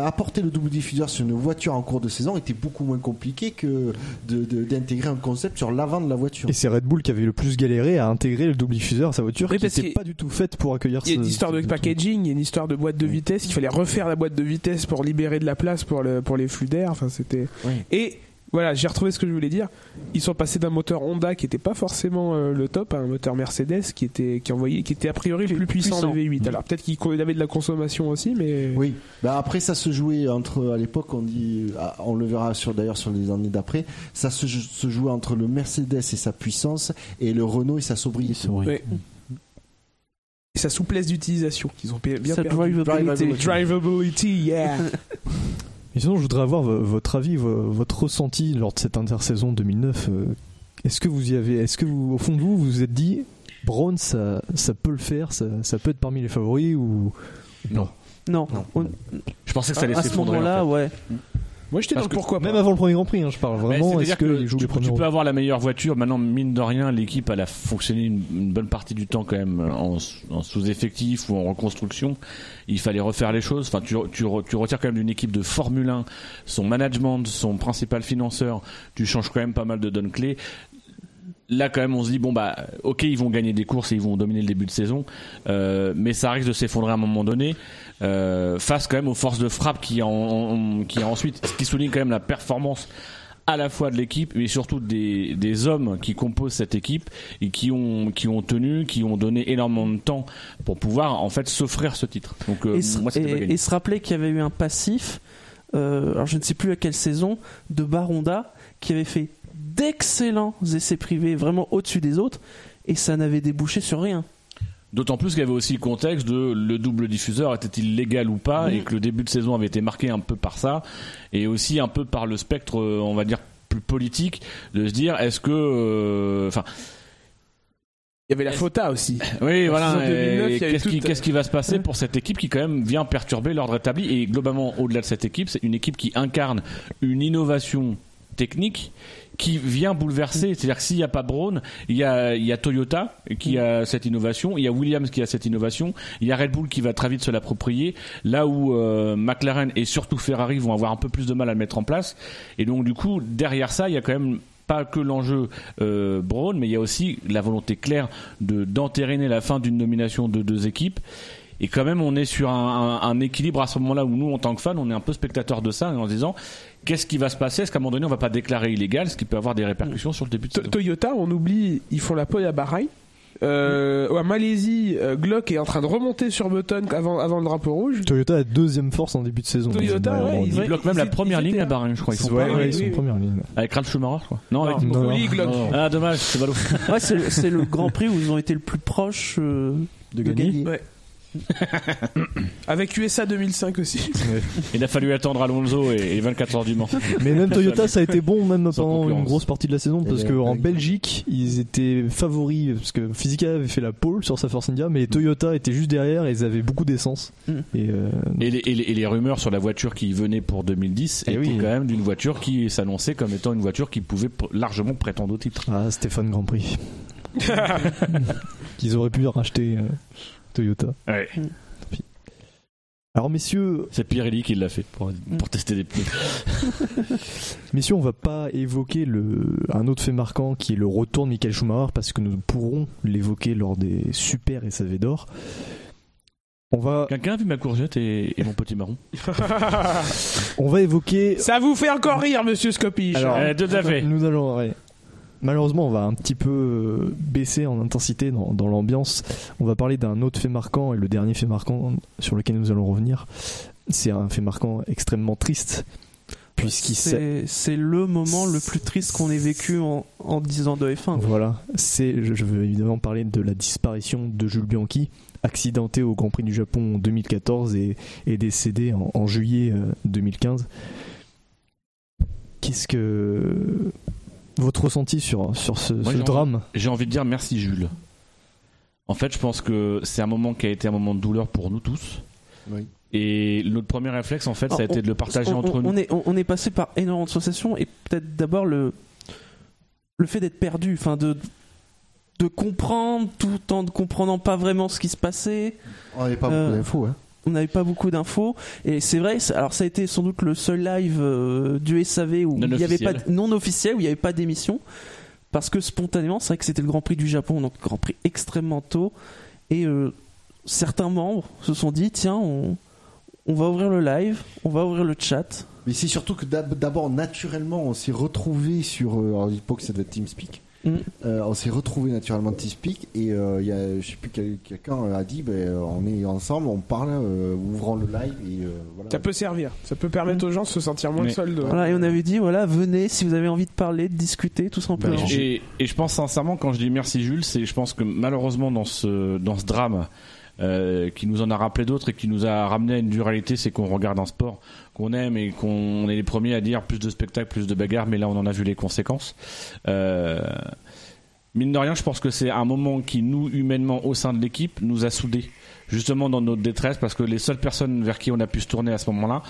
[SPEAKER 2] à- apporter le double diffuseur sur une voiture en cours de saison était beaucoup moins compliqué que de- de- d'intégrer un concept sur l'avant de la voiture.
[SPEAKER 6] Et c'est Red Bull qui avait le plus galéré à intégrer le double diffuseur à sa voiture,
[SPEAKER 8] Oui,
[SPEAKER 6] qui
[SPEAKER 8] parce
[SPEAKER 6] n'était
[SPEAKER 8] que-
[SPEAKER 6] pas du tout faite pour accueillir
[SPEAKER 8] Il y a
[SPEAKER 6] ce-
[SPEAKER 8] une histoire de
[SPEAKER 6] ce-
[SPEAKER 8] packaging, il y a une histoire de boîte de vitesse, qu'il fallait refaire la boîte de vitesse pour libérer de la place pour, le, pour les flux d'air. Enfin, c'était. Et voilà, j'ai retrouvé ce que je voulais dire. Ils sont passés d'un moteur Honda qui n'était pas forcément euh, le top à un moteur Mercedes qui était, qui envoyait, qui était a priori le plus puissant,
[SPEAKER 2] puissant.
[SPEAKER 8] du V8. Alors peut-être qu'il avait de la consommation aussi, mais.
[SPEAKER 2] Oui. Bah après, ça se jouait entre, à l'époque, on dit, ah, on le verra sur, d'ailleurs sur les années d'après, ça se, jou- se jouait entre le Mercedes et sa puissance et le Renault et sa sobriété.
[SPEAKER 8] Ouais. Et sa souplesse d'utilisation qu'ils ont bien
[SPEAKER 4] Sa
[SPEAKER 8] perdu.
[SPEAKER 4] drivability.
[SPEAKER 8] Drivability, yeah.
[SPEAKER 6] Et sinon, je voudrais avoir vo- votre avis, vo- votre ressenti lors de cette intersaison 2009. euh, Est-ce que vous y avez, est-ce que vous, au fond de vous, vous vous êtes dit, Brown, ça, ça peut le faire, ça, ça peut être parmi les favoris ou non
[SPEAKER 4] Non.
[SPEAKER 5] Je pensais que ça
[SPEAKER 4] À-
[SPEAKER 5] allait
[SPEAKER 4] à ce
[SPEAKER 5] s'effondrer,
[SPEAKER 4] moment-là,
[SPEAKER 5] en fait.
[SPEAKER 4] ouais.
[SPEAKER 8] Moi, j'étais
[SPEAKER 5] Parce dans le que- pourquoi
[SPEAKER 6] Même avant le premier Grand Prix, hein, je parle
[SPEAKER 5] Mais
[SPEAKER 6] vraiment. Est-ce
[SPEAKER 5] c'est-à-dire
[SPEAKER 6] qu'il
[SPEAKER 5] que
[SPEAKER 6] joue
[SPEAKER 5] tu,
[SPEAKER 6] le premier
[SPEAKER 5] tu peux avoir la meilleure voiture. Maintenant, mine de rien, l'équipe elle a fonctionné une, une bonne partie du temps quand même en, en sous-effectif ou en reconstruction. Il fallait refaire les choses. Enfin, tu, tu, re- tu retires quand même d'une équipe de Formule 1 son management, son principal financeur. Tu changes quand même pas mal de donnes clés. Là, quand même, on se dit bon bah, ok, ils vont gagner des courses et ils vont dominer le début de saison, euh, mais ça risque de s'effondrer à un moment donné euh, face quand même aux forces de frappe qui en- en, qui ensuite, ce qui souligne quand même la performance à la fois de l'équipe mais surtout des, des hommes qui composent cette équipe et qui ont qui ont tenu qui ont donné énormément de temps pour pouvoir en fait s'offrir ce titre donc euh,
[SPEAKER 4] et, se,
[SPEAKER 5] moi c'était
[SPEAKER 4] et-
[SPEAKER 5] pas gagné
[SPEAKER 4] et se rappeler qu'il y avait eu un passif, euh, alors je ne sais plus à quelle saison, de Baronda qui avait fait d'excellents essais privés, vraiment au-dessus des autres, et ça n'avait débouché sur rien.
[SPEAKER 5] D'autant plus qu'il y avait aussi le contexte de le double diffuseur était-il légal ou pas et que le début de saison avait été marqué un peu par ça et aussi un peu par le spectre euh, on va dire plus politique de se dire est-ce que euh, enfin
[SPEAKER 8] il y avait la FOTA aussi.
[SPEAKER 5] Oui,
[SPEAKER 8] La
[SPEAKER 5] voilà.
[SPEAKER 8] saison 2009,
[SPEAKER 5] et
[SPEAKER 8] il y avait
[SPEAKER 5] Qu'est-ce qui,
[SPEAKER 8] toute-
[SPEAKER 5] qu'est-ce qui va se passer pour cette équipe qui quand même vient perturber l'ordre établi et globalement au-delà de cette équipe, c'est une équipe qui incarne une innovation technique qui vient bouleverser. C'est-à-dire que s'il n'y a pas Braun, il y a, il y a Toyota qui
[SPEAKER 8] Mm.
[SPEAKER 5] a cette innovation, il y a Williams qui a cette innovation, il y a Red Bull qui va très vite se l'approprier, là où euh, McLaren et surtout Ferrari vont avoir un peu plus de mal à le mettre en place. Et donc du coup, derrière ça, il y a quand même pas que l'enjeu euh, Braun, mais il y a aussi la volonté claire de d'entériner la fin d'une nomination de deux équipes. Et quand même, on est sur un, un- un équilibre à ce moment-là où nous, en tant que fans, on est un peu spectateurs de ça en se disant qu'est-ce qui va se passer Est-ce qu'à un moment donné, on va pas déclarer illégal, ce qui peut avoir des répercussions sur le début de saison
[SPEAKER 8] Toyota, on oublie, ils font la pole à Bahreïn. Euh, à Malaisie, euh, Glock est en train de remonter sur Button avant, avant le drapeau rouge.
[SPEAKER 6] Toyota a deuxième force en début de saison.
[SPEAKER 8] Toyota, ouais,
[SPEAKER 5] Ils
[SPEAKER 8] ils-
[SPEAKER 5] bloquent même la première ligne à Bahreïn, je crois. Ils font pas-
[SPEAKER 6] ouais, ils sont en première ligne.
[SPEAKER 5] Avec Ralf Schumacher, je crois. Non, avec
[SPEAKER 6] Non,
[SPEAKER 5] Nico
[SPEAKER 6] non.
[SPEAKER 5] Hülkenberg.
[SPEAKER 6] Non.
[SPEAKER 5] Ah, dommage, c'est ballot.
[SPEAKER 4] Ouais, c'est c'est le Grand Prix où ils ont été le plus proches euh, de, gagner.
[SPEAKER 8] Ouais. Avec USA 2005 aussi.
[SPEAKER 5] Il a fallu attendre Alonso et, et 24 heures du Mans.
[SPEAKER 6] Mais même Toyota, ça a été bon même pendant une
[SPEAKER 5] concurrence.
[SPEAKER 6] grosse partie de la saison parce que en Belgique, ils étaient favoris parce que Physica avait fait la pole sur sa Force India, mais Toyota était juste derrière et ils avaient beaucoup d'essence. Et euh,
[SPEAKER 5] Et les, et les- et les rumeurs sur la voiture qui venait pour 2010
[SPEAKER 6] Eh
[SPEAKER 5] étaient quand même d'une voiture qui s'annonçait comme étant une voiture qui pouvait pr- largement prétendre au titre.
[SPEAKER 6] ah, Stéphane Grand Prix. Qu'ils auraient pu racheter euh, Toyota.
[SPEAKER 5] Ouais.
[SPEAKER 4] Mm.
[SPEAKER 6] Alors messieurs, Hmm.
[SPEAKER 5] C'est Pirelli qui l'a fait pour, pour tester des pneus.
[SPEAKER 6] Messieurs, on va pas évoquer le, un autre fait marquant qui est le retour de Michael Schumacher parce que nous pourrons l'évoquer lors des super SAV d'or. On va.
[SPEAKER 5] Quelqu'un a vu ma courgette et, et mon petit marron
[SPEAKER 6] On va évoquer.
[SPEAKER 8] Ça vous fait encore rire, monsieur Scopich. hein.
[SPEAKER 5] Euh, tout à fait.
[SPEAKER 6] Nous allons. ouais. Malheureusement, on va un petit peu euh, baisser en intensité dans, dans l'ambiance. On va parler d'un autre fait marquant et le dernier fait marquant sur lequel nous allons revenir. C'est un fait marquant extrêmement triste puisqu'il s'est-
[SPEAKER 4] C'est c'est le moment le plus triste qu'on ait vécu en, en 10 ans de F1.
[SPEAKER 6] Voilà, c'est, je je veux évidemment parler de la disparition de Jules Bianchi, accidenté au Grand Prix du Japon en 2014 et, et décédé en, en juillet euh, 2015. Qu'est-ce que votre ressenti sur, sur ce,
[SPEAKER 5] Moi,
[SPEAKER 6] ce
[SPEAKER 5] j'ai
[SPEAKER 6] drame
[SPEAKER 5] envie- J'ai envie de dire merci Jules. En fait, je pense que c'est un moment qui a été un moment de douleur pour nous tous. Et notre premier réflexe, en fait, ça a
[SPEAKER 4] Alors,
[SPEAKER 5] été de le
[SPEAKER 4] Ah, on-
[SPEAKER 5] partager
[SPEAKER 4] on-
[SPEAKER 5] entre
[SPEAKER 4] on-
[SPEAKER 5] nous.
[SPEAKER 4] On est, on, on est passé par énormément de sensations et peut-être d'abord le, le fait d'être perdu, enfin de, de comprendre tout en ne comprenant pas vraiment ce qui se passait. Euh,
[SPEAKER 2] On n'avait pas beaucoup d'infos, hein.
[SPEAKER 4] On n'avait pas beaucoup d'infos et c'est vrai. c'est- Alors ça a été sans doute le seul live euh, du SAV où
[SPEAKER 5] Non
[SPEAKER 4] il n'y avait pas
[SPEAKER 5] officiel.
[SPEAKER 4] d- non officiel où il n'y avait pas d'émission parce que spontanément c'est vrai que c'était le Grand Prix du Japon donc Grand Prix extrêmement tôt et euh, certains membres se sont dit tiens on on va ouvrir le live, on va ouvrir le chat.
[SPEAKER 2] Mais c'est surtout que d'ab- d'abord, naturellement, on s'est retrouvé sur. euh, Alors, à l'époque, ça devait être TeamSpeak. Euh, on s'est retrouvé naturellement de TeamSpeak et euh, il y a, je sais plus quel- quelqu'un a dit ben, euh, on est ensemble, on parle, euh, ouvrons le live et euh, voilà.
[SPEAKER 8] Ça peut servir. Ça peut permettre aux gens de se sentir moins
[SPEAKER 5] Mais-
[SPEAKER 8] seuls. de-
[SPEAKER 4] Voilà, et on avait dit voilà, venez si vous avez envie de parler, de discuter, tout simplement.
[SPEAKER 5] Bah, et, et je pense sincèrement, quand je dis merci Jules, c'est je pense que malheureusement dans ce, dans ce drame euh, qui nous en a rappelé d'autres et qui nous a ramené à une réalité, c'est qu'on regarde un sport qu'on aime et qu'on est les premiers à dire plus de spectacles, plus de bagarres, mais là on en a vu les conséquences. Euh, mine de rien, je pense que c'est un moment qui, nous, humainement, au sein de l'équipe, nous a soudés. Justement dans notre détresse, parce que les seules personnes vers qui on a pu se tourner à ce moment-là,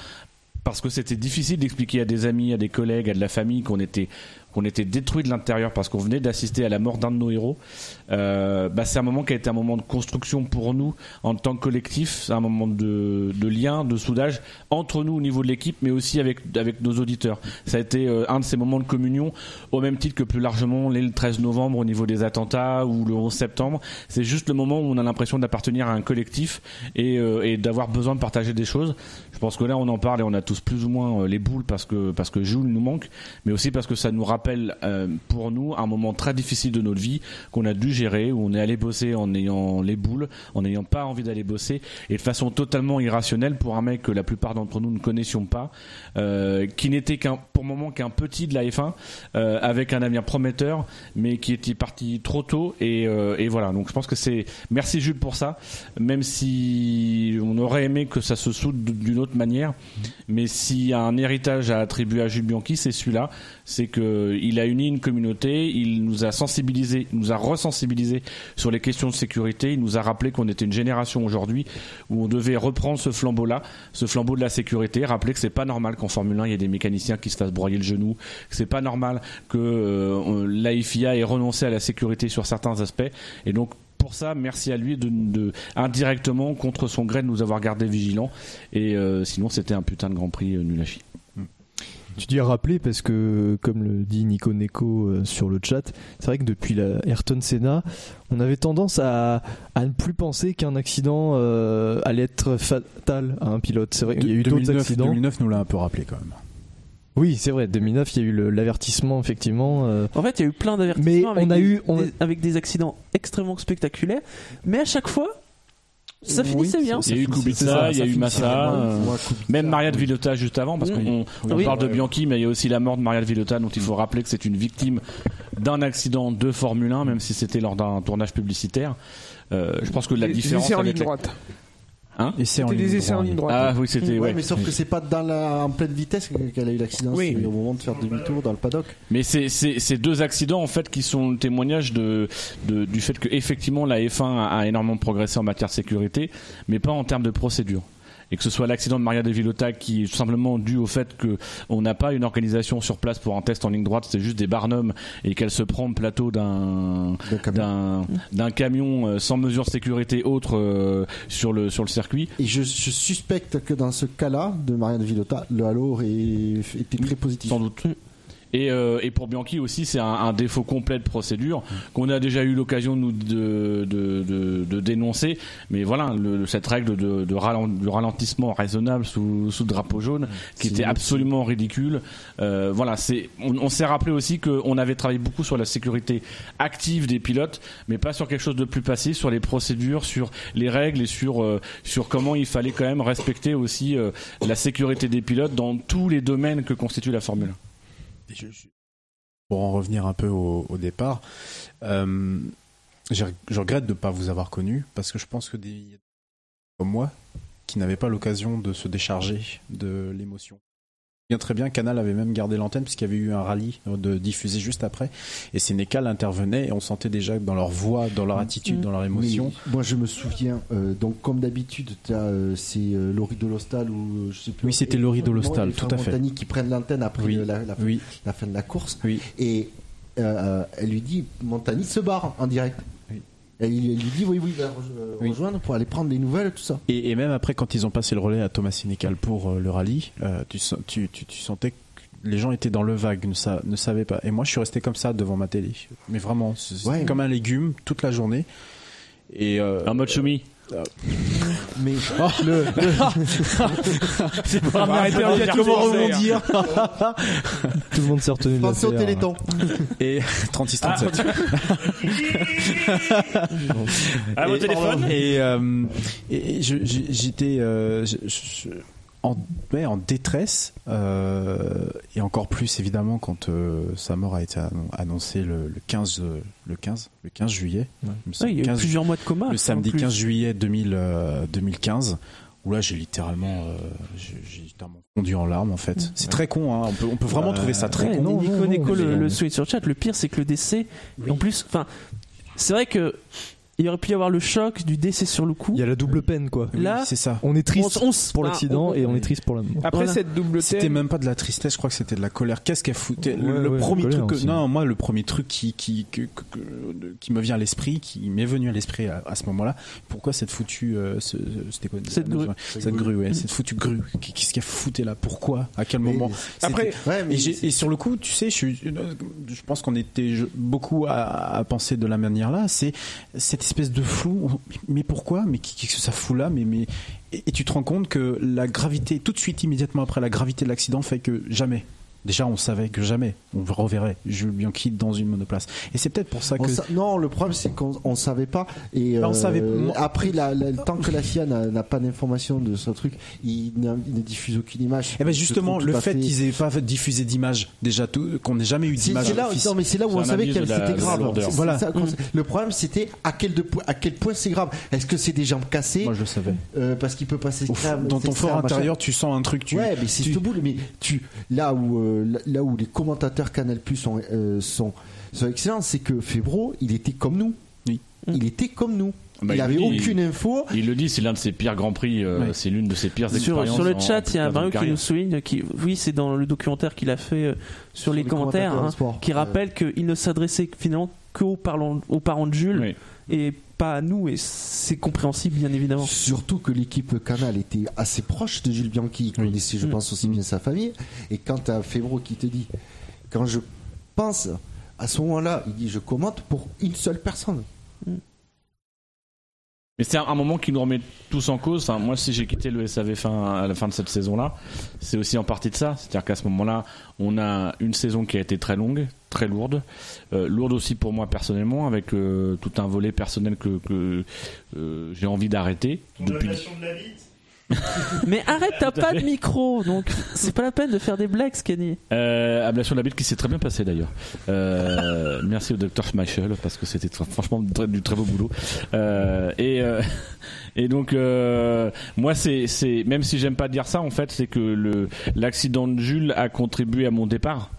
[SPEAKER 5] parce que c'était difficile d'expliquer à des amis, à des collègues, à de la famille qu'on était qu'on était détruit de l'intérieur parce qu'on venait d'assister à la mort d'un de nos héros. Euh, bah, c'est un moment qui a été un moment de construction pour nous en tant que collectif, c'est un moment de, de lien, de soudage entre nous au niveau de l'équipe, mais aussi avec avec nos auditeurs. Ça a été euh, un de ces moments de communion, au même titre que plus largement les le 13 novembre au niveau des attentats ou le 11 septembre. C'est juste le moment où on a l'impression d'appartenir à un collectif et, euh, et d'avoir besoin de partager des choses. Je pense que là, on en parle et on a tous plus ou moins euh, les boules parce que parce que Jules nous manque, mais aussi parce que ça nous rappelle euh, pour nous un moment très difficile de notre vie qu'on a dû gérer où on est allé bosser en ayant les boules, en n'ayant pas envie d'aller bosser et de façon totalement irrationnelle pour un mec que la plupart d'entre nous ne connaissions pas, euh, qui n'était qu'un pour le moment qu'un petit de la F1 euh, avec un avenir prometteur, mais qui était parti trop tôt et, euh, et voilà. Donc je pense que c'est merci Jules pour ça, même si on aurait aimé que ça se soude d'une autre manière, mais s'il y a un héritage à attribuer à Jules Bianchi, c'est celui-là, c'est que euh, il a uni une communauté, il nous a sensibilisés, il nous a resensibilisés sur les questions de sécurité, il nous a rappelé qu'on était une génération aujourd'hui où on devait reprendre ce flambeau-là, ce flambeau de la sécurité, rappeler que c'est pas normal qu'en Formule 1 il y ait des mécaniciens qui se fassent broyer le genou, que c'est pas normal que euh, l'AFIA ait renoncé à la sécurité sur certains aspects, et donc pour ça, merci à lui de, de- indirectement contre son gré de nous avoir gardé vigilants. Et euh, sinon, c'était un putain de Grand Prix euh, nul à chier.
[SPEAKER 6] Tu dis à rappeler parce que, comme le dit Nico Neko euh, sur le chat, c'est vrai que depuis la Ayrton Senna, on avait tendance à, à ne plus penser qu'un accident euh, allait être fatal à un pilote. C'est vrai qu'il y a eu d'autres
[SPEAKER 7] 2009,
[SPEAKER 6] accidents.
[SPEAKER 7] 2009 nous l'a un peu rappelé quand même.
[SPEAKER 6] Oui, c'est vrai. 2009, il y a eu le- l'avertissement effectivement. euh,
[SPEAKER 4] En fait, il y a eu plein d'avertissements
[SPEAKER 6] Mais
[SPEAKER 4] avec,
[SPEAKER 6] on a
[SPEAKER 4] des-
[SPEAKER 6] eu- on-
[SPEAKER 4] des- avec des accidents extrêmement spectaculaires, mais à chaque fois, ça
[SPEAKER 5] Oui,
[SPEAKER 4] finissait bien.
[SPEAKER 5] Il y a eu Kubica, il y a eu Massa, euh, même Maria de Villota juste avant,
[SPEAKER 8] Mm.
[SPEAKER 5] parce qu'on on
[SPEAKER 4] Oui.
[SPEAKER 5] parle de
[SPEAKER 4] Ouais.
[SPEAKER 5] Bianchi, mais il y a aussi la mort de Maria de Villota, dont il faut rappeler que c'est une victime d'un accident de Formule 1, même si c'était lors d'un tournage publicité. Euh, je pense que
[SPEAKER 8] Des-
[SPEAKER 5] la
[SPEAKER 8] des
[SPEAKER 5] différence
[SPEAKER 8] essais en
[SPEAKER 5] avec
[SPEAKER 8] ligne
[SPEAKER 5] la-
[SPEAKER 8] droite.
[SPEAKER 5] Hein
[SPEAKER 8] C'était en ligne des essais en droite. ligne droite.
[SPEAKER 5] Ah oui, c'était ouais.
[SPEAKER 2] mais sauf que c'est pas dans la, en pleine vitesse qu'elle a eu l'accident.
[SPEAKER 5] Oui.
[SPEAKER 2] C'est au moment de faire demi-tour dans le paddock.
[SPEAKER 5] Mais c'est c'est- ces deux accidents en fait qui sont le témoignage de, de- du fait que effectivement la F1 a, a énormément progressé en matière de sécurité, mais pas en termes de procédure. Et que ce soit l'accident de Maria de Villota qui est tout simplement dû au fait que on n'a pas une organisation sur place pour un test en ligne droite, c'est juste des barnums et qu'elle se prend le plateau d'un d'un d'un camion euh, sans mesure de sécurité autre euh, sur le sur le circuit.
[SPEAKER 2] Et je, je suspecte que dans ce cas-là de Marianne Villota, le halo aurait été très positif. Sans
[SPEAKER 5] doute. Et, euh, et pour Bianchi aussi, c'est un, un défaut complet de procédure qu'on a déjà eu l'occasion de, nous- de, de, de- de dénoncer. Mais voilà, le- cette règle de, de ralen- du ralentissement raisonnable sous, sous le drapeau jaune, qui était absolument ridicule. Euh, voilà, c'est. On, on s'est rappelé aussi qu'on avait travaillé beaucoup sur la sécurité active des pilotes, mais pas sur quelque chose de plus passif, sur les procédures, sur les règles et sur euh, sur comment il fallait quand même respecter aussi euh, la sécurité des pilotes dans tous les domaines que constitue la Formule 1.
[SPEAKER 7] pour en revenir un peu au, au départ, euh, j'ai- je regrette de ne pas vous avoir connu parce que je pense que des il y a des gens comme moi qui n'avaient pas l'occasion de se décharger de l'émotion. Je me souviens très bien, Canal avait même gardé l'antenne puisqu'il y avait eu un rallye euh, de diffusé juste après et Sénécal intervenait et on sentait déjà que dans leur voix, dans leur attitude, dans leur émotion.
[SPEAKER 2] Mais moi, je me souviens. euh, donc, comme d'habitude, t'as, euh, c'est euh, Laurie Dolostal ou euh, je sais plus.
[SPEAKER 7] Oui, c'était Laurie Dolostal,
[SPEAKER 2] et les
[SPEAKER 7] tout
[SPEAKER 2] frères
[SPEAKER 7] à fait.
[SPEAKER 2] Montagny qui prennent l'antenne après euh, la, la- la fin de la course. Et euh, elle lui dit, Montagny se barre en direct. Et il, il lui dit, oui, oui, il va re- euh, rejoindre pour aller prendre des nouvelles, tout ça.
[SPEAKER 7] Et, et même après, quand ils ont passé le relais à Thomas Sénécal pour euh, le rallye, euh, tu, sen- tu- tu- tu sentais que les gens étaient dans le vague, ne, sa- ne savaient pas. Et moi, je suis resté comme ça devant ma télé. Mais vraiment, c'est c'est
[SPEAKER 2] Ouais.
[SPEAKER 7] comme un légume toute la journée. Et euh, Oh. en
[SPEAKER 5] mode chemise.
[SPEAKER 2] Mais
[SPEAKER 7] le,
[SPEAKER 5] C'est
[SPEAKER 7] pas arrêter Ah, de hein. dire comment rebondir.
[SPEAKER 6] Tout le monde s'est retenu de la hein.
[SPEAKER 7] Pensez au
[SPEAKER 6] VR.
[SPEAKER 7] Téléthon. Et 36 37.
[SPEAKER 4] Ah,
[SPEAKER 5] À vos
[SPEAKER 7] Et-
[SPEAKER 5] téléphones.
[SPEAKER 7] Et, euh, et je- je- j'étais euh, je- je- en, ouais, en détresse euh, et encore plus évidemment quand euh, sa mort a été annon- annoncée le, le 15 euh, le 15 le 15 juillet. me semble.
[SPEAKER 4] Ouais, il y a eu
[SPEAKER 7] 15
[SPEAKER 4] plusieurs mois de coma,
[SPEAKER 7] Le
[SPEAKER 4] en
[SPEAKER 7] samedi
[SPEAKER 4] plus.
[SPEAKER 7] 15 juillet 2000, euh, 2015 où là j'ai littéralement euh, j'ai j'ai littéralement fondu en larmes en fait. C'est très con hein, on peut on peut vraiment trouver ça très
[SPEAKER 4] Bah, Ouais,
[SPEAKER 7] con.
[SPEAKER 4] mais Nico Neko le, le
[SPEAKER 7] Mais-
[SPEAKER 4] souligne sur le chat. Le pire, c'est que le décès. En plus, enfin, c'est vrai que il aurait pu y avoir le choc du décès sur le coup. Il
[SPEAKER 6] y a la double peine, quoi.
[SPEAKER 4] Là,
[SPEAKER 7] c'est ça.
[SPEAKER 6] On est triste
[SPEAKER 4] On s- on s-
[SPEAKER 6] pour
[SPEAKER 4] ah,
[SPEAKER 6] l'accident
[SPEAKER 4] on-
[SPEAKER 6] et on est triste pour la mort.
[SPEAKER 7] Voilà. C'était même pas de la tristesse, je crois que c'était de la colère. Qu'est-ce qu'elle foutait Le-
[SPEAKER 6] Ouais,
[SPEAKER 7] Le
[SPEAKER 6] ouais,
[SPEAKER 7] premier
[SPEAKER 6] colère
[SPEAKER 7] truc que-
[SPEAKER 6] aussi.
[SPEAKER 7] non, moi le premier truc qui qui que- que- que- qui me vient à l'esprit, qui m'est venu à l'esprit à, à ce moment-là, pourquoi cette foutue euh, ce- c'était quoi
[SPEAKER 4] Cette
[SPEAKER 7] Non,
[SPEAKER 4] grue.
[SPEAKER 7] c'est vrai. cette grue, ouais, cette foutue grue. Qui- Qu'est-ce qu'elle foutait là Pourquoi À quel moment C'était- Après,
[SPEAKER 2] et,
[SPEAKER 7] j'ai- et sur le coup, tu sais, je, suis- je pense qu'on était je- beaucoup à, à penser de la manière là. C'est cette espèce de flou. Mais pourquoi Mais qu'est-ce que ça fout là Mais mais et, et tu te rends compte que la gravité, tout de suite, immédiatement après la gravité de l'accident, fait que jamais. Déjà, on savait que jamais on reverrait Jules Bianchi dans une monoplace. Et c'est peut-être pour ça
[SPEAKER 2] On
[SPEAKER 7] que
[SPEAKER 2] sa- Non, le problème c'est qu'on on savait pas et euh,
[SPEAKER 7] Ben, on savait- moi-
[SPEAKER 2] après la- la- tant que la FIA n'a n'a pas d'information de ce truc, il, n'a- il ne diffuse aucune image.
[SPEAKER 7] Eh ben
[SPEAKER 2] Je
[SPEAKER 7] justement,
[SPEAKER 2] trouve
[SPEAKER 7] le
[SPEAKER 2] tout à
[SPEAKER 7] fait qu'ils aient pas diffusé d'image, déjà tout, qu'on n'ait jamais eu
[SPEAKER 2] C'est-
[SPEAKER 7] d'image.
[SPEAKER 2] c'est là,
[SPEAKER 7] d'office.
[SPEAKER 2] non, mais c'est là où
[SPEAKER 7] Ça
[SPEAKER 2] on savait
[SPEAKER 7] m'amuse
[SPEAKER 2] que
[SPEAKER 7] de la-
[SPEAKER 2] c'était
[SPEAKER 7] de la
[SPEAKER 2] grave.
[SPEAKER 7] lourdeur.
[SPEAKER 2] C'est-
[SPEAKER 7] Voilà.
[SPEAKER 2] c'est ça qu'on- le problème, c'était à quel, de- à quel point c'est grave. Est-ce que c'est des jambes cassées Euh,
[SPEAKER 7] Moi, je le savais.
[SPEAKER 2] parce qu'il peut passer
[SPEAKER 7] Au fond,
[SPEAKER 2] crème,
[SPEAKER 7] dans ton
[SPEAKER 2] etc.,
[SPEAKER 7] fort
[SPEAKER 2] machin.
[SPEAKER 7] intérieur, tu sens un truc. Tu,
[SPEAKER 2] ouais, mais c'est tout bout. Mais tu, là où euh, euh, là- là où les commentateurs Canal Plus sont, euh, sont, sont excellents, c'est que Febro, il était comme nous. Il était comme nous.
[SPEAKER 7] Ah
[SPEAKER 5] Bah,
[SPEAKER 2] il
[SPEAKER 5] le
[SPEAKER 2] avait
[SPEAKER 5] dit,
[SPEAKER 2] aucune info.
[SPEAKER 5] Il le dit, c'est l'un de ses pires grands prix, euh,
[SPEAKER 2] Ouais.
[SPEAKER 5] c'est l'une de ses pires
[SPEAKER 4] Sur,
[SPEAKER 5] expériences.
[SPEAKER 4] sur le
[SPEAKER 5] en-
[SPEAKER 4] chat, il y a un
[SPEAKER 5] dans
[SPEAKER 4] Vareux
[SPEAKER 5] une
[SPEAKER 4] qui
[SPEAKER 5] carrière.
[SPEAKER 4] nous souligne, qui, oui, c'est dans le documentaire qu'il a fait euh, sur, les commentaires,
[SPEAKER 5] commentateurs
[SPEAKER 4] hein,
[SPEAKER 5] de sport.
[SPEAKER 4] qui rappelle qu'il ne s'adressait finalement qu'aux parlons- aux parents de Jules et pas à nous, et c'est compréhensible, bien évidemment.
[SPEAKER 2] Surtout que l'équipe Canal était assez proche de Jules Bianchi, il connaissait,
[SPEAKER 4] Mm.
[SPEAKER 2] je pense, aussi bien sa famille. Et quand à Febro qui te dit, quand je pense à ce moment-là, il dit, je commente pour une seule personne.
[SPEAKER 4] Mm.
[SPEAKER 5] Mais c'est un- un moment qui nous remet tous en cause. Enfin, moi, si j'ai quitté le SAV fin, à la fin de cette saison-là, c'est aussi en partie de ça. C'est-à-dire qu'à ce moment-là, on a une saison qui a été très longue, très lourde. Euh, lourde aussi pour moi personnellement, avec euh, tout un volet personnel que, que, euh, j'ai envie d'arrêter. Depuis...
[SPEAKER 4] Mais arrête, t'as pas de micro, donc c'est pas la peine de faire des blagues, Scanny.
[SPEAKER 5] Euh, ablation de la bite qui s'est très bien passée d'ailleurs. Euh, merci au docteur Schmeichel parce que c'était tr- franchement du très- du très beau boulot. Euh, et, euh, et donc euh, moi c'est c'est même si j'aime pas dire ça en fait c'est que le l'accident de Jules a contribué à mon départ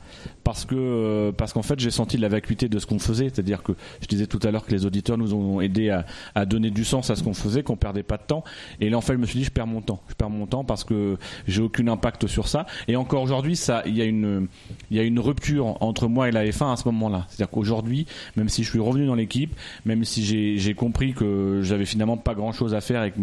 [SPEAKER 5] parce que euh, parce qu'en fait j'ai senti la vacuité de ce qu'on faisait c'est-à-dire que je disais tout à l'heure que les auditeurs nous ont aidé à, à donner du sens à ce qu'on faisait qu'on perdait pas de temps et là en fait je me suis dit je perds mon temps je perds mon temps parce que j'ai aucun impact sur ça et encore aujourd'hui ça il y a une il y a une rupture entre moi et la F1 à ce moment-là c'est-à-dire qu'aujourd'hui même si je suis revenu dans l'équipe même si j'ai j'ai compris que j'avais finalement pas grand-chose à faire et que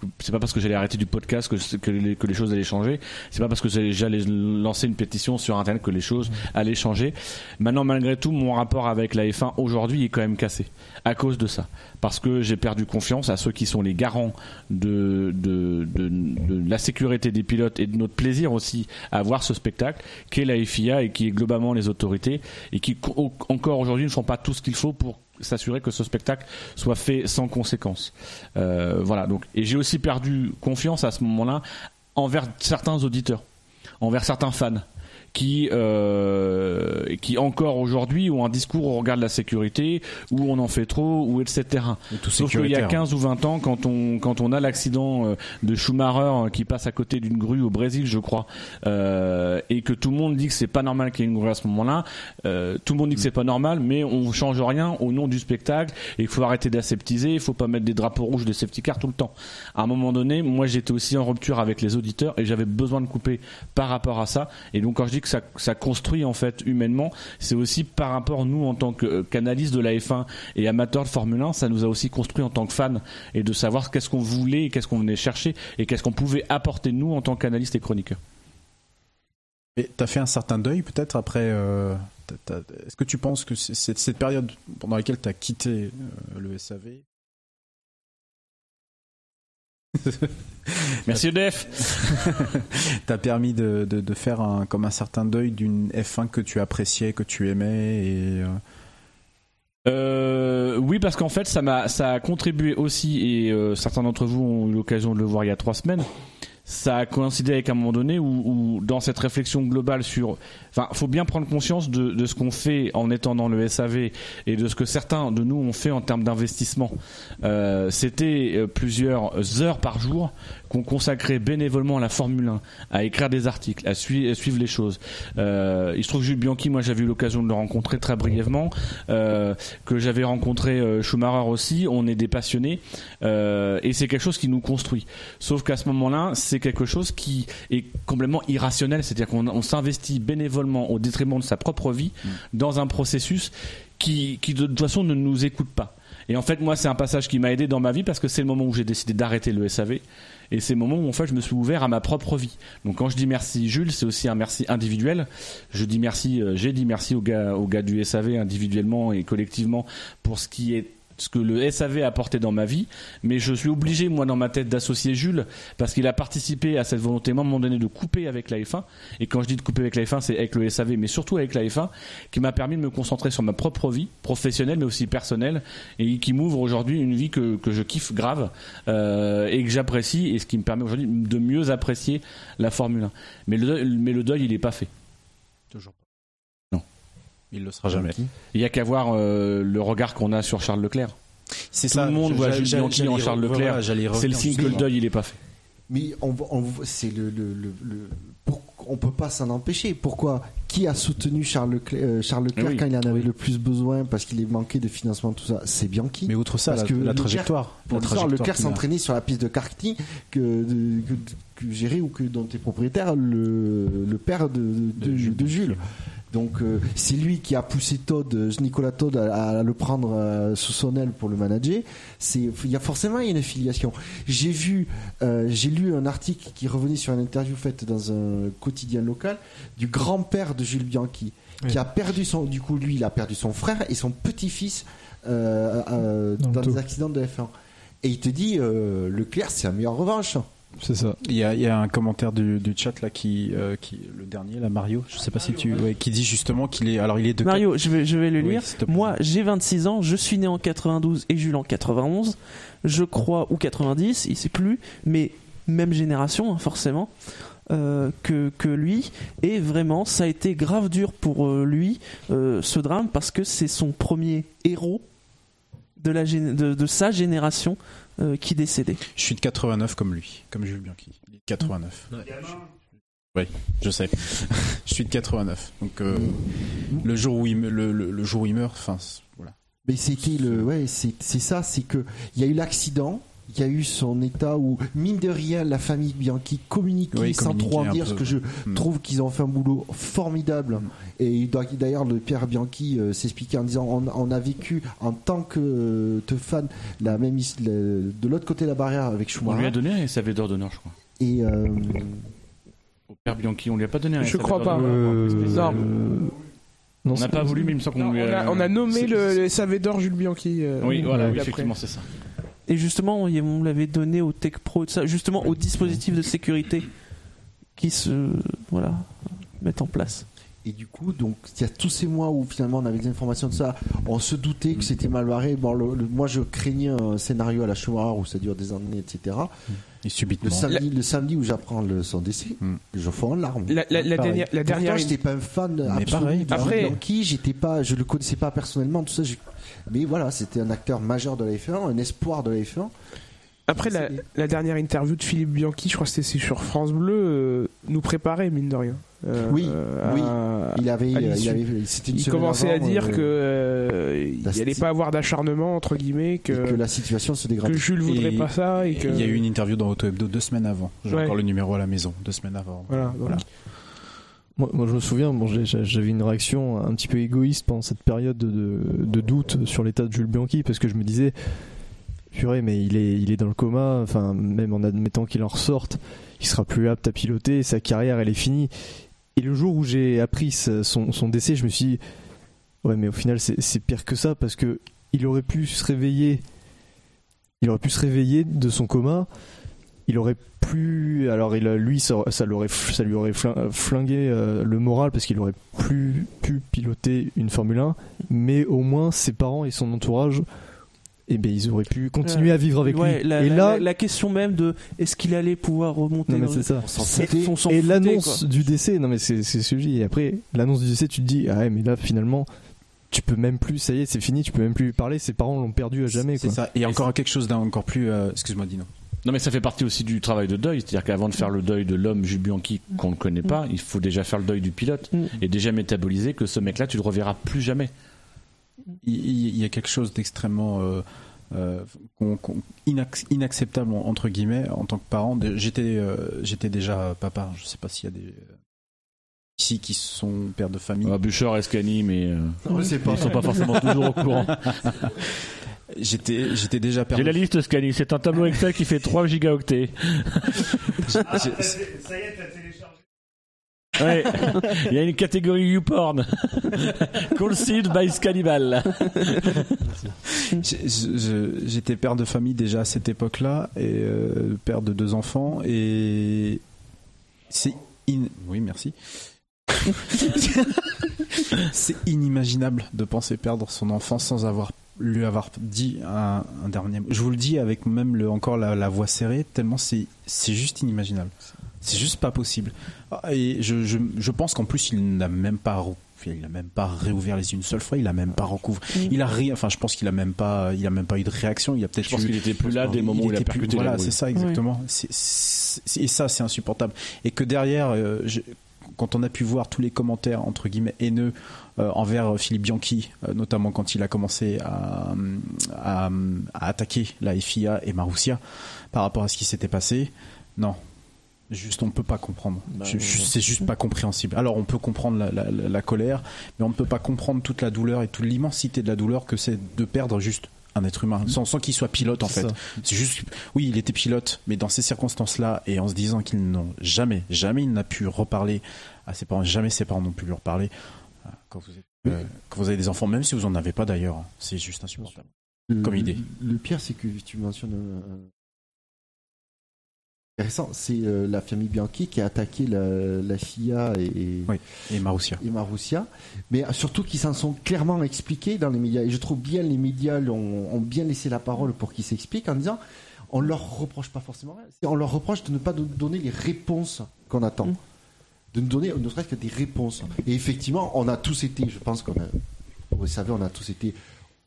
[SPEAKER 5] que c'est pas parce que j'allais arrêter du podcast que c'est- que les, que les choses allaient changer c'est pas parce que j'allais- j'allais lancer une pétition sur internet que les choses allaient changer maintenant malgré tout mon rapport avec la F1 aujourd'hui est quand même cassé à cause de ça parce que j'ai perdu confiance à ceux qui sont les garants de, de, de- de la sécurité des pilotes et de notre plaisir aussi à voir ce spectacle qu'est la FIA et qui est globalement les autorités et qui co- au- encore aujourd'hui ne font pas tout ce qu'il faut pour s'assurer que ce spectacle soit fait sans conséquence. Euh, voilà donc et j'ai aussi perdu confiance à ce moment-là envers certains auditeurs, envers certains fans qui euh, qui encore aujourd'hui ont un discours où on regarde la sécurité, où on en fait trop, ou etc. Sauf qu'il y a
[SPEAKER 7] sécuritaire.
[SPEAKER 5] 15 ou 20 ans, quand on quand on a l'accident euh, de Schumacher euh, qui passe à côté d'une grue au Brésil, je crois, euh, et que tout le monde dit que c'est pas normal qu'il y ait une grue à ce moment-là, euh, tout le monde dit que c'est pas normal, mais on change rien au nom du spectacle et qu'il faut arrêter d'aseptiser, il faut pas mettre des drapeaux rouges, des safety cars tout le temps. À un moment donné, moi j'étais aussi en rupture avec les auditeurs et j'avais besoin de couper par rapport à ça. Et donc quand je dis que ça, ça construit en fait humainement, c'est aussi par rapport nous en tant que euh, canalistes de la F1 et amateurs de Formule 1, ça nous a aussi construit en tant que fans et de savoir qu'est-ce qu'on voulait, et qu'est-ce qu'on venait chercher et qu'est-ce qu'on pouvait apporter nous en tant qu'analystes et chroniqueurs.
[SPEAKER 7] Et t'as fait un certain deuil peut-être après. euh, t'as- t'as- Est-ce que tu penses que c'est- c'est- cette période pendant laquelle t'as quitté euh, le SAV
[SPEAKER 5] Merci EDF
[SPEAKER 7] T'as permis de, de- de faire un, comme un certain deuil d'une F1 que tu appréciais, que tu aimais et. euh,
[SPEAKER 5] Euh, oui, parce qu'en fait, ça m'a, ça a contribué aussi, et euh, certains d'entre vous ont eu l'occasion de le voir il y a trois semaines. Ça a coïncidé avec un moment donné où, où dans cette réflexion globale sur, enfin, faut bien prendre conscience de, de ce qu'on fait en étant dans le SAV et de ce que certains de nous ont fait en termes d'investissement. Euh, C'était euh, plusieurs heures par jour qu'on consacrait bénévolement à la Formule 1, à écrire des articles, à, sui- à suivre les choses. Euh, il se trouve que Jules Bianchi, moi j'avais eu l'occasion de le rencontrer très brièvement, euh, que j'avais rencontré euh, Schumacher aussi, on est des passionnés, euh, et c'est quelque chose qui nous construit. Sauf qu'à ce moment-là, c'est quelque chose qui est complètement irrationnel, c'est-à-dire qu'on on s'investit bénévolement au détriment de sa propre vie dans un processus qui, qui de toute façon ne nous écoute pas. Et en fait, moi, c'est un passage qui m'a aidé dans ma vie parce que c'est le moment où j'ai décidé d'arrêter le SAV. Et c'est le moment où, en fait, je me suis ouvert à ma propre vie. Donc, quand je dis merci Jules, c'est aussi un merci individuel. Je dis merci, euh, j'ai dit merci aux gars, aux gars du SAV individuellement et collectivement pour ce qui est ce que le SAV a apporté dans ma vie, mais je suis obligé, moi, dans ma tête, d'associer Jules, parce qu'il a participé à cette volonté, moi, à un moment donné, de couper avec la F1. Et quand je dis de couper avec la F1, c'est avec le SAV, mais surtout avec la F1, qui m'a permis de me concentrer sur ma propre vie, professionnelle, mais aussi personnelle, et qui m'ouvre aujourd'hui une vie que, que je kiffe grave, euh, et que j'apprécie, et ce qui me permet aujourd'hui de mieux apprécier la Formule 1. Mais le, deuil- mais le deuil, il n'est pas fait.
[SPEAKER 7] Toujours
[SPEAKER 5] pas.
[SPEAKER 7] Il le sera Ah, jamais.
[SPEAKER 5] Il n'y a qu'à voir euh, le regard qu'on a sur Charles Leclerc.
[SPEAKER 7] C'est
[SPEAKER 5] Tout
[SPEAKER 7] ça,
[SPEAKER 5] le monde
[SPEAKER 7] je-
[SPEAKER 5] voit
[SPEAKER 7] j'allais-
[SPEAKER 5] Jules Bianchi
[SPEAKER 7] j'allais
[SPEAKER 5] en
[SPEAKER 7] y
[SPEAKER 5] Charles
[SPEAKER 7] revenir,
[SPEAKER 5] Leclerc.
[SPEAKER 7] j'allais y
[SPEAKER 5] C'est le
[SPEAKER 7] revenir,
[SPEAKER 5] signe que le
[SPEAKER 7] justement.
[SPEAKER 5] deuil, il n'est pas fait.
[SPEAKER 2] Mais on, on- c'est le, le, le- le- pour- on peut pas s'en empêcher. Pourquoi Qui a soutenu Charles Leclerc, euh, Charles Leclerc
[SPEAKER 7] Eh Oui.
[SPEAKER 2] quand il en avait le plus besoin parce qu'il est manqué de financement, tout ça C'est Bianchi.
[SPEAKER 7] Mais outre ça,
[SPEAKER 2] Parce
[SPEAKER 7] la- la
[SPEAKER 2] Leclerc-
[SPEAKER 7] trajectoire.
[SPEAKER 2] Pour
[SPEAKER 7] La
[SPEAKER 2] l'histoire,
[SPEAKER 7] trajectoire
[SPEAKER 2] Leclerc
[SPEAKER 7] qu'il a.
[SPEAKER 2] s'entraînait sur la piste de karting que, de- que, que gérait ou que dont est propriétaire le, le père de, de- de- de Jules. Donc euh, c'est lui qui a poussé Todd, euh, Nicolas Todd à, à le prendre euh, sous son aile pour le manager. C'est il y a forcément une affiliation. J'ai vu, euh, j'ai lu un article qui revenait sur une interview faite dans un quotidien local du grand-père de Jules Bianchi qui a perdu son du coup lui il a perdu son frère et son petit-fils euh, euh, dans des accidents de F1. Et il te dit, euh, Leclerc, c'est la meilleure revanche.
[SPEAKER 7] C'est ça. Il y a, il y a un commentaire du, du chat là qui, euh, qui, le dernier là, Mario. Je sais pas si tu, ouais, qui dit justement qu'il est, alors il est de
[SPEAKER 4] Mario, je vais, je vais le
[SPEAKER 7] Oui,
[SPEAKER 4] lire.
[SPEAKER 7] s'il te plaît.
[SPEAKER 4] Moi, j'ai 26 ans, je suis né en 92 et Jules en 91. Je crois, ou 90, il sait plus, mais même génération, hein, forcément, euh, que, que lui. Et vraiment, ça a été grave dur pour euh, lui, euh, ce drame, parce que c'est son premier héros de, la, gén- de, de sa génération euh, qui décédait.
[SPEAKER 7] Je suis de 89 comme lui, comme Jules Bianchi. Il est de 89. Oui, je sais. je suis de 89. Donc euh, le jour où il me- le, le- le jour où il meurt, enfin c'est- voilà.
[SPEAKER 2] Mais c'était le, ouais, c'est c'est ça, c'est que il y a eu l'accident, il y a eu son état où mine de rien la famille Bianchi communiquait
[SPEAKER 7] Oui,
[SPEAKER 2] sans trop en
[SPEAKER 7] communiquait un
[SPEAKER 2] dire,
[SPEAKER 7] peu,
[SPEAKER 2] ce que je
[SPEAKER 7] ouais. Hmm. Mm.
[SPEAKER 2] trouve qu'ils ont fait un boulot formidable. Et d'ailleurs- d'ailleurs le Pierre Bianchi euh, s'expliquait en disant, on, on a vécu en tant que euh, te fan la même his- le- de l'autre côté de la barrière avec
[SPEAKER 5] On lui
[SPEAKER 2] Schumacher
[SPEAKER 5] a donné un Salvador d'honneur, je crois.
[SPEAKER 2] et euh,
[SPEAKER 5] Au père Bianchi, on lui a pas donné un
[SPEAKER 8] Je crois
[SPEAKER 5] Salvador
[SPEAKER 8] pas.
[SPEAKER 5] d'honneur,
[SPEAKER 8] Euh,
[SPEAKER 5] espèce de-
[SPEAKER 8] non.
[SPEAKER 5] On n'a pas voulu, mais il me semble qu'on
[SPEAKER 8] On
[SPEAKER 5] lui
[SPEAKER 8] a, on a nommé le, le SAV d'or Jules Bianchi. euh,
[SPEAKER 5] Oui, voilà, oui,
[SPEAKER 8] d'après.
[SPEAKER 5] effectivement, c'est ça.
[SPEAKER 4] Et justement, on y- on l'avait donné au Tech Pro, et tout ça, justement au dispositif de sécurité qui se voilà mettent en place.
[SPEAKER 2] Et du coup, donc, il y a tous ces mois où finalement on avait des informations de ça, on se doutait que c'était mal barré. Bon, le- le- moi je craignais un scénario à la Schumacher où ça dure des années, etc.
[SPEAKER 7] Et subitement.
[SPEAKER 2] Le samedi, le samedi où j'apprends le, son décès, je fonds en larmes.
[SPEAKER 8] Hmm. La- la- la
[SPEAKER 2] Pareil.
[SPEAKER 8] dernière- la
[SPEAKER 2] Pourtant,
[SPEAKER 8] dernière-
[SPEAKER 2] j'étais pas un fan
[SPEAKER 8] Mais
[SPEAKER 2] absolu
[SPEAKER 8] pareil,
[SPEAKER 2] de
[SPEAKER 8] après-
[SPEAKER 2] Jean Bianchi, j'étais pas, je le connaissais pas personnellement, tout ça. je- Mais voilà, c'était un acteur majeur de la F1, un espoir de la F1.
[SPEAKER 8] Après la, la dernière interview de Philippe Bianchi, je crois que c'était c'est sur France Bleu, euh, nous préparait mine de rien. Euh,
[SPEAKER 2] Oui,
[SPEAKER 8] à-
[SPEAKER 2] oui. Il avait- euh,
[SPEAKER 8] à
[SPEAKER 2] il
[SPEAKER 8] l'issue.
[SPEAKER 2] avait- c'était une
[SPEAKER 8] Ah, Il
[SPEAKER 2] semaine
[SPEAKER 8] commençait
[SPEAKER 2] avant,
[SPEAKER 8] à dire
[SPEAKER 2] euh,
[SPEAKER 8] que euh, il n'allait pas avoir d'acharnement entre guillemets, que,
[SPEAKER 2] que la situation se dégrade.
[SPEAKER 8] que Jules voudrait
[SPEAKER 7] Et-
[SPEAKER 8] pas ça et que.
[SPEAKER 7] Il y a eu une interview dans Auto Hebdo deux semaines avant. J'ai
[SPEAKER 8] Ouais.
[SPEAKER 7] encore le numéro à la maison, deux semaines avant.
[SPEAKER 8] Voilà,
[SPEAKER 7] Voilà.
[SPEAKER 6] Moi, moi, je me souviens, bon, j'ai- j'ai- j'avais une réaction un petit peu égoïste pendant cette période de, de- de doute sur l'état de Jules Bianchi parce que je me disais, purée, mais il est, il est dans le coma, enfin, même en admettant qu'il en ressorte, il sera plus apte à piloter, sa carrière elle est finie. Et le jour où j'ai appris ce- son, son décès, je me suis dit, ouais, mais au final c'est c'est pire que ça parce que il aurait pu se réveiller il aurait pu se réveiller de son coma. Il aurait plus. Alors, il, a- lui, ça, ça l'aurait, ça lui aurait flin- flingué euh, le moral parce qu'il aurait plus pu piloter une Formule 1. Mais au moins, ses parents et son entourage, eh ben, ils auraient pu continuer
[SPEAKER 4] Euh,
[SPEAKER 6] à vivre avec
[SPEAKER 4] ouais,
[SPEAKER 6] lui.
[SPEAKER 4] La,
[SPEAKER 6] et
[SPEAKER 4] la-
[SPEAKER 6] là,
[SPEAKER 4] la- la question même de est-ce qu'il allait pouvoir remonter.
[SPEAKER 6] non mais
[SPEAKER 4] dans-
[SPEAKER 6] c'est ça.
[SPEAKER 4] C'est- on s'en
[SPEAKER 6] Et
[SPEAKER 4] foutait,
[SPEAKER 6] l'annonce
[SPEAKER 4] quoi.
[SPEAKER 6] du décès, non mais c'est c'est ce que je dis. Et après, l'annonce du décès, tu te dis ah ouais, mais là finalement, tu peux même plus. Ça y est, c'est fini. Tu peux même plus lui parler. Ses parents l'ont perdu à jamais.
[SPEAKER 7] C'est
[SPEAKER 6] quoi.
[SPEAKER 7] ça. Et encore quelque chose d'un encore plus. euh, Excuse-moi, Dino.
[SPEAKER 5] Non, mais ça fait partie aussi du travail de deuil. C'est-à-dire qu'avant de faire le deuil de l'homme Jubianqui qu'on ne connaît pas, il faut déjà faire le deuil du pilote et déjà métaboliser que ce mec-là, tu le reverras plus jamais.
[SPEAKER 7] il- il il y a quelque chose d'extrêmement euh, euh, qu'on- qu'on- inac- inacceptable en- entre guillemets en tant que parent. De- J'étais euh, j'étais déjà papa. Je sais pas s'il y a des euh, ici qui sont pères de famille.
[SPEAKER 5] Ah, Bouchard, Escani, mais euh,
[SPEAKER 7] Non, je sais pas.
[SPEAKER 5] ils sont pas forcément toujours au courant.
[SPEAKER 7] J'étais j'étais déjà père.
[SPEAKER 5] J'ai la liste Scani, c'est un tableau Excel qui fait 3 gigaoctets.
[SPEAKER 33] Ah, y est, t'as téléchargé.
[SPEAKER 5] Ouais. Il y a une catégorie YouPorn. Conceived by Scannibal.
[SPEAKER 7] J'ai- je- J'étais père de famille déjà à cette époque-là, et euh, père de deux enfants, et c'est in... oui merci. c'est inimaginable de penser perdre son enfant sans avoir lui avoir dit un, un dernier mot. Je vous le dis avec même le, encore la, la voix serrée, tellement c'est c'est juste inimaginable. C'est juste pas possible. Ah, Et je, je, je pense qu'en plus il n'a même pas rou- il a même pas réouvert les yeux une seule fois, il a même pas recouvert. Il a rien, enfin je pense qu'il a même pas, il a même pas eu de réaction. Il a peut-être.
[SPEAKER 5] Je pense
[SPEAKER 7] eu-
[SPEAKER 5] qu'il était plus là dès le moment où il a
[SPEAKER 7] était plus-
[SPEAKER 5] percuté la
[SPEAKER 7] Voilà,
[SPEAKER 5] boule.
[SPEAKER 7] c'est ça
[SPEAKER 5] Oui.
[SPEAKER 7] exactement. C'est- c'est- et ça c'est insupportable. Et que derrière, euh, je- quand on a pu voir tous les commentaires entre guillemets haineux euh, envers Philippe Bianchi, euh, notamment quand il a commencé à, à- à attaquer la FIA et Marussia par rapport à ce qui s'était passé, non. Juste, on ne peut pas comprendre. Je- je- c'est juste pas compréhensible. Alors, on peut comprendre la, la- la- la colère, mais on ne peut pas comprendre toute la douleur et toute l'immensité de la douleur que c'est de perdre juste un être humain, sans, sans qu'il soit pilote en
[SPEAKER 11] C'est
[SPEAKER 48] ça.
[SPEAKER 7] fait. C'est juste, oui, il était pilote, mais dans ces circonstances-là, et en se disant qu'ils n'ont jamais, jamais il n'a pu reparler à ses parents, jamais ses parents n'ont pu lui reparler. euh, Quand vous, êtes- euh, quand vous avez des enfants, même si vous en avez pas d'ailleurs, hein, c'est juste insupportable.
[SPEAKER 2] Euh,
[SPEAKER 7] Comme idée.
[SPEAKER 2] Le pire, c'est que tu mentionnes un- un- intéressant, c'est euh, la famille Bianchi qui a attaqué la, la FIA et, et,
[SPEAKER 7] Marussia.
[SPEAKER 2] Mais euh, surtout qu'ils s'en sont clairement expliqués dans les médias. Et je trouve bien les médias l'ont- ont bien laissé la parole pour qu'ils s'expliquent en disant on leur reproche pas forcément rien. C'est- On leur reproche de ne pas nous donner les réponses qu'on attend. De nous donner ne serait-ce que des réponses. Et effectivement, on a tous été, je pense qu'on a, vous le savez, on a tous été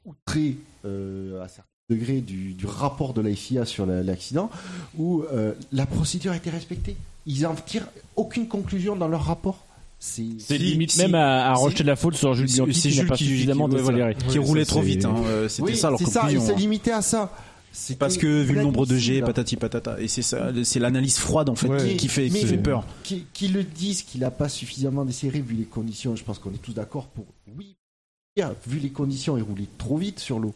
[SPEAKER 2] outrés euh, à certains degrés du, du rapport de la FIA sur la- l'accident, où euh, la procédure a été respectée. Ils n'en tirent aucune conclusion dans leur rapport. C'est
[SPEAKER 25] C'est limite même à, à rejeter la faute sur Jules
[SPEAKER 7] C'est-
[SPEAKER 25] Bianchi
[SPEAKER 7] c'est
[SPEAKER 25] s'il n'a
[SPEAKER 7] Jules
[SPEAKER 25] pas
[SPEAKER 7] qui-
[SPEAKER 25] suffisamment
[SPEAKER 7] qui- ouais, voilà,
[SPEAKER 25] décéléré.
[SPEAKER 7] qui roulait trop vite, hein, euh, c'était
[SPEAKER 2] Oui,
[SPEAKER 7] ça leur
[SPEAKER 2] c'est ça,
[SPEAKER 7] conclusion,
[SPEAKER 2] il s'est
[SPEAKER 7] hein.
[SPEAKER 2] limité à ça. C'était
[SPEAKER 7] Parce que vu le nombre de G,
[SPEAKER 2] inadmissible.
[SPEAKER 7] patati patata, et c'est ça, c'est l'analyse froide en fait
[SPEAKER 2] Ouais.
[SPEAKER 7] qui, qui fait, qui
[SPEAKER 2] Mais-
[SPEAKER 7] fait peur.
[SPEAKER 2] Qui, qui le disent qu'il n'a pas suffisamment desserré vu les conditions, je pense qu'on est tous d'accord pour oui. bien, Vu les conditions, il roulait trop vite sur l'eau.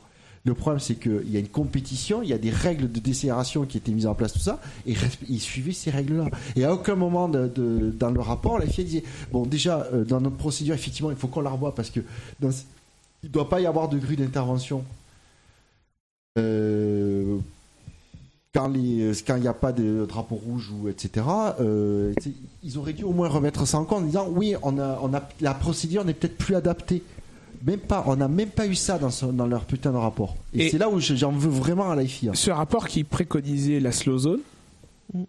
[SPEAKER 2] Le problème, c'est qu'il y a une compétition, il y a des règles de desserration qui étaient mises en place, tout ça, et resp- ils suivaient ces règles-là. Et à aucun moment de- de- dans le rapport, la FIA disait Bon, déjà, euh, dans notre procédure, effectivement, il faut qu'on la revoie parce que dans ce- il ne doit pas y avoir de grue d'intervention. Euh, quand les euh, quand il n'y a pas de drapeau rouge ou etc euh, tu sais, ils auraient dû au moins remettre ça en compte en disant oui on a on a la procédure n'est peut-être plus adaptée même pas on n'a même pas eu ça dans son- dans leur putain de rapport et,
[SPEAKER 8] Et-
[SPEAKER 2] c'est là où je- j'en veux vraiment à la FIA
[SPEAKER 8] Ce rapport qui préconisait la slow zone,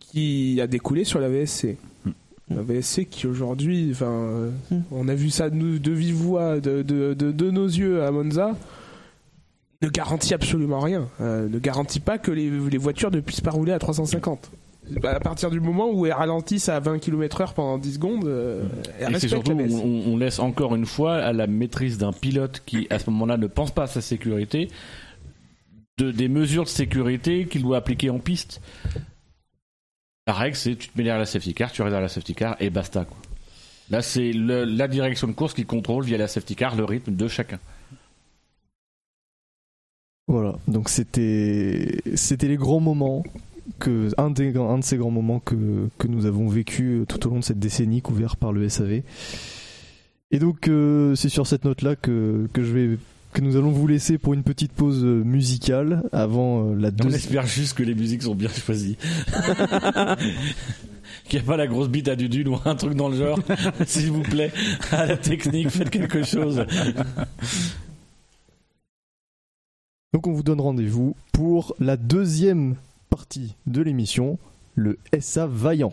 [SPEAKER 8] qui a découlé sur la VSC.
[SPEAKER 5] Mm.
[SPEAKER 8] La VSC qui aujourd'hui, enfin, euh, on a vu ça de, nous- de vive voix, de, de, de- de nos yeux à Monza, ne garantit absolument rien. Euh, ne garantit pas que les, les voitures ne puissent pas rouler à 350. Bah, À partir du moment où elles ralentissent à 20 km/h pendant 10 secondes, euh, elles
[SPEAKER 5] Et c'est
[SPEAKER 8] respectent
[SPEAKER 5] surtout,
[SPEAKER 8] la VSC.
[SPEAKER 5] on, on laisse encore une fois à la maîtrise d'un pilote qui, à ce moment-là, ne pense pas à sa sécurité, de, des mesures de sécurité qu'il doit appliquer en piste. La règle, c'est tu te mets derrière la safety car, tu restes derrière la safety car et basta. Quoi. Là, c'est le- la direction de course qui contrôle via la safety car le rythme de chacun.
[SPEAKER 6] Voilà, donc c'était c'était les grands moments que un, des, grands- un de ces grands moments que, que nous avons vécu euh, tout au long de cette décennie couvert par le SAV. Et donc euh, c'est sur cette note là que, que je vais que nous allons vous laisser pour une petite pause euh, musicale avant euh, la
[SPEAKER 5] On
[SPEAKER 6] deuxième.
[SPEAKER 5] espère juste que les musiques sont bien choisies. Qu'il n'y a pas la grosse bite à Dudune ou un truc dans le genre. S'il vous plaît, à la technique, faites quelque chose.
[SPEAKER 6] Donc on vous donne rendez-vous pour la deuxième partie de l'émission, le SA Vaillant.